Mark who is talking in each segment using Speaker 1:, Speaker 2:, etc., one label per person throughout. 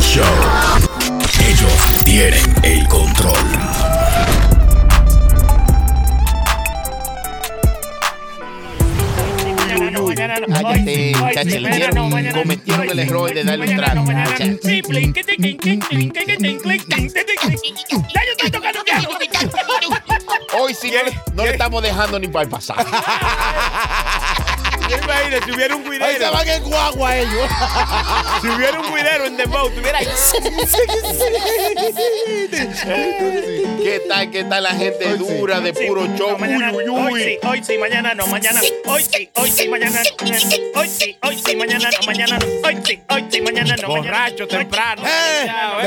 Speaker 1: Show. Ellos tienen el control.
Speaker 2: Cállate, cachelero. Cometieron el error de darle un trago.
Speaker 3: Ya yo estoy tocando piano.
Speaker 2: Hoy sí no, le- no le estamos dejando ni para el pasar.
Speaker 4: Yo imagino, si hubiera un
Speaker 2: Hoy se
Speaker 4: guidero,
Speaker 2: van en guagua ellos.
Speaker 4: si hubiera un guidero en Dembow, tuviera ahí.
Speaker 2: ¿Qué tal, qué tal la gente dura de puro
Speaker 3: Sí,
Speaker 2: show?
Speaker 3: no, mañana,
Speaker 2: Uy, uy,
Speaker 3: Hoy
Speaker 2: uy.
Speaker 3: sí, hoy sí, mañana no, mañana. Hoy sí, hoy sí, mañana. no, Hoy sí, hoy sí, mañana no, mañana. Hoy sí, hoy sí, mañana no. mañana.
Speaker 4: Borracho, temprano.
Speaker 3: Hoy sí,
Speaker 4: Ya,
Speaker 3: hoy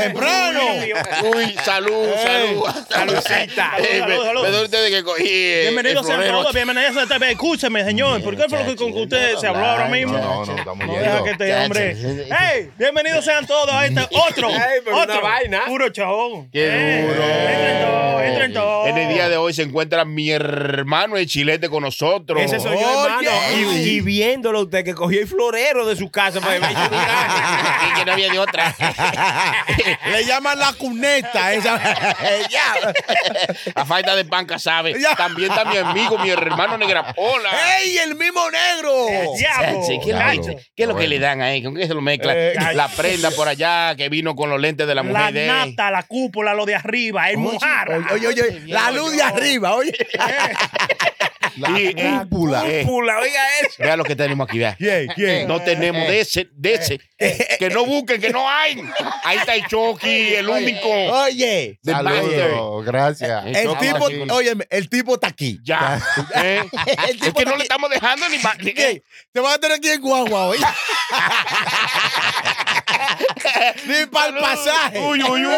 Speaker 3: sí,
Speaker 4: eh.
Speaker 2: Uy, salud, salud.
Speaker 4: Salucita.
Speaker 2: Eh, me-
Speaker 3: Salud, salud.
Speaker 2: Me doy ustedes que cogí. eh,
Speaker 3: Bienvenidos
Speaker 2: el
Speaker 3: sean
Speaker 2: florero.
Speaker 3: todos, bienvenidos a esta vez. Escúcheme, señor, ¿por qué fue lo que con que usted se habló ahora mismo?
Speaker 5: No, no, estamos
Speaker 3: No
Speaker 5: yendo.
Speaker 3: deja que este hombre. ¡Ey! Bienvenidos sean todos a este otro.
Speaker 4: Ey, pero una
Speaker 3: otro
Speaker 4: vaina.
Speaker 3: Puro show.
Speaker 2: Qué
Speaker 3: Ey,
Speaker 2: duro.
Speaker 3: Entren todos, entren todos.
Speaker 2: En el día de hoy se encuentra mi hermano el chilete con nosotros.
Speaker 4: Ese soy yo, hermano. Y, y viéndolo usted, que cogió el florero de su casa para beber.
Speaker 2: Y que no había de otra.
Speaker 5: Le llaman la cuneta. Esa. Ya.
Speaker 2: A falta de panca, ¿sabe?
Speaker 5: Ya.
Speaker 2: También está mi amigo, mi hermano Negra Pola.
Speaker 5: ¡Ey, el mismo negro!
Speaker 3: ¡Diablo! Ah,
Speaker 2: Che, ¿Qué,
Speaker 5: Diablo.
Speaker 2: le- qué es lo que le dan ahí? ¿Con qué se lo mezcla?
Speaker 5: Eh,
Speaker 2: la prenda por allá que vino con los lentes de
Speaker 3: La
Speaker 2: la mujer de él.
Speaker 3: nata, la cúpula, lo de arriba, el mojar.
Speaker 5: Oye, oye, oye, la luz de arriba, oye.
Speaker 2: Y- y-
Speaker 5: cúpula.
Speaker 2: eh,
Speaker 5: Cúpula, oiga eso.
Speaker 2: Vea lo que tenemos aquí, vea.
Speaker 5: ¿Quién? ¿Quién?
Speaker 2: No tenemos de ese, de ese. Que no busquen, que no hay. Ahí está el Chucky, el único.
Speaker 5: Oye,
Speaker 2: The Master.
Speaker 6: Saludos, gracias.
Speaker 2: Eh,
Speaker 5: el
Speaker 2: Estamos
Speaker 5: tipo,
Speaker 2: aquí con-
Speaker 5: óyeme, el tipo está aquí.
Speaker 2: Ya. ¿eh?
Speaker 5: El
Speaker 2: Es
Speaker 5: tipo
Speaker 2: que
Speaker 5: está
Speaker 2: no le
Speaker 5: aquí.
Speaker 2: estamos dejando ni más. ni-
Speaker 5: ¿Qué? Te vas a tener aquí en guagua hoy. Ni para el pasaje.
Speaker 2: Uy, uy, uy.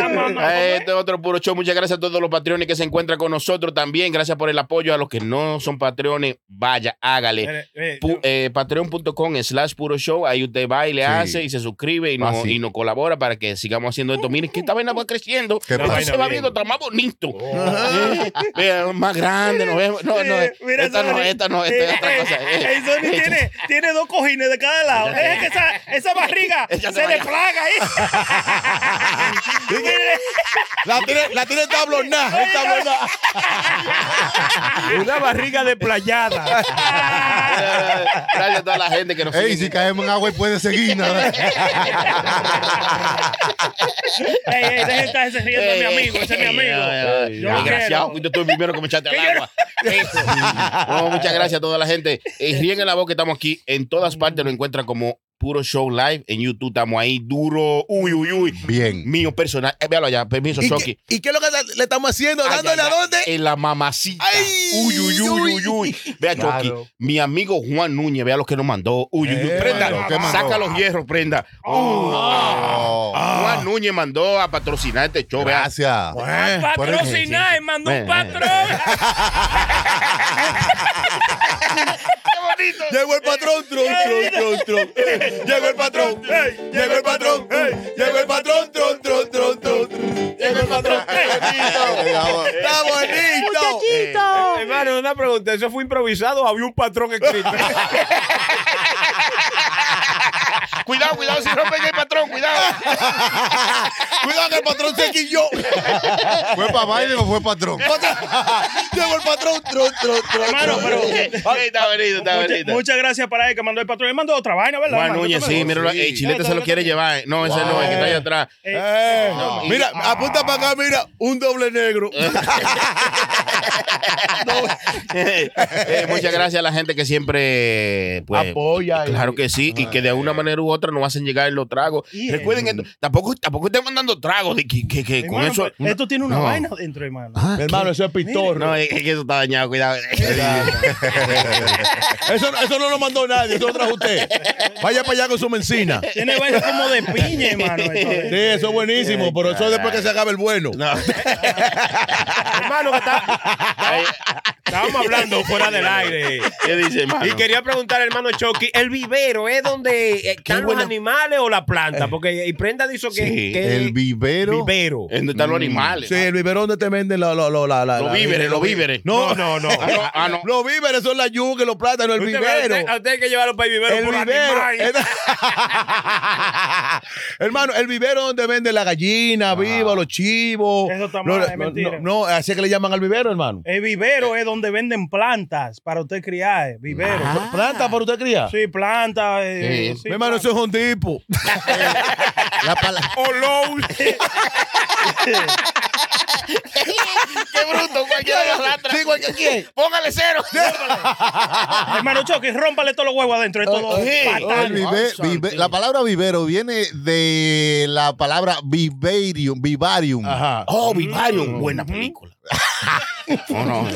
Speaker 3: La mamá.
Speaker 2: Eh, Este es otro puro show. Muchas gracias a todos los patrones que se encuentran con nosotros también. Gracias por el apoyo. A los que no son patrones, vaya, hágale.
Speaker 3: Eh, eh,
Speaker 2: Pu- eh, Patreon.com slash puro show. Ahí usted va y le
Speaker 6: Sí.
Speaker 2: hace y se suscribe y nos,
Speaker 6: Fácil.
Speaker 2: y nos colabora para que sigamos haciendo esto. Miren que esta vaina va creciendo.
Speaker 6: ¿Qué
Speaker 2: Esto
Speaker 6: pasa?
Speaker 2: se va
Speaker 4: Bien.
Speaker 2: viendo tan más bonito. Eh, vea, más grande, nos vemos. No, no,
Speaker 3: eh, mira,
Speaker 2: esta no,
Speaker 3: Sony.
Speaker 2: esta no, esta es
Speaker 3: Eh,
Speaker 2: otra
Speaker 3: eh,
Speaker 2: cosa. Eh,
Speaker 3: eh, Sony
Speaker 2: eh,
Speaker 3: tiene, tiene dos cojines de cada lado. Deja que esa, esa barriga
Speaker 2: Ella se
Speaker 3: se le
Speaker 2: vaya.
Speaker 3: plaga ahí. Mire,
Speaker 5: La tiene, la tiene tablonada, es tablonada.
Speaker 4: Una barriga de playada.
Speaker 2: Gracias a toda la gente que nos
Speaker 6: Ey,
Speaker 2: sigue.
Speaker 6: si caemos en agua y puede seguir, nada.
Speaker 3: ey, ey, deja de estarse riendo de mi
Speaker 2: Eh,
Speaker 3: amigo, ese es mi
Speaker 2: eh,
Speaker 3: amigo.
Speaker 2: eh, eh,
Speaker 3: Yo lo
Speaker 2: Desgraciado,
Speaker 3: quiero.
Speaker 2: fuiste tú el primero que me echaste al
Speaker 3: Que yo
Speaker 2: agua. Eso. No, muchas gracias a toda la gente. Eh, ríen en la voz que estamos aquí. En todas partes lo encuentran como Puro Show Live. En YouTube estamos ahí duro. Uy, uy, uy.
Speaker 6: Bien.
Speaker 2: Mío personal. Eh, véalo allá. Permiso,
Speaker 5: ¿Y
Speaker 2: Soki.
Speaker 5: qué, y qué es lo que le estamos haciendo?
Speaker 2: Ay,
Speaker 5: ¿Dándole a
Speaker 2: ay, ay.
Speaker 5: dónde?
Speaker 2: En la mamacita.
Speaker 5: Ay,
Speaker 2: uy, uy, uy, uy,
Speaker 5: uy.
Speaker 2: uy. Vea, Chucky,
Speaker 6: Claro.
Speaker 2: mi amigo Juan Núñez, vea lo que nos mandó. Uy, uy, uy.
Speaker 5: Eh,
Speaker 2: Prenda,
Speaker 6: mano, ¿qué mandó?
Speaker 2: saca los hierros, prenda.
Speaker 6: Oh,
Speaker 2: Juan Núñez mandó a patrocinar este show. vea.
Speaker 6: gracias.
Speaker 5: Eh,
Speaker 3: Patrocinar, mandó
Speaker 2: Eh, eh.
Speaker 3: un patrón.
Speaker 5: Llegó el patrón, tron, tron, tron, tron. Llegó el patrón, ey, llegó el patrón, ey, llegó el patrón, tron, tron, tron, tron. Llegó el patrón, ey, está bonito.
Speaker 4: Hermano, una pregunta. ¿Eso fue improvisado o había un patrón escrito?
Speaker 2: Cuidado, cuidado, si rompen el patrón, cuidado.
Speaker 5: Cuidado que el patrón se quilló.
Speaker 6: ¿Fue para baile o fue patrón?
Speaker 5: Llegó el patrón, tron, tron, tron.
Speaker 3: Hermano, pero-
Speaker 5: eh,
Speaker 2: Sí, está bonito, está
Speaker 3: Mucha-
Speaker 2: bonito.
Speaker 3: muchas gracias para él que mandó el patrón. Él mandó otra vaina, ¿verdad?
Speaker 2: Juan
Speaker 3: hermano?
Speaker 2: Núñez,
Speaker 3: Yo me-
Speaker 2: sí, míralo.
Speaker 6: Sí.
Speaker 2: El chilete se lo quiere llevar. eh. No, ese no, el que está allá atrás.
Speaker 5: Eh,
Speaker 2: No, y-
Speaker 5: mira, apunta para acá, mira, un doble negro.
Speaker 2: Eh, muchas gracias a la gente que siempre pues,
Speaker 5: Apoya y-
Speaker 2: Claro que sí, y que de una manera u otra nos hacen llegar los tragos.
Speaker 3: Yeah.
Speaker 2: Recuerden esto, tampoco, tampoco estén mandando tragos de que, que- que con
Speaker 3: Hermano,
Speaker 2: eso.
Speaker 3: pero pues, Esto tiene una
Speaker 2: No.
Speaker 3: vaina dentro, hermano.
Speaker 5: Hermano, eso es pistor.
Speaker 2: No, es, es que eso está dañado, cuidado.
Speaker 5: Eso, eso no lo mandó nadie, eso lo trajo usted. Vaya para allá con su mencina. Sí,
Speaker 3: Tiene vaina como de piña, hermano. entonces.
Speaker 5: eso es buenísimo, pero eso es después que se acabe el bueno.
Speaker 2: No.
Speaker 4: Hermano, que está,
Speaker 2: Ay,
Speaker 4: está estábamos hablando fuera del aire.
Speaker 2: ¿Qué dice, hermano?
Speaker 4: Y quería preguntar, hermano Chucky, ¿el vivero es donde eh, están los
Speaker 2: buena-
Speaker 4: animales o la planta? Porque eh, y Prenda dijo que,
Speaker 2: Sí,
Speaker 4: que
Speaker 7: El vivero.
Speaker 4: vivero.
Speaker 2: ¿En ¿Dónde están los animales? Ah,
Speaker 5: Sí, el biberón donde te venden la, la, la, la, la-
Speaker 2: Los víveres, los víveres.
Speaker 5: No, no, no.
Speaker 2: Ah, no, ah, no.
Speaker 5: Los víveres son la yuca, los plátanos, el
Speaker 4: Usted- a
Speaker 5: vivero.
Speaker 4: usted- A usted hay que llevarlo para el vivero.
Speaker 5: El
Speaker 4: por
Speaker 5: vivero.
Speaker 4: animal.
Speaker 5: Hermano, el vivero donde venden la gallina viva, los chivos.
Speaker 3: Eso está
Speaker 5: Lo-
Speaker 3: mal, es
Speaker 5: no,
Speaker 3: mentira.
Speaker 5: No, no, así es que le llaman al vivero, hermano.
Speaker 3: El vivero es donde venden plantas para usted criar, eh, vivero.
Speaker 5: Planta para usted cría.
Speaker 3: Sí, plantas. eh,
Speaker 2: Sí.
Speaker 3: sí,
Speaker 5: Ah. Mi hermano,
Speaker 3: plantas.
Speaker 5: eso es un tipo.
Speaker 7: La pala-
Speaker 4: O Lowe's.
Speaker 2: ¡Qué bruto! Cualquiera de los lastra.
Speaker 5: Sí, cualquier- ¿quién?
Speaker 2: ¡Póngale cero!
Speaker 3: Hermano Chucky, rómpale todos los huevos adentro. Estos dos
Speaker 2: sí.
Speaker 7: El
Speaker 3: patanes.
Speaker 7: vive- vive- la palabra vivero viene de la palabra vivarium, vivarium.
Speaker 5: Ajá.
Speaker 2: ¡Oh, Vivarium! Buena película. No, no, no.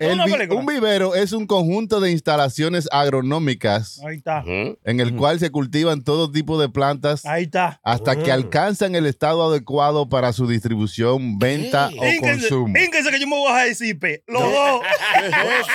Speaker 7: El
Speaker 3: Una
Speaker 7: vi-
Speaker 3: película.
Speaker 7: un vivero es un conjunto de instalaciones agronómicas
Speaker 3: Ahí está.
Speaker 2: ¿Mm?
Speaker 7: en el cual se cultivan todo tipo de plantas
Speaker 3: Ahí está.
Speaker 7: hasta que alcanzan el estado adecuado para su distribución, venta o
Speaker 3: Ínquense
Speaker 7: consumo.
Speaker 3: ínquense que yo me voy a bajar ese IP. Los dos.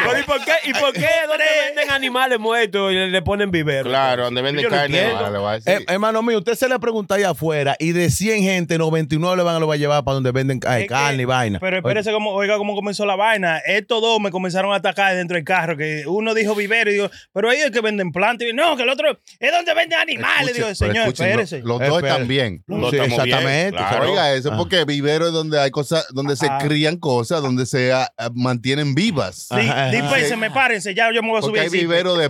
Speaker 4: Pero ¿y por qué? ¿Y por qué donde venden animales muertos y le, le ponen vivero?
Speaker 2: Claro, donde vende
Speaker 4: Yo no
Speaker 2: carne.
Speaker 4: entiendo.
Speaker 7: Ahora Ah, le voy a decir.
Speaker 5: Eh, hermano mío, usted se le pregunta allá afuera y de 100 gente, 99 le van a lo va a llevar para donde venden ay,
Speaker 3: Es que-
Speaker 5: carne y vaina.
Speaker 3: Pero espérese, como, oiga cómo comenzó la vaina. Estos dos me comenzaron a atacar dentro del carro. que Uno dijo vivero y digo, pero ellos que venden plantas. Y yo, no, que el otro es donde venden animales.
Speaker 7: Escuchen,
Speaker 3: ah, Digo,
Speaker 7: pero
Speaker 3: señor,
Speaker 7: escuchen,
Speaker 3: espérese.
Speaker 7: lo- Los dos
Speaker 5: Espérese.
Speaker 7: están bien.
Speaker 5: Oye,
Speaker 2: No
Speaker 5: sí,
Speaker 2: estamos bien,
Speaker 5: exactamente.
Speaker 2: claro.
Speaker 7: Oiga, eso
Speaker 5: Ah.
Speaker 7: porque vivero es donde hay cosas, donde
Speaker 3: Ajá.
Speaker 7: se crían cosas, donde se ah, ah, mantienen vivas.
Speaker 3: Di-
Speaker 5: Ajá, ajá.
Speaker 3: Dispense, me párense, ya yo me voy a
Speaker 7: Porque
Speaker 3: subir.
Speaker 7: hay
Speaker 3: al cine.
Speaker 7: vivero de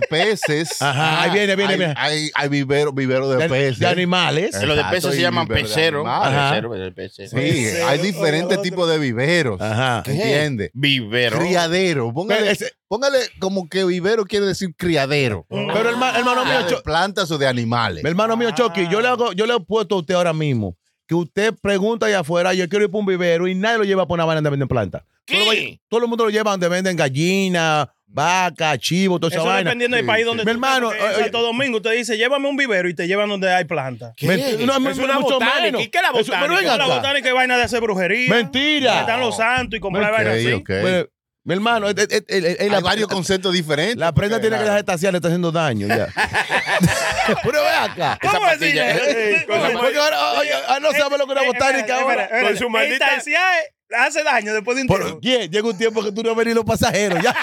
Speaker 7: peces.
Speaker 5: Ajá, ahí viene, viene,
Speaker 7: hay,
Speaker 5: viene.
Speaker 7: Hay, hay vivero, vivero de,
Speaker 5: de,
Speaker 7: peces. Eh.
Speaker 5: de animales.
Speaker 2: Los de peces
Speaker 7: Exacto,
Speaker 2: se
Speaker 7: y
Speaker 2: llaman
Speaker 7: vivero de
Speaker 2: pecero.
Speaker 7: animales.
Speaker 5: Ajá.
Speaker 2: Pecero, pecero, pecero.
Speaker 7: Sí, hay diferentes tipos de viveros.
Speaker 5: Ajá.
Speaker 7: ¿Entiendes?
Speaker 2: Vivero.
Speaker 7: Criadero. Póngale,
Speaker 5: Ah, Pero ese- Mm.
Speaker 7: póngale como que vivero quiere decir criadero.
Speaker 5: Pero hermano, hermano mío,
Speaker 7: Sea de
Speaker 5: Cho-
Speaker 7: plantas o de animales.
Speaker 5: mi hermano mío Chucky, yo le hago, yo le he puesto a usted ahora mismo que usted pregunta allá afuera, yo quiero ir para un vivero y nadie lo lleva para una vaina donde venden plantas. Todo, lo-
Speaker 2: ¿Qué?
Speaker 5: todo el mundo lo lleva donde venden gallinas, vacas, chivos, toda esa
Speaker 3: Eso
Speaker 5: vaina.
Speaker 3: dependiendo del
Speaker 7: Sí,
Speaker 3: país
Speaker 7: sí.
Speaker 3: donde
Speaker 5: Mi
Speaker 3: tú estés,
Speaker 5: hermano, eh,
Speaker 3: porque
Speaker 5: oye,
Speaker 3: en Santo Domingo usted dice, llévame un vivero y te llevan donde hay planta.
Speaker 5: Me- no,
Speaker 4: Es una
Speaker 5: mucho
Speaker 4: botánica.
Speaker 5: menos.
Speaker 4: ¿Y qué es la
Speaker 5: Eso- pero
Speaker 4: botánica?
Speaker 5: venga
Speaker 3: La
Speaker 5: acá.
Speaker 3: botánica hay vaina de hacer brujería.
Speaker 5: Mentira.
Speaker 3: que Están los santos y comprar
Speaker 5: Ok,
Speaker 3: vainas así.
Speaker 7: ok.
Speaker 5: Bueno, mi hermano, eh, eh, eh, eh, eh, la-
Speaker 7: Hay varios conceptos diferentes.
Speaker 5: La prenda
Speaker 7: porque,
Speaker 5: tiene que dejar
Speaker 7: claro,
Speaker 5: estaciar, le está haciendo daño ya. Pero ve acá.
Speaker 2: Esa
Speaker 3: ¿Cómo
Speaker 2: pastilla.
Speaker 3: decirle?
Speaker 2: Con la-
Speaker 5: Porque ahora, oye, ahora no sabemos lo que es
Speaker 3: eh,
Speaker 5: una botánica ahora.
Speaker 3: Con su maldita. Hace daño después de un
Speaker 5: Por-
Speaker 3: tiempo.
Speaker 5: Bien, llega un tiempo que tú no ves ni los pasajeros ya.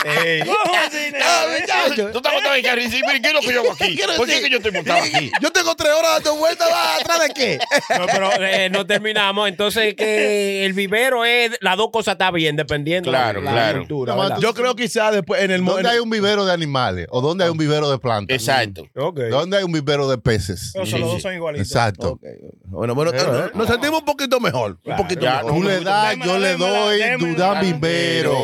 Speaker 3: ¿Cómo decirle?
Speaker 5: Ah, muchacho.
Speaker 2: Tú estás montado en el carro y dices, "Mire, ¿qué es lo que yo hago aquí?
Speaker 5: Quiero
Speaker 2: ¿Por qué es
Speaker 5: decir-
Speaker 2: que yo estoy montado aquí?
Speaker 5: Yo tengo tres horas dando vueltas ¿va? atrás de qué.
Speaker 4: No, pero eh, no terminamos. Entonces, que el vivero es. Las dos cosas está bien, dependiendo.
Speaker 2: Claro,
Speaker 4: de la
Speaker 2: claro.
Speaker 4: cultura,
Speaker 7: No,
Speaker 4: ¿verdad?
Speaker 5: Yo creo quizás después en el mo- en-
Speaker 7: ¿Dónde hay un vivero de animales? ¿O dónde hay un vivero de plantas?
Speaker 2: Exacto.
Speaker 4: Ok.
Speaker 7: ¿Dónde hay un vivero de peces?
Speaker 3: Los
Speaker 2: Sí, sí.
Speaker 3: dos son igualitos.
Speaker 7: Exacto.
Speaker 5: Ok, Bueno, bueno, eh, nos sentimos un poquito mejor. Un poquito
Speaker 2: Ya,
Speaker 5: mejor.
Speaker 2: no,
Speaker 7: Tú le das,
Speaker 3: Démela,
Speaker 7: yo le
Speaker 3: démela,
Speaker 7: doy,
Speaker 3: démela.
Speaker 7: Durán Vivero.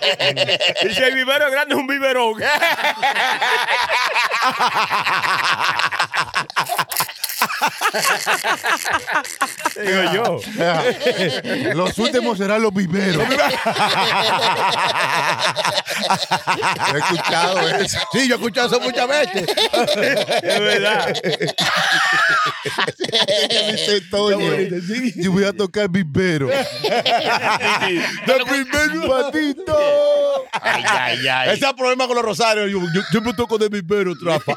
Speaker 4: Y si el vivero es grande, es un viverón. Digo yo.
Speaker 7: Los últimos serán los viveros. He escuchado eso.
Speaker 5: Sí, yo he escuchado eso muchas veces.
Speaker 4: Es verdad.
Speaker 7: Dice Toño, Yo voy a tocar vivero. De primer patito.
Speaker 2: Ay, ay, ay.
Speaker 5: Ese es el problema con los rosarios. Yo, yo siempre toco de vivero, trapa.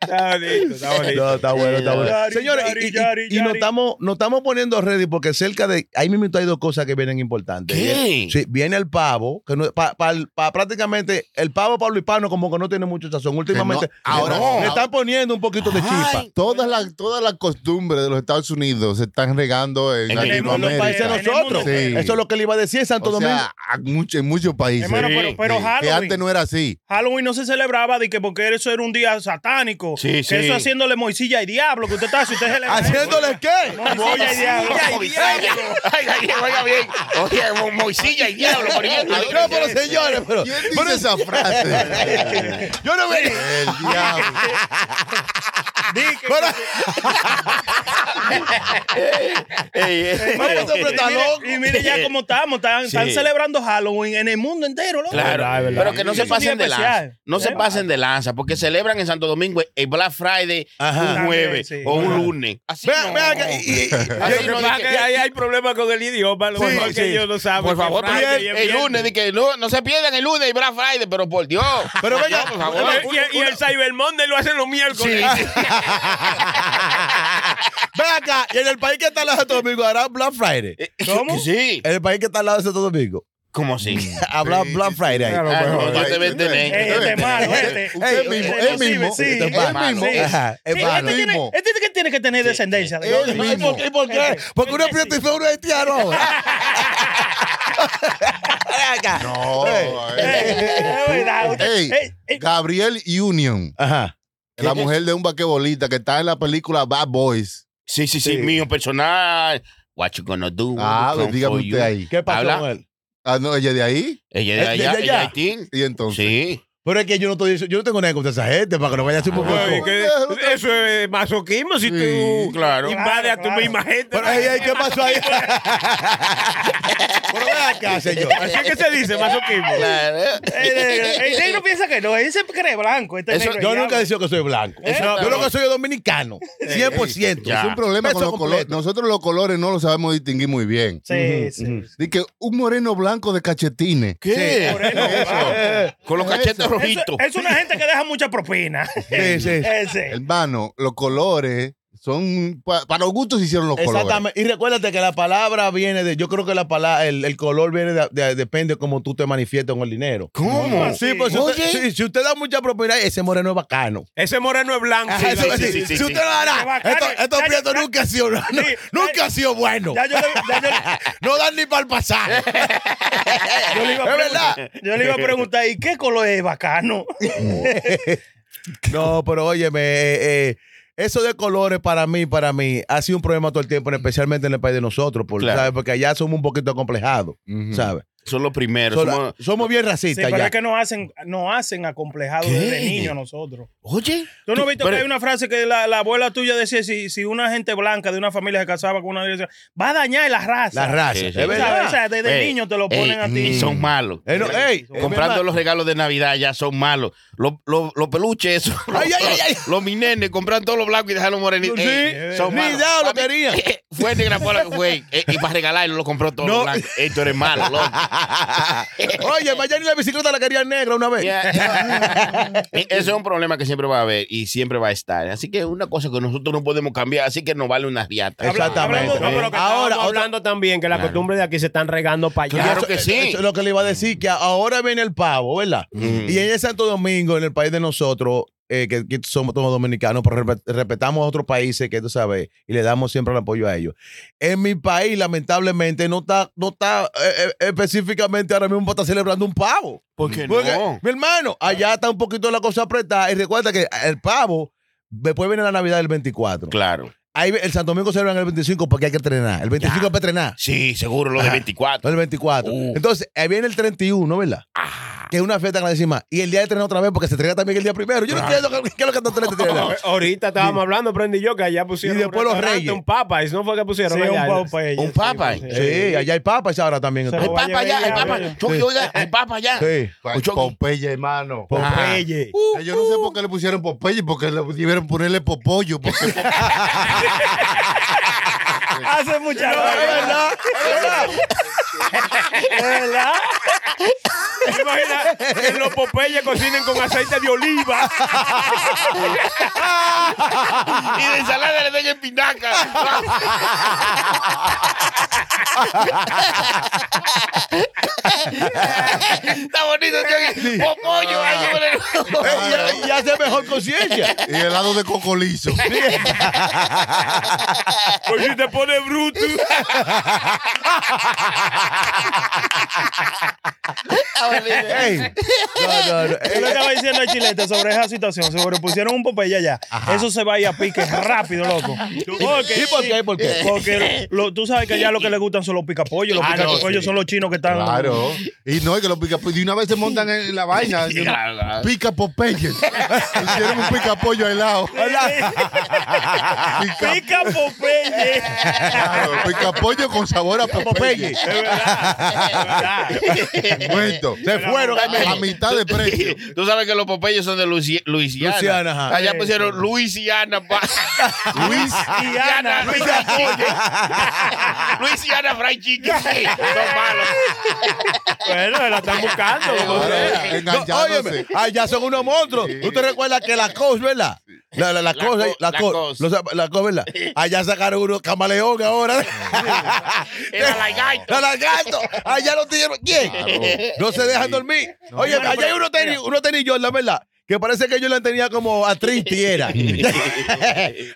Speaker 4: Está bonito,
Speaker 5: No, está
Speaker 4: está bonito.
Speaker 5: Ah,
Speaker 7: Eh,
Speaker 5: bueno, está bueno.
Speaker 3: Yari,
Speaker 5: Señores,
Speaker 3: yari,
Speaker 5: y- y,
Speaker 3: yari,
Speaker 5: y nos,
Speaker 3: yari.
Speaker 5: estamos, nos estamos poniendo ready porque cerca de ahí mismo hay dos cosas que vienen importantes.
Speaker 2: ¿Qué?
Speaker 5: Sí, viene el pavo, que no, pa- pa- pa- prácticamente el pavo Pablo Hispano como que no tiene mucho sazón. Últimamente
Speaker 7: Que no, ahora no.
Speaker 5: le están poniendo un poquito de chispa.
Speaker 7: Todas las todas las costumbres de los Estados Unidos se están regando en
Speaker 2: En el
Speaker 3: mismo
Speaker 5: Los países
Speaker 3: En
Speaker 5: de
Speaker 3: el
Speaker 7: Latinoamérica.
Speaker 3: mundo
Speaker 5: nosotros.
Speaker 7: entero.
Speaker 5: Eso es lo que le iba a decir en Santo
Speaker 7: O
Speaker 5: Domingo.
Speaker 7: sea, a mucho- en muchos países.
Speaker 3: Hermano, pero, pero
Speaker 7: Sí, Que
Speaker 3: Halloween.
Speaker 7: antes no era así.
Speaker 3: Halloween no se celebraba de que porque eso era un día satánico.
Speaker 2: Sí,
Speaker 3: que
Speaker 2: sí.
Speaker 3: Eso haciéndole moisilla y diablo que usted está si usted se le
Speaker 5: ¿Haciéndole qué?
Speaker 3: moisilla y diablo.
Speaker 2: Moisilla. Oiga bien, oiga bien. Oye, Mo- Moisilla y diablo. por ejemplo.
Speaker 5: No, pero señores, pero
Speaker 7: ¿Quién dice esa frase?
Speaker 5: yo no veo.
Speaker 7: El diablo.
Speaker 3: Di que-
Speaker 5: Pero- Ese
Speaker 3: Hermano,
Speaker 5: hombre está
Speaker 3: y mire-
Speaker 5: loco.
Speaker 3: Y mire ya cómo estamos. Están, están
Speaker 2: Sí.
Speaker 3: celebrando Halloween en el mundo entero, loco.
Speaker 2: Claro,
Speaker 4: Verdad, verdad.
Speaker 2: pero que no
Speaker 3: Sí,
Speaker 2: se
Speaker 3: es un día
Speaker 2: pasen de lanza.
Speaker 3: especial. ¿eh?
Speaker 2: No se
Speaker 3: Sí.
Speaker 2: pasen de lanza, porque celebran en Santo Domingo el Black Friday
Speaker 5: Ajá.
Speaker 2: un jueves
Speaker 3: También, sí.
Speaker 2: o un
Speaker 3: Ajá.
Speaker 2: lunes. Así
Speaker 5: Vean,
Speaker 2: no.
Speaker 5: vean que- y- y-
Speaker 2: Así
Speaker 4: Lo
Speaker 2: no,
Speaker 4: que
Speaker 2: di
Speaker 4: pasa es
Speaker 2: que-
Speaker 4: que ahí hay problemas con el idioma. Lo
Speaker 5: Sí,
Speaker 4: mejor
Speaker 5: sí.
Speaker 4: que ellos no saben.
Speaker 2: Por
Speaker 4: que
Speaker 2: favor,
Speaker 4: Friday
Speaker 5: pero
Speaker 4: y
Speaker 2: el,
Speaker 4: es viernes.
Speaker 2: lunes, di que no, no se pierdan el lunes y Black Friday, pero por Dios.
Speaker 5: Pero venga, eh,
Speaker 2: No, por
Speaker 4: Y el-
Speaker 2: favor.
Speaker 4: y, el- y el Cyber Monday lo hacen los miércoles.
Speaker 5: Ven acá, y en el país que está al lado de Santo Domingo hará Black Friday.
Speaker 2: Eh,
Speaker 3: ¿Cómo?
Speaker 2: Sí.
Speaker 5: En el país que está al lado de Santo Domingo
Speaker 2: ¿Cómo así?
Speaker 5: habrá Black Friday. ahí.
Speaker 2: Ah, no, yo te voy a
Speaker 3: Es
Speaker 2: tener.
Speaker 3: este malo, este.
Speaker 7: Usted mismo,
Speaker 3: Este
Speaker 7: él
Speaker 3: no sirve,
Speaker 7: mismo,
Speaker 3: sí.
Speaker 5: Este
Speaker 7: él
Speaker 5: es malo.
Speaker 7: mismo.
Speaker 3: Sí.
Speaker 5: Ajá, es
Speaker 3: Sí,
Speaker 5: malo.
Speaker 3: este, tiene,
Speaker 7: mismo.
Speaker 3: este tiene- tiene que tener descendencia.
Speaker 7: sí.
Speaker 3: de
Speaker 7: Él
Speaker 3: otro.
Speaker 5: ¿Y por qué? ¿Y por qué? Porque uno este es prieto y fue uno es haitiano ahora. Ven acá.
Speaker 7: No.
Speaker 3: Eh,
Speaker 7: eh.
Speaker 3: es verdad, usted-
Speaker 7: Ey,
Speaker 3: eh, eh,
Speaker 7: Gabriel Union,
Speaker 5: Ajá.
Speaker 7: la mujer de un vaquebolista que está en la película Bad Boys.
Speaker 2: Sí, sí, sí,
Speaker 5: Sí.
Speaker 2: mío personal. What you gonna do? when
Speaker 7: Ah,
Speaker 2: we come
Speaker 7: dígame
Speaker 2: for
Speaker 7: usted
Speaker 2: you?
Speaker 7: ahí.
Speaker 5: ¿Qué
Speaker 2: Habla.
Speaker 5: pasó con él?
Speaker 7: Ah, no, ella de ahí.
Speaker 2: Ella
Speaker 5: ¿Es
Speaker 2: de
Speaker 5: de
Speaker 2: allá,
Speaker 5: allá?
Speaker 2: ella de Haití.
Speaker 7: Y entonces.
Speaker 2: Sí.
Speaker 5: Pero es que yo no estoy, yo no tengo nada contra esa gente para que no vaya a ser un poco.
Speaker 4: Oye,
Speaker 7: Bueno,
Speaker 4: que-
Speaker 7: déjalo
Speaker 4: eso es masoquismo si
Speaker 7: Sí,
Speaker 4: tú
Speaker 2: uh, claro.
Speaker 4: invades
Speaker 3: Claro,
Speaker 4: a tu
Speaker 3: claro.
Speaker 4: misma gente.
Speaker 5: Pero ey, ey, ¿qué pasó ahí? Pero ven acá, señor.
Speaker 4: Así es que se dice masoquismo.
Speaker 2: Claro.
Speaker 3: El negro- el negro piensa que no, él se cree blanco. Este
Speaker 2: Eso-
Speaker 3: negro
Speaker 5: Yo
Speaker 3: ya-
Speaker 5: nunca he dicho que soy blanco.
Speaker 3: ¿Eh?
Speaker 5: No, yo lo que soy es dominicano. 100%.
Speaker 2: Ya.
Speaker 7: Es un problema
Speaker 5: Peso
Speaker 7: con los colores.
Speaker 5: completo.
Speaker 7: Nosotros los colores no los sabemos distinguir muy bien.
Speaker 3: Sí, sí.
Speaker 7: Dice que un moreno blanco de cachetines.
Speaker 2: ¿Qué?
Speaker 3: Moreno,
Speaker 2: Eso. Con los cachetes
Speaker 3: ah, Eso-
Speaker 2: rojitos.
Speaker 3: es una gente que deja mucha propina.
Speaker 5: Sí, sí.
Speaker 3: Ese.
Speaker 7: Hermano, los colores son. pa- para los gustos se hicieron los colores.
Speaker 5: Exactamente. Y recuérdate que la palabra viene de. Yo creo que la palabra, el, el color viene de, de- depende de cómo tú te manifiestas con el dinero.
Speaker 2: ¿Cómo?
Speaker 3: así?
Speaker 5: Sí, pues si
Speaker 2: Oye.
Speaker 5: usted, sí, si usted da mucha propiedad, ese moreno es bacano.
Speaker 4: Ese moreno es blanco.
Speaker 5: Ajá, eso-
Speaker 2: sí,
Speaker 5: sí,
Speaker 2: sí,
Speaker 5: si
Speaker 2: sí,
Speaker 5: usted
Speaker 2: sí.
Speaker 5: lo
Speaker 3: Es
Speaker 5: hará,
Speaker 3: bacano.
Speaker 5: estos, estos
Speaker 3: Ya, ya,
Speaker 5: prietos
Speaker 3: ya.
Speaker 5: nunca han sido, no,
Speaker 3: Sí,
Speaker 5: nunca
Speaker 3: ya-
Speaker 5: han sido buenos.
Speaker 3: Ya yo le, ya yo-
Speaker 5: No dan ni para el pasaje.
Speaker 3: yo le iba a
Speaker 5: Es verdad.
Speaker 3: preguntar, yo le iba a preguntar, ¿y qué color es bacano?
Speaker 5: No, pero óyeme, eh, eh, eso de colores para mí, para mí, ha sido un problema todo el tiempo, especialmente en el país de nosotros, por-
Speaker 2: Claro.
Speaker 5: ¿sabes? porque allá somos un poquito acomplejados,
Speaker 7: Ujú.
Speaker 5: ¿sabes?
Speaker 2: Son los primeros.
Speaker 5: Sola-
Speaker 2: somos-
Speaker 5: somos, bien
Speaker 3: Sí,
Speaker 5: racistas
Speaker 3: pero
Speaker 5: allá.
Speaker 3: es que nos hacen, nos hacen acomplejados
Speaker 2: ¿Qué?
Speaker 3: desde niños nosotros.
Speaker 2: Oye.
Speaker 3: ¿Tú no has visto
Speaker 2: pero-
Speaker 3: que hay una frase que la, la abuela tuya decía, si, si una gente blanca de una familia se casaba con una iglesia, va a dañar la raza?
Speaker 5: La raza.
Speaker 2: Sí, sí.
Speaker 5: Es
Speaker 3: ¿Tú
Speaker 5: verdad.
Speaker 3: sabes? O sea, desde
Speaker 2: Ey,
Speaker 3: niño te lo
Speaker 2: ey,
Speaker 3: ponen a ti.
Speaker 2: Eh, Y son malos.
Speaker 5: Eh, no, ey,
Speaker 3: Son-
Speaker 2: Comprando
Speaker 5: eh,
Speaker 2: los regalos de Navidad ya son malos. Los los- los peluches, esos, los,
Speaker 5: Ay, ay, ay, ay.
Speaker 2: los mi nene, compran todos los blancos y dejaron los morenitos.
Speaker 5: Sí,
Speaker 2: Ey, son
Speaker 5: ni
Speaker 2: malos.
Speaker 5: idea lo
Speaker 2: Papi,
Speaker 5: querían.
Speaker 2: Fue negra para fue. eh, Y para regalarlo lo compró todo
Speaker 5: No.
Speaker 2: blanco. Ey, tú eres malo, loco.
Speaker 5: Oye, mañana ni la bicicleta la querían negra una vez.
Speaker 2: Yeah, eh, Eso es un problema que siempre va a haber y siempre va a estar. Así que es una cosa que nosotros no podemos cambiar, así que nos vale una riata.
Speaker 5: Exactamente.
Speaker 4: No, pero que
Speaker 5: Ahora,
Speaker 4: Ahora,
Speaker 5: otra-
Speaker 4: hablando también que la
Speaker 2: Claro.
Speaker 4: costumbre de aquí se están regando para allá.
Speaker 2: Claro
Speaker 5: Eso-
Speaker 2: que sí.
Speaker 5: Eso es lo que le iba a decir, que ahora viene el pavo, ¿verdad?
Speaker 2: Mm.
Speaker 5: Y en el Santo Domingo, en el país de nosotros, eh, que, que somos todos dominicanos, pero respe- respetamos a otros países que tú sabes y le damos siempre el apoyo a ellos. En mi país, lamentablemente, no está, no está eh, eh, específicamente ahora mismo está celebrando un pavo.
Speaker 2: ¿Por qué
Speaker 5: Porque,
Speaker 2: no?
Speaker 5: mi hermano, allá está un poquito la cosa apretada. Y recuerda que el pavo, después viene la Navidad del 24.
Speaker 2: Claro.
Speaker 5: Ahí el Santo Domingo celebran el 25 porque hay que entrenar. El 25 es para entrenar.
Speaker 2: Sí, seguro lo de
Speaker 5: Ajá.
Speaker 2: 24.
Speaker 5: No, el 24.
Speaker 2: Uh.
Speaker 5: Entonces, ahí viene el 31, ¿verdad? Que es una fiesta grandísima. Y el día de entrenar otra vez, porque se entrega también el día primero. Yo no entiendo qué qué es lo que están entrenando.
Speaker 4: A- Ahorita estábamos hablando, prendí yo, que allá pusieron
Speaker 5: Y después
Speaker 4: un
Speaker 5: los
Speaker 4: restaurante,
Speaker 5: reyes.
Speaker 4: un papa. ¿Eso no fue que pusieron
Speaker 3: Sí,
Speaker 4: allá?
Speaker 3: un papa
Speaker 2: Un papa.
Speaker 3: pues,
Speaker 5: Sí, allá hay papas ahora también.
Speaker 3: Se
Speaker 2: Hay
Speaker 3: lo va a
Speaker 2: papa allá, hay
Speaker 3: llevar ya,
Speaker 2: papa.
Speaker 3: oye.
Speaker 2: Chucky,
Speaker 5: Sí.
Speaker 2: oiga, hay papa allá.
Speaker 5: Sí.
Speaker 2: Ocho-
Speaker 7: Popeye, hermano.
Speaker 2: Ajá.
Speaker 5: Popeye.
Speaker 7: Eh, Yo no sé por qué le pusieron Popeye, porque le debieron ponerle Popollo. Porque
Speaker 3: Hace mucha
Speaker 5: Es
Speaker 3: labia.
Speaker 5: verdad, es verdad.
Speaker 3: ¿Verdad?
Speaker 4: ¿Te imaginas que en los Popeyes cocinen con aceite de oliva?
Speaker 2: Y de ensalada le den espinaca. Está bonito, Chucky. Popollo. ahí con el-
Speaker 5: Y- Y hace mejor conciencia.
Speaker 7: y helado de cocolizo.
Speaker 4: Pues si te pone bruto.
Speaker 5: Ey. No, no, no.
Speaker 3: Yo le
Speaker 5: Ey,
Speaker 3: estaba diciendo a Chilete sobre esa situación. Seguro pusieron un Popeye allá. Eso se va a ir a pique rápido, loco.
Speaker 5: ¿Y por qué? ¿Por qué?
Speaker 3: Porque lo- tú sabes que allá lo que le gustan son los picapollos. Los
Speaker 7: Ah, no,
Speaker 3: picapollos
Speaker 7: sí.
Speaker 3: son los chinos que están.
Speaker 7: Claro. Y no, es que los pica de una vez se montan en la vaina. pica Popeyes. Hicieron un pica pollo helado. Pica,
Speaker 3: Pica Popeye.
Speaker 7: claro, pica pollo con sabor a Popeye.
Speaker 3: Es verdad. es verdad.
Speaker 7: Muerto.
Speaker 5: Se fueron. ay,
Speaker 7: A
Speaker 5: me-
Speaker 7: mitad de precio.
Speaker 2: Tú sabes que los popeyes son de Luisi- Luisiana.
Speaker 5: Luisiana, ajá.
Speaker 2: Allá pusieron Luisiana. pa-
Speaker 7: Luis.
Speaker 3: Diana,
Speaker 2: Luisiana Fried Chicken. Luisiana Fried Chicken. Sí, Son malos.
Speaker 3: Bueno, la están buscando. loco.
Speaker 7: Ahora,
Speaker 5: Oye,
Speaker 7: enganchándose.
Speaker 5: allá Ah, son unos monstruos.
Speaker 7: Sí.
Speaker 5: ¿Usted recuerda que la COS, verdad? La, la, la,
Speaker 2: La
Speaker 5: COS,
Speaker 2: Co-
Speaker 5: la,
Speaker 2: la
Speaker 5: COS,
Speaker 2: COS.
Speaker 5: los- la COS, ¿verdad? Allá sacaron unos camaleón ahora.
Speaker 2: Era la gaita.
Speaker 5: ¡La lagarto! Allá no tienen. ¿Quién? No se dejan dormir. Oye,
Speaker 3: Bueno,
Speaker 5: allá hay
Speaker 3: pero-
Speaker 5: uno tenis, uno tenis Jordan, ¿verdad? Que parece que Jordan tenía como actriz tierra.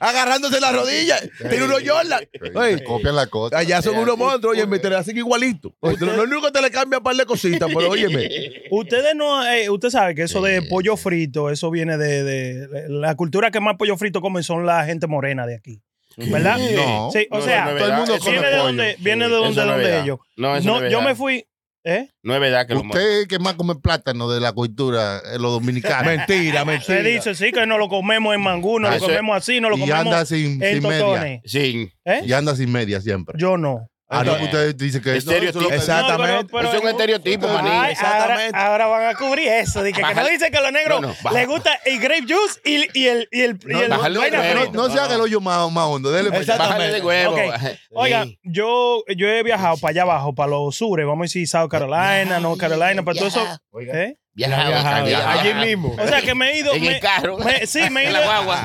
Speaker 5: Agarrándose las rodillas. Tiene uno Jordan. Oye, Ah,
Speaker 7: Oye, copian la cosa.
Speaker 5: allá son unos monstruos, oye, me te hacen igualito. Oye, Lo lo único que te le cambia un par de cositas, pero óyeme.
Speaker 3: Ustedes no, eh, usted sabe que eso de pollo frito, eso viene de, de- la cultura que más pollo frito comen son la gente morena de aquí, ¿verdad?
Speaker 7: No.
Speaker 3: Sí, o
Speaker 2: No,
Speaker 3: sea,
Speaker 2: no es
Speaker 7: todo el mundo
Speaker 2: verdad.
Speaker 7: come
Speaker 3: viene de
Speaker 7: pollo.
Speaker 3: donde, viene de
Speaker 2: Eso
Speaker 3: donde,
Speaker 2: no es
Speaker 3: donde
Speaker 2: verdad.
Speaker 3: ellos.
Speaker 2: No, eso
Speaker 3: No,
Speaker 2: no es
Speaker 3: yo
Speaker 2: verdad.
Speaker 3: me fui, ¿eh?
Speaker 2: No es verdad que lo
Speaker 7: Usted que más come plátano de la cultura, eh, los dominicanos.
Speaker 5: Mentira,
Speaker 3: Se
Speaker 5: mentira.
Speaker 3: dice sí que no lo comemos en mangú, no
Speaker 2: Ah,
Speaker 3: lo
Speaker 2: eso-
Speaker 3: comemos así, no lo
Speaker 7: y anda
Speaker 3: comemos
Speaker 7: sin,
Speaker 3: en
Speaker 7: sin media.
Speaker 3: totones.
Speaker 2: Sí.
Speaker 3: ¿Eh?
Speaker 7: Y anda sin media siempre.
Speaker 3: Yo no.
Speaker 7: Ah,
Speaker 5: Anda-
Speaker 7: no, que usted dice que eso-
Speaker 2: Estereotipo.
Speaker 7: eso lo-
Speaker 5: Exacto. Exactamente.
Speaker 2: Eso es un estereotipo,
Speaker 3: Ay,
Speaker 2: maní.
Speaker 3: ahora,
Speaker 5: Exactamente.
Speaker 3: ahora van a cubrir eso. Dije que no
Speaker 2: Bájale.
Speaker 3: dicen que a los negros
Speaker 2: No, no, bájale.
Speaker 3: les gusta el grape juice y, y el. Y el, y el
Speaker 2: bájale
Speaker 3: vaina
Speaker 2: un huevo.
Speaker 3: frita.
Speaker 7: No se haga el hoyo más, más hondo. Dele para allá.
Speaker 5: Exactamente.
Speaker 2: Bájale de huevo.
Speaker 3: Ok. Oiga,
Speaker 2: Sí.
Speaker 3: yo, yo he viajado para allá abajo, para los sures, vamos a decir South Carolina, North Carolina, para todo eso. ¿eh?
Speaker 2: Viajado,
Speaker 5: Ajá,
Speaker 2: viajado.
Speaker 5: Allí mismo.
Speaker 3: O sea que me he ido.
Speaker 2: En
Speaker 3: me-
Speaker 2: el carro.
Speaker 3: me- sí, me he
Speaker 2: En la
Speaker 3: ido-
Speaker 2: guagua.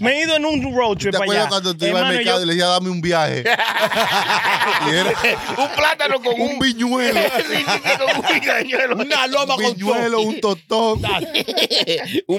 Speaker 3: Me he ido en un road trip
Speaker 7: ¿Te
Speaker 3: para
Speaker 7: acuerdas
Speaker 3: allá.
Speaker 7: cuando tú ibas al
Speaker 3: Hermano,
Speaker 7: mercado
Speaker 3: yo-
Speaker 7: y le decías, dame un viaje? y era
Speaker 2: un plátano con
Speaker 7: un
Speaker 2: un
Speaker 7: viñuelo.
Speaker 2: Sí, sí, sí, con un viñuelo.
Speaker 5: Una loma
Speaker 7: un
Speaker 5: con
Speaker 7: viñuelo, un totón.
Speaker 2: un
Speaker 7: Eso-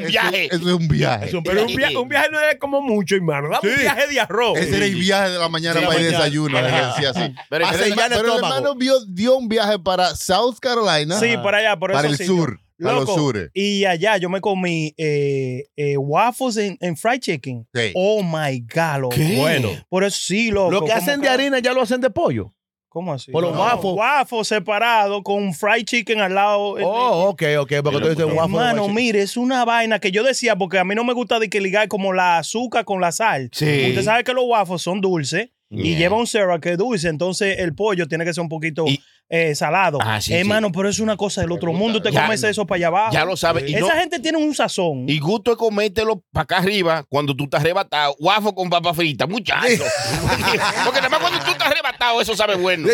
Speaker 2: viaje.
Speaker 7: Eso, es un viaje.
Speaker 4: Pero un, via- un viaje no era como mucho, hermano. Dame un
Speaker 5: Sí.
Speaker 4: viaje de arroz.
Speaker 7: Ese era el viaje de la mañana
Speaker 5: De la
Speaker 7: para el
Speaker 5: mañana.
Speaker 7: desayuno. le decía así.
Speaker 2: Pero-
Speaker 5: Hace
Speaker 7: Pero,
Speaker 5: ya el
Speaker 7: el
Speaker 5: estómago.
Speaker 7: hermano vio- dio un viaje para South Carolina.
Speaker 3: Sí,
Speaker 5: Ah,
Speaker 3: para allá, por
Speaker 7: para
Speaker 3: eso
Speaker 7: el
Speaker 3: sí,
Speaker 7: sur.
Speaker 3: yo-
Speaker 7: Para los
Speaker 3: Loco,
Speaker 7: sures.
Speaker 3: Y allá yo me comí eh, eh, waffles en, en fried chicken.
Speaker 7: Sí.
Speaker 3: Oh my God, loco.
Speaker 5: Bueno.
Speaker 3: Por eso sí, loco.
Speaker 5: Lo que
Speaker 3: ¿cómo
Speaker 5: hacen de
Speaker 3: que-
Speaker 5: harina ya lo hacen de pollo.
Speaker 3: ¿Cómo así?
Speaker 5: Por los waffles.
Speaker 3: Waffles separados con fried chicken al lado. Eh,
Speaker 2: Pues,
Speaker 5: Oh, ok, ok. Porque tú dices waffle.
Speaker 3: Hermano,
Speaker 5: guache-
Speaker 3: mire, es una vaina que yo decía, porque a mí no me gusta de que ligar como la azúcar con la sal.
Speaker 2: Sí.
Speaker 3: Usted sabe que los waffles son dulces y
Speaker 2: Yeah.
Speaker 3: lleva un syrup que es dulce, entonces el pollo tiene que ser un poquito
Speaker 2: Y-
Speaker 3: eh, salado.
Speaker 2: Ah, sí,
Speaker 3: Hermano, pero es una cosa del otro mundo. Usted
Speaker 2: Ya-
Speaker 3: come eso para allá abajo.
Speaker 2: Ya lo sabes. Y, no-
Speaker 3: Esa gente tiene un sazón.
Speaker 2: y gusto es comértelo para acá arriba cuando tú estás arrebatado. Guafo con papa frita, muchacho. porque, porque nada más cuando tú estás arrebatado, eso sabe bueno.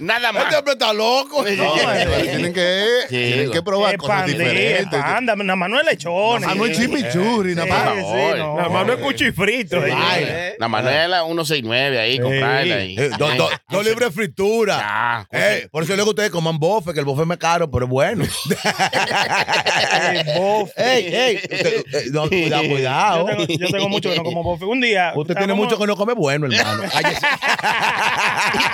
Speaker 2: Nada más.
Speaker 5: Este hombre está loco.
Speaker 2: Pues,
Speaker 7: No,
Speaker 3: eh,
Speaker 7: pero tienen que,
Speaker 2: Sí,
Speaker 7: tienen que
Speaker 2: güey.
Speaker 7: probar
Speaker 3: Es
Speaker 7: cosas
Speaker 3: pan de- es
Speaker 7: diferentes.
Speaker 3: pan, dame- nada más no es lechones.
Speaker 7: Ah, no es chimichurri, nada
Speaker 3: Sí,
Speaker 7: más.
Speaker 3: sí,
Speaker 2: favor.
Speaker 3: no.
Speaker 4: Nada más no es cuchifrito.
Speaker 3: Sí.
Speaker 4: eh.
Speaker 2: La Manuela 169 ahí, comprarla. ahí.
Speaker 5: Eh, Dos dos- dos libres de fritura.
Speaker 2: Ya,
Speaker 5: Eh, por eso le digo que ustedes coman bofe, que el bofe es más caro, pero es bueno.
Speaker 3: Eh, bofe.
Speaker 5: ey, ey, usted- eh, no, cuidado,
Speaker 3: Yo
Speaker 5: cuidado.
Speaker 3: tengo, yo tengo mucho que no como bofe. Un día.
Speaker 5: Usted tiene mucho que no come bueno, hermano. Cállese.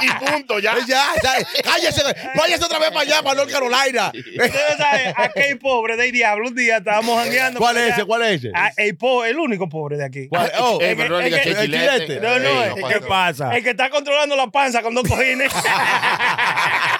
Speaker 2: y punto, ya.
Speaker 5: ya, ya, cállese. Váyase otra vez para allá, para North Carolina.
Speaker 3: Ustedes saben, aquel pobre del diablo, un día estábamos jangueando.
Speaker 5: ¿Cuál
Speaker 3: por
Speaker 5: es
Speaker 3: allá.
Speaker 5: ese? ¿Cuál es ese?
Speaker 3: Ah, el, po- el único pobre de aquí.
Speaker 5: ¿Cuál? Oh,
Speaker 2: Eh, pero no digas que
Speaker 5: es
Speaker 2: es
Speaker 5: que-
Speaker 2: chilete.
Speaker 5: No,
Speaker 3: no, eh. es-
Speaker 2: Ey,
Speaker 7: pasa
Speaker 4: ¿Qué
Speaker 7: nada.
Speaker 4: pasa?
Speaker 3: El que está controlando la panza con dos cojines.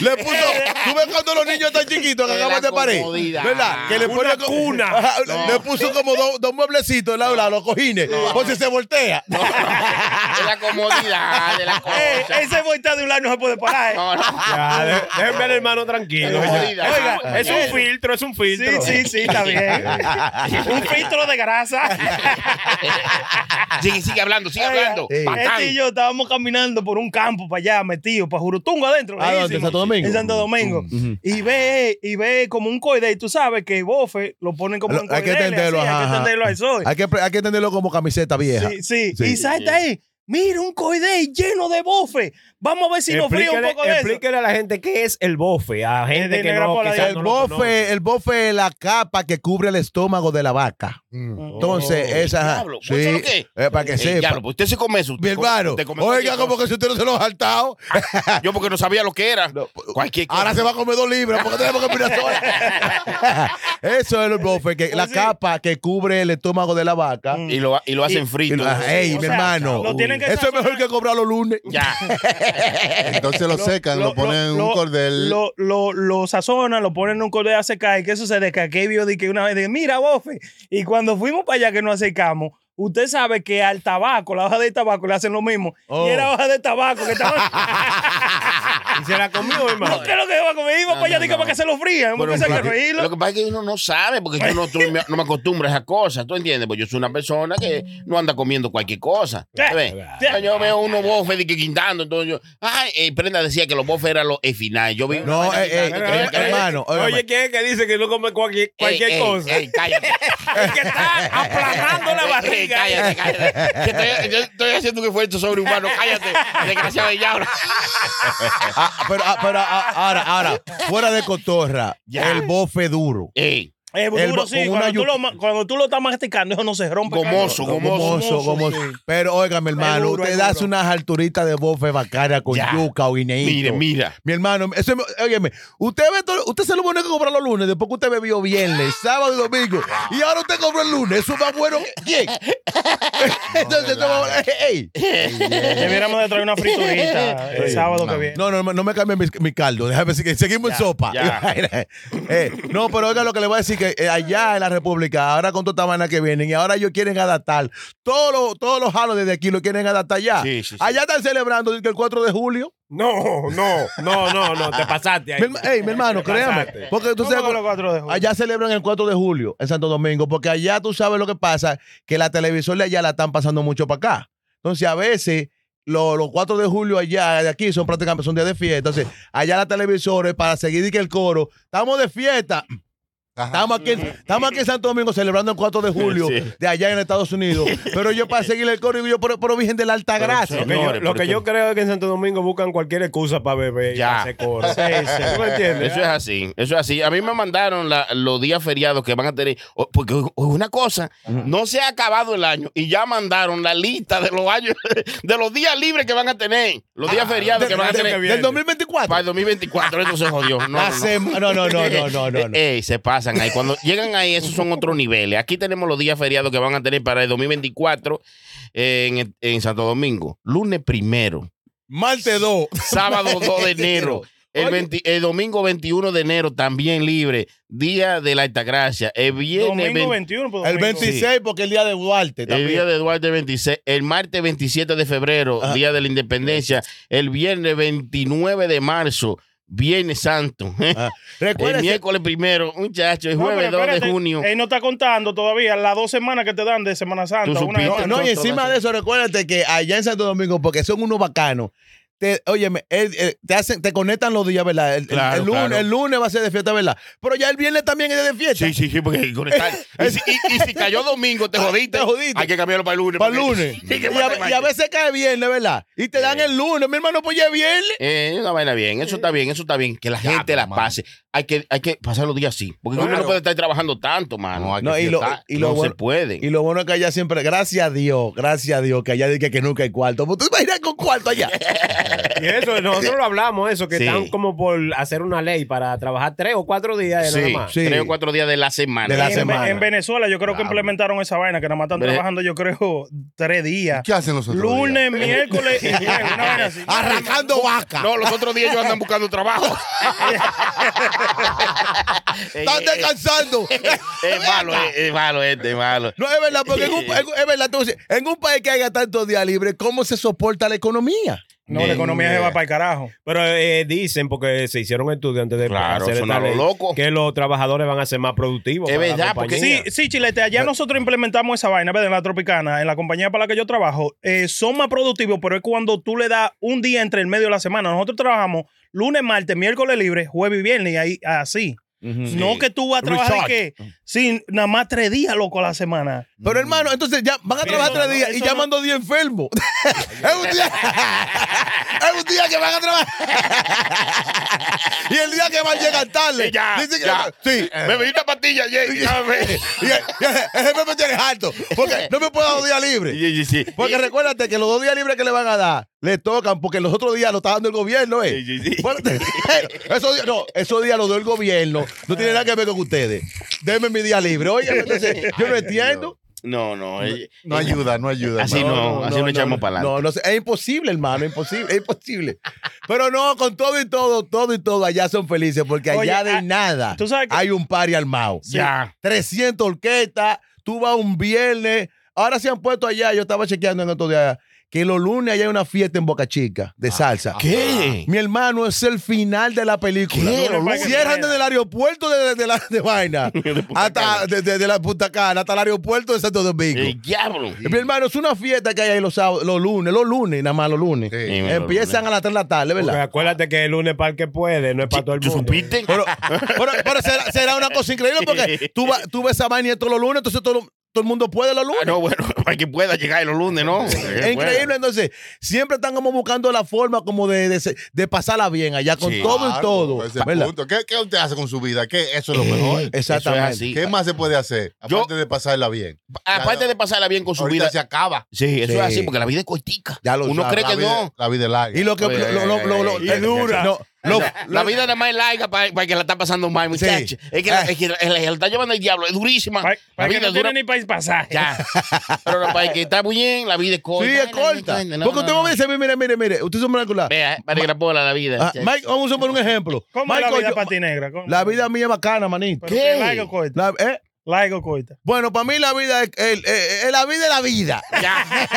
Speaker 5: Le puso, tú ves cuando los niños están chiquitos que
Speaker 2: Era
Speaker 5: acaban de parir,
Speaker 2: comodidad.
Speaker 5: ¿verdad? Que le
Speaker 4: Una
Speaker 5: pone co-
Speaker 4: cuna.
Speaker 5: Ajá, le- Le puso como dos, dos mueblecitos al lado, al lado, los cojines, por si se voltea.
Speaker 2: de la comodidad, de la
Speaker 3: Eh,
Speaker 2: cosa.
Speaker 3: ese vuelta de un lado no se puede parar. eh.
Speaker 2: No, no.
Speaker 4: Ya, de- déjenme al hermano tranquilo.
Speaker 2: Oiga,
Speaker 4: Oiga,
Speaker 2: oiga, eh,
Speaker 4: es un filtro, es un
Speaker 3: Sí,
Speaker 4: filtro.
Speaker 3: sí, sí, está bien. un filtro de grasa.
Speaker 2: Sigue, sigue hablando, sigue
Speaker 3: Oiga,
Speaker 2: hablando. Patán.
Speaker 3: Este y yo estábamos caminando por un campo para allá, metido, para Jurutungo adentro.
Speaker 5: ¿A dónde?
Speaker 3: lejísimo,
Speaker 5: ¿En Ah, Santo Domingo?
Speaker 3: En Santo Domingo. Y ve, y ve como un coide. Y tú sabes que Bofe lo ponen como
Speaker 5: Lo-
Speaker 3: un
Speaker 5: hay que
Speaker 3: coidele, así,
Speaker 5: entenderlo,
Speaker 3: Hay
Speaker 5: ajá,
Speaker 3: que
Speaker 5: ajá.
Speaker 3: entenderlo al sol.
Speaker 5: Hay que, pre- hay que entenderlo como camiseta vieja.
Speaker 3: Sí, sí.
Speaker 5: Sí.
Speaker 3: Y salta ahí. Mira, un coide lleno de bofe. Vamos a ver si nos frío un
Speaker 4: Explíquele-
Speaker 3: poco de eso.
Speaker 4: explíquele a la gente qué es el bofe. A gente
Speaker 3: de
Speaker 4: que
Speaker 3: negra
Speaker 4: no,
Speaker 3: por la
Speaker 4: quizás
Speaker 3: de-
Speaker 4: no
Speaker 5: El
Speaker 4: lo conoce.
Speaker 5: bofe, el bofe es la capa que cubre el estómago de la vaca. Entonces,
Speaker 4: Oh,
Speaker 5: esa.
Speaker 2: diablo,
Speaker 5: sí,
Speaker 2: ¿eso lo qué?
Speaker 5: eh, para que
Speaker 2: Eh,
Speaker 5: sepa.
Speaker 2: diablo, pues usted se come eso.
Speaker 5: Mi
Speaker 2: usted come-
Speaker 5: hermano,
Speaker 2: usted come
Speaker 5: oiga,
Speaker 2: cualquier
Speaker 5: como
Speaker 2: cosa.
Speaker 5: que si usted no se lo ha saltado,
Speaker 2: Yo porque no sabía lo que era. Cualquier cosa.
Speaker 5: ahora se va a comer dos libras, porque tenemos que comer una sola. Eso es el bofe,
Speaker 2: Pues
Speaker 5: que la capa que cubre el estómago de la vaca.
Speaker 2: y, lo, y lo hacen
Speaker 5: Y
Speaker 2: Mm. frito.
Speaker 5: lo- ey,
Speaker 3: o
Speaker 5: mi
Speaker 3: sea,
Speaker 5: hermano.
Speaker 3: lo tienen que
Speaker 5: eso es mejor
Speaker 3: sazonar.
Speaker 5: que cobrar los lunes.
Speaker 2: ya.
Speaker 7: Entonces lo secan, lo, ponen en un
Speaker 3: lo-
Speaker 7: cordel.
Speaker 3: Lo, lo, lo sazonan, lo ponen en un cordel a secar. ¿Y qué sucede? Que aquí vio de que una vez de mira, bofe. Y cuando fuimos para allá que nos acercamos, usted sabe que al tabaco, la hoja de tabaco, le hacen lo mismo.
Speaker 5: Oh.
Speaker 3: Y era hoja de tabaco que estaba.
Speaker 4: Y se la comió, hermano.
Speaker 3: no, ¿Qué es lo que iba a comer? Iba
Speaker 2: No,
Speaker 3: para allá
Speaker 2: no,
Speaker 3: dije,
Speaker 2: no.
Speaker 3: para que se lo frían. Vamos a
Speaker 2: Pero
Speaker 3: empezar a
Speaker 2: lo que-
Speaker 3: reírlo.
Speaker 2: Lo que pasa es que uno no sabe, porque yo no, tú me- no me acostumbro a esas cosas, ¿tú entiendes? Pues yo soy una persona que no anda comiendo cualquier cosa.
Speaker 3: Ya,
Speaker 2: ¿sabes?
Speaker 3: ya.
Speaker 2: Yo veo unos bofes de que quintando, entonces yo, ay, eh, Prenda decía que los bofes eran los finales Yo vi una
Speaker 5: No,
Speaker 2: vaina
Speaker 5: eh, eh,
Speaker 2: quintando que
Speaker 5: eh,
Speaker 2: yo-
Speaker 5: hermano, óigame.
Speaker 4: Oye, ¿quién es que dice que no come cualquier, cualquier
Speaker 2: Ey, ey,
Speaker 4: cosa?
Speaker 2: ey, cállate.
Speaker 4: El que está aplanando la
Speaker 2: Ey,
Speaker 4: barriga.
Speaker 2: cállate,
Speaker 4: eh.
Speaker 2: cállate. Que estoy, yo estoy haciendo un esfuerzo sobrehumano. Cállate, desgraciado de diablo.
Speaker 5: Ah, pero ah, pero ah, ahora, ahora, fuera de cotorra,
Speaker 2: Ya.
Speaker 5: el bofe duro.
Speaker 2: Ey,
Speaker 3: Eh,
Speaker 5: El
Speaker 3: duro,
Speaker 5: bo-
Speaker 3: sí.
Speaker 5: con una
Speaker 3: Cuando tú,
Speaker 5: yuca.
Speaker 3: lo, ma- cuando tú lo estás masticando, eso no se rompe.
Speaker 2: Gomoso,
Speaker 3: carnal.
Speaker 5: Gomoso, gomoso. Pero óigame, hermano,
Speaker 3: Es duro,
Speaker 5: usted
Speaker 3: es
Speaker 5: das
Speaker 3: duro.
Speaker 5: unas alturitas de bofe bacana con
Speaker 2: Ya.
Speaker 5: yuca o guineíto.
Speaker 2: mire, mira.
Speaker 5: Mi hermano, eso, es- óigame, usted, ve todo- usted se lo pone que comprar los lunes, después que usted bebió viernes, sábado y domingo, y ahora usted compró el lunes, eso es más bueno que ¿quién? Entonces, no, ey, ey.
Speaker 3: Debiéramos de traer una friturita el sábado que viene.
Speaker 5: no, no, no me cambie mi, mi caldo, déjame decir que seguimos en sopa. Eh, no, pero oiga lo que le voy a decir, que eh, allá en la República, ahora con toda esta vaina que vienen, y ahora ellos quieren adaptar, todos los, todos los jalos desde aquí lo quieren adaptar allá.
Speaker 2: Sí, sí, sí.
Speaker 5: Allá están celebrando el 4 de julio.
Speaker 4: No, no, no, no, no, te pasaste ahí.
Speaker 5: Mi, herma- ey, mi hermano,
Speaker 4: Te pasaste.
Speaker 5: créame. Porque tú sabes,
Speaker 3: ¿Cómo que los cuatro de julio?
Speaker 5: allá celebran el 4 de julio en Santo Domingo, porque allá tú sabes lo que pasa, que la televisión de allá la están pasando mucho para acá. Entonces, a veces. lo- los 4 de julio allá de aquí son prácticamente son días de fiesta. Entonces, allá las televisores para seguir y que el coro, estamos de fiesta. Estamos aquí, en- estamos aquí en Santo Domingo celebrando el 4 de julio
Speaker 2: Sí.
Speaker 5: de allá en Estados Unidos. Pero yo para seguir el coro, digo yo, pero, pero Virgen de la Alta Gracia.
Speaker 4: Lo que, yo,
Speaker 2: Señores,
Speaker 4: lo
Speaker 2: pero
Speaker 4: que yo creo es que en Santo Domingo buscan cualquier excusa para beber
Speaker 2: Ya.
Speaker 4: y hacer coro. ¿Tú me entiendes?
Speaker 2: Eso es así, eso es así. A mí me mandaron la- los días feriados que van a tener, o- porque o- una cosa, no se ha acabado el año y ya mandaron la lista de los años, de los días libres que van a tener, los días feriados
Speaker 5: De-
Speaker 2: que van a
Speaker 5: de-
Speaker 2: tener
Speaker 5: del 2024.
Speaker 2: para el 2024. Esto se jodió. No,
Speaker 5: La
Speaker 2: no, no.
Speaker 5: sema- No, no, no, no, no, no. no.
Speaker 2: Eh, Ey, se pasan ahí. Cuando llegan ahí, esos son otros niveles. Aquí tenemos los días feriados que van a tener para el 2024 eh, en, en Santo Domingo. Lunes primero,
Speaker 5: Marte 2.
Speaker 2: sábado 2 de enero. El,
Speaker 5: Oye.
Speaker 2: 20 el domingo 21 de enero también libre, día de la Altagracia. El viernes
Speaker 3: Domingo
Speaker 2: 20
Speaker 3: 21. pues,
Speaker 5: El
Speaker 3: domingo.
Speaker 5: 26 porque el día de Duarte
Speaker 2: el
Speaker 5: también.
Speaker 2: día de Duarte 26, el martes 27 de febrero,
Speaker 5: Ajá.
Speaker 2: día de la Independencia, el viernes 29 de marzo, Viernes Santo,
Speaker 5: Ah,
Speaker 2: el
Speaker 5: Recuérdese,
Speaker 2: miércoles primero, muchachos, el
Speaker 3: No,
Speaker 2: jueves
Speaker 3: pero
Speaker 2: 2 de
Speaker 3: espérate,
Speaker 2: junio.
Speaker 3: Él no está contando todavía las dos semanas que te dan de Semana Santa.
Speaker 2: Tú
Speaker 3: Una
Speaker 2: supiste.
Speaker 5: no, no, y encima de eso, recuérdate que allá en Santo Domingo, porque son unos bacanos. Te, óyeme, el- el- te, hacen, te conectan los días, ¿verdad? El, el-
Speaker 2: Claro,
Speaker 5: el lunes,
Speaker 2: claro.
Speaker 5: el lunes va a ser de fiesta, ¿verdad? Pero ya el viernes también es de fiesta.
Speaker 2: Sí, sí, sí, porque conectar. Y si, y- y si cayó domingo, te jodiste.
Speaker 5: Te jodiste.
Speaker 2: Hay que cambiarlo para el lunes.
Speaker 5: Para el
Speaker 2: porque-
Speaker 5: lunes.
Speaker 2: Sí, que
Speaker 5: y, a,
Speaker 2: mate,
Speaker 5: y a
Speaker 2: mate.
Speaker 5: veces cae viernes, ¿verdad? Y te dan el lunes, mi hermano, pues ya es viernes.
Speaker 2: Eh, una vaina bien, eso está bien, eso está bien, que la gente la pase. Hay que, hay que pasar los días así, porque uno
Speaker 4: Claro.
Speaker 2: no puede estar trabajando tanto, mano.
Speaker 5: No, y lo- y lo
Speaker 2: no
Speaker 5: bueno-
Speaker 2: se puede.
Speaker 5: Y lo bueno es que allá siempre, gracias a Dios, gracias a Dios, que allá dije que nunca hay cuarto. Pues ¿Tú te imaginas con cuarto allá?
Speaker 4: Y eso, nosotros lo hablamos, eso, que
Speaker 2: Sí.
Speaker 4: están como por hacer una ley para trabajar tres o cuatro días
Speaker 2: sí,
Speaker 4: nada más.
Speaker 5: Sí.
Speaker 2: tres o cuatro días de la semana.
Speaker 5: De la
Speaker 3: en,
Speaker 5: semana.
Speaker 3: en Venezuela yo creo que implementaron esa vaina, que nada más están
Speaker 2: Ve-
Speaker 3: trabajando yo creo tres días.
Speaker 7: ¿Qué hacen los otros
Speaker 3: Lunes, miércoles y viernes. Una vaina así.
Speaker 5: Arrancando vaca.
Speaker 2: No, los otros días ellos andan buscando trabajo.
Speaker 5: Están
Speaker 2: Eh, eh,
Speaker 5: descansando.
Speaker 2: Es malo, eh, es malo este, es malo.
Speaker 5: No, es verdad, porque en un, pa- es verdad, tú dices, en un país que haya tantos días libres, ¿cómo se soporta la economía?
Speaker 3: No, la economía se va para el carajo.
Speaker 4: Pero eh, dicen, porque se hicieron estudios antes de
Speaker 2: Claro,
Speaker 4: hacer
Speaker 2: eso no
Speaker 4: esta
Speaker 2: es lo
Speaker 4: ley,
Speaker 2: loco.
Speaker 4: que los trabajadores van a ser más productivos.
Speaker 2: Es
Speaker 4: para la
Speaker 2: verdad, porque
Speaker 4: compañía.
Speaker 3: Sí, sí, Chilete, allá nosotros implementamos esa vaina, ¿verdad? En la Tropicana, en la compañía para la que yo trabajo, eh, son más productivos, pero es cuando tú le das un día entre el medio de la semana. Nosotros trabajamos lunes, martes, miércoles libre, jueves y viernes, y ahí así. No que tú vas a trabajar
Speaker 8: Recharge.
Speaker 3: que sí, nada más tres días, loco, a la semana.
Speaker 5: Pero hermano, entonces ya van a trabajar
Speaker 3: Mm. no,
Speaker 5: tres días y
Speaker 3: eso
Speaker 5: ya
Speaker 3: no.
Speaker 5: mando 10 enfermos. es un día. es un día que van a trabajar. y el día que van a llegar tarde.
Speaker 2: Y ya,
Speaker 5: Dicen que-
Speaker 2: ya.
Speaker 5: Sí.
Speaker 2: Me bebí una pastilla ayer. y ya me-
Speaker 5: Y el, y el- el jefe me tiene harto. Porque no me puedo dar dos días libres.
Speaker 2: Sí, sí, sí.
Speaker 5: Porque recuérdate que los dos días libres que le van a dar, le tocan, porque los otros días lo está dando el gobierno, ¿eh?
Speaker 2: Sí, sí, sí.
Speaker 5: Bueno, esos, días, no, esos días los dio el gobierno. No tiene nada que ver con ustedes. Denme mi día libre. Oye, entonces, yo no entiendo.
Speaker 2: No, no. eh,
Speaker 7: No ayuda, no ayuda.
Speaker 2: Así
Speaker 7: hermano.
Speaker 2: no, así no echamos para adelante.
Speaker 5: No, no sé. Es imposible, hermano, imposible, es imposible. Pero no, con todo y todo, todo y todo, allá son felices, porque
Speaker 3: Oye,
Speaker 5: allá de
Speaker 3: ah,
Speaker 5: nada
Speaker 3: tú sabes que-
Speaker 5: hay un party armado.
Speaker 2: Ya.
Speaker 5: 300 orquestas, tú vas un viernes. Ahora se han puesto allá, yo estaba chequeando en estos días, que los lunes allá hay una fiesta en Boca Chica
Speaker 3: Ah,
Speaker 5: de salsa.
Speaker 2: ¿Qué?
Speaker 5: Mi hermano, es el final de la película.
Speaker 2: ¿Qué?
Speaker 5: No,
Speaker 2: Los
Speaker 3: lunes.
Speaker 5: Cierran desde el aeropuerto de, de la de vaina hasta de, de- de la Punta Cana hasta el aeropuerto de Santo Domingo.
Speaker 2: El diablo.
Speaker 5: Mi hermano, es una fiesta que hay ahí los, sábados- los lunes, los lunes, nada más los lunes.
Speaker 7: Sí.
Speaker 2: Sí, bueno,
Speaker 5: Empiezan a las 3 de la tarde,
Speaker 4: Porque
Speaker 5: ¿verdad?
Speaker 4: acuérdate que el lunes para el que puede, no es para todo el
Speaker 2: ¿Tú
Speaker 4: mundo.
Speaker 2: supiste?
Speaker 5: Pero, pero- pero será, será una cosa increíble porque tú, vas- tú ves esa vaina todos los lunes, entonces todo, todo el mundo puede los lunes.
Speaker 2: Ah, no, bueno, para que pueda llegar los lunes, ¿no?
Speaker 5: Es increíble, entonces, siempre están como buscando la forma como de, de, se- de pasarla bien allá con
Speaker 2: Sí.
Speaker 5: todo y
Speaker 7: Claro, pues,
Speaker 5: todo.
Speaker 7: ese
Speaker 5: ¿verdad?
Speaker 7: punto. ¿Qué, ¿Qué usted hace con su vida? ¿Qué, eso es lo mejor.
Speaker 5: Exactamente.
Speaker 2: así.
Speaker 7: ¿Qué más se puede hacer?
Speaker 2: Yo-
Speaker 7: Aparte de pasarla bien.
Speaker 2: Aparte de pasarla bien con su
Speaker 7: Ahorita
Speaker 2: vida.
Speaker 7: se acaba.
Speaker 2: Sí, eso
Speaker 5: Sí.
Speaker 2: es así, porque la vida es cortica.
Speaker 5: Ya lo
Speaker 2: Uno
Speaker 5: sabe,
Speaker 2: cree
Speaker 7: la
Speaker 2: que
Speaker 7: vida,
Speaker 2: no.
Speaker 7: La vida es larga.
Speaker 5: Y lo que.
Speaker 2: Oye,
Speaker 5: lo- lo- lo- lo-
Speaker 2: y
Speaker 5: lo-
Speaker 2: dura.
Speaker 5: no, lo-
Speaker 2: La vida nada más es larga para, para que la está pasando mal,
Speaker 5: Sí. Ah.
Speaker 2: muchachos. Es que, la, es que la, la- la está llevando el diablo, es durísima.
Speaker 3: Para,
Speaker 2: Ah, la
Speaker 3: que
Speaker 2: vida
Speaker 3: no
Speaker 2: es dura.
Speaker 3: tiene ni país pasaje.
Speaker 2: Ya. Pero para el que está muy bien, la vida es corta.
Speaker 5: Sí, es corta. Porque usted me dice, mire, mire, mire, usted es un molecular.
Speaker 2: Vea, eh, para que la bola la vida.
Speaker 5: Ah, Mike, vamos a poner un ejemplo.
Speaker 3: ¿Cómo es la
Speaker 5: Michael,
Speaker 3: vida
Speaker 5: yo-
Speaker 3: para ti, negra? ¿Cómo?
Speaker 5: la vida mía es bacana, manito.
Speaker 3: Pero
Speaker 2: ¿Qué?
Speaker 3: que Larga o corta.
Speaker 5: La- eh,
Speaker 3: Larga o corta.
Speaker 5: Bueno, para mí la vida es, el- eh, eh, la vida es la vida.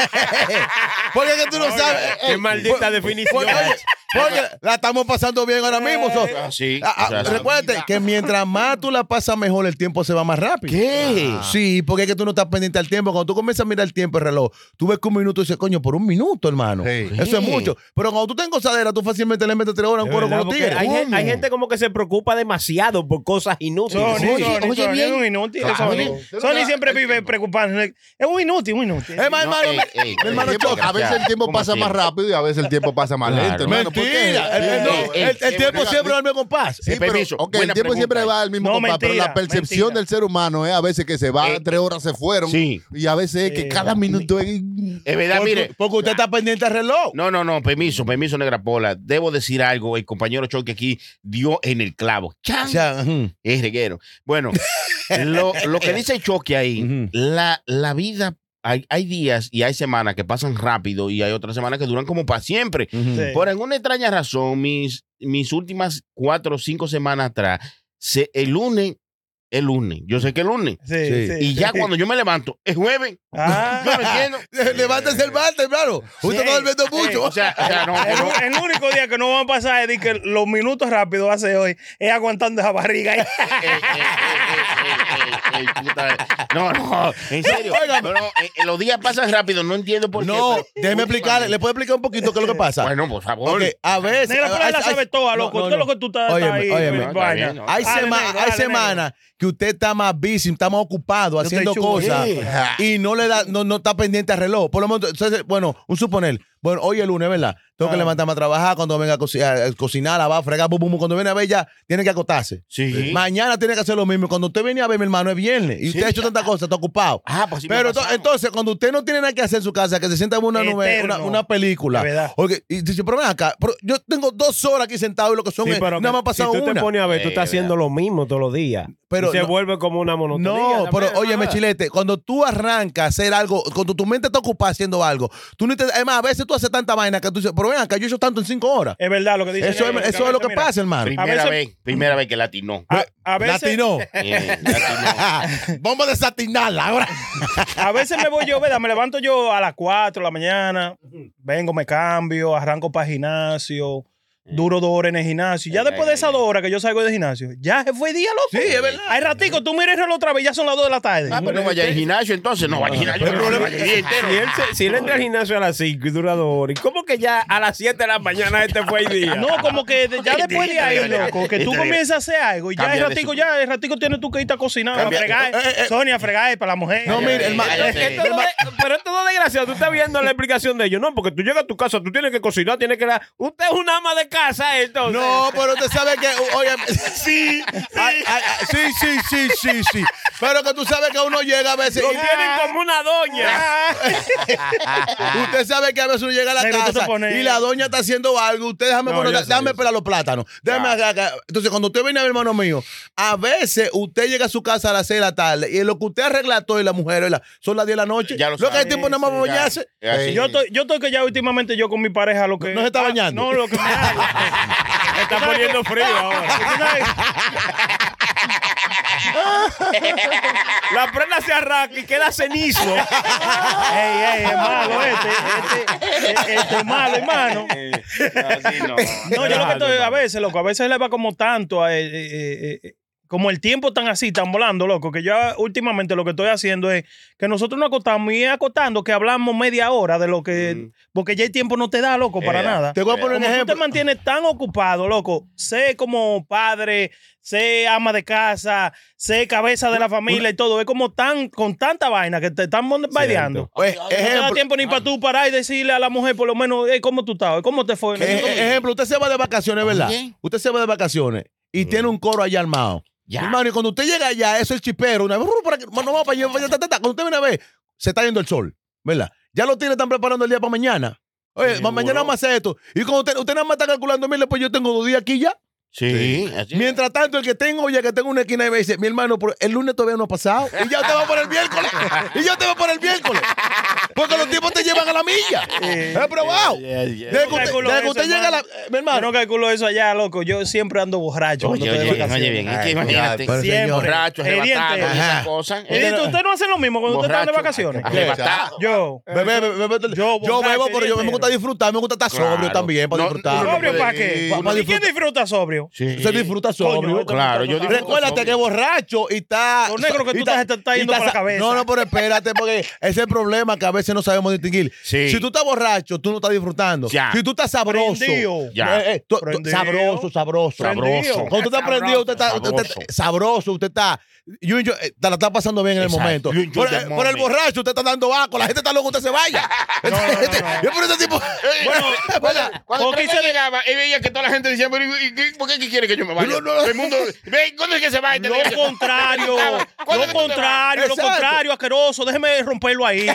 Speaker 5: porque es que tú no sabes. eh,
Speaker 4: Qué maldita definición.
Speaker 5: porque, oye, porque la estamos pasando bien ahora mismo. so-
Speaker 2: Sí.
Speaker 5: Ah, ah,
Speaker 2: o sea, la-
Speaker 5: recuérdate que mientras más tú la pasas mejor, el tiempo se va más rápido. Ah.
Speaker 2: ¿Qué?
Speaker 5: Sí, porque es que tú no estás pendiente al tiempo. Cuando tú comienzas a mirar el tiempo, el reloj, tú ves que un minuto y dices, coño, por un minuto, hermano.
Speaker 7: Sí.
Speaker 5: Eso es mucho. Pero cuando tú te encosadera, tú fácilmente le metes tres horas a un
Speaker 4: Es
Speaker 5: cuero
Speaker 4: verdad,
Speaker 5: con los
Speaker 4: porque
Speaker 5: tigres.
Speaker 4: hay, gen-
Speaker 2: ¿Cómo?
Speaker 4: hay gente como que se preocupa demasiado por cosas inútiles.
Speaker 3: Sony,
Speaker 2: Oye,
Speaker 3: Sony,
Speaker 2: oye,
Speaker 3: Sony
Speaker 2: bien.
Speaker 3: es un inútil.
Speaker 2: Claro.
Speaker 3: Sony, Sony siempre vive preocupándose. Es un inútil, un inútil.
Speaker 5: Es más,
Speaker 2: No, eh,
Speaker 5: hermano,
Speaker 2: ey, ey,
Speaker 5: mi hermano
Speaker 7: El tiempo-
Speaker 5: Choca.
Speaker 7: a veces el tiempo
Speaker 2: ¿Cómo
Speaker 7: pasa
Speaker 2: así?
Speaker 7: más rápido y a veces el tiempo pasa más
Speaker 2: Claro.
Speaker 7: lento. hermano. ¿Por qué?
Speaker 5: Mentira. El, el- no,
Speaker 7: Sí,
Speaker 2: ey,
Speaker 5: el- el
Speaker 2: ey,
Speaker 5: tiempo
Speaker 2: verdad.
Speaker 5: siempre va al mismo compás.
Speaker 7: Sí, pero,
Speaker 2: permiso,
Speaker 7: ok,
Speaker 2: buena
Speaker 7: el tiempo
Speaker 2: pregunta.
Speaker 7: siempre va al mismo
Speaker 3: No,
Speaker 7: compás, pero la
Speaker 3: mentira,
Speaker 7: percepción
Speaker 3: mentira.
Speaker 7: del ser humano es a veces que se va,
Speaker 2: Eh,
Speaker 7: tres horas se fueron,
Speaker 2: sí.
Speaker 7: y a veces es que
Speaker 3: Sí.
Speaker 7: cada minuto es...
Speaker 2: Es verdad,
Speaker 5: Porque,
Speaker 2: mire.
Speaker 5: porque usted está pendiente al reloj.
Speaker 2: No, no, no, permiso, permiso, Negra Pola. Debo decir algo. El compañero Choque aquí dio en el clavo.
Speaker 5: O
Speaker 2: ¡Chan!
Speaker 5: sea, ujú.
Speaker 2: Es reguero. Bueno, lo, lo que dice Choque ahí,
Speaker 5: Ujú.
Speaker 2: la, la vida, hay, hay días y hay semanas que pasan rápido y hay otras semanas que duran como para siempre.
Speaker 3: Sí.
Speaker 2: Por alguna extraña razón, mis, mis últimas cuatro o cinco semanas atrás, se- el lunes, el lunes, yo sé que el lunes.
Speaker 3: Sí,
Speaker 5: Sí.
Speaker 3: sí.
Speaker 2: Y ya cuando yo me levanto, es jueves.
Speaker 3: Ah.
Speaker 2: Yo no entiendo.
Speaker 5: Levántese el bate, hermano. Usted está durmiendo mucho.
Speaker 2: O sea, o sea, no,
Speaker 3: El,
Speaker 2: no.
Speaker 3: u- el único día que no vamos a pasar es de que los minutos rápidos hace hoy es aguantando esa barriga. ahí.
Speaker 2: Ey, ey, ey, ey, ey, ey, puta. No, no, en serio. No, no, eh, eh, los días pasan rápido, no entiendo por qué.
Speaker 5: No,
Speaker 2: pero-
Speaker 5: déjeme explicarle. ¿Le puedo explicar un poquito qué es lo que pasa?
Speaker 2: Bueno, por favor.
Speaker 5: Ok, a veces.
Speaker 3: Negra, pero
Speaker 5: hay-
Speaker 3: él la
Speaker 5: hay-
Speaker 3: sabe toda,
Speaker 5: no,
Speaker 3: loco.
Speaker 5: no,
Speaker 3: Todo
Speaker 5: no.
Speaker 3: lo que tú estás
Speaker 5: Óyeme,
Speaker 3: ahí.
Speaker 5: óyeme.
Speaker 3: pues,
Speaker 2: No, está
Speaker 3: vaina.
Speaker 2: bien, no.
Speaker 5: Hay,
Speaker 3: Dale,
Speaker 5: sema-
Speaker 3: negro,
Speaker 5: hay
Speaker 3: dale,
Speaker 5: semanas que usted está más busy, está más ocupado
Speaker 3: estoy
Speaker 5: haciendo
Speaker 3: chulo.
Speaker 5: cosas
Speaker 3: Sí.
Speaker 5: y no le da, no, no está pendiente al reloj. Por lo menos, entonces, bueno, un suponer, bueno, hoy es lunes, ¿verdad? Tengo que
Speaker 3: Ah.
Speaker 5: levantarme a trabajar, cuando venga a, coci- a- a cocinar, lavar, fregar, bum, bum, bum. cuando viene a ver ya, tiene que acotarse.
Speaker 2: Sí.
Speaker 5: Mañana tiene que hacer lo mismo. Cuando usted viene a ver, mi hermano, es viernes. Y usted
Speaker 2: Sí.
Speaker 5: ha hecho tantas cosas, está ocupado.
Speaker 2: Ah, pues sí me
Speaker 5: Pero
Speaker 2: ha
Speaker 5: ento-
Speaker 2: pasado.
Speaker 5: entonces, cuando usted no tiene nada que hacer en su casa, que se sienta en una, nube,
Speaker 3: Eterno.
Speaker 5: una, una película.
Speaker 3: De verdad.
Speaker 5: Porque- y dice, pero ven acá, pero yo tengo dos horas aquí sentado y lo que son
Speaker 4: Sí,
Speaker 5: es-
Speaker 4: pero
Speaker 5: nada
Speaker 4: que-
Speaker 5: más ha pasado
Speaker 4: si tú te
Speaker 5: una.
Speaker 4: pones a ver,
Speaker 2: Sí,
Speaker 4: tú estás haciendo lo mismo todos los días.
Speaker 5: Pero
Speaker 4: y se
Speaker 5: no-
Speaker 4: vuelve como una monotonía.
Speaker 5: No,
Speaker 4: también,
Speaker 5: pero
Speaker 4: ¿no?
Speaker 5: óyeme, chilete, cuando tú arrancas a hacer algo, cuando tu mente está ocupada haciendo algo, tú no te, además, a veces tú haces tanta vaina que tú dices, pero ven acá, yo he hecho tanto en cinco horas.
Speaker 3: Es verdad lo que dice.
Speaker 5: Eso,
Speaker 3: Negra,
Speaker 5: es, eso es lo que
Speaker 3: mira,
Speaker 5: pasa, hermano.
Speaker 2: Primera
Speaker 3: a veces-
Speaker 2: vez, primera vez que latinó.
Speaker 3: A, a veces,
Speaker 5: Latino.
Speaker 2: Eh, latinó.
Speaker 5: Ah, Vamos a desatinarla ahora.
Speaker 3: a veces me voy yo, ¿verdad? Me levanto yo a las 4 de la mañana, vengo, me cambio, arranco para gimnasio,
Speaker 5: Mm.
Speaker 3: Duro dos horas en el gimnasio. Ya después de esas dos horas que yo salgo del gimnasio, ya se fue día, loco.
Speaker 5: Sí, es verdad.
Speaker 3: Hay ratico, tú miras el reloj otra vez, ya son las dos de la tarde.
Speaker 2: Ah, pero no vaya al gimnasio, entonces no vaya al gimnasio. No, no vaya el día entero.
Speaker 4: Si él, se- si él entra al gimnasio a las 5 y dura dos horas, ¿y ¿cómo que ya a las 7 de la mañana este fue el día?
Speaker 3: Ah, No, como que de- ya después de ahí, loco, que tú
Speaker 2: Está bien.
Speaker 3: comienzas a hacer algo y ya el
Speaker 2: Cambia de
Speaker 3: ratico,
Speaker 2: su-
Speaker 3: ya el ratico tienes tú que irte a cocinar, a
Speaker 2: Cambia-
Speaker 3: fregar. Sonia, a fregar para la mujer.
Speaker 5: eh,
Speaker 3: Eh,
Speaker 5: No, mire, el ma-
Speaker 2: Cállate.
Speaker 4: Es que esto no es- pero esto no es desgraciado. Tú estás viendo la explicación de ellos. No, porque tú llegas a tu casa, tú tienes que cocinar, tienes que... la- Usted es un ama de casa, entonces.
Speaker 5: No, pero usted sabe que, o- oye, sí, ay, ay, ay, sí, sí, sí, sí, sí. Pero que tú sabes que uno llega a veces. y-
Speaker 4: Lo tienen como una doña.
Speaker 5: Usted sabe que a veces uno llega a la
Speaker 3: Pero tú te
Speaker 5: casa
Speaker 3: pones-
Speaker 5: y la doña está haciendo algo. Usted déjame,
Speaker 4: No,
Speaker 5: poner-
Speaker 4: yo sé,
Speaker 5: déjame
Speaker 4: yo sé.
Speaker 5: pelar los plátanos. Déjame acá- acá. Entonces, cuando usted viene a ver, hermano mío, a veces usted llega a su casa a las 6 de la tarde y lo que usted arregla todo y la mujer ¿verdad? son las 10 de la noche.
Speaker 2: Ya lo
Speaker 5: que hay
Speaker 2: sabe.
Speaker 5: tiempo nada más para
Speaker 2: Ya.
Speaker 5: bañarse.
Speaker 2: Es así.
Speaker 3: Yo estoy, yo estoy que ya últimamente yo con mi pareja lo que.
Speaker 5: No se está
Speaker 3: Ah,
Speaker 5: bañando.
Speaker 3: No, lo que me Ah,
Speaker 4: Me está poniendo frío ahora. La prenda se arranca y queda cenizo.
Speaker 3: Ey, ey, es malo este. Este, este- este es malo, hermano. No, yo lo que estoy, a veces, loco, a veces le va como tanto a, eh, eh, eh, como el tiempo tan así, tan volando, loco, que yo últimamente lo que estoy haciendo es que nosotros nos acostamos y es acotando que hablamos media hora de lo que. Porque ya el tiempo no te da, loco, para
Speaker 2: Eh,
Speaker 3: nada.
Speaker 5: Mm. Te voy a poner un
Speaker 3: Como tú te
Speaker 5: ejemplo.
Speaker 3: mantienes tan ocupado, loco, sé como padre, sé ama de casa, sé cabeza de la familia y todo, es como tan con tanta vaina que te están baileando.
Speaker 5: Pues,
Speaker 3: No te da
Speaker 5: ejemplo, Ah.
Speaker 3: tiempo ni para tú parar y decirle a la mujer, por lo menos, "Ey, ¿cómo tú estás? ¿Cómo te fue?
Speaker 5: ej- ejemplo, usted se va de vacaciones, ¿verdad? Usted se va de vacaciones y tiene
Speaker 2: Mm.
Speaker 5: un coro allá armado.
Speaker 2: Ya.
Speaker 5: Hermano, y cuando usted llega allá, eso es chipero. Una vez, "Rur, para aquí, mano, vamos para allá, para allá, ta, ta, ta". Cuando usted viene a ver, se está yendo el sol, ¿verdad? Ya los tigres están preparando el día para mañana. Oye, ma- mañana vamos a hacer esto. Y cuando usted, usted nada más está calculando, mire, pues yo tengo dos días aquí ya.
Speaker 2: Sí, así.
Speaker 5: Mientras tanto, el que tengo, oye, que tengo una esquina y me dice, mi hermano, pero el lunes todavía no ha pasado. Y ya te va por el miércoles. Y ya te va por el miércoles. Porque los tipos te llevan a la milla. He probado.
Speaker 2: Yeah, yeah,
Speaker 5: Desde que usted,
Speaker 3: calculo
Speaker 5: desde que
Speaker 3: eso,
Speaker 5: usted llega a la.
Speaker 3: hermano.
Speaker 5: mi
Speaker 3: Yo
Speaker 5: hermano.
Speaker 3: no calculo eso allá, loco. Yo siempre ando borracho.
Speaker 2: Oye,
Speaker 3: cuando estoy
Speaker 2: oye,
Speaker 3: de
Speaker 2: bien,
Speaker 3: vacaciones.
Speaker 2: oye, bien. Es que imagínate.
Speaker 5: Pero,
Speaker 3: Siempre.
Speaker 5: señor,
Speaker 2: Borracho,
Speaker 3: Heriente.
Speaker 2: arrebatado, esas
Speaker 5: Ajá.
Speaker 2: cosas.
Speaker 3: Y dice, ¿Usted no hace lo mismo cuando usted está de
Speaker 2: Borracho.
Speaker 3: vacaciones?
Speaker 2: Arrebatado.
Speaker 3: Yo.
Speaker 5: Bebé, bebé, bebé,
Speaker 3: Yo
Speaker 5: yo,
Speaker 3: borracho
Speaker 5: bebo, pero yo
Speaker 3: entero.
Speaker 5: me gusta disfrutar, me gusta estar
Speaker 2: Claro.
Speaker 5: sobrio también para
Speaker 2: No,
Speaker 5: disfrutar.
Speaker 2: no, no,
Speaker 3: ¿Sobrio para qué?
Speaker 5: Pa- pa
Speaker 3: ¿Y quién
Speaker 5: disfrutar.
Speaker 3: disfruta sobrio?
Speaker 2: Sí.
Speaker 5: Se disfruta sobrio.
Speaker 2: Claro, yo disfruto
Speaker 5: Recuérdate
Speaker 2: sobrio.
Speaker 5: que borracho y está.
Speaker 3: Lo negro que tú
Speaker 5: y
Speaker 3: estás- te está
Speaker 5: y
Speaker 3: yendo para la cabeza.
Speaker 5: No, no, pero espérate, porque ese es el problema que a veces no sabemos distinguir.
Speaker 2: Sí.
Speaker 5: Si tú estás borracho, tú no estás disfrutando.
Speaker 2: Ya.
Speaker 5: Si tú estás sabroso.
Speaker 3: Prendido.
Speaker 2: Ya.
Speaker 5: eh, eh, tú- tú-
Speaker 3: Prendido.
Speaker 5: sabroso, sabroso.
Speaker 2: Sabroso.
Speaker 5: Cuando tú estás prendido, usted está usted está- sabroso, usted está. you enjoy- eh, te la está pasando bien en el
Speaker 2: Exacto.
Speaker 5: momento.
Speaker 2: You enjoy
Speaker 5: Por,
Speaker 2: the
Speaker 5: eh, por el
Speaker 2: moment.
Speaker 5: borracho, usted está dando vaco, la gente está loca, usted se vaya. Yo por ese tipo.
Speaker 2: Bueno, cuando
Speaker 3: ¿por qué
Speaker 2: Trump
Speaker 3: se le-
Speaker 2: llegaba y veía que toda la gente decía, pero ¿y- y qué- ¿por qué que quiere que yo me vaya?
Speaker 5: No, no, no.
Speaker 2: El mundo, ve, ¿cuándo es que se va? este Y te
Speaker 3: Lo
Speaker 2: decía,
Speaker 3: contrario,
Speaker 2: ¿Cuándo
Speaker 3: lo
Speaker 2: es que tú te vas?
Speaker 3: contrario, lo
Speaker 5: Exacto.
Speaker 3: contrario, asqueroso. Déjeme romperlo ahí.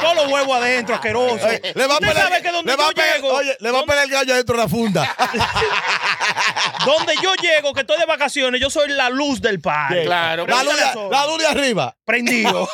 Speaker 3: Todos los huevos adentro, asqueroso.
Speaker 5: Le va a
Speaker 3: Usted
Speaker 5: pelar-
Speaker 3: sabe que donde
Speaker 5: le va
Speaker 3: yo
Speaker 5: a pegar-
Speaker 3: llego,
Speaker 5: oye, le va a pegar el gallo adentro de la funda.
Speaker 3: donde yo llego, que estoy de vacaciones, yo soy la luz del party.
Speaker 2: Claro,
Speaker 5: La luz,
Speaker 3: Pregúntale a
Speaker 5: de,
Speaker 3: Sol.
Speaker 5: la luz de arriba.
Speaker 3: Prendido.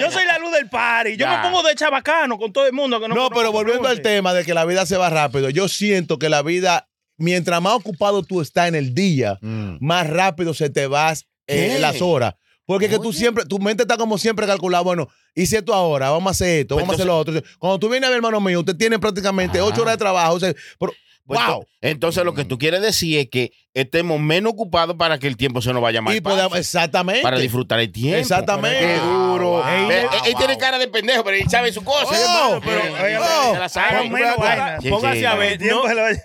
Speaker 3: yo soy la luz del party. Yo
Speaker 2: Ya.
Speaker 3: me pongo de chabacano con todo el mundo. Que no,
Speaker 5: No, pero
Speaker 3: conozco,
Speaker 5: volviendo al
Speaker 3: pregunte.
Speaker 5: tema de que la vida se va rápido, yo siento que la vida, mientras más ocupado tú estás en el día,
Speaker 2: Mm.
Speaker 5: más rápido se te vas eh,
Speaker 2: ¿Qué?
Speaker 5: las horas. Porque es que tú siempre, tu mente está como siempre calculada, bueno, hice esto ahora, vamos a hacer esto,
Speaker 2: Pues
Speaker 5: vamos a hacer lo otro. Cuando tú vienes a ver, hermano mío, usted tiene prácticamente ocho horas de trabajo. o sea, pero-
Speaker 2: Pues
Speaker 5: ¡Wow!
Speaker 2: ento- Entonces, lo que tú quieres decir es que estemos menos ocupados para que el tiempo se nos vaya más.
Speaker 5: Y podemos-
Speaker 2: fácil,
Speaker 5: exactamente.
Speaker 2: para disfrutar el tiempo.
Speaker 5: Exactamente.
Speaker 2: Qué duro.
Speaker 5: Wow,
Speaker 2: Ve, Él,
Speaker 5: wow,
Speaker 2: él tiene
Speaker 5: wow.
Speaker 2: cara de pendejo, pero él sabe su cosa.
Speaker 5: Oye,
Speaker 3: oh,
Speaker 5: hermano, pero-
Speaker 2: Eh,
Speaker 5: oye,
Speaker 2: eh,
Speaker 5: no.
Speaker 2: se la sabe.
Speaker 3: Hagan menos vaina.
Speaker 2: Sí,
Speaker 4: Póngase
Speaker 2: sí,
Speaker 4: a
Speaker 2: no.
Speaker 4: ver. No,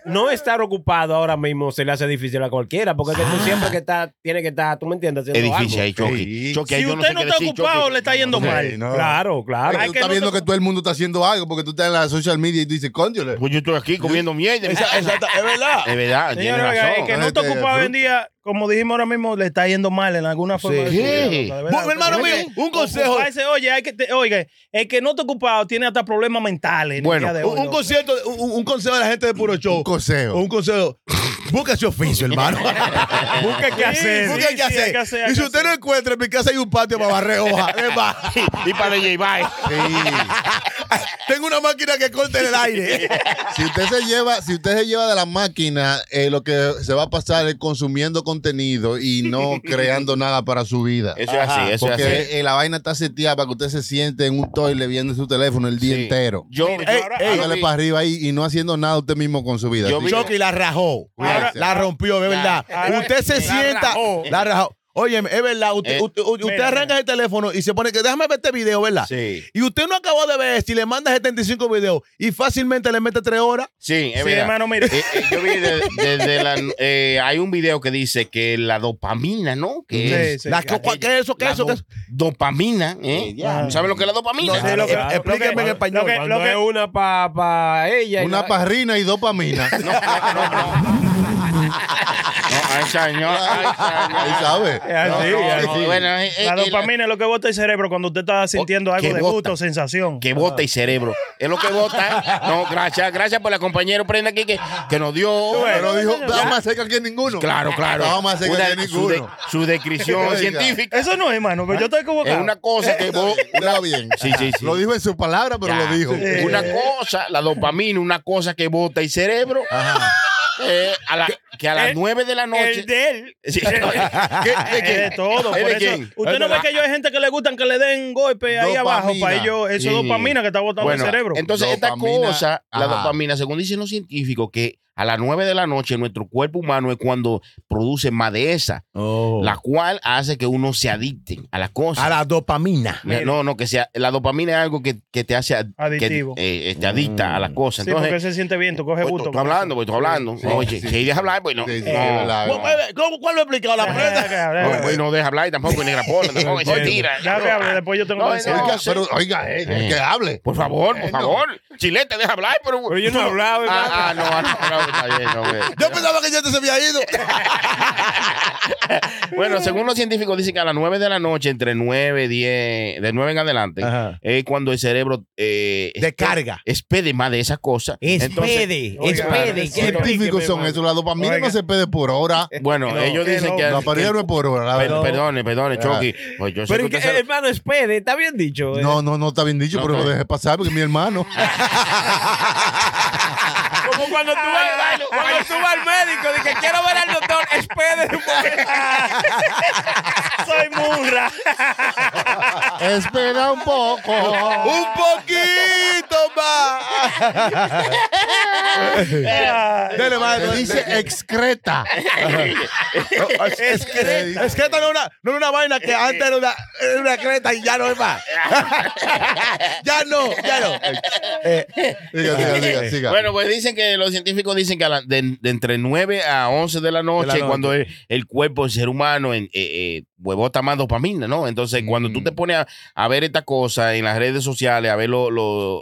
Speaker 4: no estar ocupado ahora mismo se le hace difícil a cualquiera, porque es que tú siempre que estás, tiene que estar, tú me entiendes,
Speaker 2: Es
Speaker 4: haciendo
Speaker 2: difícil
Speaker 4: algo.
Speaker 2: ahí, Choki.
Speaker 8: Sí.
Speaker 2: Choki, ahí
Speaker 3: Si
Speaker 2: yo no
Speaker 3: usted
Speaker 2: sé
Speaker 3: no
Speaker 2: qué
Speaker 3: está
Speaker 2: decir,
Speaker 3: ocupado,
Speaker 2: Choki.
Speaker 3: le está yendo mal.
Speaker 4: Claro, claro.
Speaker 3: Ay,
Speaker 7: tú
Speaker 3: que
Speaker 7: estás
Speaker 3: no
Speaker 7: viendo
Speaker 3: te-
Speaker 7: que todo el mundo está haciendo algo porque tú estás en las social media y tú dices, cóndiole.
Speaker 2: Pues yo estoy aquí comiendo mierda.
Speaker 5: Esa- exacta- es verdad.
Speaker 2: Es verdad, tiene
Speaker 3: Señores, oiga, el
Speaker 2: razón.
Speaker 3: que no está
Speaker 7: Este,
Speaker 3: ocupado hoy en día, como dijimos ahora mismo, le está yendo mal en alguna forma.
Speaker 2: Sí.
Speaker 3: de su
Speaker 2: Sí.
Speaker 3: vida, loco, de verdad.
Speaker 5: Bueno, hermano mío, un consejo.
Speaker 3: Ocuparse, oye, hay que te- oiga, el que no está ocupado tiene hasta problemas mentales. en el
Speaker 2: Bueno,
Speaker 3: día de hoy,
Speaker 5: Un, un
Speaker 3: loco.
Speaker 5: concierto, un, un consejo de la gente de Puro Show.
Speaker 7: Un consejo.
Speaker 5: Un consejo. Busca ese oficio, hermano.
Speaker 3: Busca qué hacer.
Speaker 5: Busca qué
Speaker 3: Sí, sí, hay
Speaker 5: hacer.
Speaker 3: que hacer, hay
Speaker 5: y si
Speaker 3: que
Speaker 5: usted no
Speaker 3: hacer.
Speaker 5: encuentra, en mi casa hay un patio para barrer hojas. Es más,
Speaker 2: Y para J Bye.
Speaker 5: Tengo una máquina que corta en el aire.
Speaker 7: Si usted se lleva, si usted se lleva de la máquina, eh, lo que se va a pasar es consumiendo contenido y no creando nada para su vida.
Speaker 2: Eso es así, eso es
Speaker 7: Porque
Speaker 2: así.
Speaker 7: eh, la vaina está seteada para que usted se siente en un toile viendo su teléfono el día
Speaker 2: Sí.
Speaker 7: entero.
Speaker 2: Yo,
Speaker 5: Ey, ey,
Speaker 7: Hágale
Speaker 2: vi-
Speaker 7: para arriba ahí y no haciendo nada usted mismo con su vida.
Speaker 2: Yo
Speaker 7: Así
Speaker 2: vi-
Speaker 7: que-
Speaker 5: Chucky la rajó.
Speaker 7: Ahora-
Speaker 5: la rompió, es verdad.
Speaker 3: ahora-
Speaker 5: usted se sienta.
Speaker 3: rajó.
Speaker 5: La rajó. Oye, es verdad. Usted,
Speaker 2: Eh,
Speaker 5: usted- usted
Speaker 3: mira,
Speaker 5: arranca el teléfono y se pone que déjame ver este video, ¿verdad?
Speaker 2: sí,
Speaker 5: Y usted no acabó de ver este y le manda 75 videos y fácilmente le mete 3 horas.
Speaker 2: sí, es
Speaker 3: Sí,
Speaker 2: verdad.
Speaker 3: hermano, mira.
Speaker 2: Eh, eh, yo vi de- desde la. eh, hay un video que dice que la dopamina, ¿no? Que
Speaker 3: Sí,
Speaker 2: es
Speaker 3: sí.
Speaker 5: La que-
Speaker 2: aquella-
Speaker 5: ¿Qué es eso? ¿Qué
Speaker 2: la
Speaker 5: es eso? ¿Qué es
Speaker 2: do- dopamina, ¿eh?
Speaker 3: ya.
Speaker 2: ¿Sabes lo que es la dopamina?
Speaker 3: Sí, lo que-
Speaker 5: Eh, explíqueme
Speaker 3: lo que-
Speaker 5: en español,
Speaker 3: lo que-
Speaker 4: Cuando
Speaker 3: lo que-
Speaker 4: es una para ella. y
Speaker 7: Una
Speaker 4: la-
Speaker 7: parrina y dopamina.
Speaker 2: No, ay, señor, ay, señor.
Speaker 7: Ahí sabe.
Speaker 3: Es así,
Speaker 2: No,
Speaker 3: es
Speaker 2: no,
Speaker 3: así.
Speaker 2: bueno, eh, eh,
Speaker 3: La
Speaker 2: eh,
Speaker 3: dopamina es lo que bota el cerebro cuando usted está sintiendo
Speaker 2: Oh,
Speaker 3: algo
Speaker 2: que
Speaker 3: de
Speaker 2: bota.
Speaker 3: gusto, sensación.
Speaker 2: que bota
Speaker 7: Ah.
Speaker 2: y cerebro. Es lo que bota. No, gracias, gracias por la compañera prenda aquí que, que nos dio.
Speaker 7: Pero dijo, estaba más cerca que ninguno.
Speaker 2: Claro, claro.
Speaker 7: Estaba más cerca
Speaker 2: Una-
Speaker 7: que
Speaker 2: su, de-
Speaker 7: ninguno.
Speaker 2: su descripción
Speaker 7: Oiga.
Speaker 2: científica
Speaker 3: Eso no es, hermano, pero yo estoy
Speaker 2: Ah, es
Speaker 3: equivocado.
Speaker 2: una cosa que vos.
Speaker 7: Estaba bien.
Speaker 2: Sí, sí, sí.
Speaker 7: Lo dijo en su palabra, pero
Speaker 2: Ya.
Speaker 7: lo dijo.
Speaker 2: Eh, Una cosa, la dopamina, una cosa que bota y cerebro.
Speaker 7: Ah.
Speaker 2: eh, a la- que a las
Speaker 4: El-
Speaker 2: nueve de la noche.
Speaker 4: El de él.
Speaker 2: Sí. ¿Qué- de
Speaker 3: Es
Speaker 2: quién?
Speaker 3: de todo.
Speaker 2: ¿Es
Speaker 3: por
Speaker 2: de
Speaker 3: eso-
Speaker 2: quién?
Speaker 3: usted no ve que yo hay gente que le gustan que le den golpe ahí
Speaker 7: Dopamina.
Speaker 3: abajo para ellos. Eso es
Speaker 2: Sí.
Speaker 3: dopamina que está botando
Speaker 2: Bueno,
Speaker 3: el cerebro.
Speaker 2: Entonces,
Speaker 7: Dopamina,
Speaker 2: esta cosa, la
Speaker 7: ajá.
Speaker 2: dopamina, según dicen los científicos, que a las 9 de la noche nuestro cuerpo humano es cuando produce más de esa, la cual hace que uno se adicte a las cosas.
Speaker 5: Oh. A la dopamina.
Speaker 2: no, no, que sea, la dopamina es algo que, que te hace ad-
Speaker 3: Adictivo.
Speaker 2: Que, eh, te adicta a las
Speaker 7: Mm.
Speaker 2: cosas.
Speaker 3: sí, porque
Speaker 2: Entonces,
Speaker 3: se siente bien, tú coges
Speaker 2: pues,
Speaker 3: gusto.
Speaker 2: estoy hablando, pues, estoy hablando.
Speaker 7: Sí, Eh,
Speaker 2: Oye,
Speaker 7: sí.
Speaker 2: que ideas hablar, pues no.
Speaker 7: Sí, sí,
Speaker 2: no.
Speaker 7: es verdad, es verdad.
Speaker 5: ¿Cómo- ¿Cuál lo he explicado?
Speaker 3: Eh.
Speaker 5: La prenda.
Speaker 2: No, pues, no deja hablar y tampoco y negra pola, tampoco y se tira.
Speaker 3: Ya que hable, después yo tengo que
Speaker 2: No,
Speaker 3: decir.
Speaker 2: no.
Speaker 7: Oiga,
Speaker 2: sí.
Speaker 7: pero oiga, eh,
Speaker 2: Eh.
Speaker 7: que hable.
Speaker 2: Por favor, por favor. Chilete, deja hablar, pero.
Speaker 4: Pero yo no he hablado,
Speaker 2: Ah,
Speaker 4: hermano.
Speaker 2: ah, no, ah, no, no, está bien, no, pues. güey.
Speaker 5: Yo pensaba que ya te se había ido.
Speaker 2: Bueno, según los científicos, dicen que a las 9 de la noche, entre 9 y 10, de 9 en adelante,
Speaker 5: Ajá.
Speaker 2: es cuando el cerebro eh,
Speaker 5: Descarga.
Speaker 2: expede más de esas cosas. Entonces,
Speaker 9: Expede, expede.
Speaker 7: ¿Qué científicos son eso? La dopamina
Speaker 3: Oiga.
Speaker 7: no se pede por hora.
Speaker 2: bueno, ellos dicen que.
Speaker 7: La parida Eh, no
Speaker 2: que-
Speaker 7: es por hora, la
Speaker 2: per-
Speaker 7: verdad.
Speaker 2: Perdone, perdone,
Speaker 7: Ah.
Speaker 2: Chucky. Pues yo sé
Speaker 4: Pero
Speaker 2: que
Speaker 4: que, eh,
Speaker 2: usted se-
Speaker 4: hermano, espere, está bien dicho. eh.
Speaker 7: No, no, no está bien dicho,
Speaker 2: No,
Speaker 7: pero
Speaker 2: no.
Speaker 7: lo dejé pasar porque es mi hermano.
Speaker 4: Como cuando tú vas, cuando tú vas al médico, dije, quiero ver al doctor, espere un poco.
Speaker 3: Soy murra.
Speaker 7: Espera un poco. un poquito más.
Speaker 5: Dele, maestro.
Speaker 7: Le dice excreta.
Speaker 5: Es que, es que esta no es una, no es una vaina que antes era una, era una creta y ya no es más. ya no, ya no.
Speaker 7: Diga, diga, diga, siga.
Speaker 2: Bueno, pues dicen que los científicos dicen que a la- de, de entre 9 a 11 de la
Speaker 5: De
Speaker 2: noche,
Speaker 5: la noche.
Speaker 2: cuando el, el cuerpo, el ser humano, en, eh, eh, huevota más dopamina, ¿no? Entonces, cuando tú te pones a, a ver esta cosa en las redes sociales, a ver los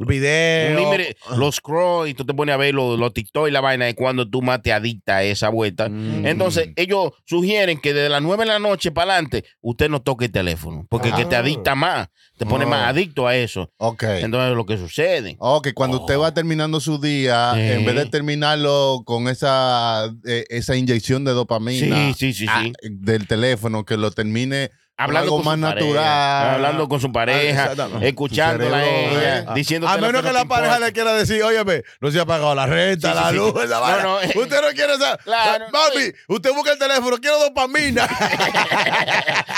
Speaker 5: Video.
Speaker 2: los scrolls, y tú te pones a ver los, los TikTok y la vaina, es cuando tú más te adictas a esa vuelta. Entonces, ellos sugieren que desde las 9 de la noche para adelante, usted no toque el teléfono, porque es que te adicta más, te pone
Speaker 7: Ah.
Speaker 2: más adicto a eso.
Speaker 7: Ok.
Speaker 2: Entonces, lo que sucede.
Speaker 7: Ok, cuando usted va terminando su día,
Speaker 2: Sí.
Speaker 7: en vez de terminarlo con esa, eh, esa inyección de dopamina
Speaker 2: Sí, sí, sí,
Speaker 7: ah,
Speaker 2: sí.
Speaker 7: del teléfono, que lo termine
Speaker 2: hablando
Speaker 7: algo
Speaker 2: con
Speaker 7: más
Speaker 2: su
Speaker 7: natural.
Speaker 2: pareja, hablando con su
Speaker 5: Ah,
Speaker 2: pareja,
Speaker 5: exactamente.
Speaker 2: escuchándola
Speaker 7: Su
Speaker 2: a
Speaker 7: cerebro,
Speaker 2: ella,
Speaker 7: eh.
Speaker 2: diciendo
Speaker 5: A menos que la pareja le quiera decir, óyeme, no se ha pagado la renta,
Speaker 2: Sí, sí,
Speaker 5: la
Speaker 2: sí.
Speaker 5: luz, esa vaina.
Speaker 2: no, eh.
Speaker 5: Usted no quiere esa.
Speaker 2: Claro, eh.
Speaker 5: Mami, usted busca el teléfono, quiero dopamina.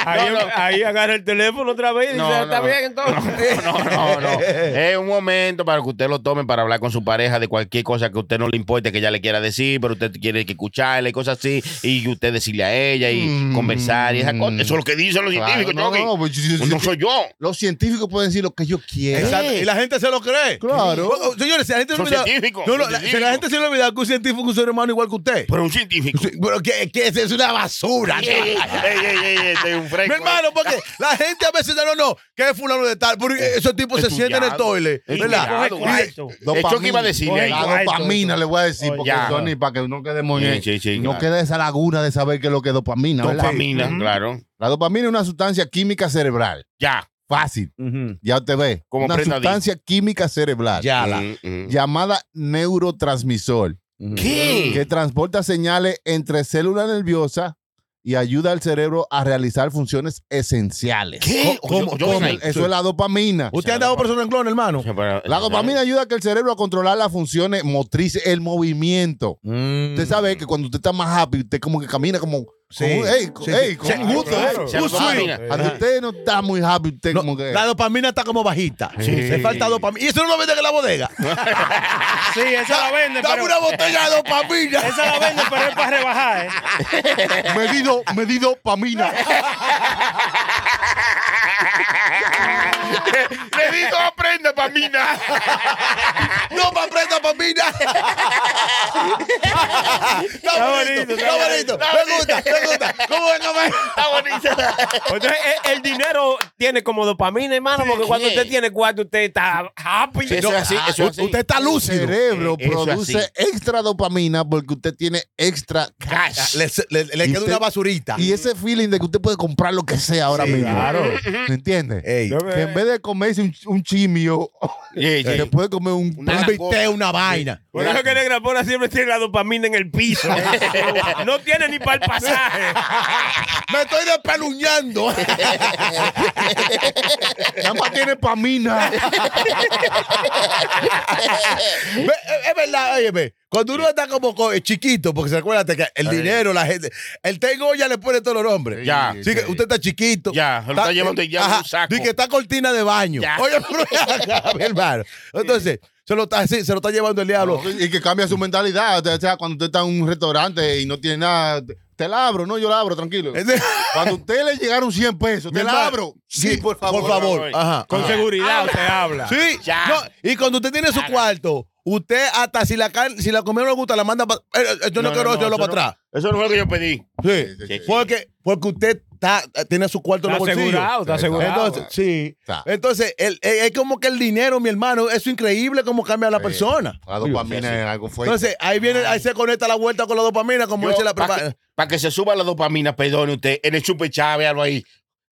Speaker 4: Ahí,
Speaker 2: No, no.
Speaker 4: ahí agarra el teléfono otra vez y dice,
Speaker 2: No, no,
Speaker 4: está
Speaker 2: no.
Speaker 4: bien entonces.
Speaker 2: No, no, no. Es un momento para que usted lo tome para hablar con su pareja de cualquier cosa que a usted no le importe que ella le quiera decir, pero usted tiene que escucharle, cosas así, y usted decirle a ella y
Speaker 7: Mm.
Speaker 2: conversar y esas cosas. Eso es lo que dicen los
Speaker 7: Claro,
Speaker 2: científicos,
Speaker 7: no,
Speaker 2: Chucky.
Speaker 7: no,
Speaker 2: no,
Speaker 7: pues, sí, sí, sí.
Speaker 2: soy yo.
Speaker 7: Los científicos pueden decir lo que ellos quieran.
Speaker 5: Exacto. Y la gente se lo cree.
Speaker 7: Claro.
Speaker 5: Oh, oh, Señores, si la gente se
Speaker 2: Son
Speaker 5: le olvida-
Speaker 2: científicos,
Speaker 5: No, no,
Speaker 2: son
Speaker 5: la- si la
Speaker 2: científicos.
Speaker 5: gente se le olvida que un científico es un ser humano igual que usted.
Speaker 2: Pero un científico.
Speaker 5: Sí, Pero que, que es- es una basura.
Speaker 2: Ey, ey, ey, ey, ey, ey, este es un fresco,
Speaker 5: Mi hermano, porque la gente a veces no, no, no, que es fulano de tal, porque esos tipos se
Speaker 2: Estudiado.
Speaker 5: sienten en el toile, ¿verdad?
Speaker 2: Estudiado.
Speaker 3: Coge
Speaker 2: Cuidado,
Speaker 3: cuarto.
Speaker 2: El Chucky iba a decirle ahí.
Speaker 7: La
Speaker 3: Cuarto,
Speaker 7: dopamina,
Speaker 3: eso.
Speaker 7: le voy a decir,
Speaker 3: Oye,
Speaker 7: porque
Speaker 2: ya.
Speaker 7: Tony, para que no quedemos en
Speaker 2: Sí,
Speaker 7: el-
Speaker 2: sí, sí,
Speaker 7: No
Speaker 2: claro.
Speaker 7: queda esa laguna de saber qué es lo que es dopamina, ¿verdad?
Speaker 2: Dopamina,
Speaker 3: Ujú.
Speaker 2: claro.
Speaker 7: La dopamina es una sustancia química cerebral.
Speaker 2: Ya.
Speaker 7: Fácil, ya te ve.
Speaker 2: Como
Speaker 7: una
Speaker 2: prenda
Speaker 7: sustancia química cerebral
Speaker 5: Ya, la-
Speaker 2: Mm, mm.
Speaker 7: llamada neurotransmisor.
Speaker 2: ¿Qué? Mm.
Speaker 7: que transporta señales entre células nerviosas y ayuda al cerebro a realizar funciones esenciales.
Speaker 2: ¿Qué? Yo- yo ven ahí.
Speaker 7: Eso es la dopamina.
Speaker 5: Usted ha dado por su renglón, hermano.
Speaker 7: Eh, La dopamina ayuda a que el cerebro a controlar las funciones motrices, el movimiento. Usted sabe que cuando usted está más happy, usted como que camina como...
Speaker 5: Sí.
Speaker 7: como, hey,
Speaker 5: Sí,
Speaker 7: hey,
Speaker 5: sí.
Speaker 7: como un gusto,
Speaker 2: claro.
Speaker 7: hey,
Speaker 2: Se
Speaker 7: un swing.
Speaker 2: dopamina.
Speaker 7: Cuando usted no está muy happy, usted
Speaker 5: No,
Speaker 7: como que...
Speaker 5: la dopamina está como bajita. Le falta dopamina. Y eso no lo venden en la bodega.
Speaker 3: Sí, esa la vende,
Speaker 5: Dame
Speaker 3: pero.
Speaker 5: una botella de dopamina.
Speaker 3: Esa la vende, pero es para rebajar, ¿eh?
Speaker 7: Medido, medido, pamina.
Speaker 2: Le digo, aprende, dopamina.
Speaker 7: No me aprenda, pamina.
Speaker 3: Está bonito,
Speaker 7: Está bonito. Me gusta, me gusta. ¿Cómo es que me-
Speaker 2: Está bonita.
Speaker 4: Entonces, el, el dinero tiene como dopamina, hermano, porque cuando
Speaker 2: ¿qué?
Speaker 4: usted tiene cuarto, usted está happy.
Speaker 2: Sí, eso es así, eso es así.
Speaker 5: Usted está
Speaker 7: El
Speaker 5: lúcido.
Speaker 7: cerebro
Speaker 2: Eh, eso
Speaker 7: produce
Speaker 2: así.
Speaker 7: extra dopamina porque usted tiene extra cash.
Speaker 5: Le, le- le
Speaker 7: Y
Speaker 5: queda
Speaker 7: usted-
Speaker 5: una basurita.
Speaker 7: Y ese feeling de que usted puede comprar lo que sea ahora mismo.
Speaker 5: claro.
Speaker 7: ¿Me entiende?
Speaker 5: Ey,
Speaker 7: Que en vez de comerse un, un chimio,
Speaker 2: Yeah, yeah.
Speaker 7: se puede comer un
Speaker 2: Una
Speaker 5: un
Speaker 7: pan-
Speaker 5: bistec, una vaina.
Speaker 4: Por eso que Negra Pora siempre tiene la dopamina en el piso. no tiene ni para el pasaje.
Speaker 5: Me estoy despeluñando.
Speaker 7: Nada más tiene pamina.
Speaker 5: Ve, es, es verdad, oye, ve, cuando uno está como co- eh, chiquito, porque se acuérdate que el dinero, la gente, el tengo ya le pone todos los nombres.
Speaker 2: Ya.
Speaker 5: Así que usted está chiquito.
Speaker 2: Ya, se lo está llevando ya en un saco.
Speaker 5: Y que está cortina de baño.
Speaker 2: Ya.
Speaker 5: Oye, pero ya, acá, mi hermano. Entonces, se lo está así, se lo está llevando el diablo.
Speaker 7: Y que cambia su mentalidad. O sea, cuando usted está en un restaurante y no tiene nada, te la abro, no, yo la abro, tranquilo.
Speaker 5: Entonces,
Speaker 7: Cuando a usted le llegaron 100 pesos,
Speaker 5: mi
Speaker 7: te
Speaker 5: hermano,
Speaker 7: la abro. Sí, por favor.
Speaker 5: Por favor.
Speaker 2: Por favor.
Speaker 5: Ajá.
Speaker 4: Con seguridad usted habla.
Speaker 5: Sí.
Speaker 2: Ah, Ya.
Speaker 5: No, y cuando usted tiene su cuarto, usted hasta si la carne, si la comida no le gusta, la manda para. yo no,
Speaker 2: No, no,
Speaker 5: quiero
Speaker 2: no,
Speaker 5: echarlo
Speaker 2: eso
Speaker 5: para
Speaker 2: no.
Speaker 5: atrás.
Speaker 2: Eso no fue lo que yo pedí.
Speaker 5: Sí.
Speaker 7: sí, sí.
Speaker 5: Porque, porque usted está, tiene su cuarto en
Speaker 4: Está
Speaker 5: los bolsillos.
Speaker 4: asegurado, está asegurado.
Speaker 2: eh.
Speaker 5: Entonces, sí.
Speaker 7: Está.
Speaker 5: Entonces, el- el- es como que el dinero, mi hermano, eso es increíble cómo cambia a la persona.
Speaker 7: La dopamina es eh, algo fuerte.
Speaker 5: Entonces, ahí viene, ahí se conecta la vuelta con la dopamina, como dice la
Speaker 2: Para
Speaker 5: prepara.
Speaker 2: que, Pues, pa' que se suba la dopamina, perdone usted, en el super chat, véalo ahí.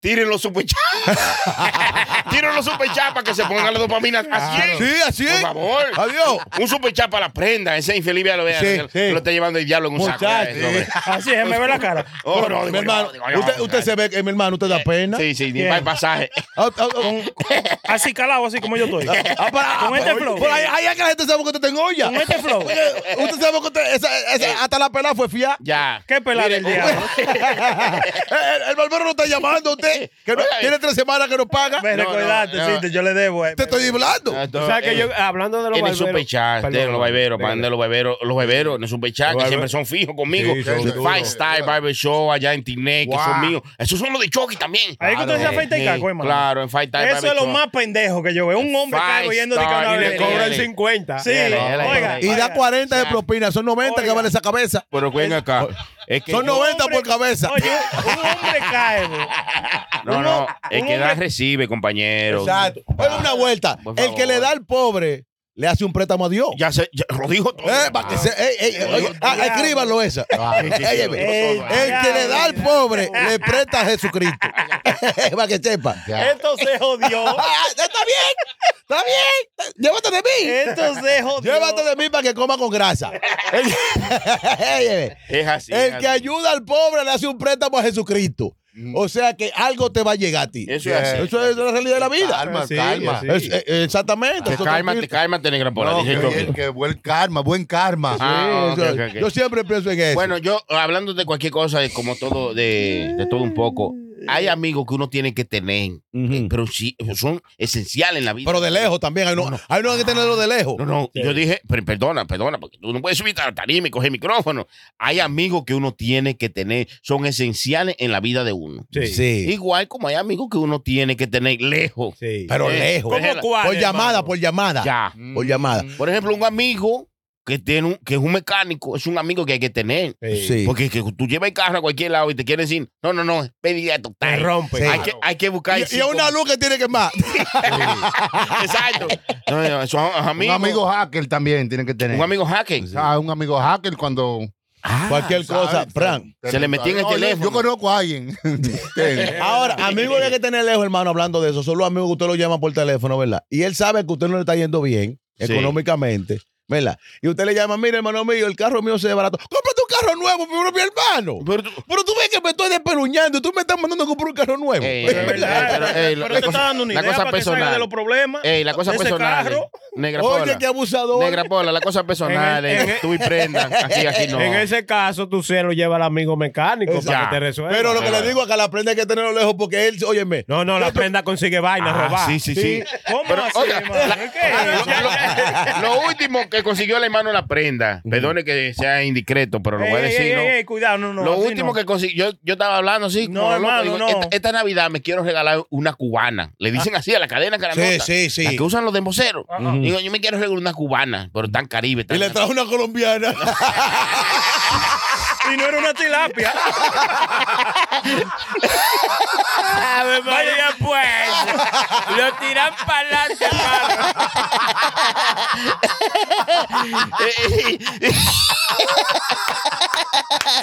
Speaker 2: Tírenlo super chat. Tírenlo super chat para que se ponga la dopamina a 100.
Speaker 5: Sí, así
Speaker 2: Ah, Por
Speaker 5: es.
Speaker 2: favor.
Speaker 5: Adiós.
Speaker 2: Un super chat para la prenda. Ese infeliz, véalo, véalo.
Speaker 5: Sí,
Speaker 2: que lo-
Speaker 5: sí.
Speaker 2: que lo está llevando el diablo en un saco.
Speaker 5: Muchacho.
Speaker 2: Eso, hombre.
Speaker 3: Así es, me ve la cara.
Speaker 2: Oh, no, digo
Speaker 5: mi
Speaker 2: yo,
Speaker 5: hermano,
Speaker 2: digo yo,
Speaker 5: usted, usted se ve, que mi hermano, usted da pena.
Speaker 2: Sí, sí, ni para el pasaje.
Speaker 5: Ah, ah, ah,
Speaker 3: Así calado, así como yo estoy.
Speaker 5: ah, para-
Speaker 3: Con este
Speaker 5: por-
Speaker 3: flow.
Speaker 5: por ahí, ahí es que la gente sabe que usted tengo olla.
Speaker 3: Con este flow. Eh.
Speaker 5: Usted sabe que usted, esa- esa- hasta la pelada fue fiar.
Speaker 2: Ya.
Speaker 3: Qué pelada
Speaker 2: Mire,
Speaker 3: del diablo.
Speaker 5: el, el barbero no está llamando a usted. Que no-
Speaker 2: Oiga,
Speaker 5: tiene tres semanas que no paga.
Speaker 3: Me
Speaker 2: No,
Speaker 3: recordaste,
Speaker 2: no, no.
Speaker 3: sí, yo le debo. eh.
Speaker 5: Te estoy hablando.
Speaker 4: O sea que
Speaker 2: eh,
Speaker 4: yo, hablando de los
Speaker 2: En el
Speaker 4: barberos.
Speaker 2: superchat,
Speaker 4: Perdón,
Speaker 2: de los barberos,
Speaker 4: perdón.
Speaker 2: pan de los barberos, los barberos en el superchat, que siempre son fijos conmigo.
Speaker 5: Sí,
Speaker 7: son duros.
Speaker 2: Five Star Barber Show allá en Tiné, que son míos. Esos son los de Chucky también.
Speaker 3: Ahí que usted se afeita y
Speaker 2: Sí,
Speaker 3: caco, hermano.
Speaker 2: Claro, en Five Star
Speaker 3: Eso
Speaker 2: Barber
Speaker 3: es lo
Speaker 2: Show.
Speaker 3: más pendejo que yo veo. Un hombre
Speaker 2: Five
Speaker 3: caro yendo de
Speaker 2: star,
Speaker 3: cada
Speaker 2: y le
Speaker 4: Le
Speaker 2: cobra
Speaker 4: cobran
Speaker 2: Dele.
Speaker 4: 50.
Speaker 3: Sí,
Speaker 2: Dele, dele,
Speaker 3: oiga.
Speaker 2: dele.
Speaker 5: Y da
Speaker 3: oiga.
Speaker 5: 40 de propina. Son 90 que
Speaker 3: Oiga.
Speaker 5: vale esa cabeza.
Speaker 2: Pero ven acá. Es que
Speaker 5: Son
Speaker 2: yo-
Speaker 5: 90 por
Speaker 3: hombre-
Speaker 5: cabeza.
Speaker 3: Oye, un un hombre cae.
Speaker 2: No, no, el
Speaker 3: un
Speaker 2: que da
Speaker 3: hombre-
Speaker 2: recibe, compañero.
Speaker 5: Exacto. Oiga, una vuelta.
Speaker 2: Por
Speaker 5: El
Speaker 2: favor.
Speaker 5: que le da al pobre le hace un préstamo a Dios.
Speaker 2: Ya se, ya lo dijo todo.
Speaker 5: Eh, para que se, ey, ey, oiga, ah, escríbanlo esa.
Speaker 2: sí, sí,
Speaker 5: Óyeme,
Speaker 2: lo dijo todo,
Speaker 5: el que le da al
Speaker 3: ya,
Speaker 5: pobre le presta a Jesucristo. para que sepa.
Speaker 3: Esto se jodió.
Speaker 5: Ah, está bien, está bien. Llévate de mí.
Speaker 3: Esto se jodió.
Speaker 5: Llévate de mí para que coma con grasa. Óyeme,
Speaker 2: Es así. es
Speaker 5: el
Speaker 2: así.
Speaker 5: que ayuda al pobre le hace un préstamo a Jesucristo. O sea que algo te va a llegar a ti.
Speaker 2: Eso es así.
Speaker 5: Eso es la realidad de la vida.
Speaker 7: Calma, calma.
Speaker 5: Es- eh, exactamente.
Speaker 2: Te
Speaker 5: Eso
Speaker 2: cálmate,
Speaker 5: tranquilo.
Speaker 2: cálmate, negra por
Speaker 7: No,
Speaker 2: dije
Speaker 7: que,
Speaker 2: Chucky.
Speaker 7: bien, que buen karma, buen karma.
Speaker 2: Ah,
Speaker 5: Sí, eso-
Speaker 2: ok, ok, ok.
Speaker 5: Yo siempre pienso en eso.
Speaker 2: Bueno, yo hablando de cualquier cosa, de como todo, de, de todo un poco, hay amigos que uno tiene que tener, eh, pero sí, son esenciales en la vida.
Speaker 5: pero de lejos también. Hay uno, hay uno que tenerlo de lejos.
Speaker 2: No, no, yo dije, pero perdona, perdona, porque tú no puedes subir a la tarima y coger micrófono. Hay amigos que uno tiene que tener, son esenciales en la vida de uno.
Speaker 4: Sí.
Speaker 2: Igual como hay amigos que uno tiene que tener lejos.
Speaker 4: Sí.
Speaker 5: Pero
Speaker 2: Eh,
Speaker 5: lejos.
Speaker 2: ¿cómo
Speaker 4: cuál,
Speaker 5: Por
Speaker 4: hermano?
Speaker 5: llamada, pues. por llamada.
Speaker 2: Ya. Mm.
Speaker 5: Por llamada.
Speaker 2: Por ejemplo, un amigo que tiene un, que es un mecánico, es un amigo que hay que tener.
Speaker 5: Sí.
Speaker 2: Porque es que tú llevas el carro a cualquier lado y te quieren decir, no, no, no, pedí a tu
Speaker 4: Te
Speaker 2: taxi.
Speaker 4: rompe.
Speaker 2: Hay, que, hay que buscar. el
Speaker 5: Y, y es una
Speaker 2: cinco-
Speaker 5: luz que tiene que más.
Speaker 2: Exacto. No, no, esos amigos.
Speaker 7: Un amigo hacker también tiene que tener.
Speaker 2: Un amigo hacker.
Speaker 7: Ah, un amigo hacker cuando
Speaker 5: Cualquier cosa. Fran.
Speaker 2: Se le metía en el
Speaker 7: Oye,
Speaker 2: teléfono.
Speaker 7: Yo conozco a alguien.
Speaker 5: Ahora, amigos que hay que tener lejos, hermano, hablando de eso. Son los amigos que usted lo llama por teléfono, ¿verdad? Y él sabe que usted no le está yendo bien
Speaker 2: Sí.
Speaker 5: económicamente. ¿verdad? Y usted le llama, mira, hermano mío, el carro mío se desbarató. ¡Cómprate un carro nuevo, mi propio hermano!
Speaker 2: Pero tú-
Speaker 5: Pero tú ves que me estoy despeluñando y tú me estás mandando a comprar un carro nuevo.
Speaker 2: Ey,
Speaker 5: Es
Speaker 2: ey,
Speaker 5: verdad.
Speaker 2: ey, pero, ey,
Speaker 3: Pero
Speaker 2: la
Speaker 3: te
Speaker 2: cosa-
Speaker 3: está dando una
Speaker 2: la
Speaker 3: idea
Speaker 2: cosa
Speaker 3: para que salga de
Speaker 2: personal. Eh,
Speaker 3: los problemas.
Speaker 2: Ey, la cosa
Speaker 3: Ese
Speaker 2: personal.
Speaker 3: carro.
Speaker 2: Negra
Speaker 5: Oye,
Speaker 2: Pola.
Speaker 5: qué abusador.
Speaker 2: Negra Pola, la cosa personal.
Speaker 4: En el-
Speaker 2: eh, Tú y prendan. Aquí, aquí no.
Speaker 4: En ese caso, tú se lo lleva al amigo mecánico para
Speaker 2: Ya.
Speaker 4: que te resuelva.
Speaker 5: Pero lo que le digo acá, la prenda hay que tenerlo lejos porque él, óyeme,
Speaker 4: No, no, la prenda consigue vaina,
Speaker 2: Ah,
Speaker 4: robar.
Speaker 2: sí, sí, sí.
Speaker 3: ¿Cómo
Speaker 2: Pero,
Speaker 3: así,
Speaker 2: oiga,
Speaker 3: hermano?
Speaker 2: la-
Speaker 3: ¿Qué?
Speaker 2: Lo-
Speaker 3: Ah, Ya, ya.
Speaker 2: Lo lo último que consiguió el hermano la prenda. Perdone que sea indiscreto, pero lo voy a
Speaker 3: Ey, ey,
Speaker 2: decir. ¿no?
Speaker 3: ey, ey, cuidado, no, no.
Speaker 2: lo
Speaker 3: así
Speaker 2: último
Speaker 3: no.
Speaker 2: que consiguió, yo, yo estaba hablando así.
Speaker 3: No,
Speaker 2: como loco,
Speaker 3: hermano,
Speaker 2: digo,
Speaker 3: no. Ah.
Speaker 2: Esta, esta Navidad me quiero regalar una cubana. Le dicen así a la cadena
Speaker 5: Sí,
Speaker 2: caranota.
Speaker 5: sí, sí.
Speaker 2: La que usan los demboceros. Digo, yo me quiero regalar una cubana, pero tan caribe. Tan
Speaker 5: Y le trajo una colombiana.
Speaker 3: Y no era una tilapia.
Speaker 2: Ah,
Speaker 4: Ave María, pues. Lo tiran para adelante, hermano.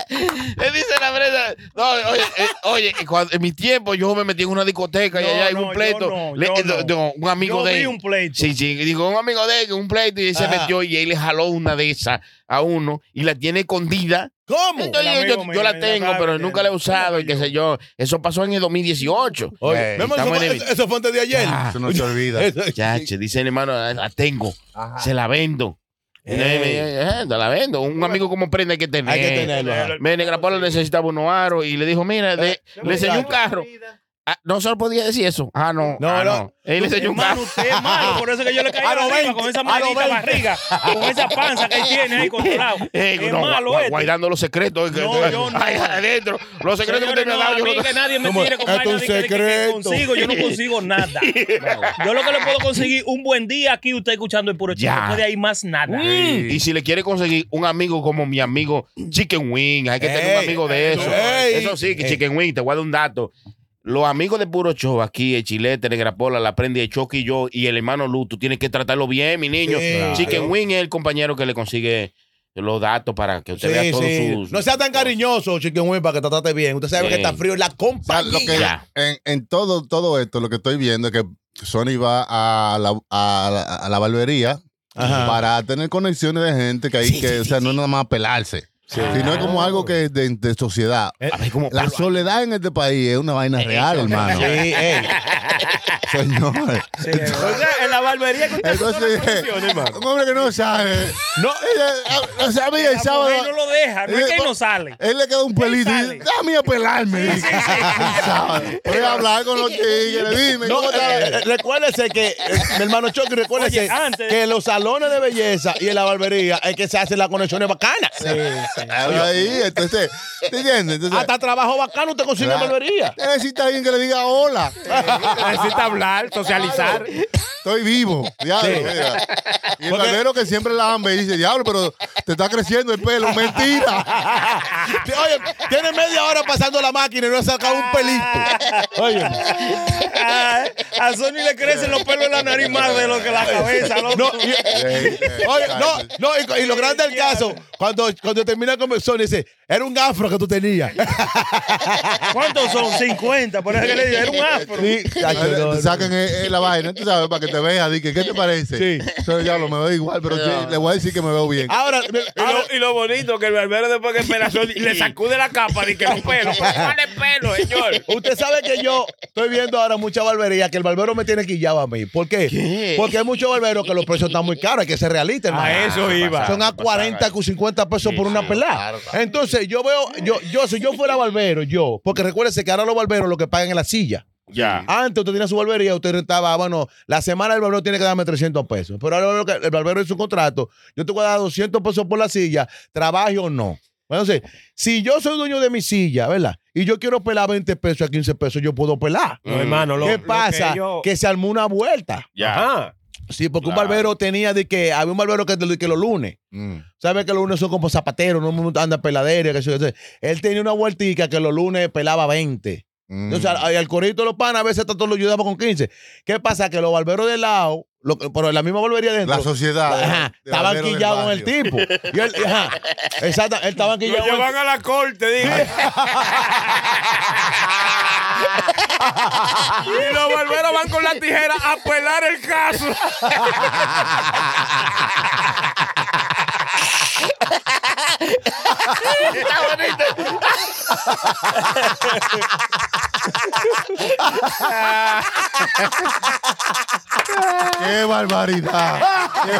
Speaker 2: Le dice la prenda. No, oye, eh, oye cuando- en mi tiempo yo me metí en una discoteca y
Speaker 3: No,
Speaker 2: allá en
Speaker 3: no,
Speaker 2: un pleito.
Speaker 3: yo no,
Speaker 2: Le-
Speaker 3: yo
Speaker 2: eh,
Speaker 3: no.
Speaker 2: no, un amigo
Speaker 3: Yo
Speaker 2: de
Speaker 3: vi
Speaker 2: él.
Speaker 3: un pleito.
Speaker 2: Sí, sí, digo, un amigo de él, un pleito, y él se
Speaker 5: Ajá.
Speaker 2: metió y él le jaló una de esas a uno y la tiene escondida.
Speaker 5: ¿Cómo?
Speaker 2: Entonces,
Speaker 3: El
Speaker 2: yo,
Speaker 3: amigo
Speaker 2: yo-
Speaker 3: me-
Speaker 2: yo la
Speaker 3: me
Speaker 2: tengo,
Speaker 3: acaba
Speaker 2: pero
Speaker 3: de-
Speaker 2: nunca la he usado y qué sé yo. Eso pasó en el 2018.
Speaker 5: Oye,
Speaker 2: Eh,
Speaker 5: mi amor,
Speaker 2: estamos
Speaker 5: eso,
Speaker 2: en
Speaker 5: fue-
Speaker 2: el-
Speaker 5: eso fue antes de ayer.
Speaker 2: Ah,
Speaker 7: Eso no se olvida.
Speaker 2: Ya, che, dice el hermano, "Ah, la tengo, se la vendo.
Speaker 5: Ey.
Speaker 2: Eh, eh, la vendo. Un amigo como prende hay que tener.
Speaker 5: Hay que tenerlo. ajá.
Speaker 2: Me Negra Pola necesitaba unos aros y le dijo, mira,
Speaker 3: Eh,
Speaker 2: de- le enseñó un carro. Ah, no solo podía decir eso. Ah, no.
Speaker 5: No,
Speaker 2: ah,
Speaker 5: no.
Speaker 2: no. Él le enseñó un
Speaker 3: Hermano,
Speaker 2: carro.
Speaker 3: usted es malo, por eso que yo le caí
Speaker 5: A lo
Speaker 3: arriba
Speaker 5: 20,
Speaker 3: con
Speaker 5: a
Speaker 3: esa
Speaker 5: lo
Speaker 3: maldita
Speaker 5: 20.
Speaker 3: barriga, con esa panza que él tiene ahí controlado.
Speaker 2: Eh,
Speaker 3: es
Speaker 2: no,
Speaker 3: malo
Speaker 2: gua-
Speaker 3: este.
Speaker 2: guardando los secretos. eh, que-
Speaker 3: No, yo no.
Speaker 2: Ahí adentro. Los secretos
Speaker 3: Señores,
Speaker 2: que usted me ha
Speaker 3: no,
Speaker 2: dado.
Speaker 3: a
Speaker 2: yo
Speaker 3: mí
Speaker 2: no-
Speaker 3: que nadie me
Speaker 5: ¿Cómo?
Speaker 3: tire con
Speaker 5: Esto es
Speaker 3: vaina
Speaker 5: un
Speaker 3: de que- de que- que
Speaker 5: secreto.
Speaker 3: consigo, yo no consigo nada. Yo lo que le puedo conseguir un buen día aquí, usted escuchando el puro chico,
Speaker 2: Ya.
Speaker 3: no puede ahí más nada.
Speaker 2: Mm. Y si le quiere conseguir un amigo como mi amigo Chicken Wing, hay que tener un
Speaker 5: Ey,
Speaker 2: amigo de eso.
Speaker 5: ey,
Speaker 2: eso sí, que
Speaker 5: ey.
Speaker 2: Chicken Wing, te voy a dar un dato. Los amigos de Puro Show aquí, el Chilete, el Grapola, la Prendi, el Choque y yo, y el hermano Lu, tú tienes que tratarlo bien, mi niño.
Speaker 5: Sí, claro.
Speaker 2: Chicken Wing es el compañero que le consigue los datos para que usted vea
Speaker 5: Sí,
Speaker 2: todos
Speaker 5: sí.
Speaker 2: sus.
Speaker 5: No sea tan cariñoso, chicken wing, para que te trate bien. Usted sabe
Speaker 2: Sí.
Speaker 5: que está frío en la
Speaker 7: O sea,
Speaker 5: compañía.
Speaker 7: lo que-
Speaker 2: Ya.
Speaker 7: en, en todo, todo esto, lo que estoy viendo es que Sony va a la, a la, a la barbería
Speaker 5: Ajá.
Speaker 7: para tener conexiones de gente que ahí, que, o sea, no es nada más pelarse, sino es como algo que es de, de sociedad.
Speaker 2: A ver cómo.
Speaker 7: La
Speaker 2: pelo-
Speaker 7: soledad en este país es una vaina real, hermano.
Speaker 5: Sí, ey.
Speaker 7: Señor.
Speaker 4: O sea, en la barbería que usted
Speaker 7: Entonces, un hombre que no sabe. eh, No, no sabía
Speaker 3: La mujer
Speaker 7: el
Speaker 3: no
Speaker 7: sábado.
Speaker 3: lo deja, no es que ahí
Speaker 7: Eh,
Speaker 3: no sale.
Speaker 7: Él le queda un pelito.
Speaker 3: sale.
Speaker 7: y dice, Dame a pelarme. El sábado. Voy a hablar con los tigres. Dime,
Speaker 5: No,
Speaker 7: ¿cómo está?
Speaker 5: eh, eh, recuérdese que, eh, mi hermano Chucky, recuérdese
Speaker 3: Oye, antes-
Speaker 5: que en los salones de belleza y en la barbería es que se hacen las conexiones bacanas.
Speaker 7: Ahí, entonces, ¿te entiendes? Entonces,
Speaker 5: Hasta trabajo bacano usted consigue en la
Speaker 7: Claro.
Speaker 5: barbería.
Speaker 7: Usted necesita alguien que le diga hola.
Speaker 4: necesita hablar, socializar.
Speaker 7: Estoy vivo. Diablo, mira. Y el barbero que siempre la hambre y dice, diablo, pero te está creciendo el pelo. Mentira.
Speaker 5: Oye, tiene media hora pasando la máquina y no ha sacado un pelito. Oye,
Speaker 3: Ah, A Sony le crecen los pelos en la nariz más de lo que la cabeza. loco.
Speaker 5: no, y- Oye, no, no, y, y lo grande del caso, cuando, cuando termina con Sony dice, era un afro que tú tenías.
Speaker 3: ¿Cuántos son? 50, por eso que le digo, era un afro.
Speaker 5: Sí,
Speaker 7: Ay, te sacan eh, eh, la vaina, tú sabes, para que te veas. Dije, ¿qué te parece?
Speaker 5: Sí. Ah.
Speaker 7: Entonces, diablo, me veo igual, pero sí, le voy a decir que me veo bien.
Speaker 5: Ahora, me-
Speaker 4: Y lo, y lo bonito que el barbero después que espera le sacude la capa de que los pelos. ¿Cuál es pelo, señor?
Speaker 5: Usted sabe que yo estoy viendo ahora mucha barbería, que el barbero me tiene quillado a mí. ¿Por qué? Porque hay muchos barberos que los precios están muy caros, hay que ser realistas, hermano.
Speaker 4: A eso iba.
Speaker 5: Son a 40 o 50 pesos por una pelada. Entonces, yo veo, yo, yo, si yo fuera barbero, yo, porque recuérdese que ahora los barberos lo que pagan es la silla.
Speaker 2: Ya.
Speaker 5: Antes usted tenía su barbería, usted rentaba, bueno, la semana el barbero tiene que darme 300 pesos. Pero ahora el barbero, el barbero en su contrato, yo te voy a dar 200 pesos por la silla, trabaje o no. Entonces, si yo soy dueño de mi silla, ¿verdad? Y yo quiero pelar 20 pesos a 15 pesos, yo puedo pelar.
Speaker 4: No, hermano, lo,
Speaker 5: ¿Qué
Speaker 4: lo que Ah.
Speaker 5: pasa? que,
Speaker 4: yo-
Speaker 5: se armó una vuelta.
Speaker 2: Ya.
Speaker 4: Ajá.
Speaker 5: Sí, porque un
Speaker 2: Claro.
Speaker 5: barbero tenía de que, había un barbero que, que los lunes.
Speaker 7: Mm,
Speaker 5: ¿Sabes que los lunes son como zapateros? No mundo anda peladera. Que sé yo, Él tenía una vueltica que los lunes pelaba 20.
Speaker 7: mm.
Speaker 5: O
Speaker 4: Mm.
Speaker 5: sea, ah, al, al corito de los panas a veces tanto lo ayudaba con 15. ¿Qué pasa? Que los barberos de lado, lo, pero en la misma barbería
Speaker 7: la
Speaker 5: dentro,
Speaker 7: sociedad.
Speaker 5: ajá, estaban quillados con el
Speaker 7: tipo.
Speaker 5: tipo. Y él, ajá, exacto, él estaba
Speaker 4: Lo
Speaker 5: quillado.
Speaker 4: llevan a la corte, dije. y los barberos van con la tijera a pelar el caso.
Speaker 2: Está bonito.
Speaker 7: ¡Qué barbaridad! ¡Qué,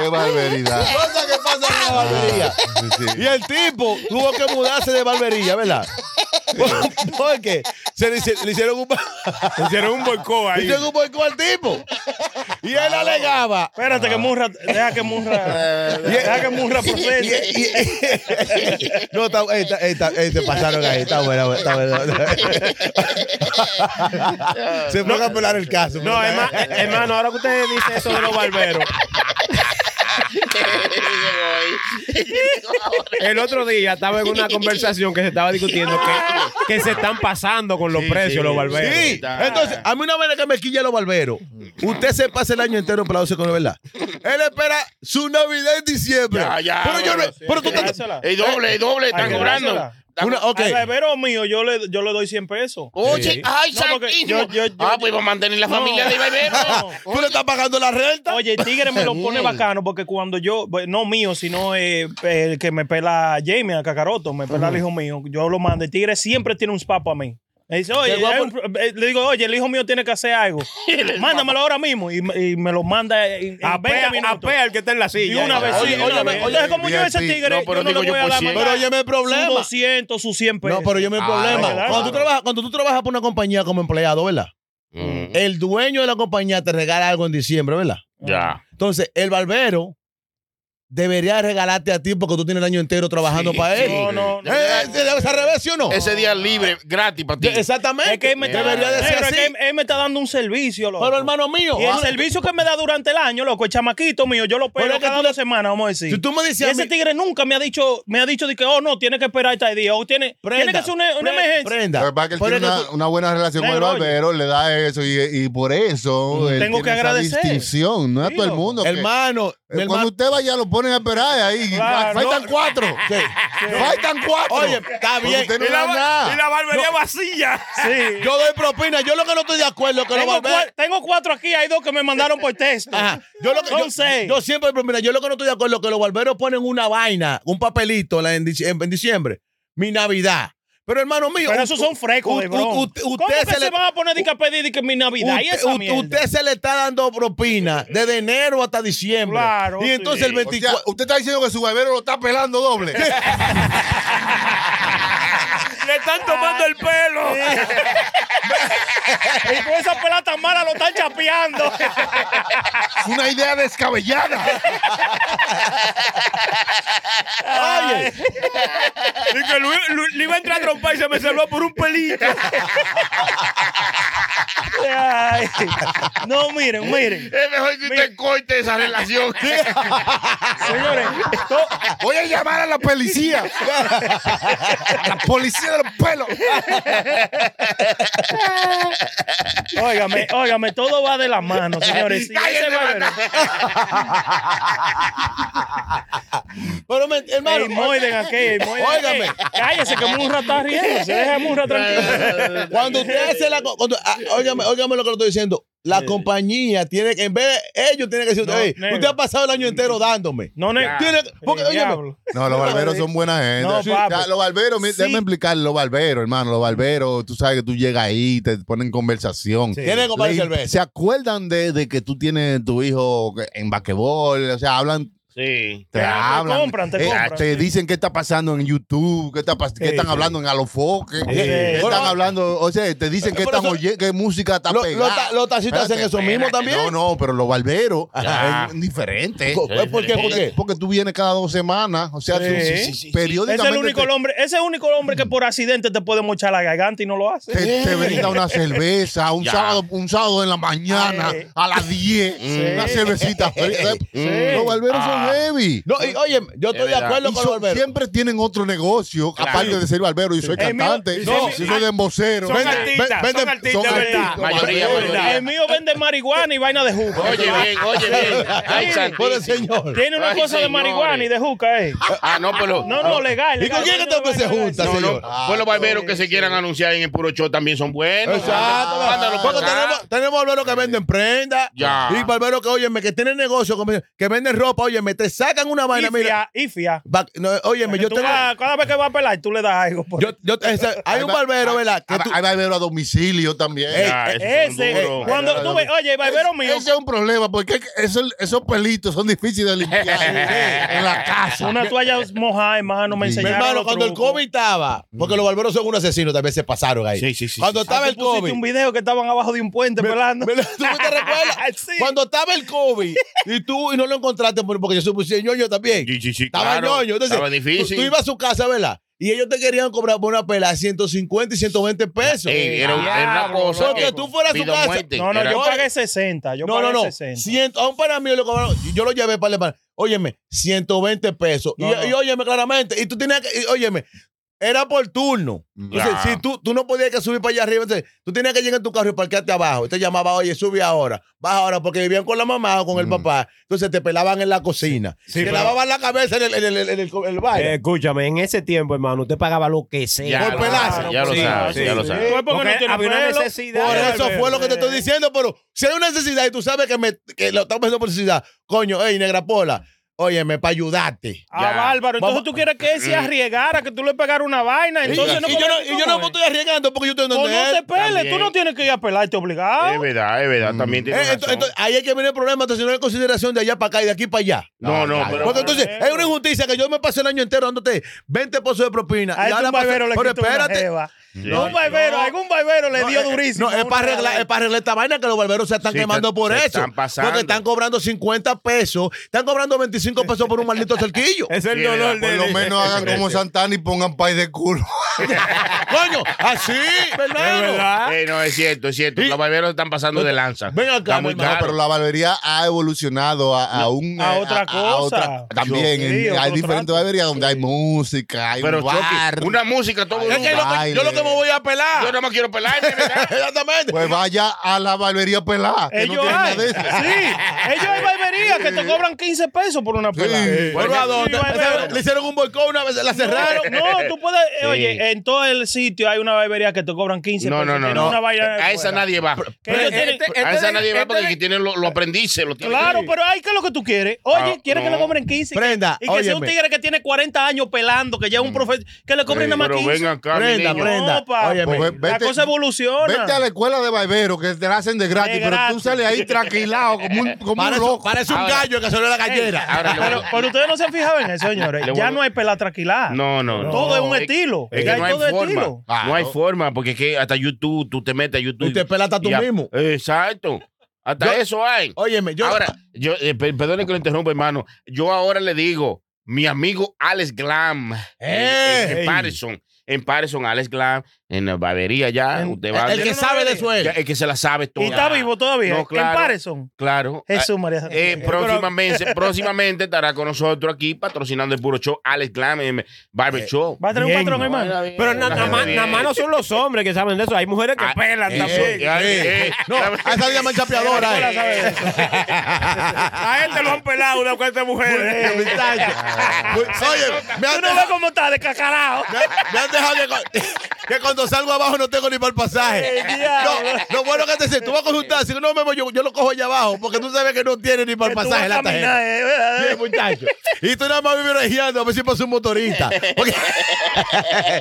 Speaker 7: qué barbaridad!
Speaker 8: Cosa que pasa en la barbería.
Speaker 7: Sí, sí.
Speaker 5: Y el tipo tuvo que mudarse de barbería, ¿verdad? Porque se le, hici- le hicieron un, ba-
Speaker 4: Hicieron un boicot
Speaker 5: le
Speaker 4: ahí.
Speaker 5: hicieron un boicot al tipo. Y él alegaba.
Speaker 3: Espérate que Murra, deja que Murra, deja que Murra
Speaker 5: Y-
Speaker 3: procese.
Speaker 5: y- y- no, está, eh, está- eh, está- eh, se pasaron ahí. Está bueno, está bueno. se fue a apelar el caso.
Speaker 4: No, herma- eh, hermano, ahora que usted dice eso de los barberos. El otro día estaba en una conversación que se estaba discutiendo que, que se están pasando con los precios los barberos.
Speaker 5: Sí, entonces, a mí una manera que me quilla los barberos. Usted se pasa el año entero empleándose con la verdad. Él espera su Navidad en diciembre.
Speaker 2: Ya, ya,
Speaker 5: pero yo no.
Speaker 2: bueno, sí,
Speaker 5: pero tú
Speaker 3: sí.
Speaker 5: estás-
Speaker 3: Dásela.
Speaker 2: Y doble, y doble, están
Speaker 3: Ay, que
Speaker 2: cobrando.
Speaker 3: dásela.
Speaker 5: Una, ok.
Speaker 3: Al barbero mío yo le, yo le doy 100 pesos.
Speaker 2: Oye, ay,
Speaker 3: No, porque
Speaker 2: santísimo.
Speaker 3: yo- yo- yo-
Speaker 2: ah, pues vamos a mantener la familia de Ibebero.
Speaker 3: No.
Speaker 5: ¿Tú le estás pagando la renta?
Speaker 3: Oye, el tigre me lo pone bacano porque cuando yo, bueno, no mío, sino eh, el que me pela Jamie, a Cacaroto, me pela el hijo mío, yo lo mando. El tigre siempre tiene un spa para mí. Me dice, oye, hay un pro- eh, le digo, oye, el hijo mío tiene que hacer algo. Mándamelo ahora mismo. Y, me- y me lo manda en, en 20
Speaker 4: Apea,
Speaker 3: minutos.
Speaker 4: apea el que está en la
Speaker 3: Y
Speaker 4: silla.
Speaker 3: una vez,
Speaker 5: Oye,
Speaker 3: sí, una
Speaker 5: oye,
Speaker 3: vez.
Speaker 5: oye,
Speaker 3: Entonces, como yo a ese
Speaker 7: VIP.
Speaker 3: tigre,
Speaker 2: No, pero
Speaker 3: yo no
Speaker 2: digo
Speaker 3: le
Speaker 2: yo
Speaker 3: voy a
Speaker 2: por
Speaker 3: dar
Speaker 2: cien.
Speaker 5: pues,
Speaker 3: mandar
Speaker 5: Pero oye, mi
Speaker 3: sus
Speaker 5: problema.
Speaker 3: 200, sus 100 pesos.
Speaker 5: No, pero yo me problema.
Speaker 3: claro.
Speaker 5: Cuando, tú trabajas, cuando tú trabajas por una compañía como empleado, ¿verdad?
Speaker 2: Mm,
Speaker 5: El dueño de la compañía te regala algo en diciembre, ¿verdad?
Speaker 2: Ya.
Speaker 5: Entonces, el barbero debería regalarte a ti porque tú tienes el año entero trabajando
Speaker 2: Sí,
Speaker 5: para Ah, él.
Speaker 2: sí.
Speaker 3: No, no, no.
Speaker 5: Eh, ¿Es al revés, sí o no?
Speaker 2: Ese día libre, gratis para ti.
Speaker 5: De- Exactamente.
Speaker 3: Es que él me está,
Speaker 5: debería de ser
Speaker 3: Negro, es
Speaker 5: así.
Speaker 3: que él- él me está dando un servicio, loco.
Speaker 5: Pero hermano mío,
Speaker 3: Y el
Speaker 5: ah,
Speaker 3: servicio que me da durante el año, loco, el chamaquito mío, yo lo
Speaker 5: Pero
Speaker 3: pego
Speaker 5: es que
Speaker 3: cada
Speaker 5: tú-
Speaker 3: dos semanas, vamos a decir.
Speaker 5: si tú me
Speaker 3: Y
Speaker 5: dices a
Speaker 3: ese
Speaker 5: mí,
Speaker 3: tigre nunca me ha dicho, me ha dicho de que, oh, no, tiene que esperar este día, o tiene, tiene que ser una,
Speaker 5: pre-
Speaker 3: una emergencia.
Speaker 5: prenda.
Speaker 7: Lo que pasa es que él
Speaker 5: Pero
Speaker 7: tiene
Speaker 5: es que
Speaker 7: una,
Speaker 5: tú-
Speaker 7: una buena relación con el
Speaker 3: Negro, oye.
Speaker 7: barbero, le da eso y, y por eso él
Speaker 3: Tengo
Speaker 7: tiene
Speaker 3: que
Speaker 7: esa
Speaker 3: agradecer.
Speaker 7: distinción. No es a
Speaker 3: Sí,
Speaker 7: todo el
Speaker 3: loco.
Speaker 7: mundo. que-
Speaker 5: hermano, mi
Speaker 7: eh, cuando
Speaker 5: hermano.
Speaker 7: usted vaya lo ponen a esperar ahí.
Speaker 3: Claro.
Speaker 7: Faltan cuatro.
Speaker 5: Sí.
Speaker 7: Faltan cuatro.
Speaker 5: Oye, está
Speaker 7: Porque
Speaker 5: bien.
Speaker 7: usted no
Speaker 4: Y la,
Speaker 7: da nada.
Speaker 4: ba- y la barbería vacía.
Speaker 3: Sí.
Speaker 5: Yo doy propina. Yo lo que no estoy de acuerdo es que los
Speaker 3: tengo,
Speaker 5: barberos.
Speaker 3: cua- tengo cuatro aquí, hay dos que me mandaron por texto.
Speaker 5: Ajá. Yo, lo que, yo,
Speaker 3: Son seis.
Speaker 5: yo siempre, pero mira, yo lo que no estoy de acuerdo es que los barberos ponen una vaina, un papelito en, la- en dic- en- en diciembre. Mi Navidad. Pero hermano mío.
Speaker 3: pero
Speaker 5: u-
Speaker 3: esos son frescos,
Speaker 5: u-
Speaker 3: de
Speaker 5: u-
Speaker 3: bro.
Speaker 5: usted-
Speaker 3: ¿Cómo
Speaker 5: usted
Speaker 3: que
Speaker 5: se
Speaker 3: se,
Speaker 5: le-
Speaker 3: van a poner de que a pedir de que mi Navidad y
Speaker 5: Usted,
Speaker 3: esa
Speaker 5: u-
Speaker 3: mierda?
Speaker 5: usted se le está dando propina desde enero hasta diciembre.
Speaker 3: Claro,
Speaker 5: Y entonces
Speaker 3: sí.
Speaker 5: el
Speaker 7: O sea,
Speaker 5: 24.
Speaker 7: usted está diciendo que su barbero lo está pelando doble.
Speaker 4: Le están tomando el pelo.
Speaker 3: Y con esa pelata mala lo están chapeando.
Speaker 7: Es una idea descabellada.
Speaker 5: Oye,
Speaker 4: Y que Luis- Luis- le iba a entrar a trompar y se me salvó por un pelito.
Speaker 3: Ay. No, miren, miren.
Speaker 2: Es mejor que usted corte esa relación.
Speaker 3: Señores, to-
Speaker 7: Voy a llamar a la policía. A la policía de los pelos.
Speaker 3: Óigame, óigame, todo va de la mano, señores. Si ese barbero,
Speaker 5: pero me- hermano.
Speaker 3: el Moiden aquí, el Moiden aquí.
Speaker 5: Óigame.
Speaker 3: Cállese que Murra está riendo, se deja Murra tranquilo.
Speaker 5: Cuando usted hace la. co- Cuando, ah, óigame, óigame lo que le estoy diciendo. La compañía tiene que, en vez de ellos, tienen que decir,
Speaker 3: No,
Speaker 5: "Ey,
Speaker 3: negro.
Speaker 5: usted ha pasado el año entero dándome.
Speaker 3: No, no,
Speaker 5: Tiene- porque,
Speaker 3: El
Speaker 5: óigame,
Speaker 3: diablo.
Speaker 7: No, los barberos son buena gente.
Speaker 3: No,
Speaker 7: Sí.
Speaker 3: papi.
Speaker 7: Ya, los barberos, mi-
Speaker 3: Sí.
Speaker 7: déjame explicar, los barberos, hermano, los barberos, tú sabes que tú llegas ahí, te ponen conversación.
Speaker 5: tiene que comprar
Speaker 7: Le-
Speaker 5: cerveza.
Speaker 7: ¿Se acuerdan de, de que tú tienes tu hijo en basquetbol? O sea, hablan,
Speaker 2: Sí.
Speaker 7: te
Speaker 3: Te
Speaker 7: hablan. eh,
Speaker 3: compran, te compran.
Speaker 7: te dicen qué está pasando en YouTube, qué, está pas- qué
Speaker 3: Sí,
Speaker 7: están
Speaker 3: sí.
Speaker 7: hablando en Alofoque, qué
Speaker 3: Sí.
Speaker 7: están hablando, o sea, te dicen qué,
Speaker 5: Pero
Speaker 7: están
Speaker 5: eso-
Speaker 7: oye- qué música está
Speaker 5: Lo- lo
Speaker 7: pegada.
Speaker 5: ta- los taxistas hacen
Speaker 7: Espérate,
Speaker 5: eso mismo
Speaker 7: espérate.
Speaker 5: también.
Speaker 7: No, no, pero los barberos
Speaker 2: Ajá.
Speaker 7: es diferente.
Speaker 5: Co- ¿Por qué? ¿Por
Speaker 7: Porque,
Speaker 5: qué?
Speaker 7: porque tú vienes cada dos semanas, o sea,
Speaker 3: Sí.
Speaker 7: tú-
Speaker 3: Sí, sí,
Speaker 7: periódicamente
Speaker 3: Es el único
Speaker 7: te-
Speaker 3: hombre, ese es el único hombre que por accidente te puede mochar la garganta y no lo hace.
Speaker 7: te, te brinda una cerveza, un
Speaker 2: Ya.
Speaker 7: sábado, un sábado en la mañana,
Speaker 3: Ay.
Speaker 7: a las 10, una cervecita. fría. Los barberos
Speaker 2: Ah.
Speaker 7: son heavy.
Speaker 5: No, y, oye, yo estoy de
Speaker 2: verdad.
Speaker 5: acuerdo
Speaker 7: Y
Speaker 5: con
Speaker 7: son-
Speaker 5: los barberos.
Speaker 7: siempre tienen otro negocio, aparte de ser barbero. Yo soy
Speaker 3: Eh, mira,
Speaker 7: cantante,
Speaker 3: sí,
Speaker 7: yo
Speaker 3: sí,
Speaker 7: soy dembocero.
Speaker 4: Son
Speaker 7: Vende-
Speaker 4: artistas,
Speaker 7: vende-
Speaker 4: son artistas,
Speaker 7: son
Speaker 4: ¿verdad?
Speaker 7: artistas,
Speaker 2: Mayoría,
Speaker 7: barberos.
Speaker 2: mayoría.
Speaker 3: El mío vende marihuana y vaina de juca.
Speaker 2: Oye, bien, oye, bien. Ay, santísimo.
Speaker 5: Pero señor.
Speaker 3: Tiene una
Speaker 2: Ay,
Speaker 3: cosa de
Speaker 2: señores.
Speaker 3: marihuana y de juca, eh.
Speaker 2: Ah, no, pero.
Speaker 3: No, no, legal.
Speaker 5: ¿Y con
Speaker 3: legal,
Speaker 5: quién es que usted se
Speaker 3: legal,
Speaker 5: junta,
Speaker 3: legal.
Speaker 2: No, no,
Speaker 5: señor?
Speaker 2: pues los barberos que se quieran anunciar en el puro show también son buenos.
Speaker 5: Exacto.
Speaker 2: Mándalo
Speaker 5: Porque
Speaker 2: para acá.
Speaker 5: tenemos, tenemos barberos que venden prendas.
Speaker 2: Ya.
Speaker 5: Y barberos que, óyeme, que tienen negocios, como- que venden ropa, óyeme, te sacan una vaina,
Speaker 3: y
Speaker 5: mira.
Speaker 3: fia, y fia.
Speaker 5: va- no, óyeme, Pues yo
Speaker 3: Tú
Speaker 5: tengo.
Speaker 3: vas- cada vez que va a pelar, tú le das algo. por
Speaker 5: yo- yo- ese- hay un barbero, ¿verdad? Que
Speaker 7: Hay,
Speaker 5: tú-
Speaker 7: hay barbero a domicilio también.
Speaker 2: Ah,
Speaker 3: ahí.
Speaker 2: esos son
Speaker 3: Ese,
Speaker 5: eh,
Speaker 2: duros.
Speaker 3: cuando tú ves, oye, el barbero mío,
Speaker 7: Ese es un problema, porque esos, esos pelitos son difíciles de limpiar en la casa.
Speaker 3: una toalla
Speaker 5: eh,
Speaker 3: mojada, hermano,
Speaker 5: Mi
Speaker 3: me enseñaron.
Speaker 5: hermano,
Speaker 3: los
Speaker 5: cuando el
Speaker 3: trucos.
Speaker 5: COVID estaba, porque los barberos son unos asesinos, también se pasaron ahí.
Speaker 2: Sí, sí, sí,
Speaker 5: Cuando
Speaker 2: sí,
Speaker 5: estaba
Speaker 3: Ah,
Speaker 5: el
Speaker 3: tú pusiste
Speaker 5: COVID.
Speaker 3: un video que estaban abajo de un puente pelando.
Speaker 5: Me lo- ¿Tú te recuerdas?
Speaker 3: Sí.
Speaker 5: Cuando estaba el COVID y tú y no lo encontraste por- porque yo supuse ñoño también.
Speaker 2: Sí, sí, sí,
Speaker 5: estaba
Speaker 2: claro.
Speaker 5: ñoño. Entonces,
Speaker 2: Estaba
Speaker 5: tú-
Speaker 2: difícil.
Speaker 5: Tú, ibas a su casa, ¿verdad? Y ellos te querían cobrar por una pela 150 y 120 pesos.
Speaker 2: Ey, era, era una
Speaker 3: Diablo,
Speaker 2: cosa.
Speaker 5: porque
Speaker 2: que
Speaker 5: tú fueras a su
Speaker 2: pido
Speaker 5: casa.
Speaker 2: muerte.
Speaker 3: No, no,
Speaker 2: Era-
Speaker 3: yo pagué 60. Yo
Speaker 5: no, no,
Speaker 3: pagué
Speaker 5: no.
Speaker 3: 60.
Speaker 5: Ciento- a un pana mío le cobraron. Yo lo llevé para el pana. Óyeme, 120 pesos.
Speaker 3: No,
Speaker 5: y,
Speaker 3: no.
Speaker 5: y óyeme, claramente. Y tú tenías que. y óyeme. Era por turno. Entonces,
Speaker 2: Ya.
Speaker 5: si tú, tú no podías que subir para allá arriba, entonces, tú tenías que llegar en tu carro y parquearte abajo. Y te llamaba, oye, sube ahora, baja ahora, porque vivían con la mamá o con
Speaker 2: Mm.
Speaker 5: el papá. Entonces te pelaban en la cocina. te
Speaker 4: Sí, pero-
Speaker 5: lavaban la cabeza en el, en el, en el, en el baile.
Speaker 4: Eh, escúchame, en ese tiempo, hermano, usted pagaba lo que sea.
Speaker 2: Ya
Speaker 5: por
Speaker 2: lo
Speaker 5: pelazo.
Speaker 2: sabes, Ya lo
Speaker 5: Sí,
Speaker 2: sabes,
Speaker 5: sí,
Speaker 2: ya lo
Speaker 5: sí.
Speaker 2: sabes.
Speaker 3: Pues porque
Speaker 4: Porque
Speaker 3: no tiene
Speaker 4: había una
Speaker 3: pelo.
Speaker 4: necesidad.
Speaker 5: Por
Speaker 3: Ya,
Speaker 5: eso
Speaker 3: ya,
Speaker 5: fue
Speaker 3: ya,
Speaker 5: lo que te
Speaker 3: ya.
Speaker 5: estoy diciendo, pero si hay una necesidad y tú sabes que, me, que lo estamos haciendo por necesidad, coño, ey, negra pola, óyeme, para ayudarte.
Speaker 3: Ah,
Speaker 2: Ya.
Speaker 3: bárbaro. Entonces
Speaker 5: Vamos- Mm.
Speaker 3: tú quieres que él se arriesgara, que tú le pegara una vaina.
Speaker 5: y,
Speaker 3: Entonces no
Speaker 5: y yo no,
Speaker 3: podías-
Speaker 5: y yo no me
Speaker 3: ¿cómo es?
Speaker 5: estoy arriesgando porque yo estoy
Speaker 3: O
Speaker 5: donde
Speaker 3: Pues no
Speaker 5: él.
Speaker 3: te peles, tú
Speaker 2: También.
Speaker 3: no tienes que ir a pelarte
Speaker 2: Es
Speaker 3: obligado.
Speaker 2: verdad, es verdad.
Speaker 5: Eh,
Speaker 2: También tiene
Speaker 5: ento-
Speaker 2: razón.
Speaker 5: entonces, ahí es que viene el problema, entonces no hay consideración de allá para acá y de aquí para allá.
Speaker 2: No, no, pero.
Speaker 5: Porque entonces es una injusticia que yo me pasé el año entero dándote 20 pesos de propina.
Speaker 3: A
Speaker 5: y
Speaker 3: este
Speaker 5: ahora
Speaker 3: un barbero
Speaker 5: paso-
Speaker 3: le
Speaker 5: pero
Speaker 3: quitó una
Speaker 5: espérate.
Speaker 3: jeva.
Speaker 2: Sí.
Speaker 5: pues,
Speaker 3: Un barbero, algún barbero le
Speaker 5: No,
Speaker 3: dio
Speaker 5: eh,
Speaker 3: durísimo.
Speaker 5: No, es para, arreglar, es para arreglar esta vaina que los barberos se están
Speaker 2: Sí,
Speaker 5: quemando
Speaker 2: se-
Speaker 5: por
Speaker 2: se
Speaker 5: eso.
Speaker 2: están pasando.
Speaker 5: Porque están cobrando 50 pesos, están cobrando 25 pesos por un maldito cerquillo.
Speaker 4: Es el
Speaker 2: Sí,
Speaker 4: dolor
Speaker 2: era,
Speaker 4: de.
Speaker 7: Por lo menos hagan como Santana y pongan pay de culo.
Speaker 5: Coño, ah, así,
Speaker 4: Es
Speaker 5: ¿verdad?
Speaker 4: verdad.
Speaker 2: Eh, no, es cierto, es cierto.
Speaker 5: Sí.
Speaker 2: Los barberos están pasando de lanza.
Speaker 5: Ven acá,
Speaker 2: Está muy
Speaker 5: mi hermano,
Speaker 7: No,
Speaker 2: caro.
Speaker 7: pero la barbería ha evolucionado a, a un,
Speaker 3: a otra cosa.
Speaker 7: también
Speaker 3: Sí,
Speaker 7: en-
Speaker 3: otro
Speaker 7: hay
Speaker 3: trato.
Speaker 7: diferentes barberías donde hay música, hay
Speaker 2: Pero,
Speaker 7: un
Speaker 2: Chucky,
Speaker 7: bar.
Speaker 2: una música, todo
Speaker 7: Es
Speaker 2: un
Speaker 7: que lo- Baile.
Speaker 5: Yo lo que me voy a pelar.
Speaker 2: Yo no me quiero pelar.
Speaker 5: Exactamente.
Speaker 7: Pues vaya a la barbería pelada. que no
Speaker 3: Ellos
Speaker 7: tiene nada
Speaker 3: hay.
Speaker 7: de
Speaker 3: Sí,
Speaker 7: eso.
Speaker 3: ellos hay barberías que te cobran 15 pesos por una pelada.
Speaker 7: Sí.
Speaker 5: Pero ¿a dónde?
Speaker 3: Sí, barbero.
Speaker 5: Le hicieron un boicot una vez, la cerraron.
Speaker 3: No, no, tú puedes. eh,
Speaker 2: Sí.
Speaker 3: Oye, en todo el sitio hay una barbería que te cobran 15
Speaker 2: No,
Speaker 3: pesos.
Speaker 2: no, no.
Speaker 3: tienen
Speaker 2: no.
Speaker 3: una vaina
Speaker 2: A esa
Speaker 3: fuera.
Speaker 2: nadie va.
Speaker 3: Que ellos
Speaker 4: Este-
Speaker 3: tienen-
Speaker 4: este
Speaker 2: A esa
Speaker 4: de-
Speaker 2: nadie va
Speaker 4: este
Speaker 2: porque
Speaker 4: de-
Speaker 2: aquí tienen los lo aprendices. Lo tienen.
Speaker 3: Claro, pues, pero hay que es lo que tú quieres. Oye,
Speaker 2: Ah,
Speaker 3: quieres que
Speaker 2: no.
Speaker 3: le cobren 15. y que-
Speaker 5: Prenda,
Speaker 3: Y que sea un
Speaker 5: óyeme.
Speaker 3: tigre que tiene 40 años pelando, que ya es un profe, que le cobren nada más
Speaker 2: Mm. Pero
Speaker 3: 15.
Speaker 2: ven acá, mi
Speaker 5: Prenda,
Speaker 2: niño.
Speaker 5: prenda.
Speaker 3: pa.
Speaker 5: óyeme.
Speaker 7: Pues
Speaker 3: La
Speaker 7: vete-
Speaker 3: cosa evoluciona.
Speaker 7: Vete a la escuela de barbero que te la hacen de gratis,
Speaker 3: De
Speaker 7: pero tú
Speaker 3: gratis.
Speaker 7: sales ahí tranquilado como un, como un
Speaker 5: Parece,
Speaker 7: loco.
Speaker 5: parece un
Speaker 2: Ahora-
Speaker 5: gallo que salió de la gallera.
Speaker 2: Ahora le voy a-
Speaker 3: Eh, Pero, pero ustedes no se han fijado en eso, señores.
Speaker 2: Le voy
Speaker 3: Ya
Speaker 2: a-
Speaker 3: no hay pela tranquilada.
Speaker 2: No, no, no.
Speaker 3: Todo es un estilo. Ya
Speaker 2: Es que
Speaker 3: hay
Speaker 2: no hay
Speaker 3: todo
Speaker 2: forma.
Speaker 3: estilo.
Speaker 2: No hay forforma, porque es que hasta YouTube, tú te metes a YouTube.
Speaker 5: Y te pelas hasta tú
Speaker 2: ya-
Speaker 5: mismo.
Speaker 2: Exacto. Hasta
Speaker 5: Yo-
Speaker 2: eso hay.
Speaker 5: Óyeme, yo.
Speaker 2: ahora, yo, eh, pe- perdone que lo interrumpa, hermano. Yo ahora le digo, mi amigo Alex Glam, en- en,
Speaker 5: ¡Ey!
Speaker 2: Patterson, en Patterson, Alex Glam, en la barbería ya, usted va
Speaker 5: el que sabe de su
Speaker 2: Ya,
Speaker 5: él.
Speaker 2: el que se la sabe toda.
Speaker 3: Y está vivo todavía.
Speaker 2: No, claro.
Speaker 3: En Patterson.
Speaker 2: Claro.
Speaker 3: Jesús, María.
Speaker 2: Eh, eh,
Speaker 3: Pero-
Speaker 2: próximamente, próximamente estará con nosotros aquí patrocinando el puro show Alex Glam en Barber Show.
Speaker 3: Va a tener un
Speaker 4: Bien.
Speaker 3: patrón, hermano.
Speaker 4: Pero na- nada más nada más no son los hombres que saben de eso. Hay mujeres que
Speaker 2: Ah,
Speaker 4: pelan
Speaker 2: eh,
Speaker 4: también.
Speaker 2: eh, eh,
Speaker 5: no, a
Speaker 7: ah,
Speaker 5: esa día mancha
Speaker 3: Hola,
Speaker 5: chapeadora. eh.
Speaker 3: ¿sabes?
Speaker 4: A él te lo han pelado una cuenta de mujeres.
Speaker 5: Oye, me
Speaker 3: eh. Tú
Speaker 5: han,
Speaker 3: no ves
Speaker 5: dejado,
Speaker 3: cómo está, descacarado.
Speaker 5: me han- me han dejado que, con- que cuando salgo abajo no tengo ni para el pasaje.
Speaker 3: Ey, diablo.
Speaker 5: No, lo bueno que te dicen, tú vas a consultar. Si no, Memo, yo, yo lo cojo allá abajo porque tú sabes que no tiene ni para el
Speaker 3: Que tú vas
Speaker 5: pasaje
Speaker 3: a
Speaker 5: la
Speaker 3: caminar,
Speaker 5: tarjeta.
Speaker 3: eh.
Speaker 5: Sí, muchacho. Y tú nada más vives orejeando a ver si pasa un motorista. Porque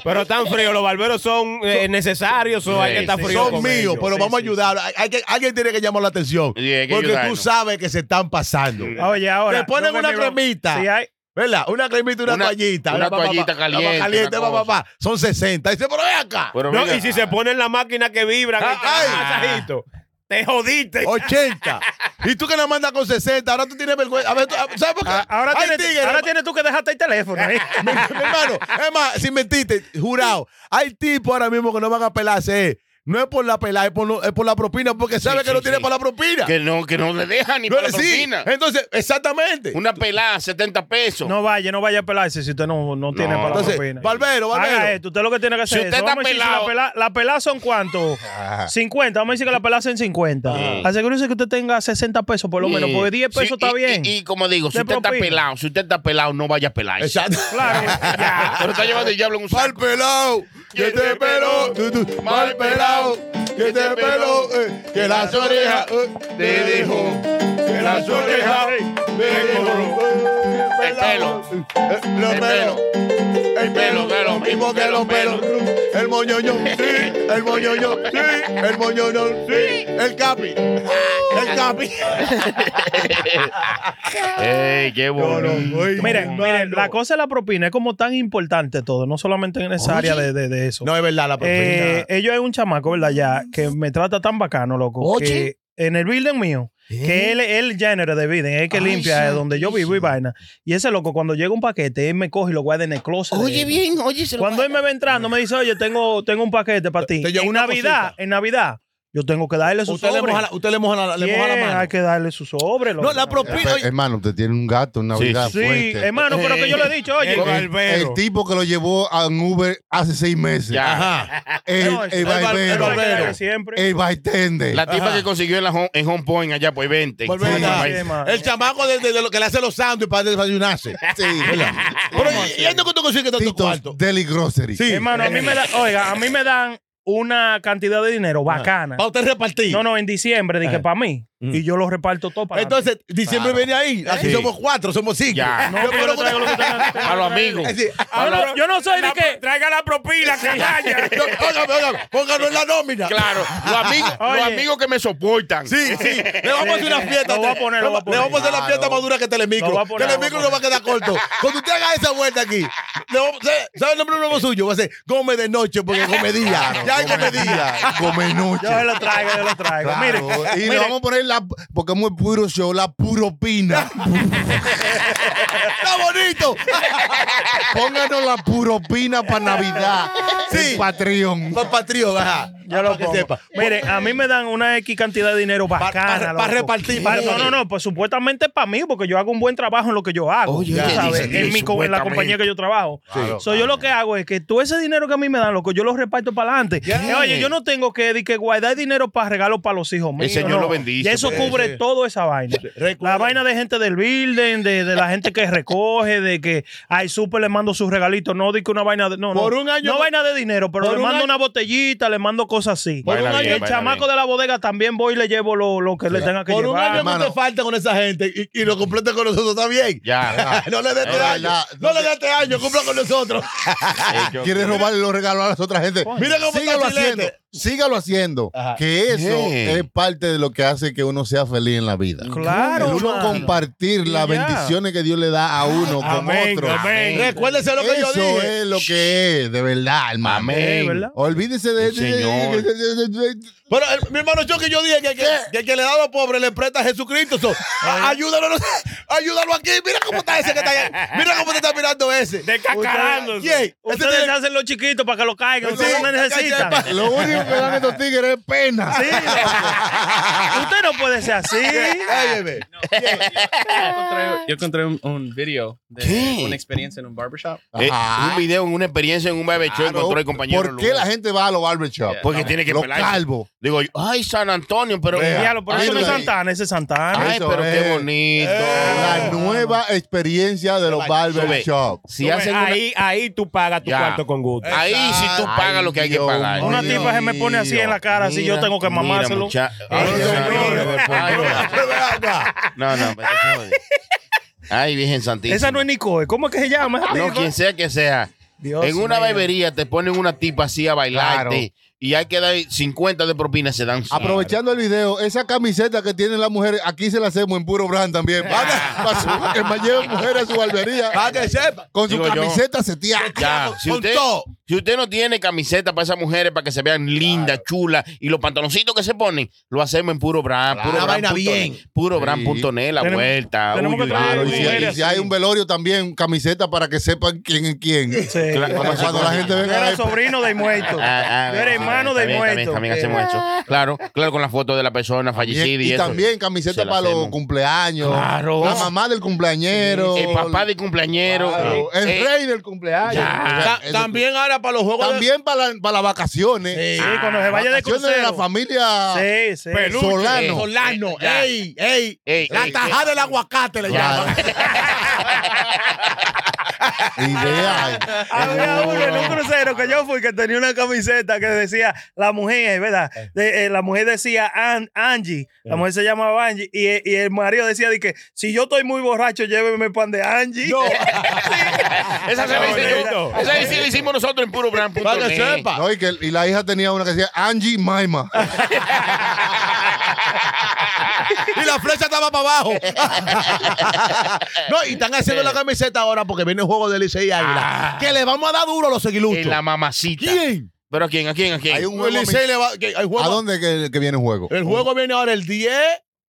Speaker 4: Pero tan fríos, los barberos son eh, necesarios o hay que
Speaker 2: Sí,
Speaker 4: estar
Speaker 2: sí,
Speaker 4: frío.
Speaker 5: son
Speaker 4: con
Speaker 5: míos,
Speaker 4: ellos.
Speaker 5: pero vamos a ayudar. Hay- hay que- alguien tiene que llamar la atención.
Speaker 2: Sí, hay que
Speaker 5: porque tú
Speaker 2: ayudarnos.
Speaker 5: sabes que se están pasando.
Speaker 3: Oye, ahora.
Speaker 5: Te ponen
Speaker 3: no me
Speaker 5: una
Speaker 3: miro-
Speaker 5: cremita.
Speaker 3: Sí, hay.
Speaker 5: ¿Verdad? Una cremita, una,
Speaker 2: Una-
Speaker 5: toallita.
Speaker 2: una
Speaker 5: pa, pa, pa.
Speaker 2: toallita
Speaker 5: Pa,
Speaker 2: caliente,
Speaker 5: caliente,
Speaker 2: una
Speaker 5: pa, pa,
Speaker 2: cosa. Pues-
Speaker 5: pa. Son 60. Dice, pero ven acá.
Speaker 2: Pero
Speaker 4: No,
Speaker 2: venga.
Speaker 4: y si se pone en la máquina que vibra, que te
Speaker 5: Ay.
Speaker 4: da masajito, te
Speaker 5: Oh,
Speaker 4: jodiste.
Speaker 5: 80. y tú que la mandas con 60. Ahora tú tienes vergüenza. A ver, tú- ¿sabes por qué?
Speaker 3: Ahora,
Speaker 5: Ay,
Speaker 3: tienes,
Speaker 5: tigre,
Speaker 3: ahora
Speaker 5: herma-
Speaker 3: tienes tú que dejarte el teléfono. ¿eh?
Speaker 5: mi hermano, es más, sin mentirte, jurado, hay tipos ahora mismo que no van a pelarse. eh. No es por la pelada, es por, no- es por la propina, porque sabe que
Speaker 2: sí,
Speaker 5: no tiene
Speaker 2: sí.
Speaker 5: para la propina.
Speaker 2: Que no, que no le dejan ni
Speaker 5: No,
Speaker 2: para la
Speaker 5: sí, Eh,
Speaker 2: propina.
Speaker 5: Entonces, exactamente.
Speaker 2: Una pelada, 70 pesos.
Speaker 3: No vaya, no vaya a pelarse si usted no, no tiene para la
Speaker 5: Entonces,
Speaker 3: propina.
Speaker 5: Barbero, Barbero.
Speaker 3: Haga esto, eh, usted lo que tiene que hacer
Speaker 2: Si
Speaker 3: es
Speaker 2: usted
Speaker 3: eso.
Speaker 2: está
Speaker 3: Vamos a decir si
Speaker 2: pelado-
Speaker 3: la pela, la pelada son cuánto?
Speaker 2: Ah.
Speaker 3: 50, vamos a decir que la pelada son 50. Asegúrese que usted tenga 60 pesos por lo menos, porque 10
Speaker 2: Sí,
Speaker 3: pesos está
Speaker 2: y-
Speaker 3: bien.
Speaker 2: Y, y como digo, si
Speaker 3: De
Speaker 2: usted está
Speaker 3: propina.
Speaker 2: pelado, si usted está pelado, no vaya a pelar.
Speaker 5: Exacto.
Speaker 2: Ya, Pero está llevando el diablo en un
Speaker 7: Mal
Speaker 2: saco.
Speaker 7: pelado, que te peló, tú, tú, mal pelado, que te peló, eh, que las orejas eh, te dejó, que las orejas me dejó. eh.
Speaker 8: Los
Speaker 2: El
Speaker 8: pelos. El pelo,
Speaker 2: pelo,
Speaker 8: lo mismo que los pelos. El moñoño, sí. El moñoño, sí. El moñoño, sí. El capi. El capi.
Speaker 2: ¡Ey, qué bonito!
Speaker 3: Miren, miren, la cosa de la propina es como tan importante todo, no solamente en esa área de, de- de eso.
Speaker 5: No, es verdad, la propina.
Speaker 3: Eh, ellos hay un chamaco, ¿verdad? Ya, que me trata tan bacano, loco.
Speaker 2: Oye. ¿Eh?
Speaker 3: Que en el building mío, que él, él género de building, es que
Speaker 2: Ay,
Speaker 3: limpia eh, donde yo vivo y
Speaker 2: santísimo.
Speaker 3: vaina. Y ese loco, cuando llega un paquete, él me coge y lo guarda en el closet. de
Speaker 2: Oye,
Speaker 3: él.
Speaker 2: bien, oye, se lo
Speaker 3: Cuando él me ve entrando, me dice, oye, tengo, tengo un paquete para ti.
Speaker 5: Te llegó
Speaker 3: en
Speaker 5: una
Speaker 3: Navidad,
Speaker 5: cosita.
Speaker 3: en Navidad, yo tengo que darle su
Speaker 5: Usted le
Speaker 3: sobre.
Speaker 5: moja la, usted le moja la, le moja la
Speaker 3: Bien,
Speaker 5: mano.
Speaker 3: Hay que darle su sobre.
Speaker 5: No,
Speaker 3: loco.
Speaker 5: la propina.
Speaker 7: Pe-
Speaker 5: oye,
Speaker 7: eh, hermano, usted tiene un gato en Navidad
Speaker 3: Sí,
Speaker 7: fuerte.
Speaker 3: hermano, pero que yo le he dicho, oye.
Speaker 7: El- el tipo que lo llevó a un Uber hace seis meses.
Speaker 5: Ajá.
Speaker 7: El,
Speaker 3: No,
Speaker 7: el,
Speaker 3: el
Speaker 5: bar-
Speaker 7: barbero.
Speaker 5: el barbero.
Speaker 3: que siempre.
Speaker 7: El bartender.
Speaker 2: La tipa
Speaker 5: Ajá.
Speaker 2: que consiguió en, la home, en Home Point allá, pues 20.
Speaker 5: Volver
Speaker 7: Sí,
Speaker 5: acá.
Speaker 3: sí, man.
Speaker 5: El chamaco de, de- de lo que le hace los sándwiches para desayunarse.
Speaker 7: Sí.
Speaker 5: Pero ¿y- ¿y dónde que tú consigues tanto
Speaker 7: Tito's
Speaker 5: cuarto?
Speaker 7: Deli Grocery.
Speaker 3: Hermano, a mí me da, oiga, a mí me dan una cantidad de dinero
Speaker 5: Ah.
Speaker 3: bacana.
Speaker 5: Para usted repartir.
Speaker 3: No, no, en diciembre dije
Speaker 5: Ajá.
Speaker 3: para mí y yo lo reparto todo para
Speaker 5: Eh. Mm. Entonces, diciembre viene ahí. Aquí
Speaker 2: Sí.
Speaker 5: somos cuatro, somos cinco.
Speaker 2: Ya.
Speaker 3: no, pero yo le traigo lo que tenga- tenga
Speaker 2: A los
Speaker 3: que traer.
Speaker 2: amigos.
Speaker 5: Es decir,
Speaker 3: Ah, no, yo no soy de que
Speaker 4: Traiga la propina, canalla.
Speaker 5: no, óigame, óigame, póngalo en la nómina.
Speaker 2: Claro, los amigos,
Speaker 3: Oye.
Speaker 2: los amigos que me soportan.
Speaker 5: Sí, sí. Le vamos a hacer una fiesta.
Speaker 3: Lo voy a poner, lo voy a
Speaker 5: Le vamos a
Speaker 3: poner.
Speaker 5: hacer la fiesta más dura que Telemicro.
Speaker 3: Lo voy a poner,
Speaker 5: Telemicro
Speaker 3: lo
Speaker 5: no
Speaker 3: voy
Speaker 5: va a quedar corto. Cuando usted haga esa vuelta aquí, le vamos- ¿sabe sabe el nombre nuevo suyo? Va a ser Gómez de Noche, porque Comedía. Ya hay Comedía.
Speaker 7: Come noche.
Speaker 3: yo se lo traigo, yo lo traigo.
Speaker 7: Claro.
Speaker 3: Mire,
Speaker 7: y
Speaker 3: mire,
Speaker 7: le vamos a poner la, porque es muy puro show, la puropina.
Speaker 5: ¡Está bonito!
Speaker 7: Pónganos la puropina para Navidad.
Speaker 5: Sí.
Speaker 7: Sí. Patreon.
Speaker 5: Para Patrio, ajá.
Speaker 3: yo lo
Speaker 5: Para que
Speaker 3: pongo.
Speaker 5: sepa.
Speaker 3: Mire, a mí me dan una X cantidad de dinero bacana.
Speaker 5: pa-
Speaker 3: loco.
Speaker 5: pa repartir, pa
Speaker 3: Para- no, no,
Speaker 5: repartir.
Speaker 3: no, pues supuestamente para mí, porque yo hago un buen trabajo en lo que yo hago.
Speaker 2: Oye,
Speaker 3: tú
Speaker 2: oye,
Speaker 3: sabes,
Speaker 2: dice,
Speaker 3: en, mi co- en la
Speaker 2: supuestamente.
Speaker 3: compañía que yo trabajo.
Speaker 7: Claro,
Speaker 3: So, yo lo que hago es que todo ese dinero que a mí me dan, loco, yo lo reparto para adelante.
Speaker 5: Ya.
Speaker 3: Eh, Oye, yo no tengo que, di que guardar dinero para regalos para los hijos míos.
Speaker 2: Señor
Speaker 3: no.
Speaker 2: lo bendice,
Speaker 3: Y eso
Speaker 2: pues.
Speaker 3: cubre toda esa vaina. La vaina de gente del building, de, de la gente que recoge, de que al súper le mando sus regalitos. No di que una vaina de. No,
Speaker 5: Por
Speaker 3: no.
Speaker 5: un año-
Speaker 3: No vaina de dinero, pero
Speaker 5: por
Speaker 3: le
Speaker 5: un
Speaker 3: mando
Speaker 5: año-
Speaker 3: una botellita, le mando cosas así.
Speaker 2: Por un
Speaker 3: Y
Speaker 2: año-
Speaker 3: el chamaco de la bodega también voy y le llevo lo, lo que le tenga que
Speaker 5: Por un
Speaker 3: llevar.
Speaker 5: año que
Speaker 7: hermano.
Speaker 5: usted falta con esa gente y, y lo complete con nosotros, está bien.
Speaker 2: Ya.
Speaker 5: No le dé este
Speaker 7: No,
Speaker 5: año.
Speaker 7: la-
Speaker 5: No le dé este año, cumpla con nosotros.
Speaker 7: Quiere robarle los regalos a las otras gente.
Speaker 5: Mira cómo está
Speaker 7: sígalo
Speaker 5: Chilete.
Speaker 7: haciendo. Sígalo haciendo.
Speaker 5: Ajá.
Speaker 7: Que eso
Speaker 2: Bien.
Speaker 7: es parte de lo que hace que uno sea feliz en la vida.
Speaker 3: Claro,
Speaker 7: El uno
Speaker 3: mano.
Speaker 7: compartir
Speaker 3: Y
Speaker 7: las
Speaker 3: ya.
Speaker 7: bendiciones que Dios le da a uno con otro.
Speaker 5: Recuérdese lo que yo
Speaker 7: Eso
Speaker 5: dije.
Speaker 7: es lo que es, de verdad, hermano.
Speaker 2: Amén.
Speaker 3: Eh, ¿verdad?
Speaker 7: Olvídese de
Speaker 2: Sí, señor.
Speaker 5: Pero eh, mi hermano Choque, yo dije que, que, que el que le da a los pobres le presta a Jesucristo. So, a- ayúdalo, no sé, ayúdalo aquí. Mira cómo está ese que está allá. Mira cómo te está mirando ese.
Speaker 4: Descacarándose.
Speaker 5: ¿Quién? Ese
Speaker 3: Ustedes
Speaker 5: tiene-
Speaker 3: hacen los chiquitos para que lo caigan.
Speaker 5: Sí,
Speaker 3: Ustedes no
Speaker 5: que-
Speaker 3: necesitan.
Speaker 5: que-
Speaker 7: Lo único que dan estos tigres es pena.
Speaker 3: Sí, loco. Usted no puede ser así.
Speaker 5: Óyeme.
Speaker 9: Yo encontré un, un video de
Speaker 2: ¿Qué?
Speaker 9: una experiencia en un barbershop.
Speaker 2: Eh,
Speaker 7: Ajá.
Speaker 2: un video en una experiencia en un bebé show
Speaker 7: Claro.
Speaker 2: encontró el compañero.
Speaker 7: ¿Por
Speaker 2: en
Speaker 7: qué
Speaker 2: Lugo.
Speaker 7: la gente va a los barbershops?
Speaker 9: Yeah.
Speaker 2: Porque tiene que
Speaker 7: Los
Speaker 2: pelar.
Speaker 7: calvos.
Speaker 2: Digo yo, ay, San Antonio, pero.
Speaker 7: Vea.
Speaker 3: Diablo, pero eso no es
Speaker 7: Ahí.
Speaker 3: Santana, ese es Santana.
Speaker 2: Ay,
Speaker 7: Eso
Speaker 2: pero qué
Speaker 7: es. Eh,
Speaker 2: bonito. Ah.
Speaker 7: La nueva experiencia de los barbershops.
Speaker 2: Si hacen una-
Speaker 4: ahí, ahí tú pagas tu
Speaker 2: Ya.
Speaker 4: cuarto con gusto.
Speaker 2: Ahí sí tú pagas lo que hay que
Speaker 7: Dios
Speaker 2: pagar.
Speaker 7: mío.
Speaker 3: Una tipa se me pone así en la cara, así yo tengo que
Speaker 2: mira,
Speaker 3: mamárselo.
Speaker 2: mucha-
Speaker 7: Ay,
Speaker 2: Ay,
Speaker 7: Dios
Speaker 2: no,
Speaker 7: mío.
Speaker 2: no, ay,
Speaker 5: Pero ve acá.
Speaker 2: No, no, no, pero eso es- Ay, Virgen Santísima.
Speaker 3: Esa no es Nicoe. ¿Cómo es que se llama? esa
Speaker 2: No,
Speaker 3: tipa?
Speaker 2: quien sea que sea.
Speaker 3: Dios
Speaker 2: en una
Speaker 3: mío.
Speaker 2: barbería te ponen una tipa así a bailarte
Speaker 7: Claro.
Speaker 2: y hay que dar 50 de propina, se dan. cien.
Speaker 7: Aprovechando el video, esa camiseta que tienen las mujeres, aquí se la hacemos en puro brand también. Para, para su- para que me lleven mujeres a su barbería.
Speaker 5: Para que sepa.
Speaker 7: Con su
Speaker 2: Digo yo.
Speaker 7: camiseta seteada.
Speaker 2: Ya,
Speaker 5: Con-
Speaker 2: si
Speaker 5: con
Speaker 2: usted,
Speaker 5: todo.
Speaker 2: si usted no tiene camiseta para esas mujeres para que se vean lindas, chulas y los pantaloncitos que se ponen, lo hacemos en puro brand.
Speaker 7: Claro.
Speaker 5: Una
Speaker 2: Puro brand
Speaker 5: vaina
Speaker 2: punto
Speaker 5: bien.
Speaker 2: net, Puro brand
Speaker 7: Sí.
Speaker 2: punto net, la
Speaker 3: Tenemos-
Speaker 2: vuelta.
Speaker 3: tenemos que traer
Speaker 7: Claro, y si,
Speaker 3: mujeres
Speaker 7: y si hay
Speaker 3: así.
Speaker 7: un velorio también, camiseta para que sepan quién es quién.
Speaker 3: Sí.
Speaker 7: Para cuando la gente
Speaker 3: Yo
Speaker 7: venga
Speaker 3: era
Speaker 7: ahí,
Speaker 3: sobrino de muerto.
Speaker 2: Ah, ah,
Speaker 3: Yo era
Speaker 2: sí,
Speaker 3: hermano
Speaker 2: también,
Speaker 3: de
Speaker 2: también,
Speaker 3: muerto.
Speaker 2: También, hacemos eso. Claro, claro, con la foto de la persona fallecida
Speaker 7: Bien,
Speaker 2: y,
Speaker 7: y,
Speaker 2: eso.
Speaker 7: también
Speaker 2: Se
Speaker 7: camiseta
Speaker 2: la
Speaker 7: para los
Speaker 2: hacemos.
Speaker 7: cumpleaños.
Speaker 2: Claro.
Speaker 7: La mamá del cumpleañero.
Speaker 2: El papá del cumpleañero.
Speaker 7: Claro, El
Speaker 2: Eh,
Speaker 7: rey del cumpleaños.
Speaker 2: Ya.
Speaker 7: O sea,
Speaker 5: Ta-
Speaker 7: eso-
Speaker 5: También ahora para los juegos de-
Speaker 7: también para, la- para las vacaciones.
Speaker 3: Sí, cuando se vaya de
Speaker 7: vacaciones de la
Speaker 3: crucero.
Speaker 7: familia
Speaker 3: Sí, sí.
Speaker 7: Solano.
Speaker 5: Eh, Solano.
Speaker 2: eh, Ya. Eh,
Speaker 5: Ey, ey.
Speaker 2: Ey,
Speaker 5: La
Speaker 2: ey,
Speaker 5: tajada del aguacate le
Speaker 2: Ya.
Speaker 5: llaman.
Speaker 7: Ideal.
Speaker 3: Había uno Ah, en un crucero que yo fui que tenía una camiseta que decía la mujer, ¿verdad? De- eh, la mujer decía An- Angie,
Speaker 2: Eh.
Speaker 3: la mujer se llamaba Angie, y, e- y el marido decía de que si yo estoy muy borracho, lléveme pan de Angie.
Speaker 2: Esa se la hice yo.
Speaker 4: Bonito.
Speaker 2: Esa sí la hicimos nosotros en puro brand.
Speaker 5: Para que sepa.
Speaker 7: No, y, que, y la hija tenía una que decía Angie Maima.
Speaker 5: Y la flecha estaba para abajo. no, y están haciendo la camiseta ahora porque viene el juego de Licey y Águila.
Speaker 2: Ah.
Speaker 5: Que le vamos a dar duro a los
Speaker 2: En
Speaker 5: seguiluchos.
Speaker 2: la mamacita.
Speaker 5: ¿Quién?
Speaker 2: ¿Pero a quién? ¿A quién? ¿A quién?
Speaker 7: Hay un
Speaker 5: El
Speaker 7: juego.
Speaker 5: Licey le va. que hay
Speaker 7: ¿A
Speaker 5: juego,
Speaker 7: dónde que, que viene el juego?
Speaker 5: el juego viene ahora el 10,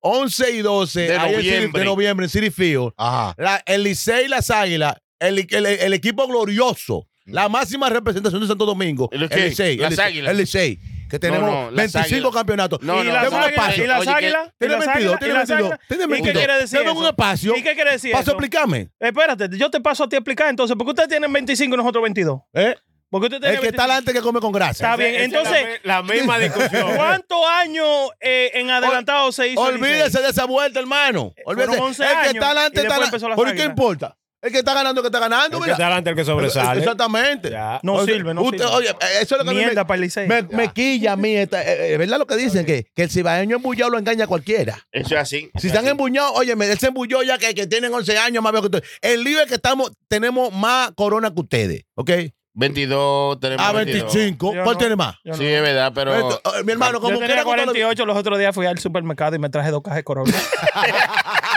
Speaker 5: 11 y 12 ahí
Speaker 2: De
Speaker 5: en City-
Speaker 2: noviembre.
Speaker 5: de noviembre en City Field.
Speaker 7: Ajá.
Speaker 5: La- el Licey y las Águilas. El, el- el equipo glorioso.
Speaker 3: Mm.
Speaker 5: La máxima representación de Santo Domingo.
Speaker 2: ¿El qué?
Speaker 5: el Licey.
Speaker 2: Las
Speaker 5: el Licey,
Speaker 2: Águilas.
Speaker 5: El Licey. Que tenemos
Speaker 2: no, las
Speaker 5: 25
Speaker 2: Águilas.
Speaker 5: campeonatos.
Speaker 2: No,
Speaker 3: y
Speaker 2: no,
Speaker 3: las
Speaker 5: Deme un
Speaker 2: Águilas,
Speaker 3: águilas,
Speaker 5: espacio.
Speaker 3: y las
Speaker 2: Oye, ¿qué-
Speaker 3: águilas. y
Speaker 5: Tiene
Speaker 3: las
Speaker 5: 22,
Speaker 3: águilas,
Speaker 5: tiene
Speaker 3: y las
Speaker 5: 22.
Speaker 3: águilas.
Speaker 5: Tiene
Speaker 3: ¿Y qué
Speaker 5: 22.
Speaker 3: quiere decir
Speaker 5: Deme un
Speaker 3: eso?
Speaker 5: espacio.
Speaker 3: ¿Y qué quiere decir
Speaker 5: Paso a
Speaker 3: eso?
Speaker 5: explicarme.
Speaker 3: Espérate, yo te paso a ti a explicar entonces, ¿por qué ustedes tienen 25 y nosotros 22?
Speaker 5: ¿Eh?
Speaker 3: Porque usted tiene
Speaker 5: El que está adelante que come con grasa.
Speaker 3: Está bien, entonces,
Speaker 4: La misma discusión.
Speaker 3: ¿cuántos años eh, en adelantado se hizo? el Licey? Eh,
Speaker 5: Olvídese de esa vuelta, hermano.
Speaker 3: Fueron
Speaker 5: Olvídese.
Speaker 3: 11
Speaker 5: el que
Speaker 3: años
Speaker 5: está adelante
Speaker 3: y
Speaker 5: está
Speaker 3: después
Speaker 5: adelante.
Speaker 3: empezó las
Speaker 5: ¿Por qué
Speaker 3: águilas.
Speaker 5: importa? El que está ganando, el que está ganando.
Speaker 4: El que
Speaker 5: mira.
Speaker 4: está adelante, el que sobresale.
Speaker 5: Exactamente.
Speaker 4: Ya.
Speaker 3: No
Speaker 5: Oye,
Speaker 3: sirve, no
Speaker 5: usted-
Speaker 3: sirve.
Speaker 5: Oye, eh, eso es lo que a mí me-
Speaker 3: Mierda para el Licey.
Speaker 5: me, me quilla a mí. esta- eh, eh, ¿Verdad lo que dicen? Que, que el cibaeño embullado lo engaña a cualquiera.
Speaker 2: Eso es así.
Speaker 5: Si están embullados, oye, él se embulló ya que, que tienen 11 años más viejo que ustedes. El lío es que estamos, tenemos más corona que ustedes, ¿ok?
Speaker 2: 22, tenemos
Speaker 5: A
Speaker 2: 22.
Speaker 5: 25,
Speaker 3: Yo
Speaker 5: ¿cuál
Speaker 3: no.
Speaker 5: tiene más?
Speaker 3: Yo
Speaker 2: Sí,
Speaker 3: no.
Speaker 2: es verdad, pero...
Speaker 5: Ah, Esto- eh, mi hermano, como
Speaker 3: Yo tenía
Speaker 5: quiera, con todo lo-
Speaker 3: 48, los otros días fui al supermercado y me traje dos cajas de corona.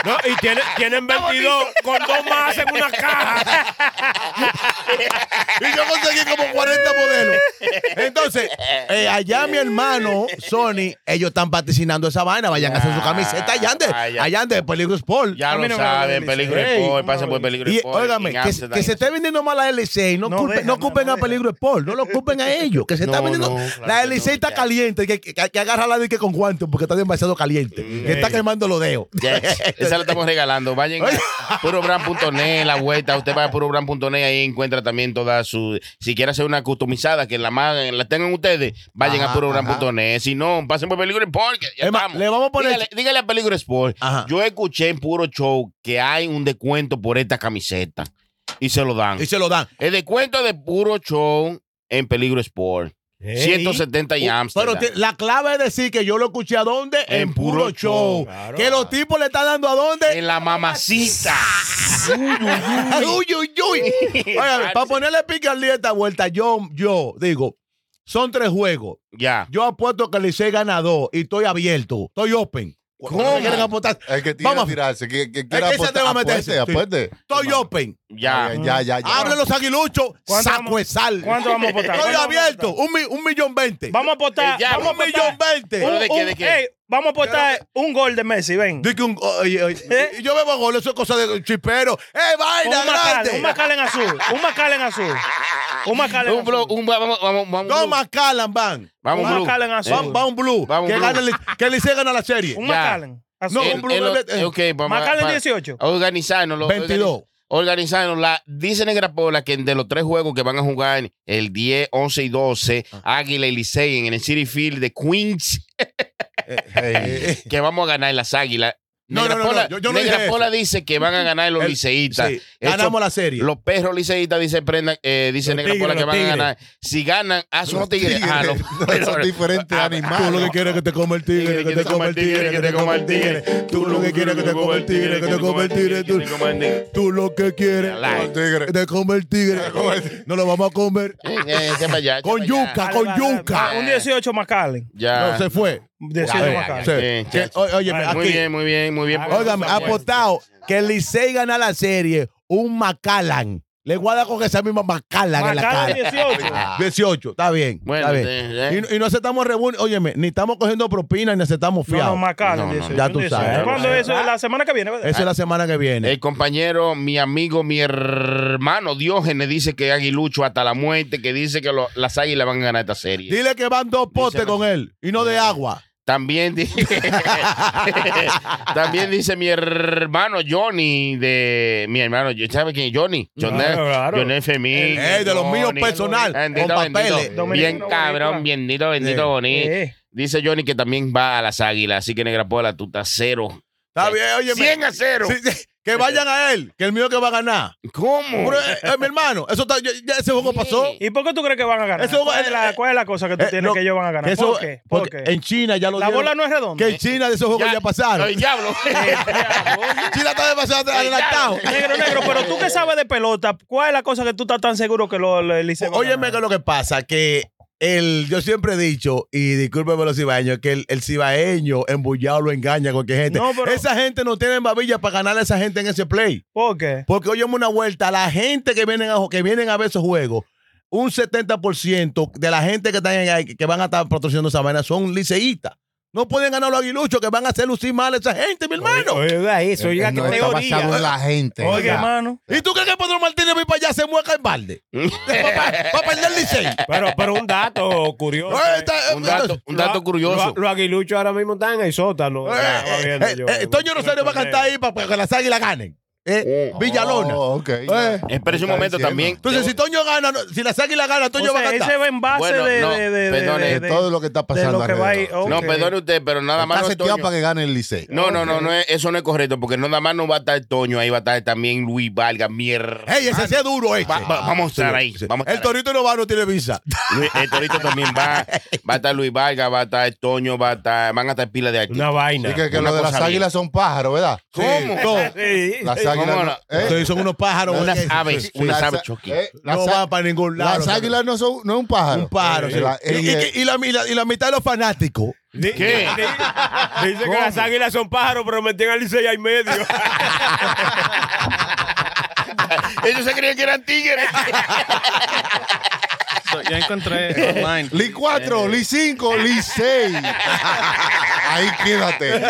Speaker 4: No, y tienen, tienen 22 con dos más en una caja.
Speaker 5: Y yo conseguí como 40 modelos. Entonces, eh, allá mi hermano, Sony, ellos están patrocinando esa vaina. Vayan a hacer su camiseta allá de,
Speaker 2: Ah, ya.
Speaker 5: allá de Peligro Sport.
Speaker 2: Ya
Speaker 3: A mí
Speaker 2: lo
Speaker 3: no me
Speaker 2: saben,
Speaker 3: hablan de
Speaker 2: peligro
Speaker 5: Licey.
Speaker 2: sport,
Speaker 3: No
Speaker 2: pasa
Speaker 3: me
Speaker 2: por
Speaker 3: hablan.
Speaker 2: peligro
Speaker 5: Y
Speaker 2: sport.
Speaker 5: óigame,
Speaker 2: en
Speaker 5: que,
Speaker 2: Amsterdam.
Speaker 5: que se esté vendiendo mal la LC, no,
Speaker 3: No
Speaker 5: culpen,
Speaker 3: dejan,
Speaker 5: no culpen
Speaker 3: no
Speaker 5: a
Speaker 3: dejan.
Speaker 5: Peligro Sport, no lo culpen a ellos, que se está
Speaker 2: No,
Speaker 5: vendiendo.
Speaker 2: no, claro
Speaker 5: la
Speaker 2: que
Speaker 5: LC
Speaker 2: no,
Speaker 5: está
Speaker 2: ya.
Speaker 5: caliente, que, que, que agarra la dique con guantes porque está demasiado caliente,
Speaker 2: Mm,
Speaker 5: que
Speaker 2: eh.
Speaker 5: está quemando los dedos.
Speaker 2: Ya, esa la estamos regalando. Vayan a purobran.net, la vuelta. Usted va a purobran.net, ahí encuentra también todas sus. Si quiere hacer una customizada, que la, más, la tengan ustedes, vayan
Speaker 5: Ajá,
Speaker 2: a purobran.net. Si no, pasen por Peligro Sport. que ya
Speaker 5: Es más,
Speaker 2: estamos.
Speaker 5: le vamos a poner-
Speaker 2: Dígale, dígale a Peligro Sport.
Speaker 5: Ajá.
Speaker 2: Yo escuché en puro show que hay un descuento por esta camiseta y se lo dan.
Speaker 5: Y se lo dan. Uh,
Speaker 2: El descuento de puro show en Peligro Sport. 170 y Amsterdam.
Speaker 5: Uh, Pero ti- la clave es decir que yo lo escuché a dónde? En, puro, show.
Speaker 4: claro.
Speaker 5: Que los tipos le están dando a dónde?
Speaker 2: en la mamacita.
Speaker 5: uy, uy, uy. Oye, para ponerle pique al día esta vuelta, yo, yo digo, son tres juegos.
Speaker 2: Ya.
Speaker 5: Yo apuesto que Licey gana dos y estoy abierto. Estoy open. ¿Cómo? quieren apostar?
Speaker 3: Eh,
Speaker 7: El que tiene
Speaker 5: Vamos.
Speaker 7: que tirarse, que, que
Speaker 5: que
Speaker 7: quiera
Speaker 5: se te va a
Speaker 7: apostar.
Speaker 5: meter
Speaker 7: Apueste,
Speaker 5: ese, sí.
Speaker 7: apueste.
Speaker 5: Estoy open.
Speaker 2: Ya.
Speaker 7: Ay, Ya, ya, ya.
Speaker 5: Abre los aguiluchos.
Speaker 3: ¿Cuánto
Speaker 5: Saco
Speaker 3: vamos-
Speaker 5: de sal.
Speaker 3: ¿Cuánto vamos a apostar?
Speaker 5: Estoy
Speaker 3: ¿Cuánto vamos a
Speaker 5: abierto.
Speaker 3: apostar?
Speaker 5: Un, mi- un millón veinte.
Speaker 3: Vamos a apostar.
Speaker 2: Eh, ya,
Speaker 3: Vamos a
Speaker 5: un millón
Speaker 3: apostar.
Speaker 5: veinte.
Speaker 2: ¿Pero de qué,
Speaker 3: un-
Speaker 2: de qué?
Speaker 3: ey, vamos a apostar un gol de Messi, ven.
Speaker 5: Di que un- oye, oye, y Yo bebo gol, eso es cosa de chipero. ¡Eh,
Speaker 3: ¿Eh? Un
Speaker 5: vaina
Speaker 3: Macal,
Speaker 5: grande!
Speaker 3: un Macal en azul. Un Macal en azul. Un Macal en
Speaker 2: Un blo-
Speaker 3: azul.
Speaker 2: un- vamos, vamos, vamos.
Speaker 5: Dos
Speaker 2: blue.
Speaker 5: Macallan van.
Speaker 2: Vamos,
Speaker 3: un
Speaker 2: blue. Eh,
Speaker 3: Macal en azul.
Speaker 5: Van, va un blue.
Speaker 2: Va un
Speaker 5: que,
Speaker 2: blue.
Speaker 5: Gane, el- que Licey gana la serie.
Speaker 3: Un
Speaker 2: Ya.
Speaker 3: Macal en azul.
Speaker 5: No, un blue.
Speaker 2: El- el-
Speaker 5: eh,
Speaker 2: ok, vamos a-
Speaker 3: Macal en
Speaker 2: va-
Speaker 3: 18.
Speaker 2: Organizarnos. lo-
Speaker 5: 22.
Speaker 2: Organizarnos. La, dice Negra Pola que de los tres juegos que van a jugar el 10, 11 y 12, Águila y Licey en el City Field de Queens,
Speaker 5: Eh,
Speaker 2: que vamos a ganar las Águilas.
Speaker 5: No,
Speaker 2: Negra
Speaker 5: no, no, no,
Speaker 2: Pola,
Speaker 5: yo- yo no
Speaker 2: Negra
Speaker 5: dije eso.
Speaker 2: Pola dice que van a ganar los
Speaker 5: El-
Speaker 2: liceístas.
Speaker 5: sí,
Speaker 2: Eso-
Speaker 5: ganamos la serie.
Speaker 2: Los perros liceístas, dice Prenda, eh, dice
Speaker 4: Los
Speaker 2: Negra
Speaker 4: tigres,
Speaker 2: Pola que
Speaker 4: los
Speaker 2: van a
Speaker 4: tigres.
Speaker 2: ganar. Si ganan, ah, son los
Speaker 7: Los
Speaker 2: tigres. Ah,
Speaker 7: tigres.
Speaker 2: no,
Speaker 7: Son diferentes
Speaker 2: ah,
Speaker 7: animales.
Speaker 5: Tú lo que quieres es que te coma el tigre, que te coma el tigre, que te coma el tigre. Tú lo que quieres es que te coma el tigre, que te coma el tigre. Tú- Tú lo que quieres
Speaker 2: Like.
Speaker 5: es que te coma el tigre. No lo vamos a comer
Speaker 2: Eh, eh, echa pa' allá, echa
Speaker 5: con
Speaker 2: pa' allá.
Speaker 5: yuca,
Speaker 3: Vale,
Speaker 5: con
Speaker 3: vale,
Speaker 5: yuca.
Speaker 3: vale. Un 18 Macallen.
Speaker 2: Ya.
Speaker 5: No, se fue.
Speaker 2: Ya,
Speaker 3: 18
Speaker 2: ya,
Speaker 3: Macallen.
Speaker 2: ya,
Speaker 5: Ah. Sí.
Speaker 2: ya,
Speaker 5: Que-
Speaker 2: ya.
Speaker 5: o- óyeme,
Speaker 2: Muy
Speaker 5: aquí.
Speaker 2: bien, muy bien, muy bien.
Speaker 5: Óigame, apostado que el Licey gana la serie, un Macallan. Le guarda con esa misma Macallan en la
Speaker 3: Macallen
Speaker 5: cara.
Speaker 3: 18.
Speaker 5: 18, está bien. está
Speaker 2: Bueno,
Speaker 5: bien.
Speaker 2: te- eh.
Speaker 5: Y, y no aceptamos reuniones. Óyeme, ni estamos cogiendo propina ni aceptamos
Speaker 3: No,
Speaker 5: fiado.
Speaker 3: no, Macallen
Speaker 2: No, no,
Speaker 3: 18.
Speaker 5: ya tú sabes.
Speaker 3: ¿Cuándo es eso? La semana que viene, ¿verdad?
Speaker 5: Esa es la semana que viene.
Speaker 2: El compañero, mi amigo, mi hermano Diógenes dice que Aguilucho hasta la muerte, que dice que lo- las águilas van a ganar esta serie.
Speaker 5: Dile que van dos potes con él y no de agua.
Speaker 2: También, di- también dice mi hermano Johnny de mi hermano, ¿sabes quién es Johnny? Johnny,
Speaker 4: claro.
Speaker 2: Johnny Femín.
Speaker 5: Ey, de los míos
Speaker 2: Johnny.
Speaker 5: personal,
Speaker 2: Bendito,
Speaker 5: con
Speaker 2: bendito.
Speaker 5: papeles.
Speaker 2: Bien
Speaker 3: Dominicano,
Speaker 2: cabrón,
Speaker 3: boricua.
Speaker 2: bendito, bendito,
Speaker 5: Sí.
Speaker 2: bonito.
Speaker 3: Eh,
Speaker 2: Dice Johnny que también va a las águilas, así que Negra Pola, tú estás cero.
Speaker 5: Está bien, óyeme.
Speaker 2: 100 a 0.
Speaker 5: Sí, sí. Que vayan a él, que el mío es que va a ganar.
Speaker 2: ¿Cómo?
Speaker 5: Pero, eh, eh, mi hermano, eso está, ya- ya ese juego pasó.
Speaker 3: ¿Y por qué tú crees que van a ganar?
Speaker 5: Eso-
Speaker 3: ¿Cuál, es la, cuál es la cosa que tú
Speaker 5: Eh,
Speaker 3: tienes
Speaker 5: no,
Speaker 3: que ellos van a ganar?
Speaker 5: eso-
Speaker 3: ¿Por qué? ¿Por qué?
Speaker 5: porque en China ya lo
Speaker 3: La
Speaker 5: dieron.
Speaker 3: bola no es redonda.
Speaker 5: Que en China de esos juegos ya, pasaron.
Speaker 2: El diablo.
Speaker 5: China está demasiado adelantado.
Speaker 3: Negro, negro, pero tú que sabes de pelota, ¿cuál es la cosa que tú estás tan seguro que lo, lo- el Licey va a
Speaker 5: Óyeme
Speaker 3: ganar?
Speaker 5: que es lo que pasa, que el, yo siempre he dicho, y discúlpeme los cibaeños, que el, el cibaeño embullado lo engaña a cualquier gente.
Speaker 3: No, pero-
Speaker 5: Esa gente no tiene babilla para ganar a esa gente en ese play.
Speaker 3: ¿Por qué?
Speaker 5: Porque óyeme una vuelta, la gente que vienen a, que vienen a ver esos juegos, un 70% de la gente que, están en ahí, que van a estar patrocinando esa vaina son liceístas. No pueden ganar los aguiluchos que van a hacer lucir mal a esa gente, mi hermano.
Speaker 4: Oiga eso, oiga qué
Speaker 7: no está
Speaker 4: teoría.
Speaker 7: basado en la gente.
Speaker 3: Oiga,
Speaker 7: ¿verdad?
Speaker 3: hermano.
Speaker 5: ¿Y tú crees que Pedro Martínez va a ir para allá se mueca en balde? ¿Para perder el licey?
Speaker 4: Pero, pero un dato curioso.
Speaker 5: Eh, está-
Speaker 2: Un dato, un dato
Speaker 4: Lo-
Speaker 2: curioso.
Speaker 4: lo- Los aguiluchos ahora mismo están en el sótano. Estaba
Speaker 5: Eh,
Speaker 4: viendo
Speaker 5: eh,
Speaker 4: yo.
Speaker 5: eh, Toño Rosario va a cantar ahí para que las águilas ganen. Eh, Villalona.
Speaker 7: Oh, ok.
Speaker 5: Eh.
Speaker 2: Espera un momento también.
Speaker 5: Entonces, si Toño gana, no- si las águilas ganan,
Speaker 3: O
Speaker 5: Toño va a
Speaker 3: sea, él
Speaker 5: cantar.
Speaker 3: se va en base
Speaker 2: Bueno,
Speaker 3: de,
Speaker 2: no,
Speaker 3: de, de- de-
Speaker 2: perdone,
Speaker 3: de-
Speaker 7: De
Speaker 3: de-
Speaker 7: todo lo que está
Speaker 3: de
Speaker 7: pasando
Speaker 3: lo que va ahí.
Speaker 7: alrededor.
Speaker 2: No,
Speaker 3: Ok.
Speaker 2: perdone usted, pero nada más.
Speaker 7: Está
Speaker 2: no es
Speaker 7: seteado
Speaker 2: Toño.
Speaker 7: para que gane el Licey.
Speaker 2: No, no, no, no es- eso no es correcto, porque nada más no va a estar Toño, ahí va a estar también Luis Valga, mierda.
Speaker 5: Ey, ese sí es duro, este.
Speaker 2: Va- va- vamos a estar ahí, vamos a
Speaker 5: el
Speaker 2: estar ahí.
Speaker 5: Torito no va, no tiene visa.
Speaker 2: Luis- El Torito también va, va a estar Luis Valga, va a estar Toño, va a estar, van a estar pila de artistas.
Speaker 4: Una vaina.
Speaker 7: Es que, que
Speaker 2: Una
Speaker 7: lo de las
Speaker 2: cosa
Speaker 7: águilas son pájaros, ¿verdad?
Speaker 2: ¿Cómo?
Speaker 4: Sí.
Speaker 7: Las
Speaker 2: ¿Cómo
Speaker 7: águilas.
Speaker 2: no?
Speaker 7: no- ¿eh?
Speaker 5: Entonces, son unos pájaros.
Speaker 2: Unas
Speaker 5: eh,
Speaker 2: aves,
Speaker 5: sí,
Speaker 2: unas
Speaker 5: sí.
Speaker 2: aves choquí.
Speaker 7: eh, las
Speaker 5: No
Speaker 7: á-
Speaker 5: va para ningún lado.
Speaker 7: Las águilas no son no es un pájaro.
Speaker 5: Un pájaro.
Speaker 7: Eh,
Speaker 5: sí.
Speaker 7: la-
Speaker 5: Y-
Speaker 7: el- el-
Speaker 5: y- Y la- y la- y la mitad de los fanáticos.
Speaker 4: Di-
Speaker 2: ¿Qué?
Speaker 4: di- di- Dice que las águilas son pájaros, pero metían al liceo y medio.
Speaker 2: Ellos se creían que eran tigres.
Speaker 9: So, yo encontré online.
Speaker 7: Li 4,
Speaker 9: Eh,
Speaker 7: Li 5, Li 6. Ahí quédate.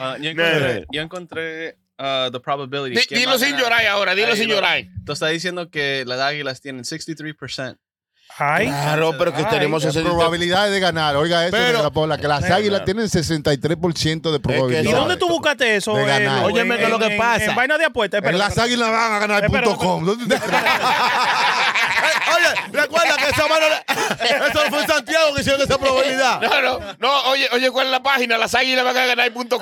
Speaker 9: ah, yo encontré, yo encontré, ah, the probability.
Speaker 2: Di-
Speaker 9: ¿Quién
Speaker 2: Dilo
Speaker 9: va a
Speaker 2: sin
Speaker 9: ganar?
Speaker 2: llorar ahora, dilo
Speaker 9: Ahí
Speaker 2: sin
Speaker 9: va.
Speaker 2: llorar.
Speaker 9: Tú estás diciendo que las águilas tienen 63%.
Speaker 3: Ay,
Speaker 2: Claro, pero que tenemos
Speaker 7: Las
Speaker 2: ese
Speaker 7: Eh, probabilidades de ganar. Oiga eso,
Speaker 5: Pero-
Speaker 7: de la Paula, que las águilas
Speaker 2: claro.
Speaker 7: tienen 63% de probabilidad.
Speaker 3: ¿y
Speaker 2: no,
Speaker 3: dónde tú buscaste eso?
Speaker 7: de ganar.
Speaker 3: Luis?
Speaker 5: Óyeme que
Speaker 3: En-
Speaker 5: lo que
Speaker 3: en-
Speaker 5: pasa.
Speaker 3: En vaina de apuestas.
Speaker 7: En las águilas van a ganar
Speaker 3: Espera,
Speaker 7: punto com. ¿Dónde te
Speaker 5: Oye, recuerda que esa mano. Eso fue en Santiago que hicieron esa probabilidad.
Speaker 2: No, no, no, oye, oye, ¿cuál es la página? Las águilas van a ganar.com.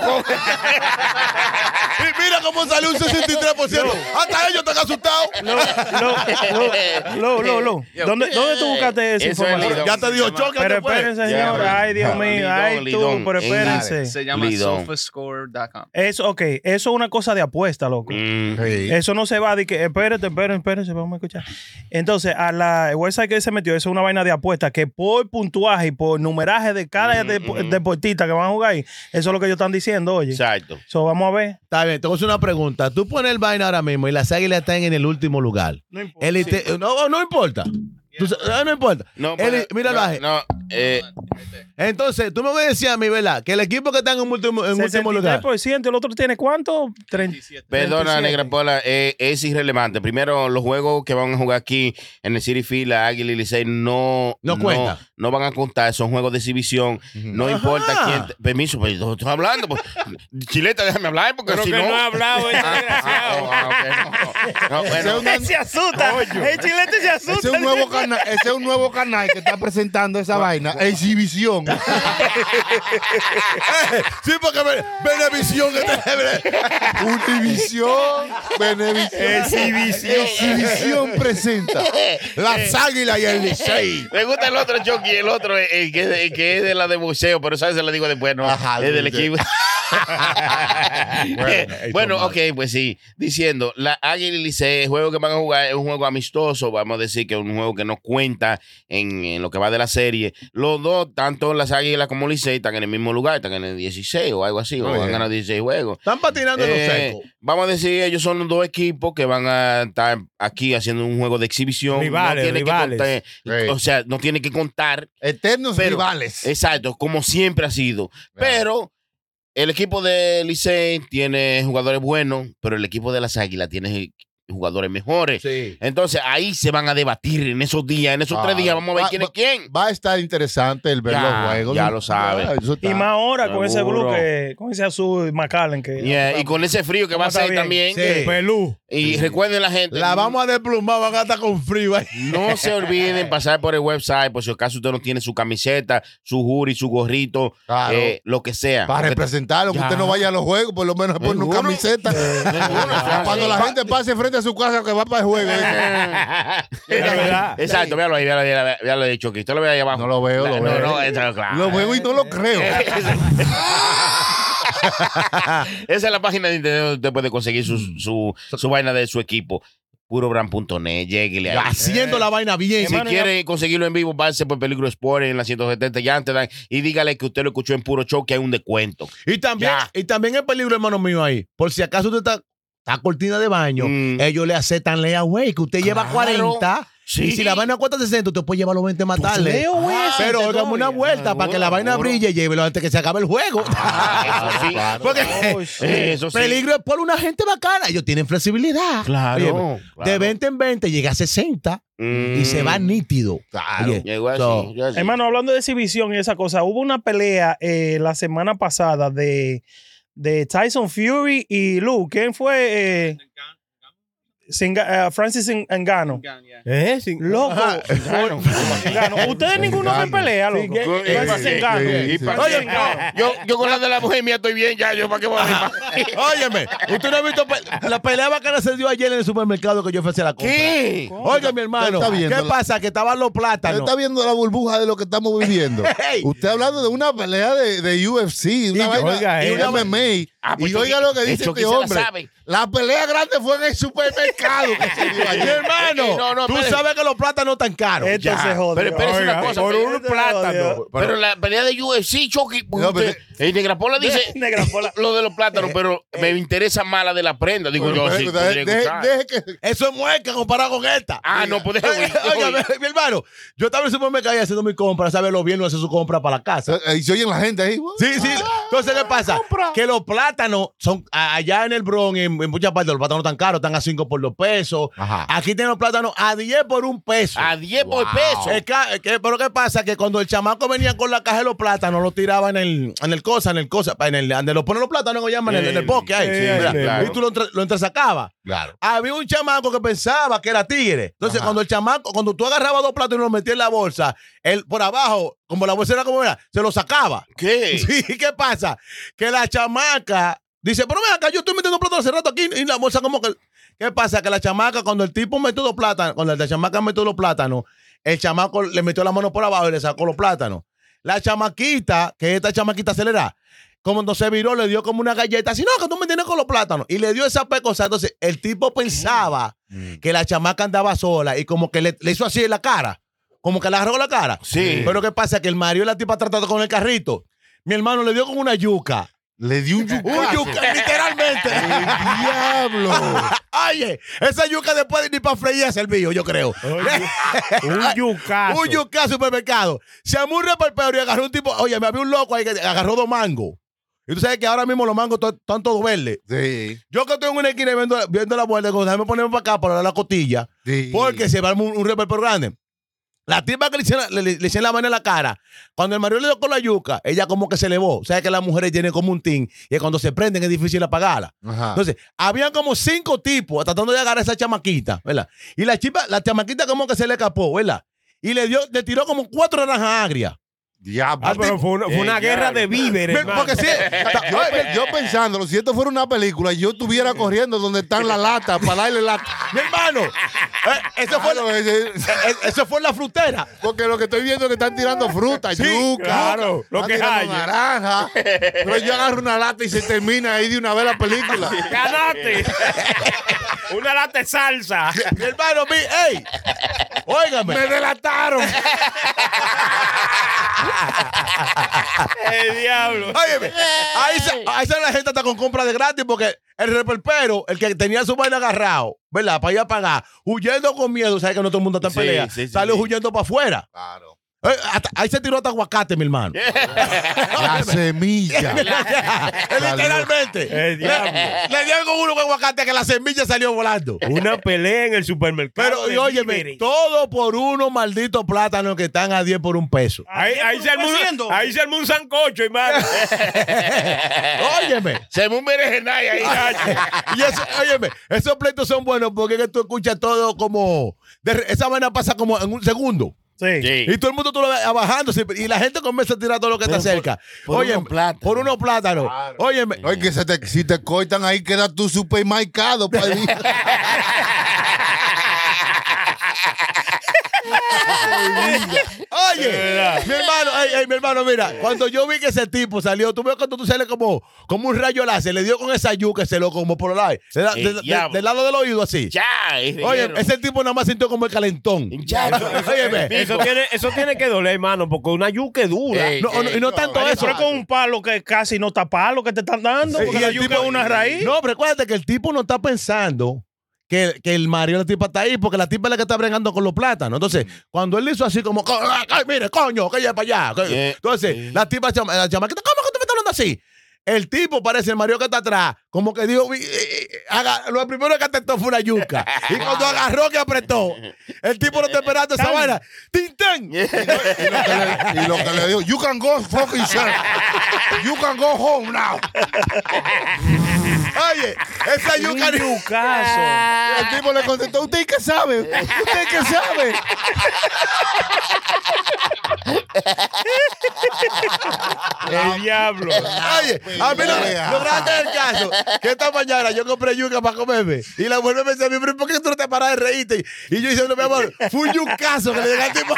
Speaker 5: Y mira cómo salió un 63%. Hasta ellos están asustados.
Speaker 3: Lo, lo, lo.
Speaker 2: Yo-
Speaker 3: ¿Dónde, ¿Dónde tú buscaste esa
Speaker 2: Eso es
Speaker 3: información?
Speaker 2: Lidón.
Speaker 5: Ya te dijo choque.
Speaker 3: Pero
Speaker 5: después.
Speaker 3: espérense,
Speaker 2: Ya,
Speaker 3: señor.
Speaker 2: pues.
Speaker 3: Ay, Dios
Speaker 2: Ya.
Speaker 3: mío. Ay,
Speaker 2: Lidón,
Speaker 3: tú, pero
Speaker 2: Lidón.
Speaker 3: espérense.
Speaker 9: Se llama
Speaker 2: Lidón.
Speaker 9: sofascore.com.
Speaker 3: Eso, ok. Eso es una cosa de apuesta, loco.
Speaker 2: Mm.
Speaker 3: Eso no se va de que, espérate, espérate, espérate, vamos a escuchar. Entonces, a la el website que se metió, eso es una vaina de apuesta que por puntuaje y por numeraje de cada
Speaker 2: Mm,
Speaker 3: depo- deportista que van a jugar ahí, eso es lo que ellos están diciendo, oye.
Speaker 2: Exacto.
Speaker 3: So, vamos a ver.
Speaker 5: Está bien, te voy a hacer una pregunta. Tú pones el vaina ahora mismo y las águilas están en el último lugar.
Speaker 9: No importa.
Speaker 5: El ite- no, no importa. Tú sa- ah, no importa.
Speaker 2: No,
Speaker 5: El-
Speaker 2: pero-
Speaker 5: míralo ahí.
Speaker 2: No, eh,
Speaker 5: Entonces, tú me vas a decir a mí, ¿verdad? Que el equipo que está en, un último, en último lugar.
Speaker 3: 63%, el otro tiene cuánto? 30.
Speaker 9: 37.
Speaker 2: Perdona,
Speaker 3: 37.
Speaker 2: Negra Pola, eh, es irrelevante. Primero, los juegos que van a jugar aquí en el City Field, la Águila y Licey no,
Speaker 5: No cuenta.
Speaker 2: no van a contar, son juegos de exhibición. No
Speaker 5: Ajá.
Speaker 2: importa quién. te- permiso, pero yo estoy hablando. pues. Chileta, déjame hablar, porque
Speaker 4: Pero
Speaker 2: si
Speaker 4: que no ha hablado
Speaker 2: Ah,
Speaker 4: este
Speaker 2: oh.
Speaker 4: desgraciado.
Speaker 2: bueno,
Speaker 3: se asusta. El chilete se asusta.
Speaker 8: Ese es un nuevo canal, ese es un nuevo canal que está presentando esa vaina, exhibición.
Speaker 7: Eh,
Speaker 5: Sí, porque Be- Benevisión. este-
Speaker 7: Univisión, Benevisión. Exhibición. presenta.
Speaker 5: Las
Speaker 2: Eh.
Speaker 5: águilas y el Licey.
Speaker 2: me gusta el otro Chucky, el otro, eh, eh, que, eh, que es de la de museo, pero sabes, se la digo después, no,
Speaker 7: Ajá,
Speaker 2: es del
Speaker 7: sí, sí.
Speaker 2: equipo. Eh, bueno, ok, pues sí. Diciendo, la Águila y Licey, el juego que van a jugar es un juego amistoso, vamos a decir que es un juego que no cuenta en, en lo que va de la serie. Los dos, tanto las Águilas como Licey, están en el mismo lugar, están en el 16 o algo así, o
Speaker 7: Muy
Speaker 2: han
Speaker 7: bien.
Speaker 2: ganado 16 juegos.
Speaker 5: Están patinando en los
Speaker 2: Eh,
Speaker 5: secos.
Speaker 2: vamos a decir, ellos son los dos equipos que van a estar aquí haciendo un juego de exhibición.
Speaker 4: Rivales,
Speaker 2: tiene que
Speaker 4: rivales.
Speaker 2: contar-
Speaker 7: Sí.
Speaker 2: o sea, no tiene que contar
Speaker 7: Eternos
Speaker 2: Pero-
Speaker 7: rivales.
Speaker 2: Exacto, como siempre ha sido. Pero el equipo de Licey tiene jugadores buenos, pero el equipo de las Águilas tiene jugadores mejores.
Speaker 5: Sí.
Speaker 2: Entonces ahí se van a debatir en esos días, en esos
Speaker 7: Claro.
Speaker 2: tres días. Vamos a ver
Speaker 7: Va-
Speaker 2: quién es
Speaker 7: Ah. va-
Speaker 2: quién.
Speaker 7: Va a estar interesante el ver
Speaker 2: Ya,
Speaker 7: los juegos.
Speaker 2: ya lo sabes.
Speaker 7: Ah, eso está.
Speaker 3: Y más ahora con ese
Speaker 2: Seguro.
Speaker 3: blue que, con ese azul McAllen que.
Speaker 2: Yeah, Y con ese frío que va a
Speaker 3: Está
Speaker 2: ser
Speaker 3: bien.
Speaker 2: también.
Speaker 5: Sí.
Speaker 2: eh,
Speaker 4: Pelú.
Speaker 2: Y recuerden la gente.
Speaker 5: La vamos a desplumar, van a estar con frío ahí.
Speaker 2: No se olviden pasar por el website, por si acaso usted no tiene su camiseta, su jury, su gorrito,
Speaker 7: Claro.
Speaker 2: eh, lo que sea.
Speaker 7: Para representarlo, que usted no vaya a los juegos, por lo menos pone una camiseta.
Speaker 2: Eh,
Speaker 7: Cuando la gente pase frente a su casa que va para el juego. ¿eh?
Speaker 2: Exacto, véalo ahí, véalo ahí, véalo ahí, véalo ahí, Chucky. Usted lo ve ahí abajo.
Speaker 7: No lo veo, lo
Speaker 2: No,
Speaker 7: veo.
Speaker 2: no, eso, claro.
Speaker 7: Lo veo y no
Speaker 2: eh,
Speaker 7: lo creo.
Speaker 2: Esa es la página de internet donde usted puede conseguir su, su, su vaina de su equipo. Purobrand.net, lléguele
Speaker 5: Ah,
Speaker 2: ahí.
Speaker 5: Haciendo la vaina bien.
Speaker 2: Si quiere conseguirlo en vivo, váyase por Peligro Sport en la 170 ya antes dan y dígale que usted lo escuchó en Puro Show que hay un descuento.
Speaker 5: Y también,
Speaker 2: Ya.
Speaker 5: y también el peligro, hermano mío, ahí. Por si acaso usted está, está cortina de baño,
Speaker 2: Mm.
Speaker 5: ellos le aceptan lea, güey, que usted lleva
Speaker 2: Claro.
Speaker 5: 40.
Speaker 2: Sí.
Speaker 5: Y si la vaina cuesta 60, usted puede llevar los 20 más tarde.
Speaker 3: leo, güey,
Speaker 5: Ah, Pero
Speaker 3: siete
Speaker 5: dame una
Speaker 3: todavía.
Speaker 5: vuelta para que la vaina
Speaker 2: seguro.
Speaker 5: brille y llévelo antes que se acabe el juego.
Speaker 2: Ah, eso sí.
Speaker 5: Porque
Speaker 3: Oh, shit.
Speaker 2: Eh, Eso sí.
Speaker 5: peligro es por una gente bacana. Ellos tienen flexibilidad.
Speaker 2: Claro.
Speaker 5: Oye,
Speaker 2: claro. Mm,
Speaker 5: De 20 en 20 llega a 60 y se va nítido.
Speaker 2: Claro.
Speaker 5: Oye,
Speaker 2: Llegó así,
Speaker 5: so,
Speaker 2: llegó así.
Speaker 3: Hermano, hablando de exhibición y esa cosa, hubo una pelea eh, la semana pasada de, de Tyson Fury y Luke. ¿Quién fue? eh, Singa- eh, Francis Ng- Engano.
Speaker 4: ¿Eh? Sin-
Speaker 3: Loco.
Speaker 4: Ajá.
Speaker 3: Engano. Ustedes ninguno ven pelea, loco.
Speaker 2: Eh,
Speaker 3: Francis
Speaker 2: eh,
Speaker 3: Engano.
Speaker 2: eh, y para-
Speaker 3: Oye,
Speaker 2: Ah, yo, yo con la de la bohemia estoy bien ya, yo para qué voy a
Speaker 5: Óyeme, usted no ha visto pe- la pelea bacana se dio ayer en el supermercado que yo fui a hacer la compra.
Speaker 2: ¿Qué?
Speaker 5: Oiga, mi hermano,
Speaker 7: Está
Speaker 5: ¿qué
Speaker 7: viendo la-
Speaker 5: pasa? Que estaban los
Speaker 7: Usted
Speaker 2: eh,
Speaker 5: plátanos.
Speaker 7: está viendo la burbuja de lo que estamos viviendo.
Speaker 5: Ey.
Speaker 7: Usted hablando de una pelea de, de UFC, una
Speaker 5: yo-
Speaker 7: vaina,
Speaker 5: oiga,
Speaker 7: y una
Speaker 5: ella-
Speaker 7: MMA.
Speaker 2: eh, Ah, pues
Speaker 7: y
Speaker 2: Chucky-
Speaker 7: oiga lo que
Speaker 2: eh,
Speaker 7: dice
Speaker 2: Chucky
Speaker 7: este
Speaker 2: se la
Speaker 7: hombre.
Speaker 2: sabe.
Speaker 7: La, pelea grande fue en el supermercado que se dio
Speaker 5: Mi
Speaker 7: ayer.
Speaker 5: hermano,
Speaker 2: No, no,
Speaker 5: tú
Speaker 2: espere.
Speaker 5: sabes que los plátanos están caros.
Speaker 7: Este-
Speaker 3: Esto
Speaker 2: Ya,
Speaker 3: se jodió.
Speaker 2: pero espérese una
Speaker 3: Oiga,
Speaker 2: cosa,
Speaker 3: Por
Speaker 2: pero-
Speaker 3: un plátano.
Speaker 2: Pero la pelea de UFC, Chucky. pues,
Speaker 7: No, pero-
Speaker 2: usted- eh, Negrapola dice
Speaker 3: Negrapola.
Speaker 2: lo de los plátanos, pero me interesa más la de la prenda. Digo yo,
Speaker 7: Pero,
Speaker 2: sí.
Speaker 7: pero,
Speaker 2: podría
Speaker 7: deje-
Speaker 2: escuchar.
Speaker 7: deje que
Speaker 5: Eso es mueca comparado con esta.
Speaker 2: Ah, no, pues deje, güey.
Speaker 5: Oiga, mi hermano, yo estaba en el supermercado y haciendo mi compra, sabe lo bien, no hace su compra para la casa.
Speaker 7: Eh, Y se oyen la gente ahí.
Speaker 5: Sí, sí. Entonces, ¿qué pasa? Que los plátanos son a- allá en el Bronx, en, en muchas partes, los plátanos están caros, están a 5 por 2 pesos.
Speaker 7: Ajá.
Speaker 5: Aquí tienen los plátanos a 10 por un peso.
Speaker 2: A 10 por peso.
Speaker 5: El ca- eh, que- pero qué pasa que cuando el chamaco venía con la caja de los plátanos, lo tiraba en el, en el cosa, en el cosa, en el, donde lo ponen los plátanos, lo llaman en el, en el bosque ahí.
Speaker 2: Sí,
Speaker 5: Mira,
Speaker 2: claro.
Speaker 5: Y tú lo, entre- lo entresacabas.
Speaker 7: Claro.
Speaker 5: Había un chamaco que pensaba que era tigre. Entonces, cuando el chamaco, cuando tú agarrabas dos plátanos y los metías en la bolsa, él por abajo, como la bolsa era como era, se lo sacaba.
Speaker 2: ¿Qué?
Speaker 5: Sí, ¿qué pasa? Que la chamaca dice, pero ven acá, yo estoy metiendo plátano hace rato aquí y la bolsa como que... ¿Qué pasa? Que la chamaca, cuando el tipo metió los plátanos, cuando la chamaca metió los plátanos, el chamaco le metió la mano por abajo y le sacó los plátanos. La chamaquita, que esta chamaquita acelerada, como no se viró, le dio como una galleta. Así, no, que tú me tienes con los plátanos. Y le dio esa pecosa. Entonces, el tipo pensaba que la chamaca andaba sola y como que le, le hizo así en la cara. Como que le agarró la cara.
Speaker 2: Sí.
Speaker 5: Pero ¿qué pasa? Que el marido y la tipa tratando con el carrito. Mi hermano le dio con una yuca.
Speaker 7: Le di un yucazo.
Speaker 5: Un yuca, literalmente.
Speaker 7: ¡Diablo!
Speaker 5: Oye, esa yuca después ni para freír servido, yo creo.
Speaker 4: Un yucazo.
Speaker 5: Un yuca al supermercado. Se amurra para el peor y agarró un tipo. Oye, me había un loco ahí que agarró dos mangos. Y tú sabes que ahora mismo los mangos to- están todos verdes.
Speaker 7: Sí,
Speaker 5: Yo que estoy en una esquina y viendo, viendo la vuelta, digo, déjame ponerme para acá para dar la cotilla.
Speaker 7: sí.
Speaker 5: Porque se va un, un reperpero grande. La tipa que le hicieron, le, le- le hicieron la mano en la cara, cuando el marido le dio con la yuca, ella como que se elevó. O sea que las mujeres tienen como un tin y cuando se prenden es difícil apagarla.
Speaker 7: Ajá.
Speaker 5: Entonces, habían como cinco tipos tratando de agarrar a esa chamaquita, ¿verdad? Y la chipa, la chamaquita como que se le escapó, ¿verdad? Y le dio, le tiró como cuatro naranjas agrias.
Speaker 7: Diablo.
Speaker 4: Ah, pero fue una, fue una guerra de víveres.
Speaker 5: Ve, Porque sí,
Speaker 4: hermano.
Speaker 5: ta-
Speaker 7: Yo, yo pensándolo, si esto fuera una película, yo estuviera corriendo donde están las latas para darle la.
Speaker 5: mi hermano, eh, eso, fue,
Speaker 7: Claro, eh, eh,
Speaker 5: eh, eso fue la frutera.
Speaker 7: porque lo que estoy viendo es que están tirando fruta,
Speaker 5: Sí, Ah,
Speaker 7: yuca,
Speaker 4: claro, lo
Speaker 7: están
Speaker 4: que halle.
Speaker 7: tirando naranja. Pero yo agarro una lata y se termina ahí de una vez la película.
Speaker 4: ¡Canate! una lata de salsa.
Speaker 5: Mi hermano, mi, ey, óigame.
Speaker 7: Me delataron.
Speaker 4: ¡El diablo!
Speaker 5: Óyeme, ahí, se- ahí se la gente está con compra de gratis porque el reperpero, el que tenía su vaina agarrado, ¿verdad? Para ir a pagar, huyendo con miedo, sabes que no todo el mundo está en
Speaker 2: Sí,
Speaker 5: pelea,
Speaker 2: sí, sí,
Speaker 5: salió
Speaker 2: sí.
Speaker 5: huyendo para afuera.
Speaker 7: Claro.
Speaker 5: Eh, hasta- ahí se tiró hasta aguacate, mi hermano.
Speaker 7: La semilla.
Speaker 5: Literalmente.
Speaker 4: El diablo.
Speaker 5: Le dieron con uno con aguacate que la semilla salió volando.
Speaker 4: Una pelea en el supermercado.
Speaker 5: Pero, y
Speaker 4: de
Speaker 5: óyeme,
Speaker 4: víveres.
Speaker 5: todo por unos malditos plátanos que están a 10 por un peso.
Speaker 4: Ahí, ahí se armó, un- ahí se armó un sancocho, hermano.
Speaker 2: Eh.
Speaker 5: Óyeme.
Speaker 2: Se me un berenjenay ahí.
Speaker 5: y eso, óyeme, esos pleitos son buenos porque es que tú escuchas todo como. de re- esa vaina pasa como en un segundo.
Speaker 3: Sí.
Speaker 2: Sí.
Speaker 5: Y todo el mundo tú lo ves abajándose y la gente comienza a tirar todo lo que está cerca.
Speaker 2: por
Speaker 5: Óyeme,
Speaker 2: unos plátanos.
Speaker 5: por unos plátanos. Óyeme.
Speaker 7: Oye, que se te- si te cortan ahí queda tu supermercado, padrino.
Speaker 5: Oye, mi hermano, ey, ey, mi hermano, mira, cuando yo vi que ese tipo salió, tú ves cuando tú sales como, como un rayo láser, le dio con esa yuca, se lo como por el aire, de la-
Speaker 2: El
Speaker 5: de- de-
Speaker 2: diablo.
Speaker 5: del lado del oído así.
Speaker 2: Ya, es
Speaker 5: Oye,
Speaker 2: dinero.
Speaker 5: ese tipo nada más sintió como el calentón.
Speaker 2: Ya, eso- eso-
Speaker 5: Óyeme,
Speaker 4: Eso tiene, eso tiene que doler, hermano, porque una yuca es dura.
Speaker 2: Ey,
Speaker 5: No, no, y no tanto
Speaker 3: Oye,
Speaker 5: eso.
Speaker 3: pero es con un palo que casi no está palo que te están dando.
Speaker 5: Sí,
Speaker 3: Porque
Speaker 5: y
Speaker 3: la
Speaker 5: el
Speaker 3: yuca
Speaker 5: tipo-
Speaker 3: es una raíz.
Speaker 5: No, pero recuérdate que el tipo no está pensando que, que el marido de la tipa está ahí, porque la tipa es la que está bregando con los plátanos.
Speaker 3: Mm.
Speaker 5: Entonces, cuando él hizo así como, "Co- ay, mire, coño, que ya para allá. que-".
Speaker 2: Yeah.
Speaker 5: Entonces, la tipa, chama- la chamaquita, ¿cómo que tú me estás hablando así? El tipo parece el marido que está atrás, como que dijo, "Vi- eh, eh, haga- lo primero que atentó fue una yuca. Y cuando agarró que apretó, el tipo no está esperando esa vaina. ¡Tintán!
Speaker 7: y, lo que le, y lo que le digo, you can go fucking sir. You can go home now.
Speaker 5: Oye, esa yuca ni
Speaker 3: Yucazo.
Speaker 7: El tipo le contestó, ¿usted qué sabe? ¿Usted qué sabe?
Speaker 4: Ah.
Speaker 3: El diablo.
Speaker 5: Oye, a mí
Speaker 3: pues,
Speaker 5: no, lo grande del caso, que esta mañana yo compré yuca para comerme y la mujer me decía, pero ¿por qué tú no te paras de reírte? Y yo diciendo, mi amor, fue un yucazo que le llegué al tipo.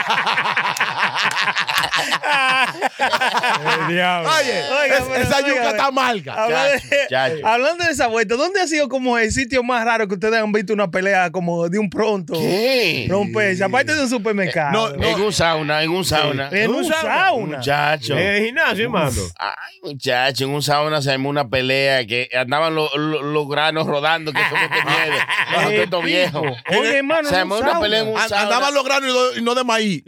Speaker 3: El diablo.
Speaker 5: Oye,
Speaker 3: Oiga,
Speaker 5: es-
Speaker 3: pero,
Speaker 5: esa
Speaker 3: oiga,
Speaker 5: yuca
Speaker 3: pero-
Speaker 5: está malga.
Speaker 3: Habla de-
Speaker 2: Chacho.
Speaker 3: Hablando de esa vuelta, ¿dónde ha sido como el sitio más raro que ustedes han visto una pelea como de un pronto?
Speaker 2: ¿Qué?
Speaker 3: Romperse, aparte de un supermercado.
Speaker 5: No, no,
Speaker 2: En un sauna, en un sauna.
Speaker 3: en un sauna.
Speaker 2: Muchacho.
Speaker 4: En el gimnasio, hermano.
Speaker 2: Ay, muchacho, en un sauna se armó una pelea que andaban los- los- los granos rodando, que son estos miedos, los
Speaker 3: El
Speaker 2: estos viejos.
Speaker 3: pico. Oye, hermano,
Speaker 2: Se
Speaker 3: en
Speaker 2: armó
Speaker 3: un
Speaker 2: una
Speaker 3: sauna.
Speaker 2: pelea en un
Speaker 5: an-
Speaker 2: sauna.
Speaker 5: andaban los granos y no- y no de maíz.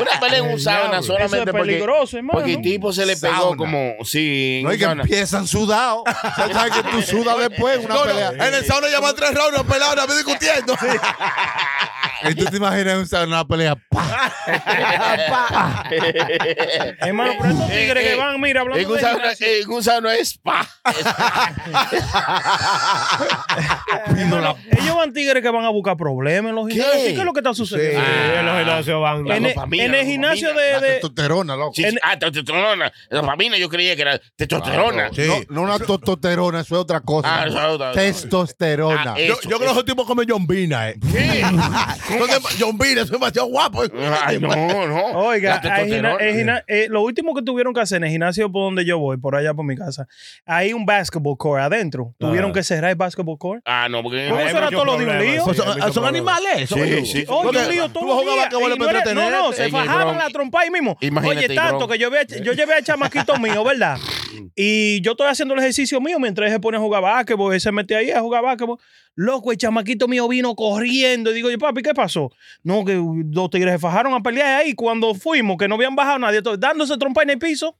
Speaker 2: Una pelea en un sauna
Speaker 3: Eso es
Speaker 2: solamente porque,
Speaker 3: peligroso, hermano.
Speaker 2: porque el tipo se le pegó
Speaker 7: Sauna.
Speaker 2: como. Sí, en
Speaker 7: No,
Speaker 2: un
Speaker 7: y que
Speaker 2: sauna.
Speaker 7: empiezan sudados. Usted sabe que tú sudas después una
Speaker 5: No, no,
Speaker 7: pelea.
Speaker 5: en el sauna llevan tres rounds pelados, no me discutiendo.
Speaker 7: Y tú te imaginas un sauna, una pelea. pa.
Speaker 3: Hermano, pero estos tigres que van, mira, hablando
Speaker 2: eh, En un
Speaker 3: de
Speaker 2: sauna- eh,
Speaker 3: gimnasio.
Speaker 2: en un sauna es spa.
Speaker 3: Hermano, ellos van tigres que van a buscar problemas en los gimnasios. ¿Qué es lo que está sucediendo?
Speaker 4: Sí, en los gimnasios van.
Speaker 3: En, el-
Speaker 2: dopamina,
Speaker 3: en
Speaker 2: Ah, la
Speaker 3: el gimnasio de,
Speaker 7: La
Speaker 3: de-
Speaker 7: testosterona, loco.
Speaker 2: Sí, sí. Ah, testosterona. La familia yo creía que era testosterona.
Speaker 5: Sí.
Speaker 7: No, no una testosterona, eso es otra cosa.
Speaker 2: Ah, eso es otra cosa.
Speaker 7: testosterona.
Speaker 2: Ah,
Speaker 5: Yo,
Speaker 2: eso,
Speaker 5: yo creo que esos tipos comen John Bina, eh. Son dem- John Bina, son demasiado guapos.
Speaker 2: Ay, no, no.
Speaker 3: Oiga,
Speaker 2: La
Speaker 3: hay gimna-
Speaker 2: testosterona.
Speaker 3: hay gimna- eh, lo último que tuvieron que hacer en el gimnasio por donde yo voy, por allá por mi casa, hay un basketball court adentro. Tuvieron que cerrar el basketball court.
Speaker 2: Ah, no, porque.
Speaker 3: ¿Cómo
Speaker 4: hay
Speaker 3: eso era
Speaker 4: muchos
Speaker 3: todo lo de un
Speaker 4: problemas,
Speaker 3: lío?
Speaker 5: Pues
Speaker 4: Sí,
Speaker 5: son,
Speaker 4: hay muchos
Speaker 5: son animales. son-
Speaker 2: Sí, sí.
Speaker 3: Oye,
Speaker 5: Porque
Speaker 3: un lío
Speaker 5: tú
Speaker 3: todo el
Speaker 5: jugabas
Speaker 3: día,
Speaker 5: que vos le
Speaker 3: y no, era-
Speaker 5: entretener,
Speaker 3: no, no,
Speaker 5: eh,
Speaker 3: se
Speaker 2: en el
Speaker 3: fajaban
Speaker 2: Bronx.
Speaker 3: la trompa ahí mismo.
Speaker 2: Imagínate
Speaker 3: Oye,
Speaker 2: el
Speaker 3: tanto
Speaker 2: Bronx.
Speaker 3: que yo, llevé- yo llevé al chamaquito mío, ¿verdad? Y yo estoy haciendo el ejercicio mío mientras él se pone a jugar básquetbol. Él se mete ahí a jugar básquetbol. Loco, el chamaquito mío vino corriendo. Y digo, yo, papi, ¿qué pasó? No, que dos tigres se fajaron a pelear ahí. Cuando fuimos, que no habían bajado nadie, to- dándose trompa en el piso.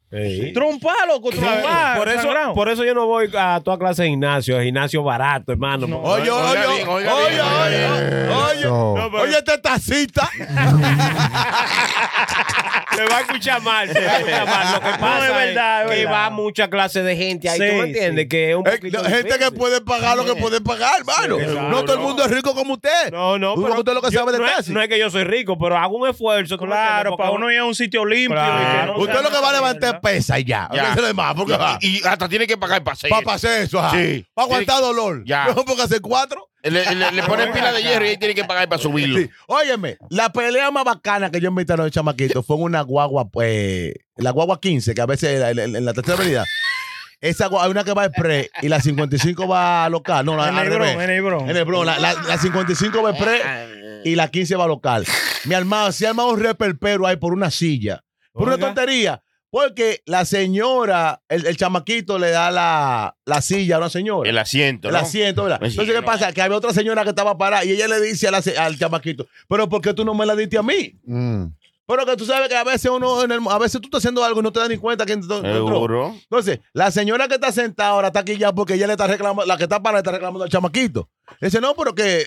Speaker 3: Trompa, loco, trompa.
Speaker 4: Por eso,
Speaker 3: sangrado.
Speaker 4: por eso yo no voy a toda clase de gimnasio, a gimnasio barato, hermano.
Speaker 5: Oye, oye,
Speaker 4: porque-
Speaker 2: Oiga
Speaker 5: oye,
Speaker 2: bien, oiga bien,
Speaker 5: oye,
Speaker 2: oiga
Speaker 5: oye, oye,
Speaker 7: Eso.
Speaker 4: No, pero-
Speaker 5: oye, este esta tacita.
Speaker 4: Se va a escuchar mal, se va a escuchar mal. Lo que pasa
Speaker 3: es
Speaker 4: es,
Speaker 3: verdad, es
Speaker 4: que
Speaker 3: verdad.
Speaker 4: va mucha clase de gente ahí.
Speaker 3: Sí,
Speaker 4: ¿Tú me entiendes?
Speaker 3: sí.
Speaker 4: Que es un
Speaker 5: Eh,
Speaker 4: poquito
Speaker 5: gente que
Speaker 4: difícil.
Speaker 5: puede pagar lo que puede pagar, hermano.
Speaker 4: Exacto.
Speaker 5: No todo el mundo es rico como usted.
Speaker 4: No, no,
Speaker 5: Uno
Speaker 4: pero
Speaker 5: usted lo que
Speaker 4: yo-
Speaker 5: sabe de
Speaker 4: no, es,
Speaker 5: taxi.
Speaker 4: no es que yo soy rico, pero hago un esfuerzo. ¿tú me
Speaker 3: Claro,
Speaker 4: entiendes?
Speaker 3: para
Speaker 4: Porque
Speaker 3: uno ir a un sitio limpio.
Speaker 4: Claro.
Speaker 3: y que no
Speaker 5: Ah, Usted
Speaker 3: sea
Speaker 5: lo que va a
Speaker 3: tanta
Speaker 5: levantar
Speaker 3: mierda.
Speaker 5: es pesa y ya.
Speaker 2: Ya.
Speaker 5: Eso es más, porque ah. va.
Speaker 2: Y, y hasta tiene que pagar el paseo.
Speaker 5: Para pasar eso, ajá.
Speaker 2: Sí.
Speaker 5: Para aguantar dolor.
Speaker 2: Ya.
Speaker 5: No, porque hace cuatro.
Speaker 2: Le, le- le ponen pila de hierro y ahí tiene que pagar para subirlo.
Speaker 5: Sí. Óyeme, la pelea más bacana que yo invité a los chamaquitos fue en una guagua, pues, la guagua 15, que a veces era en, en- en la tercera avenida. Esa guagua, hay una que va express y la 55 va local. No, la
Speaker 3: En
Speaker 5: al
Speaker 3: el bron,
Speaker 5: revés.
Speaker 3: en el bron.
Speaker 5: En el bron. La, la- la 55 va express y la 15 va local. Mi hermano, se arma un reperpero ahí por una silla. Por una
Speaker 4: Oiga.
Speaker 5: tontería. Porque la señora, el, el chamaquito le da la, la silla a una señora.
Speaker 2: El asiento.
Speaker 5: El
Speaker 2: ¿no?
Speaker 5: asiento, ¿verdad?
Speaker 2: Pues sí,
Speaker 5: Entonces, ¿qué
Speaker 2: no.
Speaker 5: pasa? Que había otra señora que estaba parada y ella le dice a la se- al chamaquito, pero ¿por qué tú no me la diste a mí?
Speaker 7: Mm.
Speaker 5: Pero que tú sabes que a veces uno, en el- a veces tú estás haciendo algo y no te das ni cuenta que entró.
Speaker 2: Seguro.
Speaker 5: Entonces, la señora que está sentada ahora está aquí ya porque ella le está reclamando, la que está parada le está reclamando al chamaquito. Le dice, no, pero que,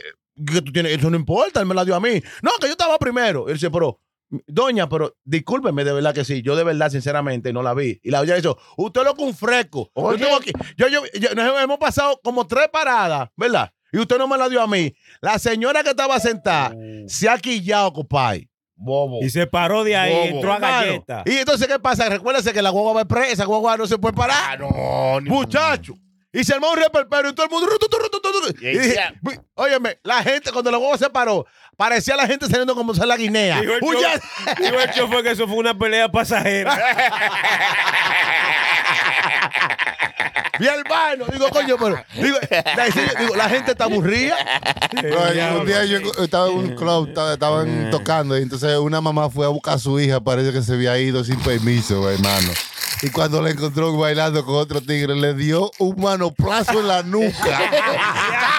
Speaker 5: que tú tienes, eso no importa, él me la dio a mí. No, que yo estaba primero. Él dice, pero, doña, pero discúlpeme, de verdad que sí, yo de verdad, sinceramente, no la vi. Y la olla dijo, usted lo que un fresco. Yo tengo aquí- yo- yo- yo- nos hemos pasado como tres paradas, ¿verdad? Y usted no me la dio a mí. La señora que estaba sentada se ha quillado, compadre. Bobo.
Speaker 4: Y se paró de ahí,
Speaker 2: Bobo.
Speaker 4: entró a
Speaker 5: Hermano,
Speaker 4: galleta.
Speaker 5: Y entonces, ¿qué pasa? Recuérdese que la guagua va presa, esa guagua no se puede parar.
Speaker 2: Ah, No, ni-
Speaker 5: Muchacho. Y se armó un reperpero y todo el mundo. ru, tu, tu, ru, tu, tu, tu.
Speaker 2: Y ahí
Speaker 5: Y dije,
Speaker 2: ya.
Speaker 5: "Bu- Óyeme, la gente, cuando la guagua se paró, parecía la gente saliendo como sale la guinea.
Speaker 4: Dijo el,
Speaker 5: Huya-
Speaker 4: chofer, dijo el chofer que eso fue una pelea pasajera.
Speaker 5: Mi hermano. Digo, coño, pero. Digo, la, sí, digo, la gente está aburrida.
Speaker 7: Pero yo- un día
Speaker 2: pues.
Speaker 7: yo estaba en un club, estaba-
Speaker 2: Eh.
Speaker 7: estaban tocando, y entonces una mamá fue a buscar a su hija, parece que se había ido sin permiso, hermano. Y cuando la encontró bailando con otro tigre, le dio un manoplazo en la nuca.
Speaker 2: ¡Ya!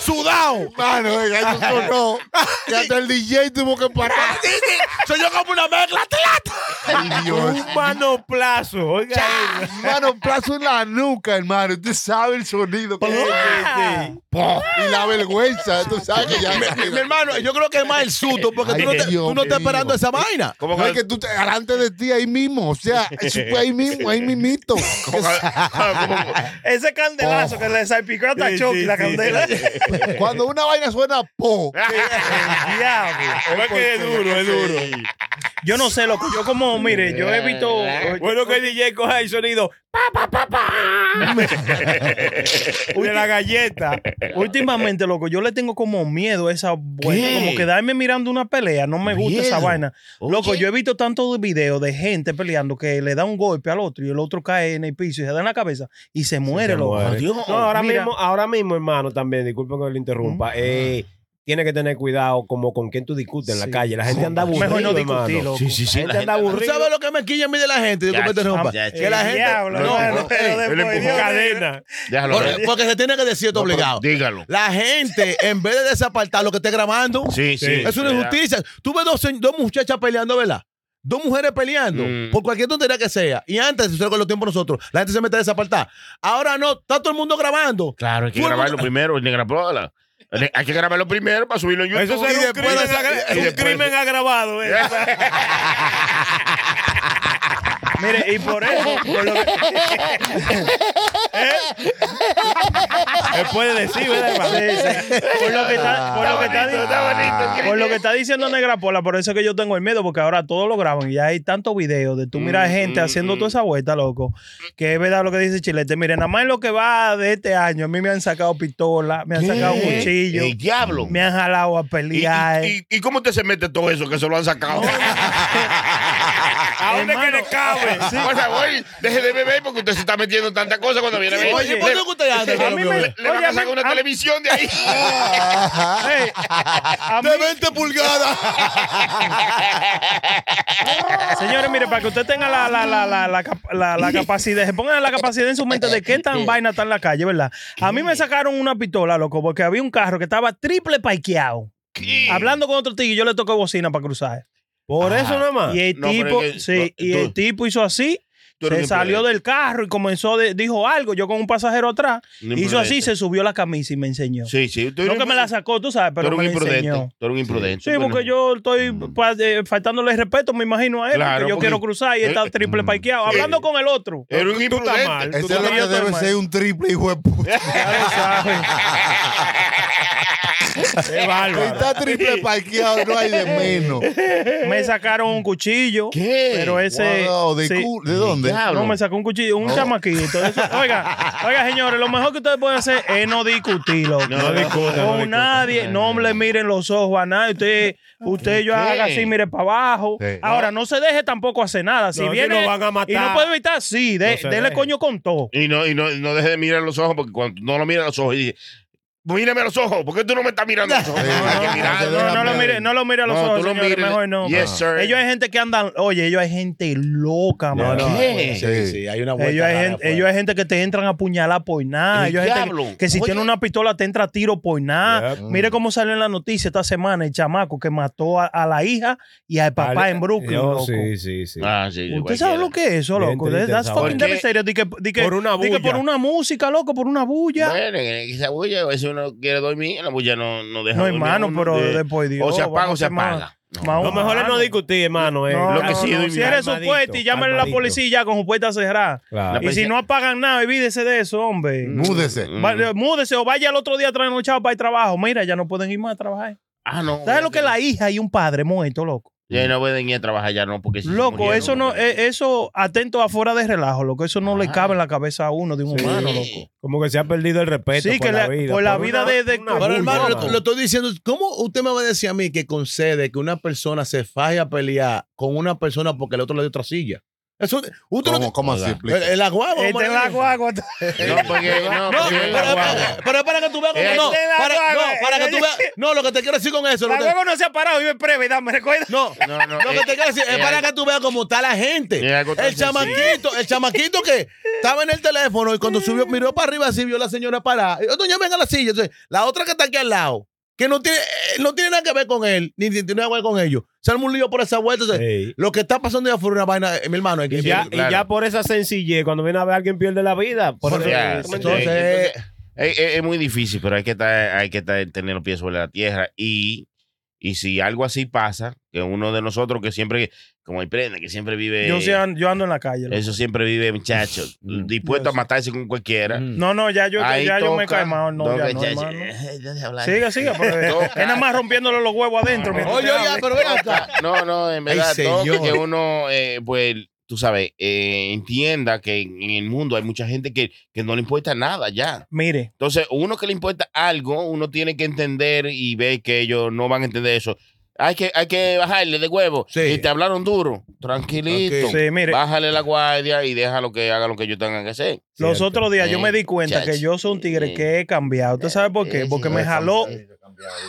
Speaker 2: ¡Sudado!
Speaker 7: Hermano,
Speaker 2: eh,
Speaker 7: oiga, eso sonó. Que hasta el DJ tuvo que parar.
Speaker 5: Soy yo como una mezcla.
Speaker 7: Ay, Dios.
Speaker 4: Un manoplazo. Oiga, eso.
Speaker 7: Manoplazo en la nuca, hermano. Usted sabe el sonido. que
Speaker 3: Ah.
Speaker 4: Sí, sí.
Speaker 7: Y la vergüenza. Tú sabes que ya.
Speaker 5: Mi, mi hermano, yo creo que es más el susto, porque
Speaker 7: Ay,
Speaker 5: tú no, te-
Speaker 7: Dios
Speaker 5: tú no estás
Speaker 7: mío.
Speaker 5: esperando esa vaina.
Speaker 2: Eh, Como
Speaker 7: No,
Speaker 2: que-
Speaker 7: es que tú te delante de ti ahí mismo, o sea, eso fue ahí mismo, ahí mismito.
Speaker 3: Ese candelazo que le salpicó hasta
Speaker 4: Sí,
Speaker 3: Chucky
Speaker 4: sí,
Speaker 3: la
Speaker 4: sí.
Speaker 3: candela.
Speaker 7: Cuando una vaina suena po,
Speaker 3: Diablo.
Speaker 4: Ah, Es que es duro, es duro.
Speaker 3: Yo no sé, loco. Yo como, mire, yo evito.
Speaker 4: Bueno que el DJ coja el sonido de la galleta.
Speaker 3: Últimamente, loco, yo le tengo como miedo a esa vuelta.
Speaker 2: ¿Qué?
Speaker 3: Como quedarme mirando una pelea. No me gusta esa
Speaker 2: Miedo.
Speaker 3: vaina. Loco,
Speaker 2: Oye.
Speaker 3: yo he visto tantos videos de gente peleando que le da un golpe al otro y el otro cae en el piso y se da en la cabeza y se muere, loco.
Speaker 4: muere.
Speaker 2: Adiós.
Speaker 4: No, ahora
Speaker 3: Mira.
Speaker 4: mismo, ahora mismo, hermano, también, disculpen que lo interrumpa.
Speaker 5: Mm.
Speaker 4: eh, tiene que tener cuidado como con quién tú discutes en
Speaker 3: Sí.
Speaker 4: la calle. La gente anda aburrida.
Speaker 3: Mejor no
Speaker 4: hermano.
Speaker 3: discutir, loco.
Speaker 2: Sí, sí,
Speaker 4: La
Speaker 2: sí.
Speaker 4: gente anda
Speaker 5: ¿Tú
Speaker 4: aburrida.
Speaker 5: sabes lo que me quilla a mí de la gente? Disculpe,
Speaker 2: Ya,
Speaker 5: te interrumpa.
Speaker 2: ya,
Speaker 5: Que
Speaker 2: ya.
Speaker 5: la
Speaker 3: El
Speaker 5: gente.
Speaker 3: diablo,
Speaker 5: no,
Speaker 3: hermano,
Speaker 5: no,
Speaker 3: pero
Speaker 5: ey,
Speaker 3: después,
Speaker 2: le empujó
Speaker 3: Dios mío.
Speaker 4: Cadena.
Speaker 2: Déjalo.
Speaker 5: porque,
Speaker 2: déjalo.
Speaker 5: porque se tiene que decir esto
Speaker 2: No, pero
Speaker 5: obligado.
Speaker 2: Dígalo.
Speaker 5: La gente, en vez de desapartar lo que esté grabando,
Speaker 2: Sí, sí.
Speaker 5: es una injusticia. Tú ves dos, se- dos muchachas peleando, ¿verdad? Dos mujeres peleando,
Speaker 2: Mm.
Speaker 5: por cualquier tontería que sea. Y antes, eso era con los tiempos nosotros, la gente se mete a desapartar. Ahora no, está todo el mundo grabando.
Speaker 2: Claro, hay que
Speaker 5: Todo el
Speaker 2: grabarlo
Speaker 5: mundo-
Speaker 2: primero, negra Prola. Hay que grabarlo primero para subirlo en YouTube.
Speaker 4: Eso será un crimen, agra- un crimen agravado. eh.
Speaker 3: Mire, y por eso, por lo que-
Speaker 4: ¿Eh? Se puede decir, ¿verdad, hermano?
Speaker 3: sí, sí. Por lo que está, Ah, por lo que está, di- Ah, por lo que está diciendo Negra Pola, por eso es que yo tengo el miedo, porque ahora todos lo graban y ya hay tantos videos de tú mirar gente haciendo toda esa vuelta, loco, que es verdad lo que dice Chilete. Miren, nada más en lo que va de este año, a mí me han sacado pistola, me han sacado cuchillo,
Speaker 2: El diablo.
Speaker 3: me han jalado a
Speaker 2: eh, ¿Y, y,
Speaker 3: pelear.
Speaker 2: y- y cómo usted se mete todo eso que se lo han sacado?
Speaker 4: ¿A dónde que
Speaker 3: Hermano,
Speaker 4: le cabe?
Speaker 2: Por favor, deje de beber porque usted se está metiendo tanta cosa cuando viene a beber.
Speaker 5: Oye, ¿por
Speaker 2: le,
Speaker 5: qué usted anda?
Speaker 3: a mí me-
Speaker 5: Gabriel?
Speaker 2: le van
Speaker 3: Oye, a
Speaker 2: a
Speaker 3: mí-
Speaker 2: sacar una
Speaker 3: a-
Speaker 2: televisión de ahí.
Speaker 3: Ey, a mí-
Speaker 7: de 20 pulgadas.
Speaker 3: Señores, mire, para que usted tenga la, la, la, la, la, cap- la- la capacidad, se pongan la capacidad en su mente de qué tan vaina está en la calle, ¿verdad? A mí me sacaron una pistola, loco, porque había un carro que estaba triple parqueado. Hablando con otro tigre, yo le toqué bocina para cruzar.
Speaker 4: Por eso nada más.
Speaker 3: Y el
Speaker 2: Ah, no, pero
Speaker 3: tipo,
Speaker 2: es que-
Speaker 3: sí,
Speaker 2: no,
Speaker 3: y el
Speaker 2: tú-
Speaker 3: tipo hizo así,
Speaker 2: tú eres
Speaker 3: se
Speaker 2: un
Speaker 3: salió
Speaker 2: imprudente.
Speaker 3: del carro y comenzó, de- dijo algo, yo con un pasajero atrás,
Speaker 2: Un
Speaker 3: hizo así,
Speaker 2: imprudente.
Speaker 3: se subió la camisa y me enseñó.
Speaker 2: Sí, sí. Tú
Speaker 3: No
Speaker 2: eres
Speaker 3: que me la
Speaker 2: imprudente.
Speaker 3: sacó, tú sabes, pero
Speaker 2: Tú
Speaker 3: me
Speaker 2: eres un
Speaker 3: la
Speaker 2: imprudente.
Speaker 3: enseñó.
Speaker 2: Tú eres un imprudente.
Speaker 3: Sí,
Speaker 2: Bueno,
Speaker 3: porque yo estoy pa- eh, faltándole el respeto, me imagino a él,
Speaker 2: Claro,
Speaker 3: porque yo
Speaker 2: porque-
Speaker 3: quiero cruzar y él está triple parqueado, hablando con el otro.
Speaker 2: Eres un
Speaker 4: Tú estás
Speaker 2: imprudente.
Speaker 4: mal.
Speaker 7: Ese es
Speaker 4: Tú
Speaker 7: lo
Speaker 4: estás
Speaker 7: que
Speaker 3: yo estoy
Speaker 7: debe
Speaker 3: mal.
Speaker 7: ser un triple, hijo de puta.
Speaker 4: Qué
Speaker 7: Si
Speaker 4: bárbaro.
Speaker 7: está triple parqueado, no hay de menos.
Speaker 3: Me sacaron un cuchillo,
Speaker 2: ¿Qué?
Speaker 3: pero ese
Speaker 7: Wow, ¿de,
Speaker 3: sí,
Speaker 7: cu- ¿De dónde?
Speaker 3: no me sacó un cuchillo, un chamaquito. Eso- oiga, oiga, señores, lo mejor que ustedes pueden hacer es no discutirlo.
Speaker 4: No discutan, no
Speaker 3: con
Speaker 4: discutan.
Speaker 3: nadie, no le miren los ojos a nadie. Usted, usted yo haga así, mire para abajo.
Speaker 7: Sí.
Speaker 3: Ahora, no se deje tampoco hacer nada. Si
Speaker 4: No, si
Speaker 3: viene
Speaker 4: lo van a
Speaker 3: y no
Speaker 4: matar.
Speaker 3: puede evitar, sí, de,
Speaker 4: No se
Speaker 3: dele
Speaker 4: deje.
Speaker 3: coño con todo.
Speaker 2: Y no, y no, y no deje de mirar los ojos porque cuando no lo mira a los ojos y dice, míreme a los ojos. ¿Por qué tú no me estás mirando a los ojos?
Speaker 7: Sí,
Speaker 2: Hay Ah, que
Speaker 7: no,
Speaker 2: mirar.
Speaker 7: no,
Speaker 3: No, no lo mire, no lo mire a los
Speaker 2: No,
Speaker 3: ojos,
Speaker 2: tú lo
Speaker 3: señores,
Speaker 2: mires.
Speaker 3: mejor no.
Speaker 2: Yes, sir.
Speaker 3: Ellos hay gente que andan, oye, ellos hay gente loca,
Speaker 5: No,
Speaker 3: mano.
Speaker 5: no,
Speaker 2: ¿Qué?
Speaker 5: sí, sí, hay una vuelta.
Speaker 3: Ellos hay,
Speaker 5: rara
Speaker 3: gente,
Speaker 5: afuera.
Speaker 3: ellos hay gente que te entran a apuñalar por nada.
Speaker 2: El
Speaker 3: Ellos hay gente
Speaker 2: diablo.
Speaker 3: que, que si
Speaker 2: Oye.
Speaker 3: tiene una pistola te entra a tiro por nada.
Speaker 5: Yep.
Speaker 3: Mire cómo salió en la noticia esta semana el chamaco que mató a, a la hija y al papá en Brooklyn,
Speaker 4: Yo,
Speaker 3: loco.
Speaker 4: Sí, sí, sí.
Speaker 2: Ah, sí, sí,
Speaker 3: ¿Usted sabe
Speaker 2: cualquiera.
Speaker 3: lo que es eso,
Speaker 4: Bien
Speaker 3: loco?
Speaker 4: triste
Speaker 3: That's
Speaker 4: esa
Speaker 3: fucking
Speaker 2: vaina.
Speaker 3: devastating. Di que- di que-
Speaker 4: Por una
Speaker 3: di que
Speaker 4: bulla.
Speaker 3: por una música, loco, por una bulla.
Speaker 2: Bueno, eh, esa bulla, a veces uno quiere dormir, la bulla no, no deja
Speaker 3: no,
Speaker 2: dormir a
Speaker 3: hermano,
Speaker 2: uno.
Speaker 3: pero
Speaker 2: Eh,
Speaker 3: después Dios.
Speaker 2: O se apaga
Speaker 3: vamos
Speaker 2: o
Speaker 3: a
Speaker 2: se
Speaker 3: ser más-
Speaker 2: apaga. No.
Speaker 3: más
Speaker 4: Lo mejor es no
Speaker 3: humanos.
Speaker 4: discutir, hermano. eh.
Speaker 3: No,
Speaker 2: Lo que
Speaker 3: no,
Speaker 2: sí,
Speaker 3: no.
Speaker 2: doy
Speaker 3: Si
Speaker 2: mi
Speaker 3: eres
Speaker 4: Calmadito,
Speaker 3: supuesto y llámale a la
Speaker 4: calmadito.
Speaker 3: policía ya con su puerta cerrada.
Speaker 4: Claro.
Speaker 2: La-
Speaker 3: Y si
Speaker 2: policía- Mm.
Speaker 3: no apagan nada, olvídese de eso, hombre.
Speaker 7: Múdese.
Speaker 3: Va- Múdese o vaya al otro día trasnochado para el trabajo. Mira, ya no pueden ir más a trabajar.
Speaker 2: Ah, no.
Speaker 3: ¿Sabes lo que es la hija y un padre muerto, loco?
Speaker 2: Ya no pueden ir a trabajar ya, no, porque si se
Speaker 3: Loco,
Speaker 2: murieron,
Speaker 3: eso no,
Speaker 2: bueno.
Speaker 3: eh, eso atento afuera de relajo, loco. Eso no le
Speaker 2: Ah.
Speaker 3: cabe en la cabeza a uno de un
Speaker 2: Sí.
Speaker 3: humano, loco.
Speaker 4: Como que se ha perdido el respeto
Speaker 3: Sí,
Speaker 4: por,
Speaker 3: que
Speaker 4: la
Speaker 3: le-
Speaker 4: vida,
Speaker 3: por la vida de- de- Pero,
Speaker 4: una bulla,
Speaker 5: Pero hermano, lo,
Speaker 4: mano.
Speaker 5: lo estoy diciendo, ¿cómo usted me va a decir a mí que concede que una persona se faje a pelear con una persona porque el otro le dio otra silla? Eso, usted no
Speaker 7: ¿Cómo,
Speaker 5: te-
Speaker 7: cómo así?
Speaker 5: el,
Speaker 7: Explica.
Speaker 5: el aguabo.
Speaker 3: Este
Speaker 5: hombre.
Speaker 3: es la guagua.
Speaker 2: No, porque. No,
Speaker 5: No,
Speaker 2: porque-
Speaker 5: pero, pero- pero es para que tú veas cómo
Speaker 2: Eh,
Speaker 5: no.
Speaker 3: de Este la
Speaker 5: Para, no,
Speaker 3: guagua,
Speaker 5: para que
Speaker 3: eh,
Speaker 5: tú veas. No, lo que te quiero decir con eso. Lo
Speaker 3: La
Speaker 5: que,
Speaker 3: guagua no se ha parado, vive previa, me recuerda.
Speaker 5: no,
Speaker 2: No, no.
Speaker 5: lo que
Speaker 2: eh,
Speaker 5: te quiero decir es
Speaker 2: eh,
Speaker 5: para que tú veas cómo está la
Speaker 2: eh,
Speaker 5: gente.
Speaker 2: algo tan
Speaker 5: El chamaquito, el chamaquito que estaba en el teléfono y cuando subió, miró para arriba así, vio a la señora parada. Y, "Oh, Doña, venga a la silla. Entonces, la otra que está aquí al lado, que no tiene, eh, no tiene nada que ver con él, ni tiene nada que ver con ellos. Se arma un lío por esa vuelta. Entonces,
Speaker 2: Eh.
Speaker 4: Ey.
Speaker 5: Lo que está pasando ya fue una vaina, eh, mi hermano.
Speaker 4: Y
Speaker 5: aquí-
Speaker 4: ya,
Speaker 2: Sí,
Speaker 4: y
Speaker 2: claro.
Speaker 4: ya por esa sencillez, cuando viene a ver a alguien pierde la vida. Por
Speaker 5: Por-
Speaker 4: eso-
Speaker 2: ya,
Speaker 4: ¿tú me
Speaker 2: entonces-
Speaker 4: entiendes?
Speaker 5: Entonces,
Speaker 2: Es, es- es muy difícil, pero hay que estar, hay que estar- tener los pies sobre la tierra. Y, y si algo así pasa, que uno de nosotros que siempre, como hay prenda, que siempre vive.
Speaker 3: Yo, sí an- yo ando en la calle. loco.
Speaker 2: eso siempre vive, muchacho. mm, dispuesto a matarse con cualquiera.
Speaker 3: No, no, ya yo,
Speaker 2: Ahí
Speaker 3: ya yo me he
Speaker 2: toca,
Speaker 3: calmado. No,
Speaker 2: toca,
Speaker 3: ya no,
Speaker 2: ya-
Speaker 3: hermano.
Speaker 2: eh, ya de hablar.
Speaker 3: Siga, siga. pero Es
Speaker 2: Toca.
Speaker 3: nada más rompiéndole los huevos adentro. mientras
Speaker 5: Oye,
Speaker 3: te
Speaker 5: oye,
Speaker 3: hable.
Speaker 5: pero ven acá.
Speaker 2: Toca. No, no, en verdad,
Speaker 5: Ay,
Speaker 2: toca
Speaker 5: señor.
Speaker 2: que uno, eh, pues, tú sabes, eh, entienda que en en el mundo hay mucha gente que, que no le importa nada ya.
Speaker 3: Mire,
Speaker 2: Entonces, uno que le importa algo, uno tiene que entender y ver que ellos no van a entender eso. Hay que, hay que bajarle de huevo.
Speaker 5: Sí.
Speaker 2: Y te hablaron duro. Tranquilito.
Speaker 5: Ok.
Speaker 3: sí, mire.
Speaker 2: Bájale la guardia y déjalo que haga lo que ellos tengan que hacer.
Speaker 3: Los
Speaker 4: Cierto.
Speaker 3: otros días yo me di cuenta
Speaker 2: Chacho.
Speaker 3: que yo soy un tigre que he cambiado. ¿Usted sabe por qué?
Speaker 2: Sí,
Speaker 3: Porque
Speaker 2: sí,
Speaker 3: me
Speaker 2: sí.
Speaker 3: jaló,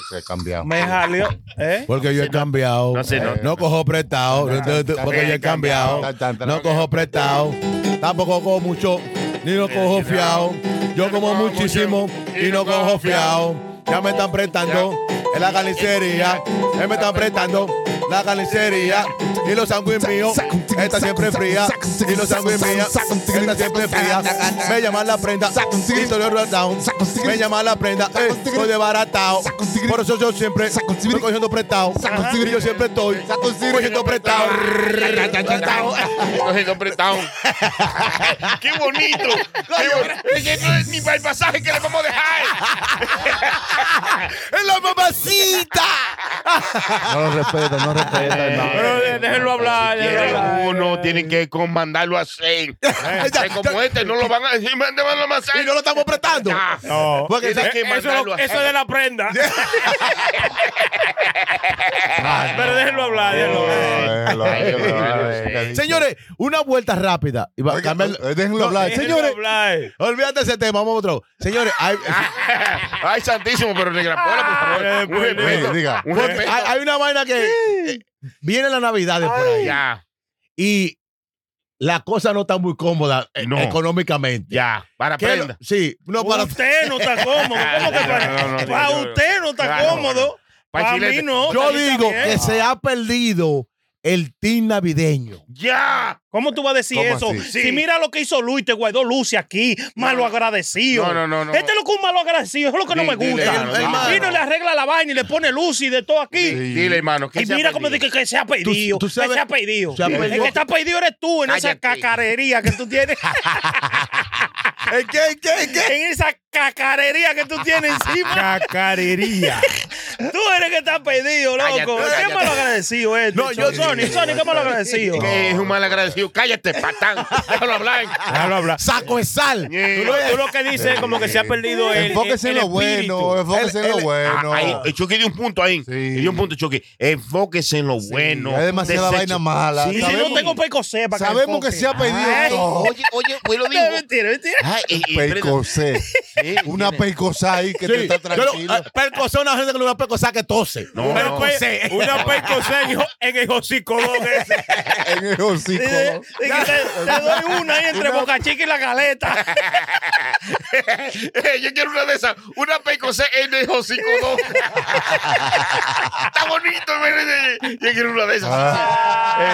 Speaker 7: Se ha cambiado.
Speaker 3: me jaló, ¿eh?
Speaker 5: Porque yo he cambiado.
Speaker 2: No sé, no.
Speaker 5: No cojo prestado.
Speaker 7: No,
Speaker 5: no, no, Porque yo he cambiado.
Speaker 7: Tan, tan, tan.
Speaker 5: No cojo prestado. Tampoco cojo mucho. Ni no cojo fiado. Yo como muchísimo. Y no cojo fiado. Ya me están prestando. En la carnicería. Ya me están prestando. La carnicería. Y los sándwiches míos. Está siempre fría. Y los sándwiches míos. Está siempre fría. Me llaman la prenda. Historia Down. Me llaman la prenda. eh, Soy desbaratado. Por eso yo siempre estoy cogiendo prestado. Y yo siempre estoy cogiendo prestado.
Speaker 2: Cogiendo prestado. ¡Qué bonito! Qué bonito. Es que no es ni para el pasaje que le vamos a dejar.
Speaker 5: ¡Es la mamacita!
Speaker 7: No lo respeta, no respeta,
Speaker 4: Pero
Speaker 7: hermano.
Speaker 4: eh, déjenlo hablar. déjenlo hablar.
Speaker 2: Quieren uno, tienen que mandarlo a hacer.
Speaker 5: ya,
Speaker 2: Como este, no lo van a decir, mándamelo a
Speaker 5: Y
Speaker 2: masaje.
Speaker 5: no lo estamos prestando.
Speaker 2: Ah.
Speaker 4: No.
Speaker 5: Porque
Speaker 2: Tiene
Speaker 5: esa-
Speaker 2: que
Speaker 4: Eso, es
Speaker 2: mandarlo
Speaker 4: lo-
Speaker 2: a
Speaker 4: eso
Speaker 2: hacer.
Speaker 4: es de la prenda. Pero déjenlo hablar, déjenlo hablar.
Speaker 7: Déjelo, déjelo, déjelo.
Speaker 5: Señores, una vuelta rápida. Y va a
Speaker 7: Oiga,
Speaker 5: cambiar-
Speaker 7: eh, déjenlo hablar.
Speaker 4: Déjenlo
Speaker 5: Señores.
Speaker 4: hablar.
Speaker 5: Olvídate ese tema, vamos a otro. Señores, hay,
Speaker 2: Ah, Ay, santísimo, pero negra pola, por favor. Un
Speaker 7: Mire,
Speaker 2: respeto.
Speaker 7: diga.
Speaker 2: Un
Speaker 5: porque
Speaker 2: respeto.
Speaker 5: hay- hay una vaina que eh, viene la Navidad de por ahí.
Speaker 2: Ya,
Speaker 5: Y la cosa no está muy cómoda eh,
Speaker 2: No.
Speaker 5: económicamente.
Speaker 2: ya. Para
Speaker 5: ¿Qué-
Speaker 2: prenda.
Speaker 5: Sí, no para.
Speaker 3: Usted no está cómodo. ¿Cómo que
Speaker 2: No, no,
Speaker 3: para,
Speaker 2: no,
Speaker 3: para
Speaker 2: no, no.
Speaker 3: usted no está
Speaker 2: Claro.
Speaker 3: cómodo?
Speaker 2: Pa'
Speaker 3: Para mí
Speaker 2: chilete.
Speaker 3: no.
Speaker 5: Yo
Speaker 3: para mí
Speaker 5: digo
Speaker 3: también.
Speaker 5: que se ha perdido el team navideño.
Speaker 2: Ya.
Speaker 3: ¿Cómo tú vas a decir
Speaker 7: ¿Cómo
Speaker 3: eso?
Speaker 7: así?
Speaker 3: Si mira lo que hizo Luis, te guardó Luce aquí, malo agradecido.
Speaker 2: No, no, no, no.
Speaker 3: Este es lo que es un malo agradecido, es lo que no
Speaker 2: Di-
Speaker 3: me
Speaker 2: dile,
Speaker 3: gusta.
Speaker 5: hermano, hermano.
Speaker 3: Y no le arregla la vaina y le pone luz y de todo aquí.
Speaker 2: Dile, hermano. ¿qué
Speaker 3: Y
Speaker 2: se ha
Speaker 3: mira cómo
Speaker 2: perdido?
Speaker 3: dice que se ha pedido.
Speaker 5: tú sabes-
Speaker 3: que se ha pedido.
Speaker 5: se ha
Speaker 3: El
Speaker 5: perdido.
Speaker 3: que está pedido eres tú en esa
Speaker 2: Cállate.
Speaker 3: cacarería que tú tienes.
Speaker 5: ¿Qué, qué, qué?
Speaker 3: en esa cacarería que tú tienes encima.
Speaker 4: Cacarería.
Speaker 3: Tú eres que estás pedido, loco.
Speaker 2: Cállate,
Speaker 3: ¿Qué
Speaker 2: cállate.
Speaker 3: malo agradecido este?
Speaker 5: No, yo-
Speaker 3: Sony, Sony, ¿qué malo agradecido?
Speaker 2: Que es un mal agradecido. Cállate, patán. Déjalo hablar.
Speaker 4: Déjalo hablar.
Speaker 8: Saco de sal.
Speaker 4: Tú lo, tú lo que dices es como que se ha perdido el.
Speaker 7: Enfóquese en
Speaker 4: el- el
Speaker 7: lo
Speaker 4: espíritu.
Speaker 7: bueno, enfóquese en lo
Speaker 2: Ah,
Speaker 7: bueno.
Speaker 2: ahí, eh, Chucky dio un punto ahí.
Speaker 7: Sí.
Speaker 2: Dio un punto, Chucky. Enfóquese en lo bueno.
Speaker 7: hay demasiada
Speaker 2: Desecho.
Speaker 7: vaina mala.
Speaker 2: Sí,
Speaker 3: Y si
Speaker 2: sí,
Speaker 3: no
Speaker 7: Sabemos-
Speaker 3: tengo pecosé para
Speaker 7: Sabemos que se ha
Speaker 2: Ay,
Speaker 7: pedido todo.
Speaker 2: Oye, oye, pues lo digo.
Speaker 3: Mentira, mentira.
Speaker 2: Ay, eh, eh,
Speaker 7: Percocé.
Speaker 2: espérate. Sí,
Speaker 7: Una
Speaker 2: tiene-
Speaker 7: percosa ahí que te está tranquilo.
Speaker 5: ah,
Speaker 2: ah,
Speaker 8: Percosé una gente que no una percosá que tose.
Speaker 2: No,
Speaker 4: Pero
Speaker 2: no.
Speaker 4: pues, una percocé en, el- en el hocicodón ese.
Speaker 7: En el hocico.
Speaker 3: Dice-
Speaker 2: eh.
Speaker 3: dice que Te te doy una ahí entre Boca Chica y la caleta.
Speaker 2: Eh, Yo quiero una de esas. Una pecosé en el hocico. ¿no? Está bonito. mire, eh, Yo quiero una de esas.
Speaker 7: Ah.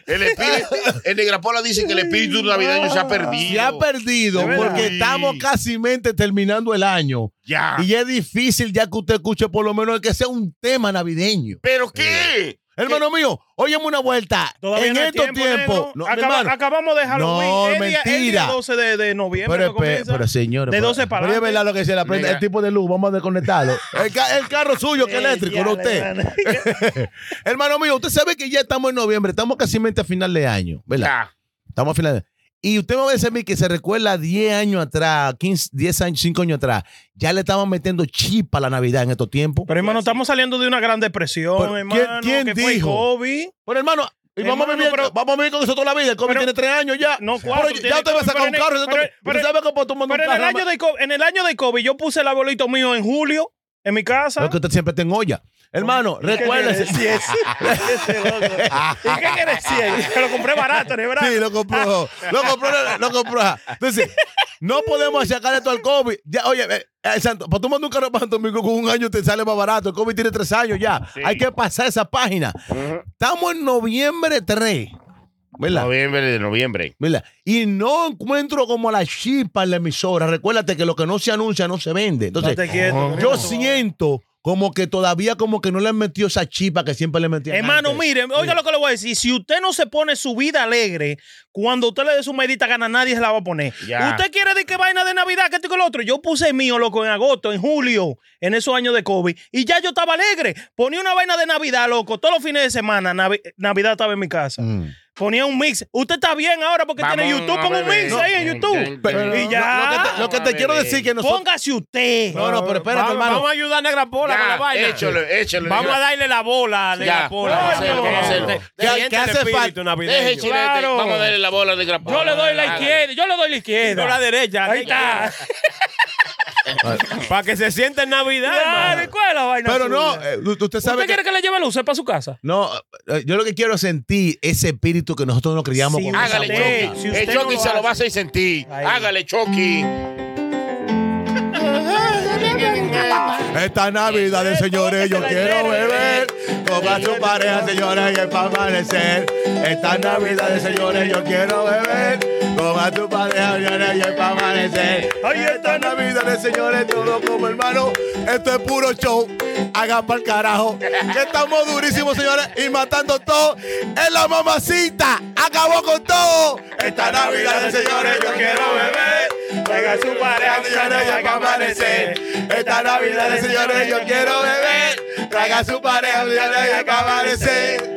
Speaker 2: El espíritu. El Negrapola dice que el espíritu navideño
Speaker 7: Ah.
Speaker 2: se ha perdido.
Speaker 5: Se ha perdido
Speaker 2: De verdad.
Speaker 5: porque
Speaker 2: Sí.
Speaker 5: estamos casi mente terminando el año.
Speaker 2: Ya.
Speaker 5: Y es difícil ya que usted escuche por lo menos que sea un tema navideño.
Speaker 2: ¿Pero qué?
Speaker 5: Hermano mío, óyeme una vuelta.
Speaker 3: Todavía
Speaker 5: en
Speaker 3: no hay
Speaker 5: estos
Speaker 3: tiempo,
Speaker 5: tiempos.
Speaker 3: neno.
Speaker 5: No, mi
Speaker 3: Acaba-
Speaker 5: hermano,
Speaker 3: acabamos de Halloween.
Speaker 5: No,
Speaker 3: El día- El
Speaker 5: mentira.
Speaker 3: día 12 de, de noviembre.
Speaker 5: pero,
Speaker 3: que
Speaker 5: espere,
Speaker 3: comienza.
Speaker 5: pero señores.
Speaker 3: De
Speaker 5: pero-
Speaker 3: 12 para
Speaker 5: Pero es
Speaker 3: adelante.
Speaker 5: verdad lo que se la prende.
Speaker 2: Mira.
Speaker 5: El tipo de luz, vamos a desconectarlo. el, ca- el carro suyo, que es
Speaker 3: Eh,
Speaker 5: eléctrico,
Speaker 3: ya,
Speaker 5: no
Speaker 3: la
Speaker 5: usted.
Speaker 3: hermana.
Speaker 5: Hermano mío, usted sabe que ya estamos en noviembre, estamos casi mente a final de año, ¿verdad?
Speaker 3: Ah.
Speaker 2: Ya.
Speaker 5: Estamos a final de Y usted me va a decir a mí que se recuerda 10 años atrás, 15, 10 años, 5 años atrás, ya le estaban metiendo chip a la Navidad en estos tiempos.
Speaker 3: Pero hermano, estamos saliendo de una gran depresión,
Speaker 5: Pero,
Speaker 3: hermano.
Speaker 5: ¿quién- quién
Speaker 3: que fue
Speaker 5: dijo?
Speaker 3: COVID.
Speaker 5: Pero hermano, y vamos, a
Speaker 3: Hermano,
Speaker 5: vivir,
Speaker 3: pero-
Speaker 5: vamos a vivir con eso toda la vida. El COVID
Speaker 3: Pero-
Speaker 5: tiene 3 años ya.
Speaker 3: No,
Speaker 5: Pero
Speaker 3: cuatro, tiene
Speaker 5: ya usted va a
Speaker 3: COVID,
Speaker 5: sacar un
Speaker 3: pero en
Speaker 5: carro.
Speaker 3: el-
Speaker 5: y usted-
Speaker 3: pero-
Speaker 5: Usted sabe que por todo el mundo
Speaker 3: Pero
Speaker 5: un
Speaker 3: en el,
Speaker 5: carro,
Speaker 3: año de COVID, en el año de COVID, yo puse el arbolito mío en julio en mi casa.
Speaker 5: Lo que usted siempre está en olla. Hermano,
Speaker 3: ¿Qué quiere
Speaker 5: recuérdese.
Speaker 3: decir eso? Ese loco. ¿Y qué quiere decir? Que lo compré barato, ¿no?
Speaker 5: Sí, lo compró. Lo compró, lo compró. Entonces, no podemos achacar esto al COVID. Ya, oye, eh, eh, Santo, para tú mandar un carro para Santo Domingo con un año te sale más barato. El COVID tiene tres años ya. Hay que pasar esa página. Estamos en noviembre 3. ¿Verdad?
Speaker 2: Noviembre de noviembre.
Speaker 5: ¿Verdad? Y no encuentro como la chispa en la emisora. Recuérdate que lo que no se anuncia no se vende. Entonces,
Speaker 3: Estate quieto.
Speaker 5: yo siento como que todavía como que no le han metido esa chispa que siempre le metían.
Speaker 3: Hermano,
Speaker 5: antes.
Speaker 3: mire, oiga lo que le voy a decir. Si usted no se pone su vida alegre, cuando usted le dé su medita gana, nadie se la va a poner.
Speaker 2: Ya.
Speaker 3: ¿Usted quiere decir que vaina de Navidad, que esto y que lo otro? Yo puse el mío, loco, en agosto, en julio, en esos años de COVID, y ya yo estaba alegre. Ponía una vaina de Navidad, loco, todos los fines de semana, Navi- Navidad estaba en mi casa. Ponía un mix. Usted está bien ahora porque tiene
Speaker 2: Vamos
Speaker 3: YouTube,
Speaker 2: a
Speaker 3: ponga un
Speaker 2: beber.
Speaker 3: mix ahí en
Speaker 2: No,
Speaker 3: YouTube.
Speaker 2: pero-
Speaker 3: y ya.
Speaker 5: Lo que te, lo que te quiero decir que nosotros.
Speaker 3: Póngase usted.
Speaker 5: No, no, pero espérate,
Speaker 4: vamos,
Speaker 5: hermano.
Speaker 4: vamos a ayudar a Negra Pola con la
Speaker 2: Ya,
Speaker 4: vaina.
Speaker 2: échale, échale.
Speaker 4: Vamos a darle la bola a Negra
Speaker 2: Ya,
Speaker 4: Pola.
Speaker 2: vamos a hacerlo,
Speaker 4: Coño.
Speaker 2: vamos a hacerlo.
Speaker 4: Que-
Speaker 5: Deje-
Speaker 4: que
Speaker 5: el
Speaker 4: hace
Speaker 5: espíritu
Speaker 4: falta
Speaker 2: Deje el
Speaker 4: navideño.
Speaker 2: chilete.
Speaker 3: Claro.
Speaker 2: Vamos a darle la bola de grapo.
Speaker 10: Yo le doy la izquierda, yo le doy la
Speaker 4: Pero la
Speaker 10: izquierda.
Speaker 4: derecha.
Speaker 3: Ahí está.
Speaker 4: Para que se sienta en Navidad.
Speaker 3: Claro, ¿y
Speaker 4: hermano.
Speaker 3: ¿cuál es la vaina?
Speaker 5: Pero no,
Speaker 3: suya?
Speaker 5: eh, u- usted sabe
Speaker 10: ¿Usted
Speaker 5: que.
Speaker 10: quiere que le lleve luces para su casa?
Speaker 5: No, eh, yo lo que quiero es sentir ese espíritu que nosotros nos criamos
Speaker 3: Sí,
Speaker 5: con esa
Speaker 2: Hágale,
Speaker 3: usted-
Speaker 5: boca.
Speaker 2: Chucky.
Speaker 3: si usted
Speaker 2: el Chucky
Speaker 3: no lo
Speaker 2: se lo
Speaker 3: hace.
Speaker 2: va a hacer sentir.
Speaker 3: Ahí.
Speaker 2: Hágale, Chucky.
Speaker 5: Esta Navidad, de señores, yo quiero beber. Con a su pareja, señores, y es para amanecer. Esta Navidad, de señores, yo quiero beber. Con a tu pareja, señores, y es para amanecer. Ay, esta Navidad, de señores, todo como hermano. Esto es puro show. Hagan para el carajo. Que estamos durísimos, señores, y matando todo. Es la mamacita. Acabó con todo. Esta Navidad, de señores, yo quiero beber. Traiga a su pareja, señores, y es para amanecer. Esta Navidad, de señores, yo quiero beber. Traiga a su pareja, señores, y es para amanecer.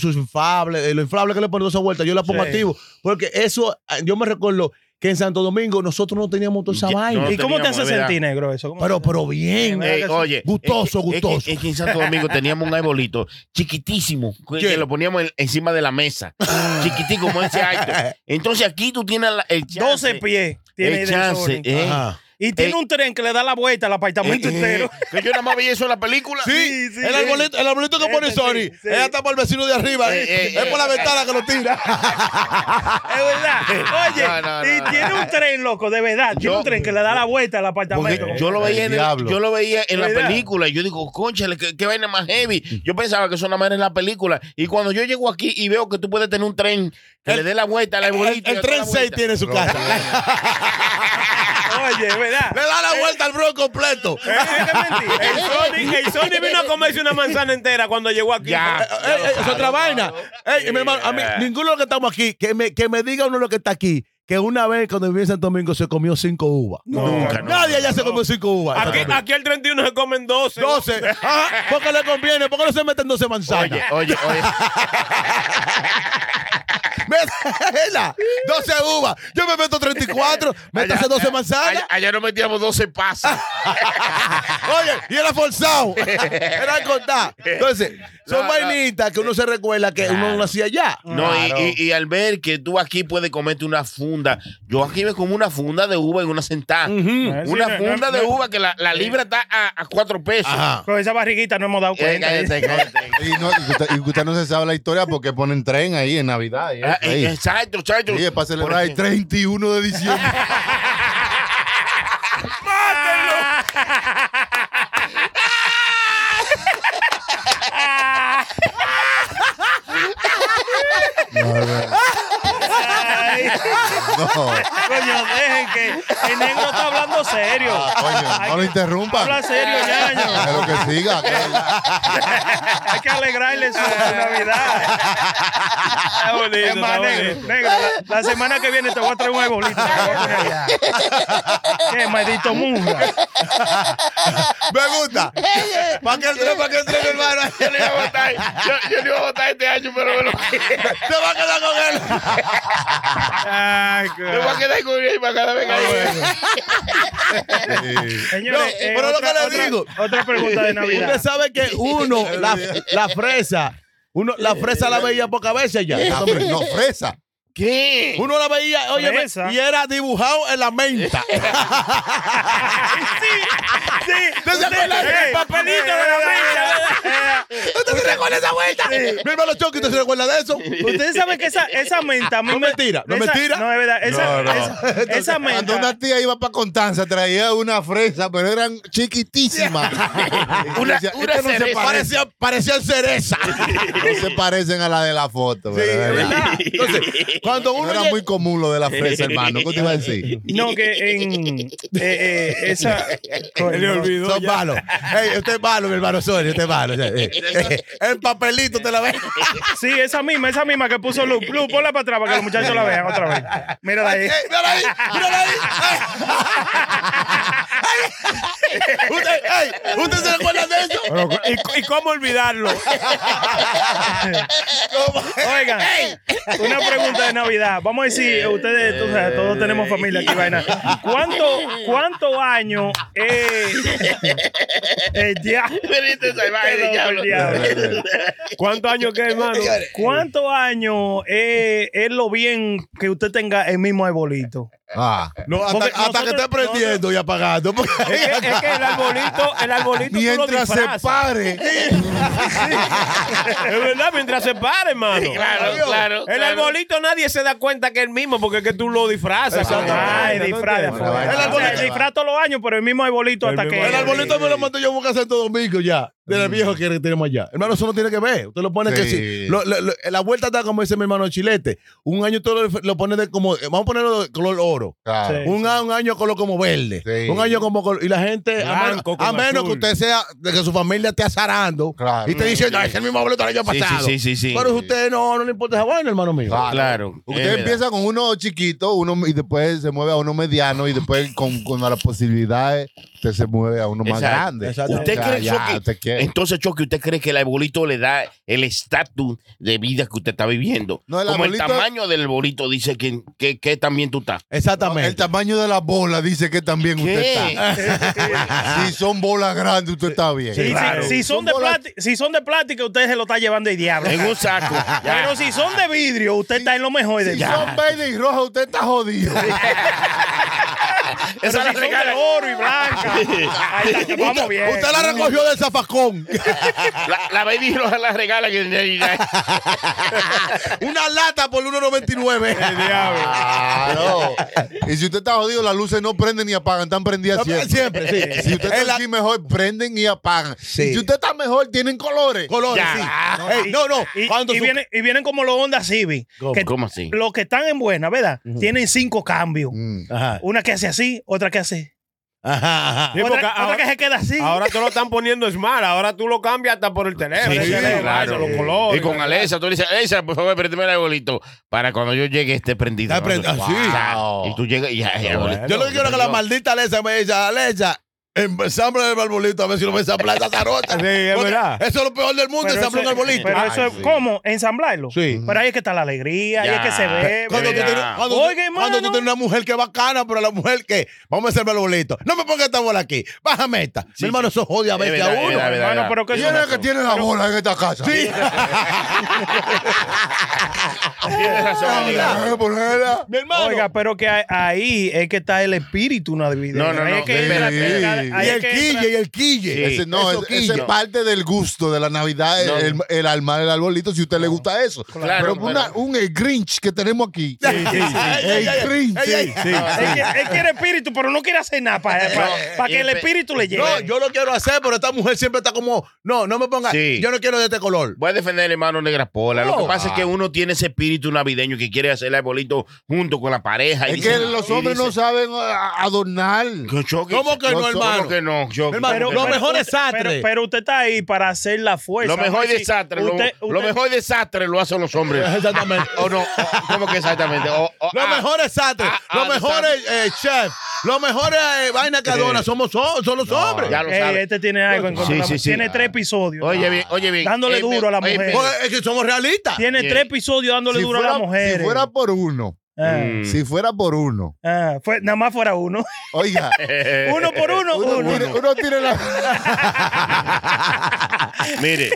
Speaker 5: sus inflables, eh, lo inflable que le pongo toda esa vuelta, yo la pongo
Speaker 3: Sí.
Speaker 5: activo. Porque eso, eh, yo me recuerdo que en Santo Domingo nosotros no teníamos toda esa
Speaker 2: Ya,
Speaker 5: vaina.
Speaker 2: no.
Speaker 3: ¿Y cómo te hace
Speaker 2: Teníamos,
Speaker 3: sentir, negro, eso? ¿Cómo
Speaker 5: Pero,
Speaker 3: te-
Speaker 5: pero bien.
Speaker 3: Eh,
Speaker 2: Ey, oye,
Speaker 5: Gustoso,
Speaker 2: es que- es que- Es
Speaker 5: gustoso.
Speaker 2: que, en Santo Domingo teníamos un arbolito chiquitísimo que,
Speaker 5: Yeah.
Speaker 2: que lo poníamos en- encima de la mesa.
Speaker 3: Ah.
Speaker 2: Chiquitico como ese alto. Entonces aquí tú tienes la- el chance.
Speaker 3: 12 pies. Tiene
Speaker 2: el
Speaker 3: de
Speaker 2: chance,
Speaker 3: Sony.
Speaker 2: eh,
Speaker 5: Ajá.
Speaker 3: Y tiene
Speaker 2: Ey.
Speaker 3: un tren que le da la vuelta al apartamento entero.
Speaker 2: eh, Que yo nada más vi eso en la película.
Speaker 3: Sí, sí,
Speaker 5: el, arbolito, el arbolito que pone Sony.
Speaker 3: sí.
Speaker 5: Ella está por el vecino de arriba.
Speaker 2: Eh,
Speaker 5: ¿eh?
Speaker 2: eh,
Speaker 5: es
Speaker 2: eh,
Speaker 5: por la ventana que lo tira.
Speaker 3: Es verdad. Oye,
Speaker 2: No, no,
Speaker 3: y
Speaker 2: no.
Speaker 3: tiene un tren, loco, de verdad. Tiene
Speaker 2: Yo-
Speaker 3: un tren que le da la vuelta al
Speaker 2: Porque
Speaker 3: apartamento.
Speaker 2: yo lo veía
Speaker 7: El
Speaker 2: en el-
Speaker 7: diablo.
Speaker 2: yo lo veía en la
Speaker 3: ¿Verdad?
Speaker 2: película y yo digo, conchale, qué, qué vaina más heavy. Yo pensaba que eso nada más era en la película. Y cuando yo llego aquí y veo que tú puedes tener un tren que le dé la vuelta al
Speaker 5: El,
Speaker 2: arbolito.
Speaker 5: el tren 6 tiene su casa.
Speaker 3: Oye, es verdad.
Speaker 5: Le da la vuelta al bronco completo.
Speaker 4: El Sony, el Sony vino a comerse una manzana entera cuando llegó aquí.
Speaker 2: Ya.
Speaker 5: Eh, eh, es otra vaina. Ey, mi hermano, a mí, ninguno de los que estamos aquí, que me, que me diga uno de los que está aquí, que una vez cuando viví en Santo Domingo se comió cinco uvas.
Speaker 2: Nunca, no.
Speaker 5: Nadie allá se comió cinco uvas.
Speaker 4: Aquí, aquí el 31 se comen 12.
Speaker 5: 12. Ah, ¿Por qué le conviene? ¿Por qué no se meten 12 manzanas?
Speaker 2: Oye, oye, oye.
Speaker 5: Este Mira, 12 uvas. Yo me meto 34, métase 12 manzanas.
Speaker 2: Allá, allá nos metíamos 12 pasos.
Speaker 5: Oye, y era forzado. Era cortar. Entonces, son vainitas que uno se recuerda que uno no hacía allá.
Speaker 2: No, y- y, y al ver que tú aquí puedes comerte una funda, yo aquí me como una funda de uva en una sentada. Una
Speaker 3: Sí, no,
Speaker 2: funda
Speaker 3: no,
Speaker 2: de
Speaker 3: no.
Speaker 2: uva que la, la libra está a, a cuatro pesos.
Speaker 5: Ajá.
Speaker 3: Con esa barriguita no hemos dado
Speaker 2: Eh,
Speaker 3: cuenta.
Speaker 2: cállate, cállate.
Speaker 7: Y, no, y usted, y usted no se sabe la historia porque ponen tren ahí en Navidad. Y, eso,
Speaker 2: Ah, eh,
Speaker 7: ahí.
Speaker 2: Exacto, exacto.
Speaker 7: Sí, es para celebrar el 31 de diciembre. No, no, no.
Speaker 3: Coño, dejen que el negro está hablando serio.
Speaker 2: Ah,
Speaker 7: Coño,
Speaker 3: Hay
Speaker 7: no lo
Speaker 3: que-
Speaker 7: interrumpan.
Speaker 3: Habla serio, ñaño.
Speaker 7: Pero que siga. que-
Speaker 3: Hay que alegrarle su, su Navidad.
Speaker 4: Está bonito,
Speaker 3: Es
Speaker 4: está
Speaker 3: más,
Speaker 4: bonito.
Speaker 3: negro, negro, la, la semana que viene te voy a traer un ebolito. te voy a poner allá. Qué maldito murra.
Speaker 5: Me gusta. ¿Para qué el tren? ¿Para qué el tren, hermano?
Speaker 2: Yo le iba a votar, yo, yo le iba a votar este año, pero me lo
Speaker 5: Te va a quedar con él.
Speaker 2: me voy a quedar con él para cada vez que
Speaker 7: Sí.
Speaker 3: Señores, eh,
Speaker 5: No, pero lo que le digo.
Speaker 3: otra pregunta de Navidad.
Speaker 5: Usted sabe que uno, la, la fresa, uno, la fresa la veía pocas veces allá.
Speaker 7: Ah, pero No, fresa.
Speaker 2: ¿Qué?
Speaker 5: Uno la veía, oye,
Speaker 3: Fresa.
Speaker 5: y era dibujado en la menta. ¿Usted se acuerda de
Speaker 3: Eh,
Speaker 5: ese papelito de
Speaker 3: eh,
Speaker 5: ¿Usted se recuerda esa vuelta? Mi hermano Chucky, ¿usted se recuerda de eso?
Speaker 3: Ustedes saben que esa, esa menta a mí
Speaker 5: No
Speaker 3: me-
Speaker 5: mentira, no
Speaker 3: esa-
Speaker 5: mentira.
Speaker 3: No, es verdad. Esa,
Speaker 7: No, no.
Speaker 3: esa- esa
Speaker 7: Cuando
Speaker 3: menta.
Speaker 7: una tía iba para Constanza, traía una fresa, pero eran chiquitísimas. Y
Speaker 2: Una-
Speaker 7: decía,
Speaker 2: una
Speaker 7: "Esta este no se
Speaker 2: cereza".
Speaker 7: parece,
Speaker 5: Parecía, parecía cereza.
Speaker 7: no se parecen a la de la foto. ¿verdad?
Speaker 5: Entonces, cuando
Speaker 7: No
Speaker 5: uno
Speaker 7: era
Speaker 5: llega-
Speaker 7: muy común lo de la fresa, hermano. ¿Qué te iba a decir?
Speaker 3: No, que en. eh, eh, esa.
Speaker 5: le olvidó. Son malos. Ey, usted es malo, mi hermano Sony, usted es malo. Eh, eh, El papelito te la ve.
Speaker 3: Sí, esa misma, esa misma que puso Lu. Lu, ponla para atrás para que los muchachos la vean otra vez. Mírala ahí.
Speaker 5: Ey, Mírala ahí, mírala ahí. Ey. Usted, ey, ¿usted se recuerda de eso?
Speaker 4: Pero, ¿y, y cómo olvidarlo?
Speaker 3: Oigan, una pregunta de Navidad. Vamos a decir, ustedes, tú sabes, todos tenemos familia aquí, vaina. ¿Cuánto, cuánto año eh, eh, ya-
Speaker 2: Veniste esa
Speaker 4: Este
Speaker 2: imagen,
Speaker 3: Qué loco
Speaker 2: diablo.
Speaker 3: el diablo.
Speaker 4: ¿Cuántos años que, hermano?
Speaker 3: ¿Cuántos años eh, es lo bien que usted tenga el mismo arbolito?
Speaker 7: Ah,
Speaker 5: No, hasta,
Speaker 3: Porque
Speaker 5: hasta que
Speaker 3: nosotros-
Speaker 5: esté prendiendo y apagando. porque-
Speaker 4: Es que, es que el arbolito, el arbolito tú lo
Speaker 7: mientras se
Speaker 4: disfrazas.
Speaker 7: pare.
Speaker 4: Es verdad, mientras se pare, hermano.
Speaker 2: Claro,
Speaker 5: Adiós.
Speaker 2: claro.
Speaker 4: El
Speaker 2: claro.
Speaker 4: arbolito nadie se da cuenta que es el mismo porque es que tú lo disfrazas.
Speaker 3: Ay,
Speaker 4: Ay,
Speaker 3: disfraz de
Speaker 7: entiendo.
Speaker 3: fuego.
Speaker 7: El
Speaker 3: O sea,
Speaker 5: arbolito-
Speaker 3: disfraz todos los años, pero el mismo arbolito
Speaker 4: El
Speaker 3: hasta
Speaker 4: mismo
Speaker 3: que.
Speaker 5: El arbolito me lo mandó yo a buscar Santo Domingo ya. De la viejo que tenemos allá. Hermano, eso no tiene que ver. Usted lo pone que
Speaker 7: Sí.
Speaker 5: Mm. sí. Lo- lo- lo- la vuelta está como dice mi hermano Chilete. Un año tú lo, lo pones de como. eh, Vamos a ponerlo de color oro.
Speaker 7: Claro.
Speaker 5: Un, a- un año color como verde.
Speaker 7: Sí.
Speaker 5: Un año como color. Y la gente. a
Speaker 4: Blanco
Speaker 5: menos-
Speaker 4: con
Speaker 5: a menos que
Speaker 4: azul.
Speaker 5: usted sea. De que su familia esté azarando.
Speaker 7: Claro.
Speaker 5: Y te diciendo, "Ay, es el mismo boleto del año
Speaker 2: Sí, sí,
Speaker 5: pasado.
Speaker 2: sí, sí, sí.
Speaker 5: Pero usted no, no le importa esa vaina, hermano mío.
Speaker 7: Claro.
Speaker 2: Claro. es
Speaker 7: Usted
Speaker 2: verdad.
Speaker 7: empieza con uno chiquito, uno y después se mueve a uno mediano y después con, con las posibilidades usted se mueve a uno más
Speaker 2: Exacto.
Speaker 7: grande.
Speaker 5: Exacto.
Speaker 2: ¿Usted
Speaker 7: Ya,
Speaker 2: cree,
Speaker 7: ya,
Speaker 2: Chucky?
Speaker 7: usted quiere.
Speaker 2: Entonces, Choque, ¿usted cree que el arbolito le da el estatus de vida que usted está viviendo?
Speaker 7: No, el
Speaker 2: Como
Speaker 7: arbolito-
Speaker 2: el tamaño del arbolito dice que, que, que también tú estás.
Speaker 5: Exactamente.
Speaker 7: El tamaño de la bola dice que también usted está. Si son bolas grandes, usted está bien.
Speaker 3: Y si- si, son de
Speaker 7: bolas-
Speaker 3: plati- si son de plástico, usted se lo está llevando el diablo.
Speaker 2: En un saco. Ya.
Speaker 3: Pero si son de vidrio, usted está en lo mejor de
Speaker 7: Si son verdes y rojas, usted está jodido.
Speaker 2: Esa la
Speaker 3: si son de
Speaker 2: regala.
Speaker 3: oro y blanca. Ahí está, vamos bien.
Speaker 5: Usted la recogió del zafacón.
Speaker 2: La, la baby roja la regala. que-
Speaker 5: Una lata por 1.99.
Speaker 7: Claro. Y si usted está jodido, las luces no prenden ni apagan, están prendidas siempre.
Speaker 5: Siempre, sí.
Speaker 7: Si usted
Speaker 5: En
Speaker 7: está
Speaker 5: la-
Speaker 7: aquí mejor, prenden y apagan.
Speaker 11: Sí.
Speaker 7: Si usted está mejor, tienen colores.
Speaker 5: Colores,
Speaker 2: Ya.
Speaker 5: sí. Ey, no, no.
Speaker 3: Y,
Speaker 5: Cuando
Speaker 3: y
Speaker 5: su-
Speaker 3: vienen, y vienen como los Honda Civic. Que
Speaker 2: ¿Cómo así?
Speaker 3: Los que están en buena, ¿verdad? Tienen cinco cambios.
Speaker 7: Mm.
Speaker 5: Ajá.
Speaker 3: Una que hace así, otra que hace.
Speaker 5: Ajá, ajá.
Speaker 4: Sí,
Speaker 3: otra,
Speaker 4: porque
Speaker 3: otra
Speaker 4: ahora-
Speaker 3: que se queda así.
Speaker 4: Ahora te lo están poniendo smart, ahora tú lo cambias hasta por el teléfono.
Speaker 2: Sí,
Speaker 4: el teléfono,
Speaker 2: claro.
Speaker 4: eso, los colores.
Speaker 2: Y con Alexa, tú le dices, Alexa, por favor, préndeme el arbolito para cuando yo llegue esté prendido.
Speaker 5: Está prendido,
Speaker 2: Wow.
Speaker 5: sí.
Speaker 2: Ya, Y tú llegas y ya, ya, arbolito.
Speaker 5: Yo lo que quiero es que la maldita Alexa me diga, Alexa, ensamble el barbolito a ver si no me ensambla esa zarota.
Speaker 4: Sí, es
Speaker 5: Porque
Speaker 4: verdad.
Speaker 5: Eso es lo peor del mundo,
Speaker 3: Pero
Speaker 5: ensamblar un
Speaker 3: eso-
Speaker 5: arbolito.
Speaker 3: Pero
Speaker 7: Ay,
Speaker 3: eso es,
Speaker 7: sí.
Speaker 3: ¿cómo? Ensamblarlo.
Speaker 5: Sí.
Speaker 3: Pero ahí es que está la alegría, ahí es que se
Speaker 2: Ya.
Speaker 3: ve.
Speaker 5: Cuando tú,
Speaker 2: Verdad.
Speaker 5: tienes, cuando, tú-
Speaker 3: Oiga, hermano.
Speaker 5: Ah, cuando tú tienes una mujer que es bacana, pero la mujer que vamos a hacer barbolito. No me pongas esta bola aquí. Bájame esta. Mi hermano, eso jode a
Speaker 2: Es
Speaker 5: veces a
Speaker 2: verdad, es
Speaker 5: uno.
Speaker 2: verdad, es
Speaker 3: Hermano,
Speaker 2: verdad.
Speaker 3: pero que
Speaker 7: ¿Quién
Speaker 3: eso no-
Speaker 7: es el que tiene la bola en esta casa?
Speaker 5: Sí.
Speaker 2: Tienes razón, amiga.
Speaker 7: Déjame ponerla.
Speaker 5: Mi hermano.
Speaker 3: Oiga, pero que a- ahí es que está el espíritu una vida.
Speaker 2: No, no,
Speaker 3: Ahí
Speaker 2: no,
Speaker 3: es que
Speaker 2: sí.
Speaker 3: entra-
Speaker 7: Y
Speaker 3: ahí
Speaker 5: y
Speaker 3: es
Speaker 5: el
Speaker 3: que entra-
Speaker 5: quille, y el quille.
Speaker 2: Sí.
Speaker 7: Ese, no,
Speaker 5: Eso
Speaker 7: es- esa es
Speaker 5: quillo.
Speaker 7: parte del gusto de la Navidad,
Speaker 2: No.
Speaker 7: el, el armar el arbolito, si a usted le gusta eso.
Speaker 2: Claro,
Speaker 7: pero una-
Speaker 2: pero-
Speaker 7: un el Grinch que tenemos aquí.
Speaker 5: Ey,
Speaker 7: El
Speaker 5: ey, ey,
Speaker 7: Grinch.
Speaker 5: ey, ey.
Speaker 3: Él quiere, él quiere espíritu, pero no quiere hacer nada para
Speaker 2: y
Speaker 3: que el
Speaker 2: espe-
Speaker 3: espíritu le llegue.
Speaker 5: No, yo lo quiero hacer, pero esta mujer siempre está como, no, no me pongas,
Speaker 2: Sí.
Speaker 5: yo no quiero de este color.
Speaker 2: Voy a defender al hermano Negra Pola. Lo que
Speaker 5: No.
Speaker 2: pasa es que uno tiene ese espíritu navideño que quiere hacer el arbolito junto con la pareja. y
Speaker 7: Es
Speaker 2: dice-
Speaker 7: que los
Speaker 2: y
Speaker 7: hombres no
Speaker 2: dice,
Speaker 7: saben a- adornar.
Speaker 2: "Qué choque".
Speaker 5: ¿Cómo que no,
Speaker 2: ¿Cómo
Speaker 5: hermano?
Speaker 2: que no, Choque?
Speaker 5: Hermano, Pero-
Speaker 2: ¿Cómo que
Speaker 5: lo
Speaker 2: no?
Speaker 5: mejor es
Speaker 3: usted-
Speaker 5: sastre.
Speaker 3: Pero, pero usted está ahí para hacer la fuerza.
Speaker 2: Lo mejor
Speaker 3: Vamos a
Speaker 2: es
Speaker 3: decir,
Speaker 2: desastre. Lo,
Speaker 3: usted-
Speaker 2: lo
Speaker 3: usted-
Speaker 2: mejor desastre lo hacen los hombres.
Speaker 5: Exactamente.
Speaker 2: o no, o- ¿cómo que exactamente? O- o-
Speaker 5: Lo
Speaker 2: ah,
Speaker 5: mejor es Satre,
Speaker 2: Ah, ah,
Speaker 5: lo mejor
Speaker 2: Satre.
Speaker 5: es eh, Chef, lo mejor es eh, Vaina Cadona, somos so- son los hombres.
Speaker 2: ya lo
Speaker 3: Ey,
Speaker 2: sabe.
Speaker 3: este tiene algo en
Speaker 2: Sí,
Speaker 3: contra.
Speaker 2: sí, sí.
Speaker 3: Tiene tres episodios.
Speaker 2: Oye bien, oye bien.
Speaker 3: Dándole
Speaker 2: Ey,
Speaker 3: duro a la
Speaker 2: ey,
Speaker 3: mujer.
Speaker 2: ey,
Speaker 5: Pues, es que somos realistas.
Speaker 3: Tiene
Speaker 2: Bien.
Speaker 3: tres episodios dándole
Speaker 7: Si
Speaker 3: duro a
Speaker 7: fuera-
Speaker 3: las mujeres.
Speaker 7: si fuera por uno,
Speaker 3: Ah,
Speaker 2: Mm.
Speaker 7: si fuera por uno,
Speaker 3: ah, fue, nada más fuera uno.
Speaker 7: oiga,
Speaker 3: uno por uno,
Speaker 7: uno,
Speaker 3: uno.
Speaker 7: tiene- uno tiene la.
Speaker 2: Mire,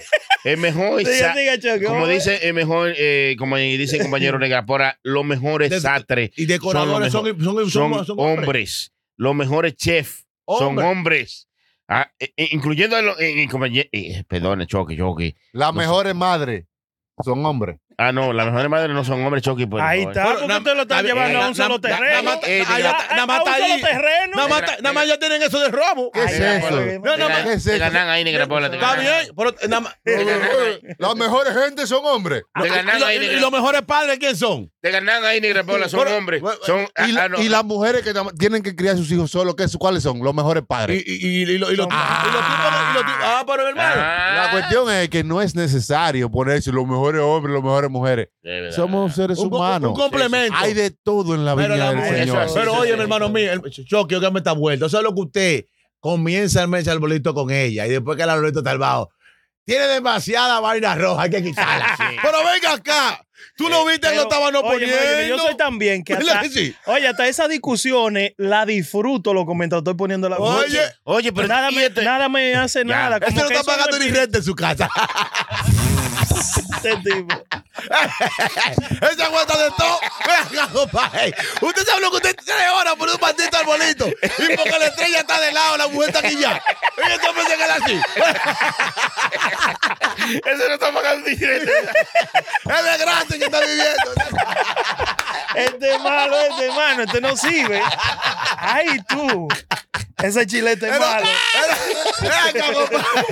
Speaker 2: es mejor.
Speaker 3: Diga,
Speaker 2: sa-
Speaker 3: diga, Choco,
Speaker 2: Pues, ah, como
Speaker 3: ¿cómo es?
Speaker 2: dice, es mejor, eh, como dice el compañero Negra Pola, lo mejor es
Speaker 5: De-
Speaker 2: sastre.
Speaker 5: Y decoradores
Speaker 2: Son
Speaker 5: son,
Speaker 2: lo
Speaker 5: son, son,
Speaker 2: son
Speaker 5: son
Speaker 2: hombres. Los mejores chefs
Speaker 5: Hombres.
Speaker 2: son hombres. Ah, eh, eh, incluyendo a los- eh, eh, compañe- eh, perdone, Choque, Choque.
Speaker 7: Las mejores madres son hombres.
Speaker 2: Ah, no, las mejores madres no eh. son hombres, Choque. por
Speaker 3: Ahí
Speaker 2: favor.
Speaker 3: está,
Speaker 5: Pero
Speaker 3: porque
Speaker 5: na-
Speaker 3: usted lo está
Speaker 5: na-
Speaker 3: llevando
Speaker 5: na-
Speaker 3: a un solo
Speaker 5: na- na-
Speaker 3: terreno.
Speaker 5: na-
Speaker 2: Eh,
Speaker 5: ahí
Speaker 3: A-
Speaker 5: está,
Speaker 3: a-
Speaker 5: Nada más
Speaker 3: a un
Speaker 5: está
Speaker 3: solo
Speaker 5: ahí.
Speaker 3: terreno.
Speaker 5: Nada más está- nada más ya tienen eso de robo.
Speaker 7: ¿Qué es
Speaker 2: Negra
Speaker 7: eso?
Speaker 2: Pola.
Speaker 3: No,
Speaker 2: Te
Speaker 5: no,
Speaker 2: ganan-
Speaker 7: ¿qué es
Speaker 2: Te
Speaker 7: eso?
Speaker 2: ganan ahí, Negra Pola. te
Speaker 5: Está
Speaker 2: ganan.
Speaker 5: bien, pero eh, nada más-
Speaker 2: Te ganan-
Speaker 7: Las mejores gente son hombres.
Speaker 2: Te
Speaker 5: Y
Speaker 2: ganan
Speaker 5: lo-
Speaker 2: ahí,
Speaker 5: y- y
Speaker 2: Negra
Speaker 5: los mejores padres, ¿quién son?
Speaker 2: Te ganan ahí, Negra Pola. Son
Speaker 5: Bueno,
Speaker 2: hombres.
Speaker 5: bueno,
Speaker 2: Son, ah,
Speaker 7: Y,
Speaker 2: ah, no.
Speaker 7: y las mujeres que tam- tienen que criar a sus hijos solos, ¿qué es- ¿cuáles son? Los mejores
Speaker 5: Y,
Speaker 7: padres.
Speaker 5: y, y, y, lo- y los- y los tipos- y los tipos- Ah, pero hermano.
Speaker 2: Ah,
Speaker 7: La cuestión es que no es necesario ponerse los mejores hombres, las mejores mujeres.
Speaker 2: de verdad.
Speaker 7: Somos seres
Speaker 5: Un, un-
Speaker 7: humanos.
Speaker 5: un complemento.
Speaker 7: Hay de todo en la
Speaker 5: Pero,
Speaker 7: viña
Speaker 5: la
Speaker 7: del
Speaker 5: mujer-
Speaker 7: Señor.
Speaker 2: eso es
Speaker 5: pero
Speaker 2: sí,
Speaker 5: oye,
Speaker 2: sí,
Speaker 5: mi hermano
Speaker 2: sí.
Speaker 5: mío, el- yo quiero que me está vuelto. Eso es lo que usted comienza el mes al bolito con ella y después que el arbolito está albado. Tiene demasiada vaina roja, hay que quitarla. Pero venga acá. Tú no viste que lo
Speaker 3: Eh, Pero,
Speaker 5: estaban no
Speaker 3: oye,
Speaker 5: poniendo.
Speaker 3: pero Yo soy tan bien que hasta,
Speaker 5: Sí.
Speaker 3: oye, hasta esas discusiones las disfruto lo mientras estoy poniendo la
Speaker 5: Oye,
Speaker 2: Oye, pero.
Speaker 3: nada
Speaker 2: ¿y
Speaker 3: me,
Speaker 2: este?
Speaker 3: nada me hace nada. como
Speaker 5: Este no
Speaker 3: que
Speaker 5: está
Speaker 3: eso
Speaker 5: pagando
Speaker 3: me
Speaker 5: ni renta en su casa.
Speaker 3: pide este tipo.
Speaker 5: Ese aguanta de todo. Venga, compadre. Usted sabe lo que usted tiene horas por un maldito arbolito. Y porque la estrella está de lado, la mujer está aquí ya. este Y esto me que era así.
Speaker 2: Ese no está pagando dinero.
Speaker 5: Es desgracia que está viviendo.
Speaker 3: Este es malo, este es malo, este no sirve. Ay, tú. Ese chilete es malo.
Speaker 5: Venga, compadre.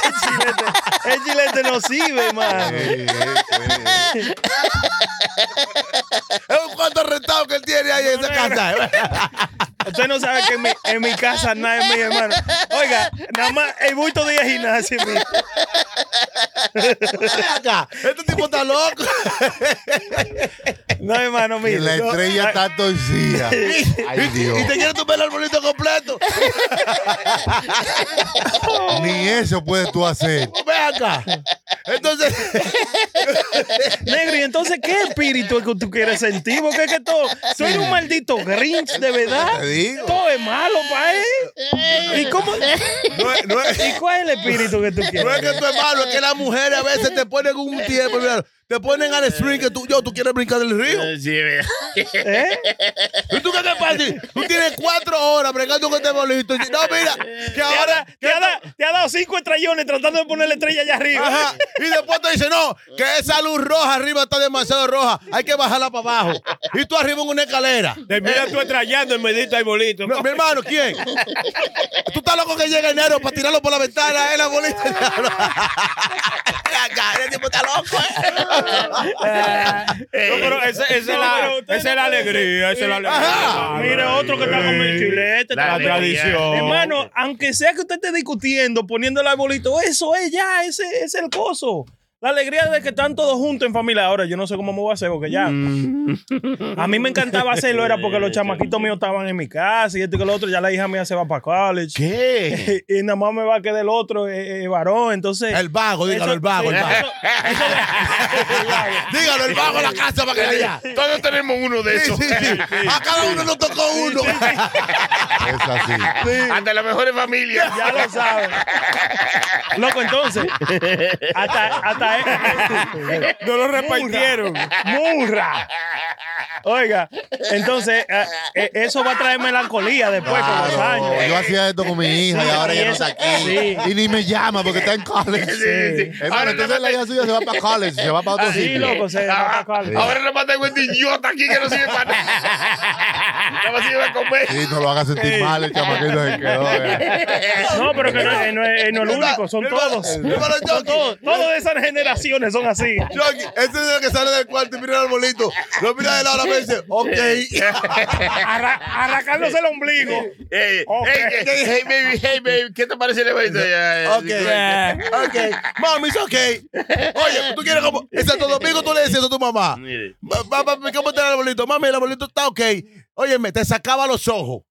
Speaker 3: El chilete, el chilete no sirve, mano.
Speaker 5: Es un cuarto rentado que él tiene ahí en esa casa.
Speaker 3: Usted no sabe que en mi, en mi casa nada es mi hermano. Oiga, nada más el bulto de ir al gimnasio. mira.
Speaker 5: Ven acá. Este tipo está loco.
Speaker 3: No, hermano,
Speaker 7: Y
Speaker 3: mira.
Speaker 7: la
Speaker 3: no.
Speaker 7: estrella está torcida. Ay,
Speaker 5: Y
Speaker 7: Dios.
Speaker 5: te quiere tumbar el arbolito completo.
Speaker 7: Ni eso puedes tú hacer.
Speaker 5: Ven acá.
Speaker 7: Entonces,
Speaker 3: Negro, ¿y entonces qué espíritu es que tú quieres sentir? Porque es que todo. Tú eres un maldito Grinch, de
Speaker 7: te
Speaker 3: verdad.
Speaker 7: digo.
Speaker 3: Todo es malo para él. ¿Y cómo?
Speaker 7: No es, no es-
Speaker 3: ¿Y cuál es el espíritu que tú
Speaker 7: no es
Speaker 3: quieres?
Speaker 7: que tú es malo, es que las mujeres a veces te ponen un tiempo, mira, te ponen al swing que tú, yo, tú quieres brincar del río.
Speaker 3: ¿Eh?
Speaker 7: ¿Y tú qué te pasa? Tú tienes cuatro horas brincando con este bolito. No, mira, que
Speaker 3: Te ha,
Speaker 7: ahora...
Speaker 3: da- te ha da- te ha dado cinco estrellones tratando de poner la estrella allá arriba.
Speaker 7: Ajá. Y después te dice, no, que esa luz roja arriba está demasiado roja, hay que bajarla para abajo. Y tú arriba en una escalera.
Speaker 4: Termina tú estrellando en medito y bolito.
Speaker 7: Mi, mi hermano, ¿quién? Tú estás loco que llega enero para tirarlo por la ventana, eh, la bolita. Acá, el tipo está loco, eh.
Speaker 4: No, pero esa, esa es
Speaker 3: No, pero
Speaker 4: la,
Speaker 3: ustedes
Speaker 4: esa
Speaker 3: no
Speaker 4: es la
Speaker 3: pueden-
Speaker 4: alegría, esa es la alegría.
Speaker 7: Ajá.
Speaker 4: Claro.
Speaker 3: Mira otro que está con el chilete.
Speaker 4: La
Speaker 3: está-
Speaker 4: tradición.
Speaker 3: Hermano, aunque sea que usted esté discutiendo, poniendo el arbolito, eso es ya, ese ese es el coso. La alegría de que están todos juntos en familia. Ahora yo no sé cómo me voy a hacer porque ya. A mí me encantaba hacerlo, era porque los chamaquitos míos estaban en mi casa y esto y que lo otro. Ya la hija mía se va para college.
Speaker 2: ¿Qué?
Speaker 3: Y nada más me va a quedar el otro eh, eh, varón. Entonces.
Speaker 7: El vago, dígalo,
Speaker 3: eso-
Speaker 7: el vago, el
Speaker 3: sí,
Speaker 7: vago.
Speaker 3: eso- eso-
Speaker 7: Dígalo, el vago en la casa para que vea.
Speaker 2: Todos tenemos uno de
Speaker 7: Sí,
Speaker 2: esos.
Speaker 7: sí, sí. A cada uno nos tocó uno. Es así.
Speaker 2: Hasta las mejores familias.
Speaker 3: Ya lo sabes. Loco, entonces. Hasta, hasta No lo repartieron. Murra. Oiga, entonces, eh, eh, eso va a traer melancolía después con los años.
Speaker 7: Claro, yo hacía esto con mi hija y
Speaker 3: Sí,
Speaker 7: ahora
Speaker 3: y
Speaker 7: ya no
Speaker 3: eso-
Speaker 7: está aquí.
Speaker 3: sí.
Speaker 7: Y ni me llama porque está en college.
Speaker 2: sí, sí.
Speaker 7: Hermano,
Speaker 2: Ahora
Speaker 7: entonces la hija suya se va para college, se va para otro
Speaker 3: Sí,
Speaker 7: sitio.
Speaker 3: loco, se va
Speaker 2: Ah,
Speaker 3: a acabar.
Speaker 2: ahora nomás tengo este idiota aquí que no sirve para nada. Nada más sirve para comer.
Speaker 7: Sí, no lo haga sentir mal, el chamaquito se quedó. eh.
Speaker 3: No, pero que no, eh, no es, eh, no es el único, son todos.
Speaker 7: Hermano,
Speaker 3: Son
Speaker 7: Chucky,
Speaker 3: todos. Todas esas generaciones son así.
Speaker 7: Chucky, ese es el que sale del cuarto y mira el arbolito. Lo mira de la hora y me dice, ok.
Speaker 3: Arra- arrancándose el ombligo.
Speaker 2: Hey,
Speaker 3: Ok.
Speaker 2: Eh, hey, hey, hey, baby, hey, baby, ¿qué te parece el evento? Eh, Ya,
Speaker 7: Ok.
Speaker 2: ya,
Speaker 7: Ok. Mami, it's ok. Oye, tú quieres como. En Santo Domingo tú le decías eso a tu mamá.
Speaker 2: Mire.
Speaker 7: Ma- ma- Mami, ¿cómo está el arbolito? Mami, el arbolito está ok. Óyeme, te sacaba los ojos.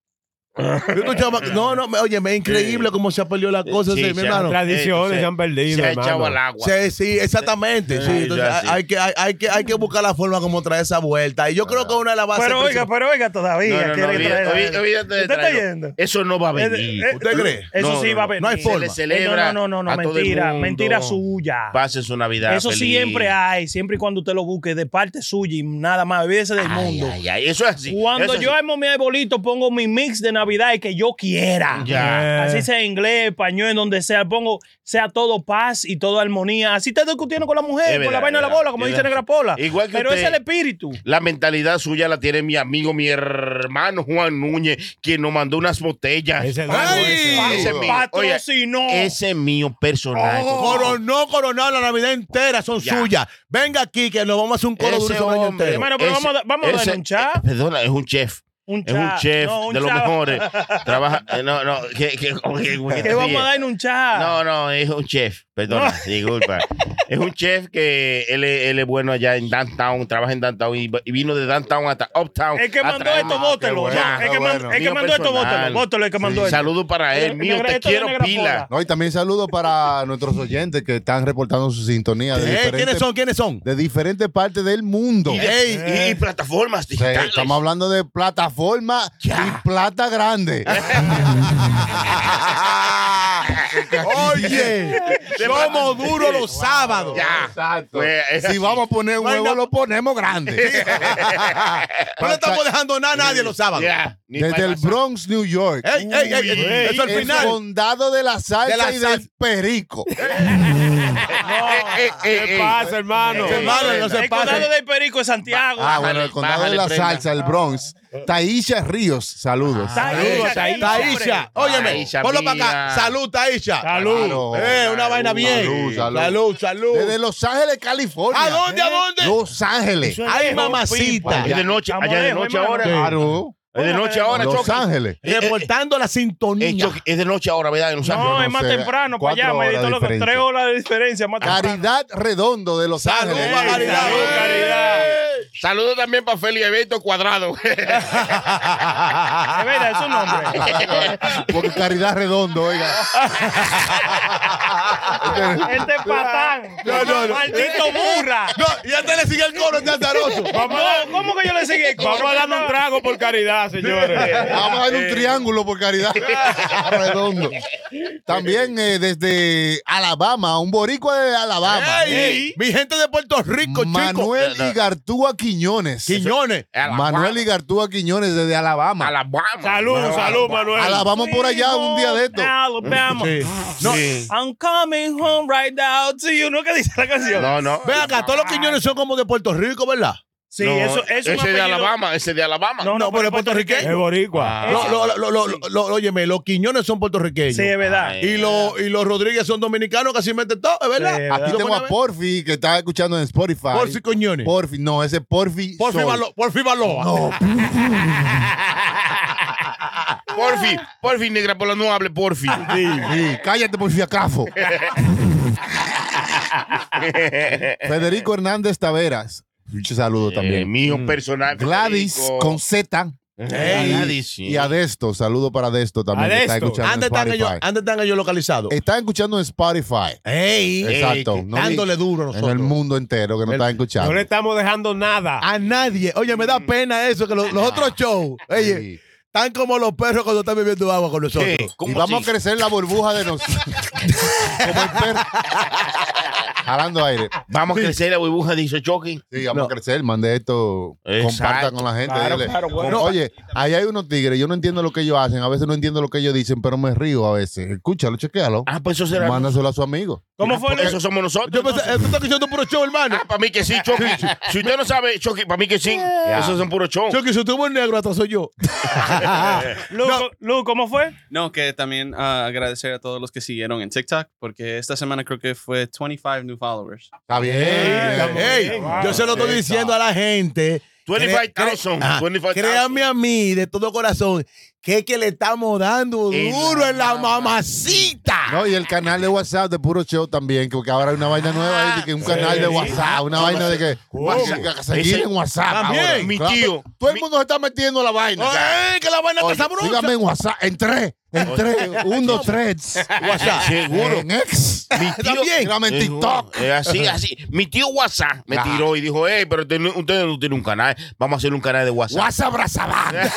Speaker 7: Yo tu chama- no, no, me- óyeme, es increíble cómo se ha perdido la cosa,
Speaker 2: Sí,
Speaker 7: sí,
Speaker 2: se
Speaker 7: mi
Speaker 2: ha-
Speaker 7: hermano.
Speaker 4: Tradiciones
Speaker 2: Eh,
Speaker 4: se han perdido,
Speaker 2: Se ha
Speaker 4: hermano.
Speaker 2: echado al agua.
Speaker 7: Sí, sí, exactamente. Sí,
Speaker 2: Sí,
Speaker 7: entonces
Speaker 2: ya, sí.
Speaker 7: hay, que, hay, hay que, hay que buscar la forma como traer esa vuelta. Y yo creo que una de las bases.
Speaker 3: Pero oiga,
Speaker 7: principales-
Speaker 3: pero oiga todavía.
Speaker 2: No, no, no,
Speaker 3: quiere traer-
Speaker 2: olvídate, olvídate, olvídate
Speaker 3: ¿Usted
Speaker 2: de
Speaker 3: está
Speaker 2: traerlo.
Speaker 3: yendo?
Speaker 2: Eso no va a
Speaker 3: Eh,
Speaker 2: venir.
Speaker 3: eh,
Speaker 7: ¿Usted cree?
Speaker 3: Eso
Speaker 2: No,
Speaker 3: sí
Speaker 2: no,
Speaker 3: va a
Speaker 2: no.
Speaker 3: venir.
Speaker 7: No hay
Speaker 2: Se
Speaker 7: forma.
Speaker 2: le
Speaker 7: Eh,
Speaker 2: celebra.
Speaker 3: Eh, no, no, no, no,
Speaker 2: a todo el
Speaker 3: mentira,
Speaker 2: mundo.
Speaker 3: mentira suya.
Speaker 2: Pase su Navidad.
Speaker 3: Eso
Speaker 2: feliz.
Speaker 3: siempre hay, siempre y cuando usted lo busque de parte suya y nada más, olvídese del
Speaker 2: Ay,
Speaker 3: mundo.
Speaker 2: ay, ay, Eso es así.
Speaker 3: Cuando
Speaker 2: eso es
Speaker 3: yo
Speaker 2: así.
Speaker 3: armo mi arbolito, pongo mi mix de Navidad y que yo quiera.
Speaker 2: Ya.
Speaker 3: Así sea en inglés, español, en donde sea, pongo, sea todo paz y toda armonía. Así está discutiendo con la
Speaker 2: Es
Speaker 3: mujer, con la
Speaker 2: verdad,
Speaker 3: vaina de la
Speaker 2: verdad,
Speaker 3: bola, como
Speaker 2: es
Speaker 3: dice
Speaker 2: verdad.
Speaker 3: Negra Pola.
Speaker 2: Igual que
Speaker 3: Pero
Speaker 2: usted.
Speaker 3: ese es el espíritu.
Speaker 2: La mentalidad suya la tiene mi amigo, mi hermano Juan Núñez, quien nos mandó unas botellas.
Speaker 4: Ese es
Speaker 7: Ay,
Speaker 4: bueno,
Speaker 2: ese
Speaker 4: ese
Speaker 2: es
Speaker 4: es
Speaker 2: mío. Oye,
Speaker 3: Patrocinó.
Speaker 2: ese es mío personal.
Speaker 7: Oh. Coronó, coronó la Navidad entera, son
Speaker 2: Ya.
Speaker 7: suyas. Venga aquí que nos vamos a hacer un coro
Speaker 2: Ese
Speaker 7: dulce por el año
Speaker 2: hombre.
Speaker 7: entero.
Speaker 3: Hermano, pero vamos a- vamos a
Speaker 2: ese-
Speaker 3: denunciar.
Speaker 2: eh, Perdona, es un chef.
Speaker 3: Un
Speaker 2: Es un
Speaker 3: cha-
Speaker 2: chef
Speaker 3: no, un
Speaker 2: de los
Speaker 3: cha-
Speaker 2: mejores. Trabaja. eh, No, no. ¿Qué, qué, qué
Speaker 3: ¿Qué
Speaker 2: te
Speaker 3: vamos
Speaker 2: ríes?
Speaker 3: a dar en un chat?
Speaker 2: No, no, es un chef, perdona, disculpa. Es un chef que él, es- él es bueno allá en downtown, trabaja en downtown y, y vino de downtown hasta uptown.
Speaker 3: El que
Speaker 2: Ah, a
Speaker 3: mandó
Speaker 2: traer-
Speaker 3: esto, bótelo.
Speaker 7: bueno,
Speaker 3: No, el
Speaker 7: qué
Speaker 3: que, man-
Speaker 7: bueno.
Speaker 3: el que
Speaker 2: Mío
Speaker 3: mandó esto,
Speaker 2: personal.
Speaker 3: bótelo. Bótelo el que mandó esto.
Speaker 2: Saludo para él,
Speaker 3: Negra-
Speaker 2: mío, te
Speaker 3: esto de
Speaker 2: quiero
Speaker 3: Negra
Speaker 2: pila.
Speaker 7: No, y también saludo para nuestros oyentes que están reportando su sintonía de,
Speaker 5: Eh,
Speaker 7: diferentes,
Speaker 5: ¿Quiénes son? ¿Quiénes son?
Speaker 7: de diferentes partes del mundo.
Speaker 2: Y,
Speaker 7: Ey,
Speaker 2: y- y plataformas
Speaker 7: o sea,
Speaker 2: digitales.
Speaker 7: estamos hablando de plataforma y plata grande. Oye, somos duros los sábados.
Speaker 2: Ya.
Speaker 7: Exacto.
Speaker 2: Pues, es
Speaker 7: Si
Speaker 2: así.
Speaker 7: vamos a poner un
Speaker 5: No hay
Speaker 7: huevo,
Speaker 5: nada-
Speaker 7: lo ponemos grande.
Speaker 5: No Pues le estamos dejando nada a nadie los sábados.
Speaker 2: Ya, ni
Speaker 7: Desde el
Speaker 2: payaso.
Speaker 7: Bronx, New York.
Speaker 5: Ey, ey, ey,
Speaker 2: Uy,
Speaker 5: ey, eso al
Speaker 7: el
Speaker 5: final.
Speaker 7: condado de la salsa
Speaker 5: De la
Speaker 7: y
Speaker 5: salsa.
Speaker 7: del perico.
Speaker 2: Eh, eh, eh,
Speaker 4: ¿Qué
Speaker 2: eh.
Speaker 4: pasa, hermano?
Speaker 2: Eh,
Speaker 5: Hermano, no se
Speaker 3: El condado
Speaker 5: pasen.
Speaker 3: del Perico de Santiago.
Speaker 7: Ah, bueno,
Speaker 2: Bájale,
Speaker 7: el condado de
Speaker 2: bájale,
Speaker 7: la
Speaker 2: prenda.
Speaker 7: salsa, el Bronx. Taisha Ríos, saludos.
Speaker 4: Ah,
Speaker 3: Taísa,
Speaker 4: Taísa.
Speaker 5: Taisha, óyeme,
Speaker 2: Taísa,
Speaker 5: ponlo para
Speaker 2: mía.
Speaker 5: acá. Salud, Taisha.
Speaker 7: Salud.
Speaker 5: Eh, una vaina bien.
Speaker 7: Salud, salud.
Speaker 5: Salud, salud.
Speaker 7: Desde Los Ángeles, California.
Speaker 5: ¿A dónde, a dónde?
Speaker 7: Los Ángeles.
Speaker 5: Ay, mamacita.
Speaker 2: Es de noche,
Speaker 3: Estamos
Speaker 2: allá de
Speaker 3: lejos,
Speaker 2: noche
Speaker 3: hermano.
Speaker 2: ahora.
Speaker 7: Claro.
Speaker 2: Es de noche ahora,
Speaker 7: Los
Speaker 2: Chucky.
Speaker 7: Ángeles.
Speaker 5: Reportando la
Speaker 2: Eh,
Speaker 5: sintonía.
Speaker 2: Chucky, Es de noche ahora, ¿verdad? En Los Ángeles.
Speaker 3: No,
Speaker 7: no
Speaker 3: es más
Speaker 7: sé,
Speaker 3: temprano, para allá,
Speaker 7: cuatro
Speaker 3: me
Speaker 7: horas de
Speaker 3: lo que tres
Speaker 7: diferencia.
Speaker 3: horas de diferencia, más temprano.
Speaker 7: Caridad Redondo de Los
Speaker 5: Salud,
Speaker 7: Ángeles.
Speaker 5: pa' Caridad.
Speaker 4: Caridad.
Speaker 2: Saludos también para Félix Evento Cuadrado.
Speaker 3: Es verdad, es su nombre.
Speaker 7: Porque caridad redondo, oiga.
Speaker 3: Este patán.
Speaker 5: No, no, no.
Speaker 3: Maldito burra.
Speaker 5: No, y hasta le sigue el coro en Lanzarote.
Speaker 3: No, ¿Cómo que yo le seguí?
Speaker 4: Vamos a darle un trago por caridad, señores.
Speaker 7: Vamos a dar
Speaker 5: Eh.
Speaker 7: un triángulo por caridad. Redondo. También eh, desde Alabama, un boricua de Alabama.
Speaker 5: Ey, Mi gente de Puerto Rico, chicos.
Speaker 7: Manuel Igartúa Quiñones.
Speaker 5: Quiñones.
Speaker 7: Manuel Igartúa Quiñones desde Alabama.
Speaker 4: Salud, salud, Manuel.
Speaker 7: Alabama por allá un día de esto.
Speaker 3: Alabama. No, I'm coming home right now to you. ¿No que dice la canción?
Speaker 2: No, no.
Speaker 5: Ve acá, todos los Quiñones son como de Puerto Rico, ¿verdad?
Speaker 3: Sí,
Speaker 2: No,
Speaker 3: eso, eso es
Speaker 2: ese
Speaker 3: un
Speaker 2: de
Speaker 3: apellido-
Speaker 2: Alabama, ese de Alabama.
Speaker 3: No, no,
Speaker 5: No, pero
Speaker 3: pero
Speaker 5: es
Speaker 4: Es
Speaker 5: puertorriqueño.
Speaker 4: boricua.
Speaker 5: Lo-
Speaker 2: Ah.
Speaker 5: lo- lo- lo- lo- lo- Óyeme, los Quiñones son puertorriqueños.
Speaker 3: Sí, es verdad.
Speaker 2: Ay.
Speaker 5: Y los, y los Rodríguez son dominicanos, casi meten todo, ¿es verdad?
Speaker 3: Sí,
Speaker 2: Eh,
Speaker 3: es
Speaker 7: Aquí
Speaker 5: Lo
Speaker 7: tengo
Speaker 5: pone
Speaker 7: a Porfi que está escuchando en Spotify.
Speaker 5: Porfi Quiñones.
Speaker 7: Porfi, no, ese Porfi. Oh.
Speaker 5: Porfi
Speaker 7: Sol.
Speaker 5: Balo- Porfi Baloa.
Speaker 2: Porfi, porfi, negra, por lo no hable, porfi.
Speaker 7: Sí, sí. Cállate, Porfi Acafo. Federico Hernández Taveras. Mucho saludo
Speaker 2: Eh,
Speaker 7: también. Mm.
Speaker 2: mío personal.
Speaker 7: Gladys
Speaker 2: Federico.
Speaker 7: con Z.
Speaker 2: Ey, Gladys, sí.
Speaker 7: Y a Desto, saludo para Desto también. que está
Speaker 4: Adesto.
Speaker 7: escuchando en
Speaker 5: Antes están ellos,
Speaker 7: Spotify.
Speaker 5: antes están ellos localizados.
Speaker 7: Está escuchando en Spotify.
Speaker 5: Ey,
Speaker 7: Exacto. No
Speaker 5: dándole duro a
Speaker 7: en el
Speaker 5: nosotros.
Speaker 7: mundo entero que no
Speaker 5: El-
Speaker 7: está
Speaker 4: No
Speaker 7: escuchando.
Speaker 4: le estamos dejando nada.
Speaker 5: A nadie. Oye, me da pena eso, que los, los otros shows, oye,
Speaker 7: Mm. Ah. Sí.
Speaker 5: están como los perros cuando están bebiendo agua con nosotros.
Speaker 2: Eh, ¿cómo
Speaker 7: Y vamos
Speaker 2: así?
Speaker 7: a crecer la burbuja de nosotros. Como el perro. Jalando aire.
Speaker 2: Vamos a crecer la burbuja, dice Chucky.
Speaker 7: Sí, vamos
Speaker 5: No.
Speaker 7: a crecer, mande esto,
Speaker 2: Exacto.
Speaker 7: comparta con la gente.
Speaker 3: Claro,
Speaker 7: dile.
Speaker 3: claro, bueno.
Speaker 7: Como, Oye, ahí hay unos tigres, yo no entiendo lo que ellos hacen, a veces no entiendo lo que ellos dicen, pero me río a veces. Escúchalo, chequéalo,
Speaker 2: Ah, pues eso será.
Speaker 7: mándaselo a su amigo.
Speaker 3: ¿Cómo
Speaker 2: Por
Speaker 3: fue lo-
Speaker 2: eso somos nosotros.
Speaker 5: Yo pensé, esto está escuchando puro show, hermano.
Speaker 2: Ah, para mí que sí, Chucky. Si usted no sabe, Chucky, para mí que sí. Eso es un puro show.
Speaker 5: Yo que si tuvo el negro, hasta soy yo.
Speaker 3: Lu, co- Lu, Ah, ¿cómo fue?
Speaker 9: No, que también ah, agradecer a todos los que siguieron en TikTok, porque esta semana creo que fue 25 new followers.
Speaker 7: Está bien.
Speaker 5: Ey, yo se lo estoy diciendo a la gente.
Speaker 2: 25,000,
Speaker 5: Ajá.
Speaker 2: 25,000.
Speaker 5: Créanme a mí de todo corazón que es que le estamos dando
Speaker 2: En
Speaker 5: duro
Speaker 2: la
Speaker 5: en la
Speaker 2: mama.
Speaker 5: mamacita.
Speaker 7: No, y el canal de WhatsApp de Puro Show también, que porque ahora hay una vaina nueva, ahí, de que un canal de WhatsApp, una vaina de que WhatsApp, seguir
Speaker 2: Ese-
Speaker 7: en WhatsApp.
Speaker 5: También.
Speaker 7: ahora.
Speaker 2: Mi
Speaker 7: Claro,
Speaker 2: tío.
Speaker 7: Todo el mundo se está metiendo a la vaina.
Speaker 5: Ey, que la vaina
Speaker 7: Oye,
Speaker 5: está sabrosa.
Speaker 7: sígame en WhatsApp, en tres, en tres, un, dos, tres.
Speaker 2: WhatsApp. Seguro.
Speaker 7: En ex.
Speaker 2: Eh, Mi tío-
Speaker 7: También. Sígame en TikTok.
Speaker 2: Eh, así, así. Mi tío WhatsApp me
Speaker 7: Ajá.
Speaker 2: tiró y dijo, hey, pero usted no- usted no tiene un canal. Vamos a hacer un canal de Eh, WhatsApp.
Speaker 7: WhatsApp, brazabanda.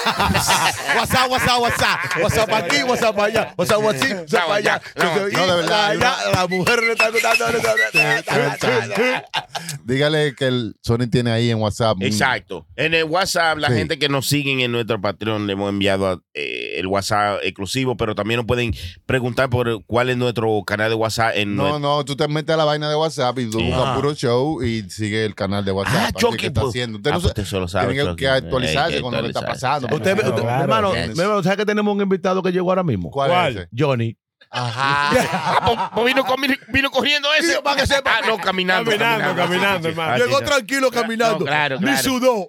Speaker 5: WhatsApp, WhatsApp, WhatsApp. WhatsApp para aquí, WhatsApp para allá. WhatsApp para aquí, WhatsApp para allá.
Speaker 2: No,
Speaker 5: Yo soy-
Speaker 7: no, de verdad,
Speaker 5: allá, La mujer le está dando. le está- le está-
Speaker 7: Dígale que el Sony tiene ahí en WhatsApp. un-
Speaker 2: Exacto. En el WhatsApp, la
Speaker 7: Sí.
Speaker 2: gente que nos siguen en nuestro Patreon, le hemos enviado eh, el WhatsApp exclusivo, pero también nos pueden preguntar por cuál es nuestro canal de WhatsApp en
Speaker 7: No,
Speaker 2: nuestro...
Speaker 7: no, tú te metes a la vaina de WhatsApp y tú
Speaker 2: Sí.
Speaker 7: buscas
Speaker 2: Ah.
Speaker 7: puro show y sigue el canal de WhatsApp.
Speaker 2: Ah,
Speaker 7: así
Speaker 2: Chucky,
Speaker 7: que está
Speaker 2: pues.
Speaker 7: haciendo. Usted
Speaker 2: Ah,
Speaker 7: no
Speaker 2: pues
Speaker 7: sabe-
Speaker 2: usted solo sabe,
Speaker 7: tiene que-
Speaker 2: Chucky.
Speaker 7: que actualizarse
Speaker 2: Hay que
Speaker 7: con lo que está
Speaker 2: eh, actualizarse.
Speaker 7: pasando.
Speaker 5: Usted, usted-
Speaker 4: Claro.
Speaker 5: hermano, hermano, ¿sabes que tenemos un invitado que llegó ahora mismo?
Speaker 7: ¿Cuál,
Speaker 4: ¿Cuál?
Speaker 7: es ese?
Speaker 5: Johnny.
Speaker 2: Ah, pues- pues vino, con- vino corriendo ese.
Speaker 5: Para que sepa.
Speaker 2: Ah, no, caminando.
Speaker 4: Caminando, caminando,
Speaker 2: Ah,
Speaker 4: hermano.
Speaker 5: Llegó
Speaker 2: sí, no.
Speaker 5: tranquilo caminando.
Speaker 2: No, claro,
Speaker 5: Ni
Speaker 2: claro.
Speaker 5: sudó.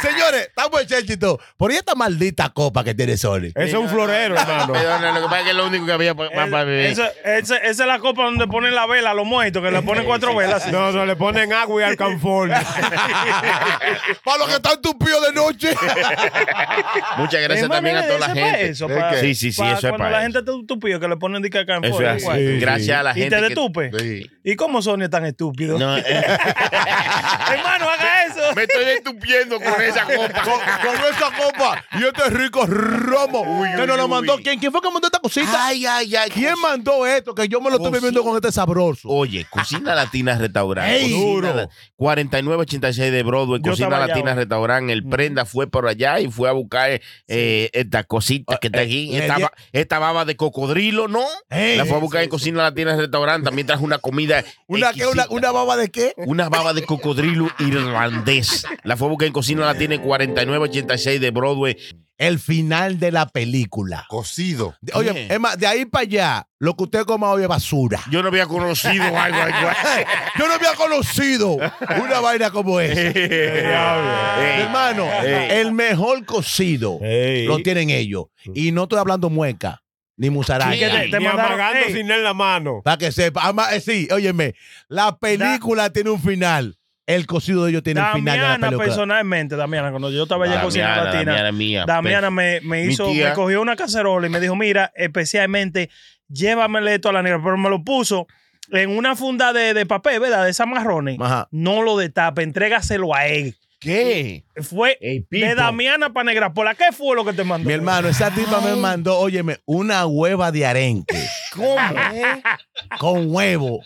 Speaker 5: Señores, estamos en Chelchito. Por ahí esta maldita copa que tiene Sony.
Speaker 4: Ese es un florero, hermano.
Speaker 2: Perdona, lo que pasa es que es lo único que había pa- pa- para beber.
Speaker 3: Esa, esa- esa es la copa donde ponen la vela a los muertos, que le ponen cuatro velas.
Speaker 4: No, no, le ponen agua y alcanfor.
Speaker 5: Para los que están tupidos de noche.
Speaker 2: Muchas gracias
Speaker 3: Es
Speaker 2: también a
Speaker 3: manera
Speaker 2: toda
Speaker 3: de
Speaker 2: la
Speaker 3: ese pa'
Speaker 2: gente.
Speaker 3: Eso,
Speaker 7: ¿De
Speaker 3: pa-
Speaker 7: qué?
Speaker 2: Sí, sí, sí,
Speaker 3: pa'
Speaker 2: eso es
Speaker 3: Cuando
Speaker 2: para
Speaker 3: la
Speaker 2: eso.
Speaker 3: gente está estúpida, que le ponen dica acá en
Speaker 2: Eso
Speaker 3: fuera,
Speaker 2: es
Speaker 3: igual.
Speaker 2: así. Gracias a la
Speaker 3: Y
Speaker 2: gente.
Speaker 3: te
Speaker 2: que-
Speaker 3: detupe.
Speaker 7: Sí.
Speaker 3: ¿Y cómo Sonia es tan estúpido?
Speaker 2: No, eh,
Speaker 3: Hermano, haga eso.
Speaker 2: me estoy detupiendo con esa
Speaker 5: con,
Speaker 2: copa.
Speaker 5: con esa copa y este rico romo que nos
Speaker 2: uy,
Speaker 5: lo
Speaker 2: uy.
Speaker 5: mandó. ¿Quién, ¿Quién fue que mandó esta cosita?
Speaker 2: Ay, ay, ay.
Speaker 5: ¿Quién mandó esto? Que yo me lo estoy
Speaker 2: Cosita.
Speaker 5: bebiendo con este sabroso.
Speaker 2: Oye, Cocina Latina Restaurante.
Speaker 5: Ey,
Speaker 2: Cocina
Speaker 5: duro.
Speaker 2: la- 4986 de Broadway,
Speaker 3: Yo
Speaker 2: Cocina
Speaker 3: estaba allá,
Speaker 2: Latina
Speaker 3: güey.
Speaker 2: Restaurante. El prenda fue por allá y fue a buscar eh, eh, esta
Speaker 3: Ah,
Speaker 2: cosita que está
Speaker 3: eh,
Speaker 2: aquí.
Speaker 5: le
Speaker 2: Esta,
Speaker 5: dio-
Speaker 2: ba- esta baba de cocodrilo, ¿no?
Speaker 5: Ey,
Speaker 2: la fue a
Speaker 5: sí,
Speaker 2: buscar en Cocina Latina Restaurante. También trajo una comida.
Speaker 5: ¿Una, qué, una,
Speaker 2: exquisita.
Speaker 5: ¿Una baba de qué?
Speaker 2: Una baba de cocodrilo irlandés. La fue a buscar en Cocina Latina en 4986 de Broadway.
Speaker 5: El final de la película.
Speaker 7: Cocido.
Speaker 5: De- Oye,
Speaker 2: Bien.
Speaker 5: es más, de ahí para allá, lo que usted coma hoy es basura.
Speaker 2: Yo no había conocido algo, algo así.
Speaker 5: Yo no había conocido una vaina como esa. Mi
Speaker 2: Ey,
Speaker 5: hermano,
Speaker 2: Ey.
Speaker 5: el mejor cocido
Speaker 4: Ey.
Speaker 5: lo tienen ellos. Y no estoy hablando mueca, ni musaraña.
Speaker 2: Sí, que
Speaker 3: te-
Speaker 4: Te Ni
Speaker 3: mandaron,
Speaker 4: amagando
Speaker 3: ey.
Speaker 4: sin él la mano.
Speaker 5: Ah, Para que sepa. Ama- eh, sí, óyeme, la película tiene un final. El cocido de ellos tiene el final de la
Speaker 3: Damiana, pues,
Speaker 5: película.
Speaker 3: personalmente, Damiana, cuando yo estaba allá en cocina
Speaker 2: Damiana,
Speaker 3: latina,
Speaker 2: Damiana mía.
Speaker 3: Damiana me, me
Speaker 2: Mi
Speaker 3: hizo,
Speaker 2: tía-
Speaker 3: me cogió una cacerola y me dijo, mira, especialmente, llévamele esto a la negra, pero me lo puso en una funda de, de papel, ¿verdad? De esas marrones.
Speaker 5: Ajá.
Speaker 3: No lo destape, entrégaselo a él.
Speaker 2: ¿Qué?
Speaker 3: Fue
Speaker 2: Ey,
Speaker 3: de
Speaker 2: Pipo.
Speaker 3: Damiana para Negra Pola. ¿Qué fue lo que te mandó?
Speaker 5: Mi hermano, esa tipa me mandó, óyeme, una hueva de arenque
Speaker 2: ¿Cómo?
Speaker 5: con huevo.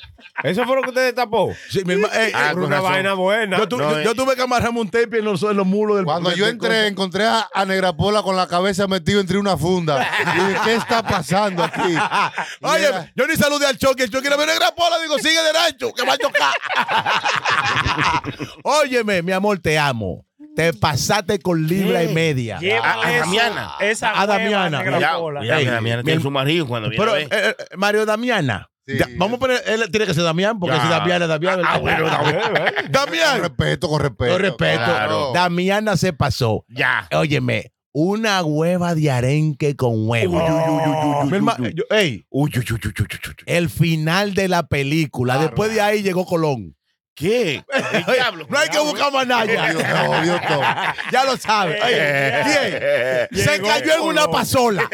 Speaker 4: Eso fue lo que usted destapó.
Speaker 5: Sí, mi herma- eh,
Speaker 2: Ah,
Speaker 5: eh,
Speaker 2: con
Speaker 5: una
Speaker 2: razón.
Speaker 5: vaina.
Speaker 4: Una buena.
Speaker 5: Yo, tu-
Speaker 2: No,
Speaker 5: yo-
Speaker 2: eh.
Speaker 5: yo tuve que amarrarme un tape en los, en los muros del
Speaker 7: Cuando yo
Speaker 5: del-
Speaker 7: entré, encontré a, a Negrapola con la cabeza metida entre una funda. Y dije, ¿qué está pasando aquí? Y
Speaker 5: Ah, Oye,
Speaker 7: era-
Speaker 5: yo ni saludé al choque. El choque le vio negra pola. Digo, sigue derecho, que va a chocar. Óyeme, mi amor, te amo. Te pasaste con libra y media.
Speaker 3: Lleva
Speaker 2: A- a
Speaker 3: eso,
Speaker 2: Damiana.
Speaker 3: Esa
Speaker 5: A
Speaker 3: hueva,
Speaker 5: Damiana.
Speaker 3: Negra
Speaker 2: Cuidado,
Speaker 3: Pola.
Speaker 2: cuidado,
Speaker 5: Ey,
Speaker 2: que Damiana
Speaker 5: mi-
Speaker 2: tiene su marido cuando viene
Speaker 5: Pero,
Speaker 2: a ver.
Speaker 5: eh, eh, Mario Damiana.
Speaker 7: Sí.
Speaker 5: Ya, vamos a poner, él tiene que ser Damián, porque
Speaker 2: Ya.
Speaker 5: si Damiana es Damián.
Speaker 2: Ah,
Speaker 5: ¿verdad?
Speaker 2: bueno, Damiana.
Speaker 7: Con
Speaker 5: Damián.
Speaker 7: respeto, con respeto.
Speaker 5: Con respeto.
Speaker 7: Claro.
Speaker 5: Damiana se pasó.
Speaker 2: Ya.
Speaker 5: Óyeme, una hueva de arenque con huevo. Mi herma- yo- ey,
Speaker 2: Uy, uy, uy, uy, uy, uy, uy.
Speaker 5: el final de la película. Después de ahí llegó Colón.
Speaker 2: ¿Qué? El diablo. eh.
Speaker 5: No hay que buscar más nada.
Speaker 7: Obvio, obvio todo.
Speaker 5: Ya lo sabes. Oye, bien. Se cayó en una pasola.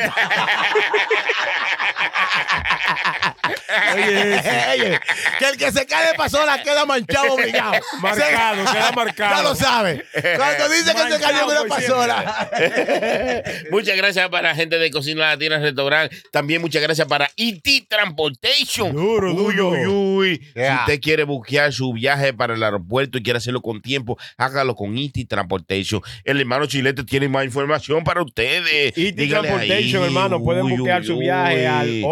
Speaker 5: Oye, oye, que el que se cae de pasola queda manchado obligado.
Speaker 4: Marcado, queda marcado.
Speaker 5: Ya lo sabe. Cuando dice que se cayó en una pasola.
Speaker 2: Muchas gracias para la gente de Cocina Latina Restaurante. También muchas gracias para ET Transportation.
Speaker 4: Duro,
Speaker 2: uy,
Speaker 4: duro.
Speaker 2: uy, uy.
Speaker 5: Yeah.
Speaker 2: Si usted quiere buquear su viaje para el aeropuerto y quiere hacerlo con tiempo, hágalo con ET Transportation. El hermano Chilete tiene más información para ustedes.
Speaker 4: ET
Speaker 2: Dígale
Speaker 4: E Transportation,
Speaker 2: ahí.
Speaker 4: hermano, pueden
Speaker 2: Uy,
Speaker 4: buquear
Speaker 2: uy,
Speaker 4: su viaje
Speaker 2: uy.
Speaker 4: al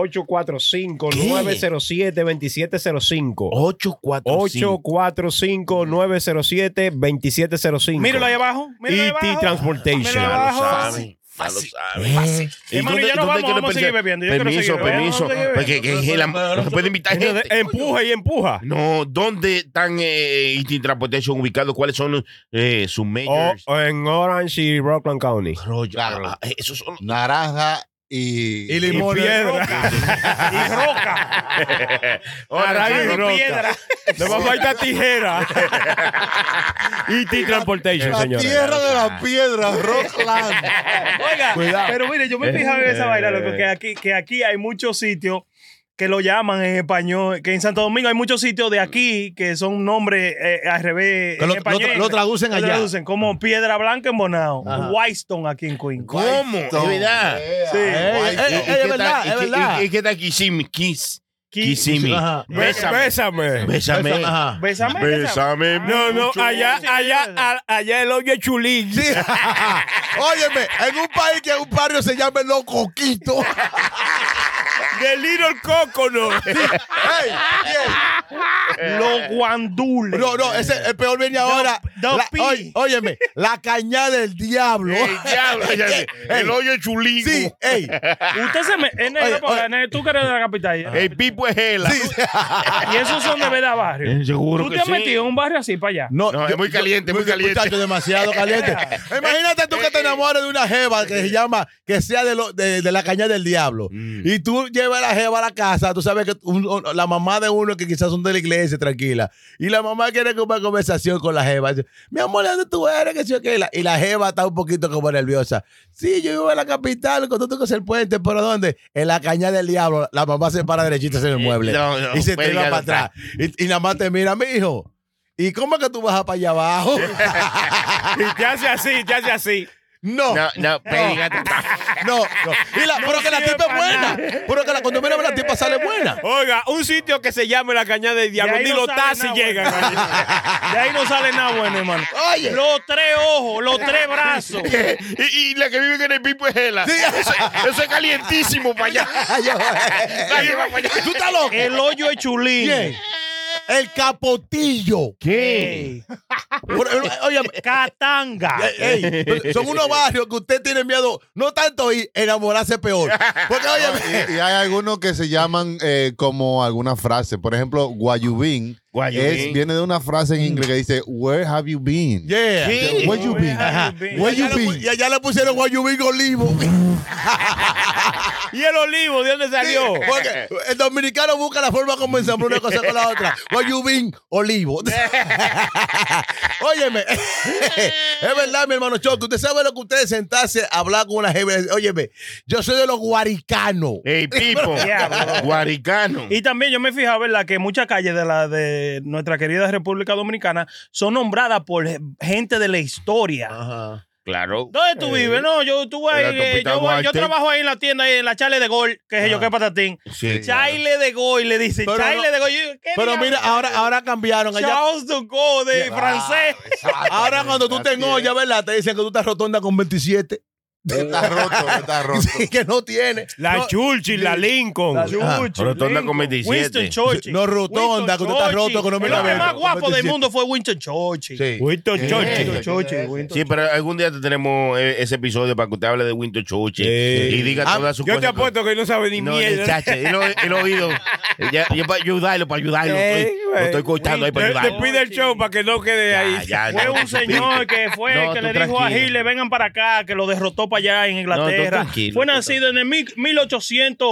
Speaker 4: 845-907-2705.
Speaker 2: 845.
Speaker 4: 845-907-2705.
Speaker 3: Míralo ahí abajo. Míralo ahí
Speaker 4: ET
Speaker 3: abajo.
Speaker 4: E Transportation.
Speaker 3: Míralo
Speaker 2: Ya lo
Speaker 3: abajo.
Speaker 2: saben. Ya lo
Speaker 4: eh.
Speaker 2: saben. ¿Y
Speaker 3: Hermano, ya nos vamos,
Speaker 2: quiere
Speaker 3: vamos a seguir
Speaker 2: pensar?
Speaker 3: bebiendo, yo quiero
Speaker 2: Permiso,
Speaker 3: seguir bebiendo,
Speaker 2: permiso.
Speaker 3: vamos a seguir
Speaker 2: Porque que- que la- no se puede invitar gente.
Speaker 4: Empuja y empuja.
Speaker 2: No, ¿dónde están eh, ET Transportation ubicados? ¿Cuáles son eh, sus
Speaker 4: O,
Speaker 2: majors?
Speaker 4: o Oh, en Orange y Rockland County.
Speaker 2: Claro. Ah, eh, esos son.
Speaker 7: Naranja y...
Speaker 5: Y limón.
Speaker 3: Y roca.
Speaker 2: Ahora sí,
Speaker 4: Caray, roca.
Speaker 3: piedra.
Speaker 4: Le va a faltar tijera. ET Transportation,
Speaker 7: La
Speaker 4: señores.
Speaker 7: tierra de las piedras, Rockland.
Speaker 3: Oiga, pero mire, yo me he fijado en esa vaina, loco,
Speaker 5: Eh.
Speaker 3: que aquí, que aquí hay muchos sitios que lo llaman en español, que en Santo Domingo hay muchos sitios de aquí que son nombres eh, al revés.
Speaker 5: Que
Speaker 3: en
Speaker 5: lo- lo
Speaker 3: español,
Speaker 5: tra- lo traducen
Speaker 3: Lo
Speaker 5: allá.
Speaker 3: traducen como Piedra Blanca en Bonao,
Speaker 5: Ajá.
Speaker 3: Whitestone aquí en Queens.
Speaker 2: ¿Cómo? Es verdad.
Speaker 7: Yeah.
Speaker 5: Ey,
Speaker 2: Eh,
Speaker 5: ey, ey, es verdad, es verdad.
Speaker 2: ¿Y qué tal Kissimmee? Kiss.
Speaker 3: Kiss-
Speaker 2: Kissimmee.
Speaker 5: Ajá.
Speaker 2: Bésame.
Speaker 4: Bésame.
Speaker 2: Bésame.
Speaker 5: Ajá.
Speaker 3: Bésame.
Speaker 2: Bésame.
Speaker 4: No, no,
Speaker 2: mucho.
Speaker 4: allá, allá, a- allá el hoyo es chulín.
Speaker 5: Sí. Óyeme, en un país que un barrio se llame Los Coquitos.
Speaker 4: The Little Coconut.
Speaker 5: Ey,
Speaker 3: Los guandules.
Speaker 5: bien. No, no, ese el peor viene ahora.
Speaker 3: Dos- dos
Speaker 5: La-
Speaker 3: pi.
Speaker 5: oy- óyeme, la caña del diablo.
Speaker 2: Ey, diablo, ya sé.
Speaker 5: Ey.
Speaker 2: El hoyo es chulingo.
Speaker 5: Sí, ey.
Speaker 3: Usted se me. eh, en el-
Speaker 5: Oye, oye.
Speaker 3: en el- tú que eres de la capital.
Speaker 2: El pipo es gela.
Speaker 5: Sí.
Speaker 3: Y esos son de verdad
Speaker 5: Eh,
Speaker 3: barrio.
Speaker 2: Seguro
Speaker 3: Tú
Speaker 2: que
Speaker 3: te has
Speaker 2: sí.
Speaker 3: metido en un barrio así para allá.
Speaker 2: No, es muy caliente, muy caliente. Eh,
Speaker 5: Muchacho, demasiado caliente. Imagínate tú que te enamores de una jeva que se llama, que sea de, lo- de, de la caña del diablo.
Speaker 2: Mm.
Speaker 5: Y tú llevas a la jeva a la casa, tú sabes que un- un- la mamá de uno que quizás son de la iglesia, tranquila. Y la mamá quiere como una conversación con la jeva. Dice, Mi amor, ¿dónde tú eres? Que sí, o qué. La- Y la jeva está un poquito como nerviosa. Sí, yo vivo en la capital, con todo que es el puente, pero ¿dónde? En la caña del diablo. La mamá se para derechita en el mueble.
Speaker 2: no, no,
Speaker 5: y se te
Speaker 2: puede
Speaker 5: va
Speaker 2: llegar
Speaker 5: para atrás. Y, y nada más te mira, mi hijo. ¿Y cómo es que tú vas para allá abajo?
Speaker 4: Y te hace así, te hace así.
Speaker 5: no, no,
Speaker 2: No, no, pégate.
Speaker 5: no. Y la, pero que la tipa es buena. Pero que la, cuando mira la tipa sale buena.
Speaker 4: Oiga, un sitio que se llame La Cañada del Diablo.
Speaker 3: De ahí
Speaker 4: Ni
Speaker 3: no
Speaker 4: los
Speaker 3: sale
Speaker 4: taxis
Speaker 3: nada
Speaker 4: llegan.
Speaker 3: De ahí no sale nada bueno, hermano.
Speaker 5: Oye.
Speaker 3: Los tres ojos, los tres brazos.
Speaker 2: Y, y la que vive en el pipo es gela. Eso, eso es calientísimo para allá. Nadie va para allá.
Speaker 5: ¿Tú estás loco?
Speaker 3: El hoyo es chulín.
Speaker 5: Bien. El capotillo.
Speaker 2: ¿Qué?
Speaker 5: Bueno, Oye,
Speaker 3: Catanga.
Speaker 5: Ey, pues, son unos barrios que usted tiene miedo, no tanto ir, enamorarse peor. Porque, oye,
Speaker 7: Y, y hay algunos que se llaman eh, como alguna frase. Por ejemplo, guayubín. Es, viene de una frase en inglés que dice, Where have you been?
Speaker 5: yeah.
Speaker 2: Sí.
Speaker 7: Where you been?
Speaker 3: Ajá.
Speaker 7: Where
Speaker 5: Y
Speaker 7: you
Speaker 5: allá le pu-
Speaker 7: been?
Speaker 5: Y allá le pusieron Guayubín Olivo.
Speaker 4: ¿Y el olivo de dónde salió?
Speaker 5: Porque el dominicano busca la forma como ensamblar una cosa con la otra. Guayubín Olivo. Óyeme, es verdad, mi hermano Choco. Usted sabe lo que ustedes sentarse a hablar con una jefe. Óyeme, yo soy de los guaricanos.
Speaker 2: Ey, Pipo.
Speaker 3: Diablo.
Speaker 2: Guaricano.
Speaker 3: Y también yo me fijaba, ¿verdad?, que muchas calles de la de nuestra querida República Dominicana son nombradas por gente de la historia.
Speaker 5: Ajá.
Speaker 2: Claro.
Speaker 3: ¿Dónde tú vives? No, yo estuve
Speaker 2: En la
Speaker 3: ahí, eh,
Speaker 2: capital
Speaker 3: yo, voy- yo
Speaker 2: Duarte.
Speaker 3: trabajo ahí en la tienda, ahí en la Chale de Gol, que es yo que patatín.
Speaker 2: Sí,
Speaker 3: Chale de Gol, le dice,
Speaker 5: Ah. Pero
Speaker 3: Chale
Speaker 5: no-
Speaker 3: de Gol. Yo, ¿qué
Speaker 5: Pero
Speaker 3: diablo?
Speaker 5: mira, ah, ahora, ahora cambiaron. Allá,
Speaker 3: Charles de Gaulle de francés.
Speaker 5: ahora cuando tú te ya ¿verdad? Te dicen que tú estás rotonda con 27.
Speaker 7: Está roto, está roto.
Speaker 5: Sí, que no tiene.
Speaker 4: La
Speaker 5: no,
Speaker 4: Churchill, la Lincoln.
Speaker 5: La- Ajá.
Speaker 3: Churchill,
Speaker 2: Rotonda
Speaker 3: Lincoln,
Speaker 2: con 27.
Speaker 3: Winston Churchill.
Speaker 5: No, rotonda, que
Speaker 3: Winston
Speaker 5: tú estás
Speaker 3: Churchill.
Speaker 5: roto, que no me
Speaker 3: El hombre
Speaker 5: la
Speaker 3: más
Speaker 5: veo.
Speaker 3: guapo del
Speaker 5: 27.
Speaker 3: mundo fue Winston Churchill.
Speaker 5: Sí.
Speaker 4: Winston
Speaker 3: Eh.
Speaker 4: Churchill.
Speaker 3: Winston Churchill, Winston
Speaker 2: Sí, pero algún día te tenemos eh, ese episodio para que usted hable de Winter Churchill
Speaker 4: Sí.
Speaker 2: y diga
Speaker 5: Ah,
Speaker 2: todas sus
Speaker 4: Yo te
Speaker 2: cosas.
Speaker 4: apuesto que no sabe ni
Speaker 2: No, ni
Speaker 4: mierda.
Speaker 2: chacha, el, o- el oído. Ya, yo para ayudarlo, para ayudarlo.
Speaker 4: Ey,
Speaker 2: estoy, lo
Speaker 4: güey.
Speaker 2: estoy cortando ahí para
Speaker 4: Te, te
Speaker 2: ayudarlo.
Speaker 4: pide el show para que no quede ahí.
Speaker 2: Ya, ya,
Speaker 3: Fue
Speaker 2: no,
Speaker 3: un señor que fue
Speaker 2: No,
Speaker 3: el que
Speaker 2: tú
Speaker 3: le dijo a
Speaker 2: tranquilo.
Speaker 3: Hitler, vengan para acá, que lo derrotó para allá en Inglaterra.
Speaker 2: tranquilo,
Speaker 3: fue
Speaker 2: tú
Speaker 3: nacido en el mil-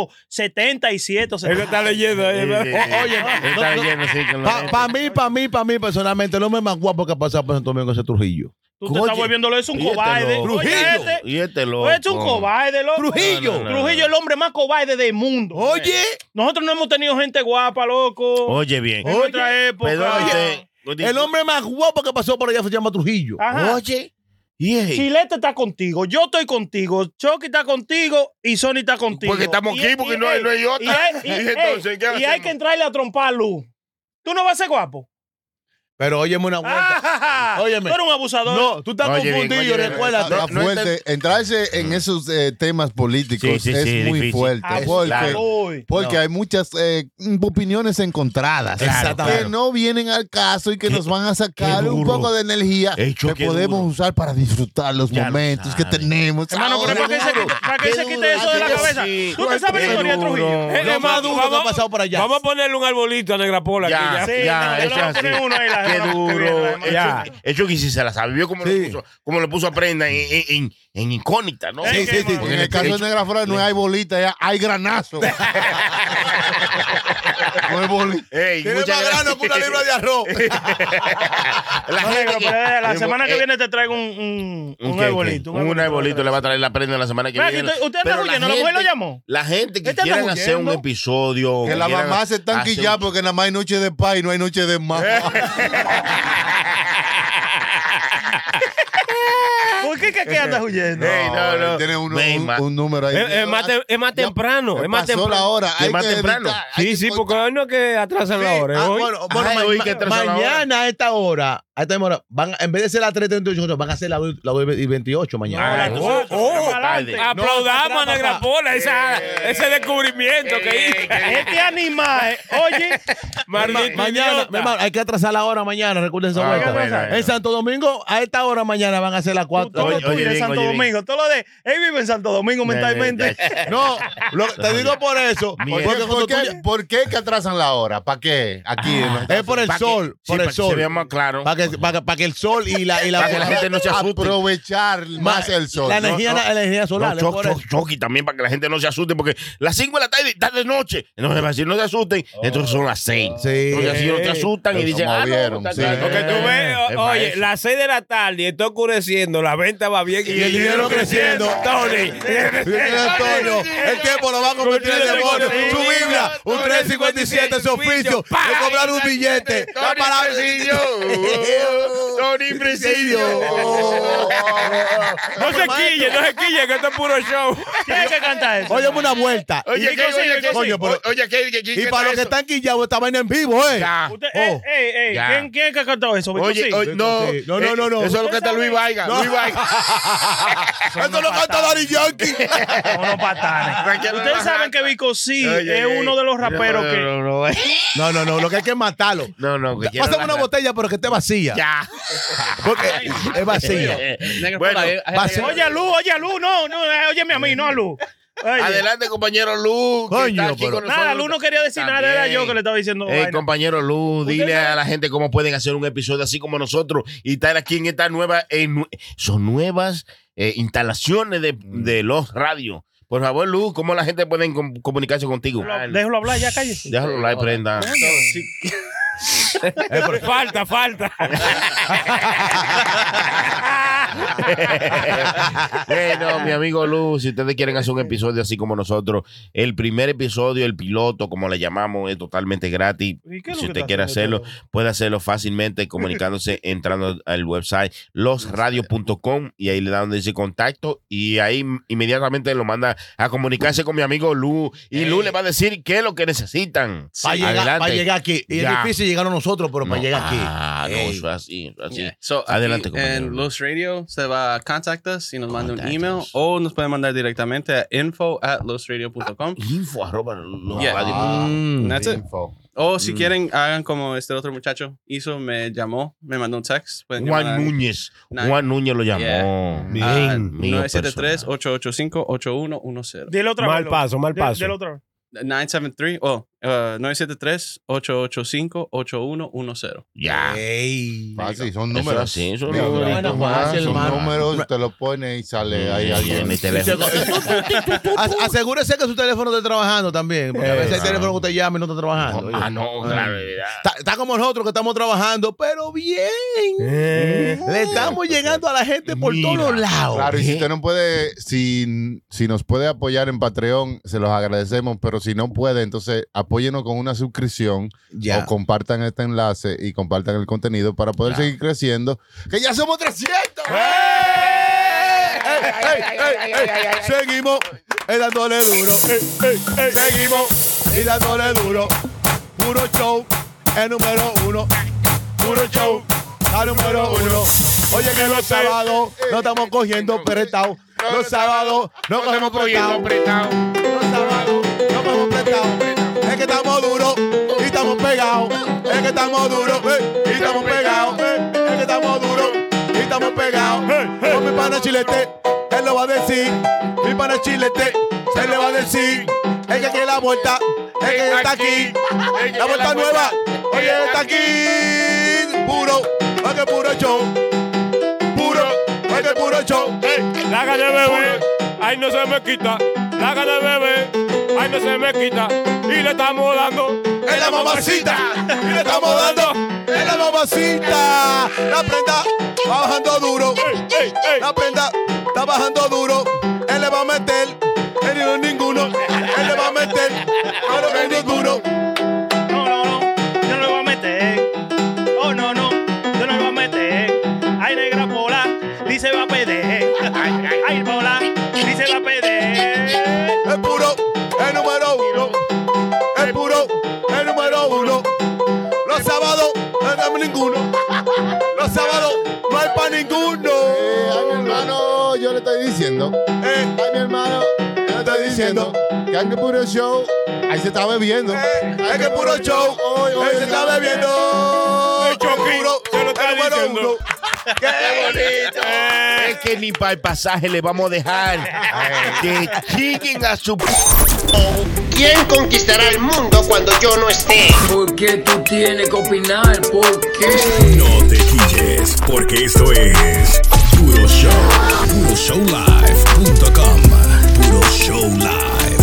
Speaker 3: 1877.
Speaker 4: Él lo está leyendo.
Speaker 3: Eh,
Speaker 2: eh,
Speaker 4: ahí, ¿verdad?
Speaker 2: Oye, está lleno, sí, con la
Speaker 5: Para
Speaker 2: gente.
Speaker 5: mí, para mí, para mí, personalmente, el hombre más guapo que ha pasado por Santo Domingo es el Trujillo.
Speaker 3: Tú te estás
Speaker 2: Oye,
Speaker 3: volviéndolo, es un
Speaker 2: y este
Speaker 3: cobarde.
Speaker 2: loco.
Speaker 3: Oye,
Speaker 5: Trujillo.
Speaker 3: este-
Speaker 2: Y este loco.
Speaker 3: Pues es un cobarde, loco.
Speaker 5: Trujillo.
Speaker 2: No, no, no.
Speaker 3: Trujillo, el hombre más cobarde del mundo.
Speaker 5: Oye,
Speaker 3: Nosotros no hemos tenido gente guapa, loco.
Speaker 2: Oye, bien.
Speaker 3: en otra época.
Speaker 2: Perdón, usted.
Speaker 5: el hombre más guapo que pasó por allá se llama Trujillo.
Speaker 3: Ajá.
Speaker 2: Oye. Y es-
Speaker 3: Chilete está contigo, yo estoy contigo, Chucky está contigo y Sony está contigo.
Speaker 2: Porque estamos
Speaker 3: Y-
Speaker 2: aquí, porque
Speaker 3: y-
Speaker 2: no hay-
Speaker 3: ey,
Speaker 2: no hay otra.
Speaker 3: Y, hay- y-
Speaker 2: Y
Speaker 3: ey,
Speaker 2: entonces, ¿qué
Speaker 3: y hay
Speaker 2: hacemos?
Speaker 3: que entrarle a trompar luz. ¿Tú no vas a ser guapo?
Speaker 5: Pero óyeme una vuelta.
Speaker 3: Ah,
Speaker 5: Óyeme.
Speaker 3: Tú eres un abusador.
Speaker 5: No, tú estás
Speaker 2: Oye, bien,
Speaker 5: confundido,
Speaker 2: oye, bien.
Speaker 5: recuérdate.
Speaker 7: Está
Speaker 2: No, no
Speaker 7: fuerte. Entrarse en esos eh, temas políticos
Speaker 2: Sí, sí,
Speaker 7: es
Speaker 2: sí,
Speaker 7: muy
Speaker 2: difícil. Ah,
Speaker 7: fuerte.
Speaker 3: Abusador.
Speaker 7: Porque,
Speaker 3: Oy.
Speaker 7: porque hay muchas eh, opiniones encontradas.
Speaker 5: Exactamente.
Speaker 7: Que no vienen al caso y que nos van a sacar
Speaker 2: qué
Speaker 7: un
Speaker 2: duro.
Speaker 7: poco de energía
Speaker 2: Hecho,
Speaker 7: que
Speaker 2: qué
Speaker 7: podemos
Speaker 2: duro.
Speaker 7: usar para disfrutar los
Speaker 2: Ya lo
Speaker 7: momentos que
Speaker 2: sabe.
Speaker 7: tenemos.
Speaker 3: Hermano, pero
Speaker 7: ahora.
Speaker 3: ¿para qué se, para que
Speaker 2: Qué
Speaker 3: se quite
Speaker 2: duro,
Speaker 3: eso de la
Speaker 2: así que
Speaker 3: cabeza?
Speaker 2: sí.
Speaker 3: ¿Tú te sabes la
Speaker 2: Qué
Speaker 3: historia de
Speaker 2: duro.
Speaker 3: Trujillo? Eh,
Speaker 4: Es
Speaker 5: Lo más duro que ha
Speaker 4: vamos-
Speaker 5: pasado por allá.
Speaker 4: Vamos a ponerle un arbolito a Negra Pola. aquí
Speaker 2: Ya,
Speaker 4: ya.
Speaker 3: Sí, no,
Speaker 2: ya,
Speaker 3: yo
Speaker 2: eso
Speaker 3: le voy a
Speaker 2: es así.
Speaker 3: poner uno ahí, la semana que viene, la semana
Speaker 2: Qué duro.
Speaker 4: Ya.
Speaker 2: Eso- Eso que sí se la sabe. Vio cómo lo puso, cómo lo puso a prenda en, en- en- en incógnita, ¿no?
Speaker 3: Sí, sí, sí.
Speaker 7: Porque en el caso de Negra Flora no hay bolita, ya hay granazo. no hay bolita.
Speaker 2: Ey,
Speaker 5: Tiene
Speaker 2: muchas
Speaker 5: más
Speaker 2: gracias.
Speaker 5: grano que una libra de arroz.
Speaker 3: Este
Speaker 2: La
Speaker 3: No,
Speaker 2: gente
Speaker 3: negro,
Speaker 2: que-
Speaker 3: pero eh, la
Speaker 2: Eh,
Speaker 3: semana que
Speaker 2: eh,
Speaker 3: viene te traigo un, un,
Speaker 2: ¿un
Speaker 3: un
Speaker 2: qué,
Speaker 3: arbolito.
Speaker 2: qué? Un arbolito le va a traer la prenda la semana que
Speaker 3: Mira,
Speaker 2: viene.
Speaker 3: que usted- usted anda
Speaker 2: Pero
Speaker 3: huyendo, la mujer
Speaker 2: gente-
Speaker 3: lo llamó.
Speaker 2: La gente que
Speaker 3: Este anda
Speaker 2: quieran hacer un
Speaker 3: huyendo.
Speaker 2: episodio.
Speaker 7: Que la
Speaker 2: quieran
Speaker 7: mamá se están
Speaker 2: hacer un-
Speaker 5: pues.
Speaker 7: quillando porque nada más hay noche de paz y no hay noche de más.
Speaker 3: ¿Por qué que, que andas huyendo?
Speaker 2: Ey, no, no.
Speaker 7: Tiene un,
Speaker 2: Ve,
Speaker 7: un-
Speaker 2: ma-
Speaker 7: un número ahí.
Speaker 4: Es, es más, tem- es más
Speaker 7: Ya-
Speaker 4: temprano. Es más
Speaker 7: pasó la
Speaker 4: temprano.
Speaker 7: hora.
Speaker 2: Es
Speaker 7: hay
Speaker 2: más
Speaker 7: que
Speaker 2: temprano.
Speaker 7: editar, hay
Speaker 4: Sí,
Speaker 7: que
Speaker 4: sí,
Speaker 7: cortar.
Speaker 4: porque hoy no es que atrasan la hora. es
Speaker 5: Ah,
Speaker 4: hoy.
Speaker 5: bueno, bueno,
Speaker 2: Ay,
Speaker 5: ma-
Speaker 2: hoy
Speaker 5: ma-
Speaker 2: que atrasó la hora.
Speaker 5: mañana a esta hora, a esta hora, van a- en vez de ser las 3.38, van a ser las 28 mañana.
Speaker 2: Ah,
Speaker 3: Ahora tú
Speaker 2: oh,
Speaker 3: sabes, tú
Speaker 2: oh,
Speaker 3: sabes más
Speaker 2: tarde.
Speaker 3: adelante.
Speaker 4: Aplaudamos
Speaker 5: no,
Speaker 4: a Negra
Speaker 5: papá.
Speaker 4: Pola esa- ese descubrimiento que hizo.
Speaker 3: Este animal, oye,
Speaker 4: Maldito
Speaker 5: mañana,
Speaker 4: idiota.
Speaker 5: mi hermano, hay que atrasar la hora mañana, recuerden esa
Speaker 2: Ah,
Speaker 5: vuelta.
Speaker 2: bueno,
Speaker 5: En
Speaker 2: bueno.
Speaker 5: Santo Domingo, a esta hora mañana van a ser las
Speaker 3: tú, todo
Speaker 5: 4.
Speaker 2: oye,
Speaker 3: lo tuyo
Speaker 2: bien,
Speaker 3: es Santo
Speaker 2: oye, bien.
Speaker 3: Domingo, todo lo de él vive en Santo Domingo
Speaker 2: Eh,
Speaker 3: mentalmente.
Speaker 5: No, lo- te digo por eso. Porque
Speaker 2: Mierda.
Speaker 7: ¿Por
Speaker 5: cuando tú
Speaker 7: qué,
Speaker 5: ya-
Speaker 7: por qué que atrasan la hora? ¿Para qué? Aquí. en
Speaker 2: Ah.
Speaker 7: los
Speaker 5: es
Speaker 7: Estados
Speaker 5: por el
Speaker 2: Pa' que-
Speaker 5: sol,
Speaker 2: sí,
Speaker 5: por
Speaker 2: pa'
Speaker 5: el
Speaker 2: que se vea
Speaker 5: sol.
Speaker 2: más claro.
Speaker 5: Para que, pa' que- pa' que el sol y la, y la,
Speaker 2: Para que la gente no se
Speaker 7: Unidos.
Speaker 2: asuste.
Speaker 7: Aprovechar más el sol.
Speaker 5: La
Speaker 7: ¿no?
Speaker 5: energía, la energía solar.
Speaker 2: No,
Speaker 5: es
Speaker 2: choc,
Speaker 5: por
Speaker 2: choc,
Speaker 5: eso.
Speaker 2: choc, y también para que la gente no se asuste, porque las 5 de la tarde está de noche. Entonces, para si no se asusten, entonces son las 6.
Speaker 5: Sí.
Speaker 2: Entonces, así no te asustan y
Speaker 7: Pero
Speaker 2: dicen,
Speaker 7: como
Speaker 2: ah,
Speaker 7: vieron,
Speaker 2: no, está
Speaker 7: sí.
Speaker 2: claro.
Speaker 4: Porque tú ves, o-
Speaker 2: Es para
Speaker 4: oye,
Speaker 2: eso.
Speaker 4: las 6 de la tarde y está oscureciendo, la venta va bien y,
Speaker 5: el dinero creciendo.
Speaker 4: Tony.
Speaker 5: Miguel Antonio, el tiempo lo va a convertir en demonio. Su Biblia, un 357 es oficio. Le cobraron un billete. La palabra
Speaker 2: Tony
Speaker 4: No se quille, no se quille, que esto es puro show.
Speaker 3: Tienes que cantar eso.
Speaker 5: Óyeme una vuelta.
Speaker 2: Oye, ¿qué, oye, qué,
Speaker 5: Coño, pero-
Speaker 2: oye, ¿qué, qué, qué,
Speaker 5: Y
Speaker 2: qué
Speaker 5: para los que
Speaker 2: está
Speaker 5: están quillados, esta vaina en vivo,
Speaker 2: eso?
Speaker 5: ¿eh?
Speaker 2: Ya.
Speaker 3: Usted,
Speaker 5: Oh,
Speaker 3: eh, eh, eh,
Speaker 2: ya.
Speaker 3: ¿quién, ¿Quién es que ha cantado eso? Víctor?
Speaker 2: Oye,
Speaker 3: Sí.
Speaker 2: oye, no,
Speaker 5: Sí. No, no, no, no.
Speaker 2: Eso es lo que está
Speaker 3: Usted
Speaker 2: Luis
Speaker 3: sabe-
Speaker 2: Vaiga. Luis Vaiga.
Speaker 5: Esto lo canta Dari Yankee.
Speaker 3: No, no, patanes.
Speaker 2: Tranquilo,
Speaker 3: Ustedes
Speaker 2: no,
Speaker 3: saben
Speaker 2: no.
Speaker 3: que Vico sí
Speaker 2: Oye,
Speaker 3: es
Speaker 2: oye,
Speaker 3: uno de los
Speaker 2: no,
Speaker 3: raperos
Speaker 2: no,
Speaker 3: que.
Speaker 2: No, no,
Speaker 5: No, no, no, lo que hay que es matarlo.
Speaker 2: no, no. que quiero
Speaker 5: Pásame
Speaker 2: la-
Speaker 5: una botella, pero que esté vacía.
Speaker 2: Ya.
Speaker 5: Porque es vacío.
Speaker 2: Bueno,
Speaker 5: Vacío.
Speaker 3: Oye, a Lu, oye, a Lu, no, no, eh, óyeme a mí, no a Lu. Oye.
Speaker 2: Adelante, compañero Luz. que
Speaker 5: Coño,
Speaker 2: está aquí
Speaker 5: pero-
Speaker 2: con
Speaker 3: Nada,
Speaker 2: nosotros.
Speaker 3: Lu no quería decir nada, era
Speaker 2: También.
Speaker 3: yo que le estaba diciendo.
Speaker 2: Ey,
Speaker 3: vaina.
Speaker 2: compañero Luz, dile
Speaker 3: Ustedes-
Speaker 2: a la gente cómo pueden hacer un episodio así como nosotros y estar aquí en esta nueva. en nue- son nuevas eh, instalaciones de, de los radios. Por favor, Luz, ¿cómo la gente puede com- comunicarse contigo?
Speaker 3: Déjalo- Déjalo hablar, ya cállese.
Speaker 2: Déjalo like, prenda.
Speaker 4: Falta, falta.
Speaker 2: bueno, mi amigo Luz, si ustedes quieren hacer un episodio así como nosotros, el primer episodio, el piloto, como le llamamos, es totalmente gratis.
Speaker 3: ¿Y qué es lo que
Speaker 2: Si usted
Speaker 3: está
Speaker 2: quiere
Speaker 3: haciendo
Speaker 2: hacerlo, puede hacerlo fácilmente comunicándose entrando al website losradio.com y ahí le da donde dice contacto y ahí inmediatamente lo manda a comunicarse con mi amigo Lu y Lu le va a decir qué es lo que necesitan.
Speaker 5: Para llegar,
Speaker 2: Adelante.
Speaker 5: para llegar aquí. Y es
Speaker 2: Ya.
Speaker 5: difícil llegar a nosotros, pero para
Speaker 2: No,
Speaker 5: llegar aquí.
Speaker 2: Ah, no,
Speaker 5: Ey.
Speaker 2: eso es así, eso es así.
Speaker 9: Yeah. So,
Speaker 2: Adelante,
Speaker 9: aquí
Speaker 2: compañero.
Speaker 9: En Los Radio se va a contact us y nos manda un
Speaker 2: Contact
Speaker 9: email
Speaker 2: us.
Speaker 9: o nos puede mandar directamente a info at losradio.com.
Speaker 2: Info arroba los
Speaker 9: Yeah.
Speaker 2: radio.
Speaker 9: Mm,
Speaker 5: Mm.
Speaker 9: that's it.
Speaker 7: Info.
Speaker 9: O
Speaker 2: Mm.
Speaker 9: si quieren, hagan como este otro muchacho hizo, me llamó, me mandó un text. Pueden llamar
Speaker 2: Juan
Speaker 9: a-
Speaker 2: Núñez.
Speaker 9: Nine.
Speaker 2: Juan Núñez lo llamó.
Speaker 9: Yeah. Ah, a
Speaker 2: Bien, mío
Speaker 9: 973-885-8110.
Speaker 3: Dile otra
Speaker 4: Mal
Speaker 3: vez.
Speaker 4: paso, mal
Speaker 3: Dile-
Speaker 4: paso.
Speaker 3: Dile otra vez.
Speaker 9: 973, oh, uh, 973-885-8110.
Speaker 2: Ya.
Speaker 5: Ey.
Speaker 7: Fácil, son
Speaker 2: Eso es
Speaker 7: números.
Speaker 2: así, eso es
Speaker 7: Digo,
Speaker 2: número.
Speaker 7: ahorita
Speaker 5: Bueno,
Speaker 7: más,
Speaker 5: fácil,
Speaker 7: son
Speaker 5: hermano.
Speaker 7: números, te lo pone y sale ahí
Speaker 2: en
Speaker 7: alguien.
Speaker 2: Mm, mi teléfono.
Speaker 5: A- Asegúrese que su teléfono esté trabajando también. Porque a veces hay
Speaker 2: Claro.
Speaker 5: teléfono que usted llama y no está trabajando.
Speaker 2: Ah, no, claro. ya.
Speaker 5: Está, está como nosotros que estamos trabajando, pero bien.
Speaker 4: Eh,
Speaker 5: Le estamos llegando a la gente por
Speaker 2: Mira.
Speaker 5: todos lados. Eh.
Speaker 7: Claro, y si
Speaker 2: Bien.
Speaker 7: usted no puede, si, si nos puede apoyar en Patreon, se los agradecemos, pero si no puede, entonces apóyenos con una suscripción
Speaker 5: Ya.
Speaker 7: o compartan este enlace y compartan el contenido para poder seguir creciendo. ¡Que ya somos 300!
Speaker 5: Ey, ey, ey, ey. Seguimos eh, dándole duro. Seguimos y dándole duro. Puro show, el número uno. Puro show, la número uno. Oye, que los sábados no estamos cogiendo prestado. Los sábados no cogemos prestado. Los sábados no cogemos prestado. Es que estamos duros y estamos pegados. Es que estamos duros eh, y estamos pegados. eh. Es que estamos duros y estamos pegados. Con mi pana chilete, él lo va a decir. Mi pana chilete, se le va a decir. Es que aquí la vuelta, es que está aquí. La vuelta nueva, oye, está aquí. Puro, es que puro show. Puro, es que puro show.
Speaker 4: Laga de bebé, ay no se me quita. Laga de bebé, ay no se me quita. Y le estamos dando.
Speaker 5: es la mamacita. Y le estamos dando, es la mamacita. La prenda va bajando duro. La prenda está bajando duro. Él le va a meter. Él no es ninguno. Él le va a meter. Claro que no es duro.
Speaker 3: No, no, no. Yo no le voy a meter. Oh, no, no. Yo no le voy a meter. eh. Ay, negra bola. Dice va a perder. eh. Ay, ay, bola. Dice va a perder. eh.
Speaker 5: Es puro, el número uno. Es puro, el número uno. Los sábados no tenemos ninguno. Los sábados no hay para ninguno.
Speaker 7: Eh, a mi hermano, yo le estoy diciendo.
Speaker 5: Eh.
Speaker 7: A mi hermano, yo le estoy diciendo. Que hay que puro show. Eh, Ahí se está bebiendo.
Speaker 5: Es que puro show,
Speaker 7: Hoy, hoy,
Speaker 5: él se está bebiendo.
Speaker 4: El Chucky,
Speaker 5: Puro,
Speaker 4: se lo está
Speaker 5: el número
Speaker 4: diciendo.
Speaker 5: uno.
Speaker 2: Es que ni para el pasaje le vamos a dejar. Que lleguen a su
Speaker 12: ¿Quién conquistará el mundo cuando yo no esté?
Speaker 13: ¿Por qué tú tienes que opinar? ¿Por qué?
Speaker 1: No te quilles, porque esto es Puro Show. PuroShowLive.com. Puro Show Live.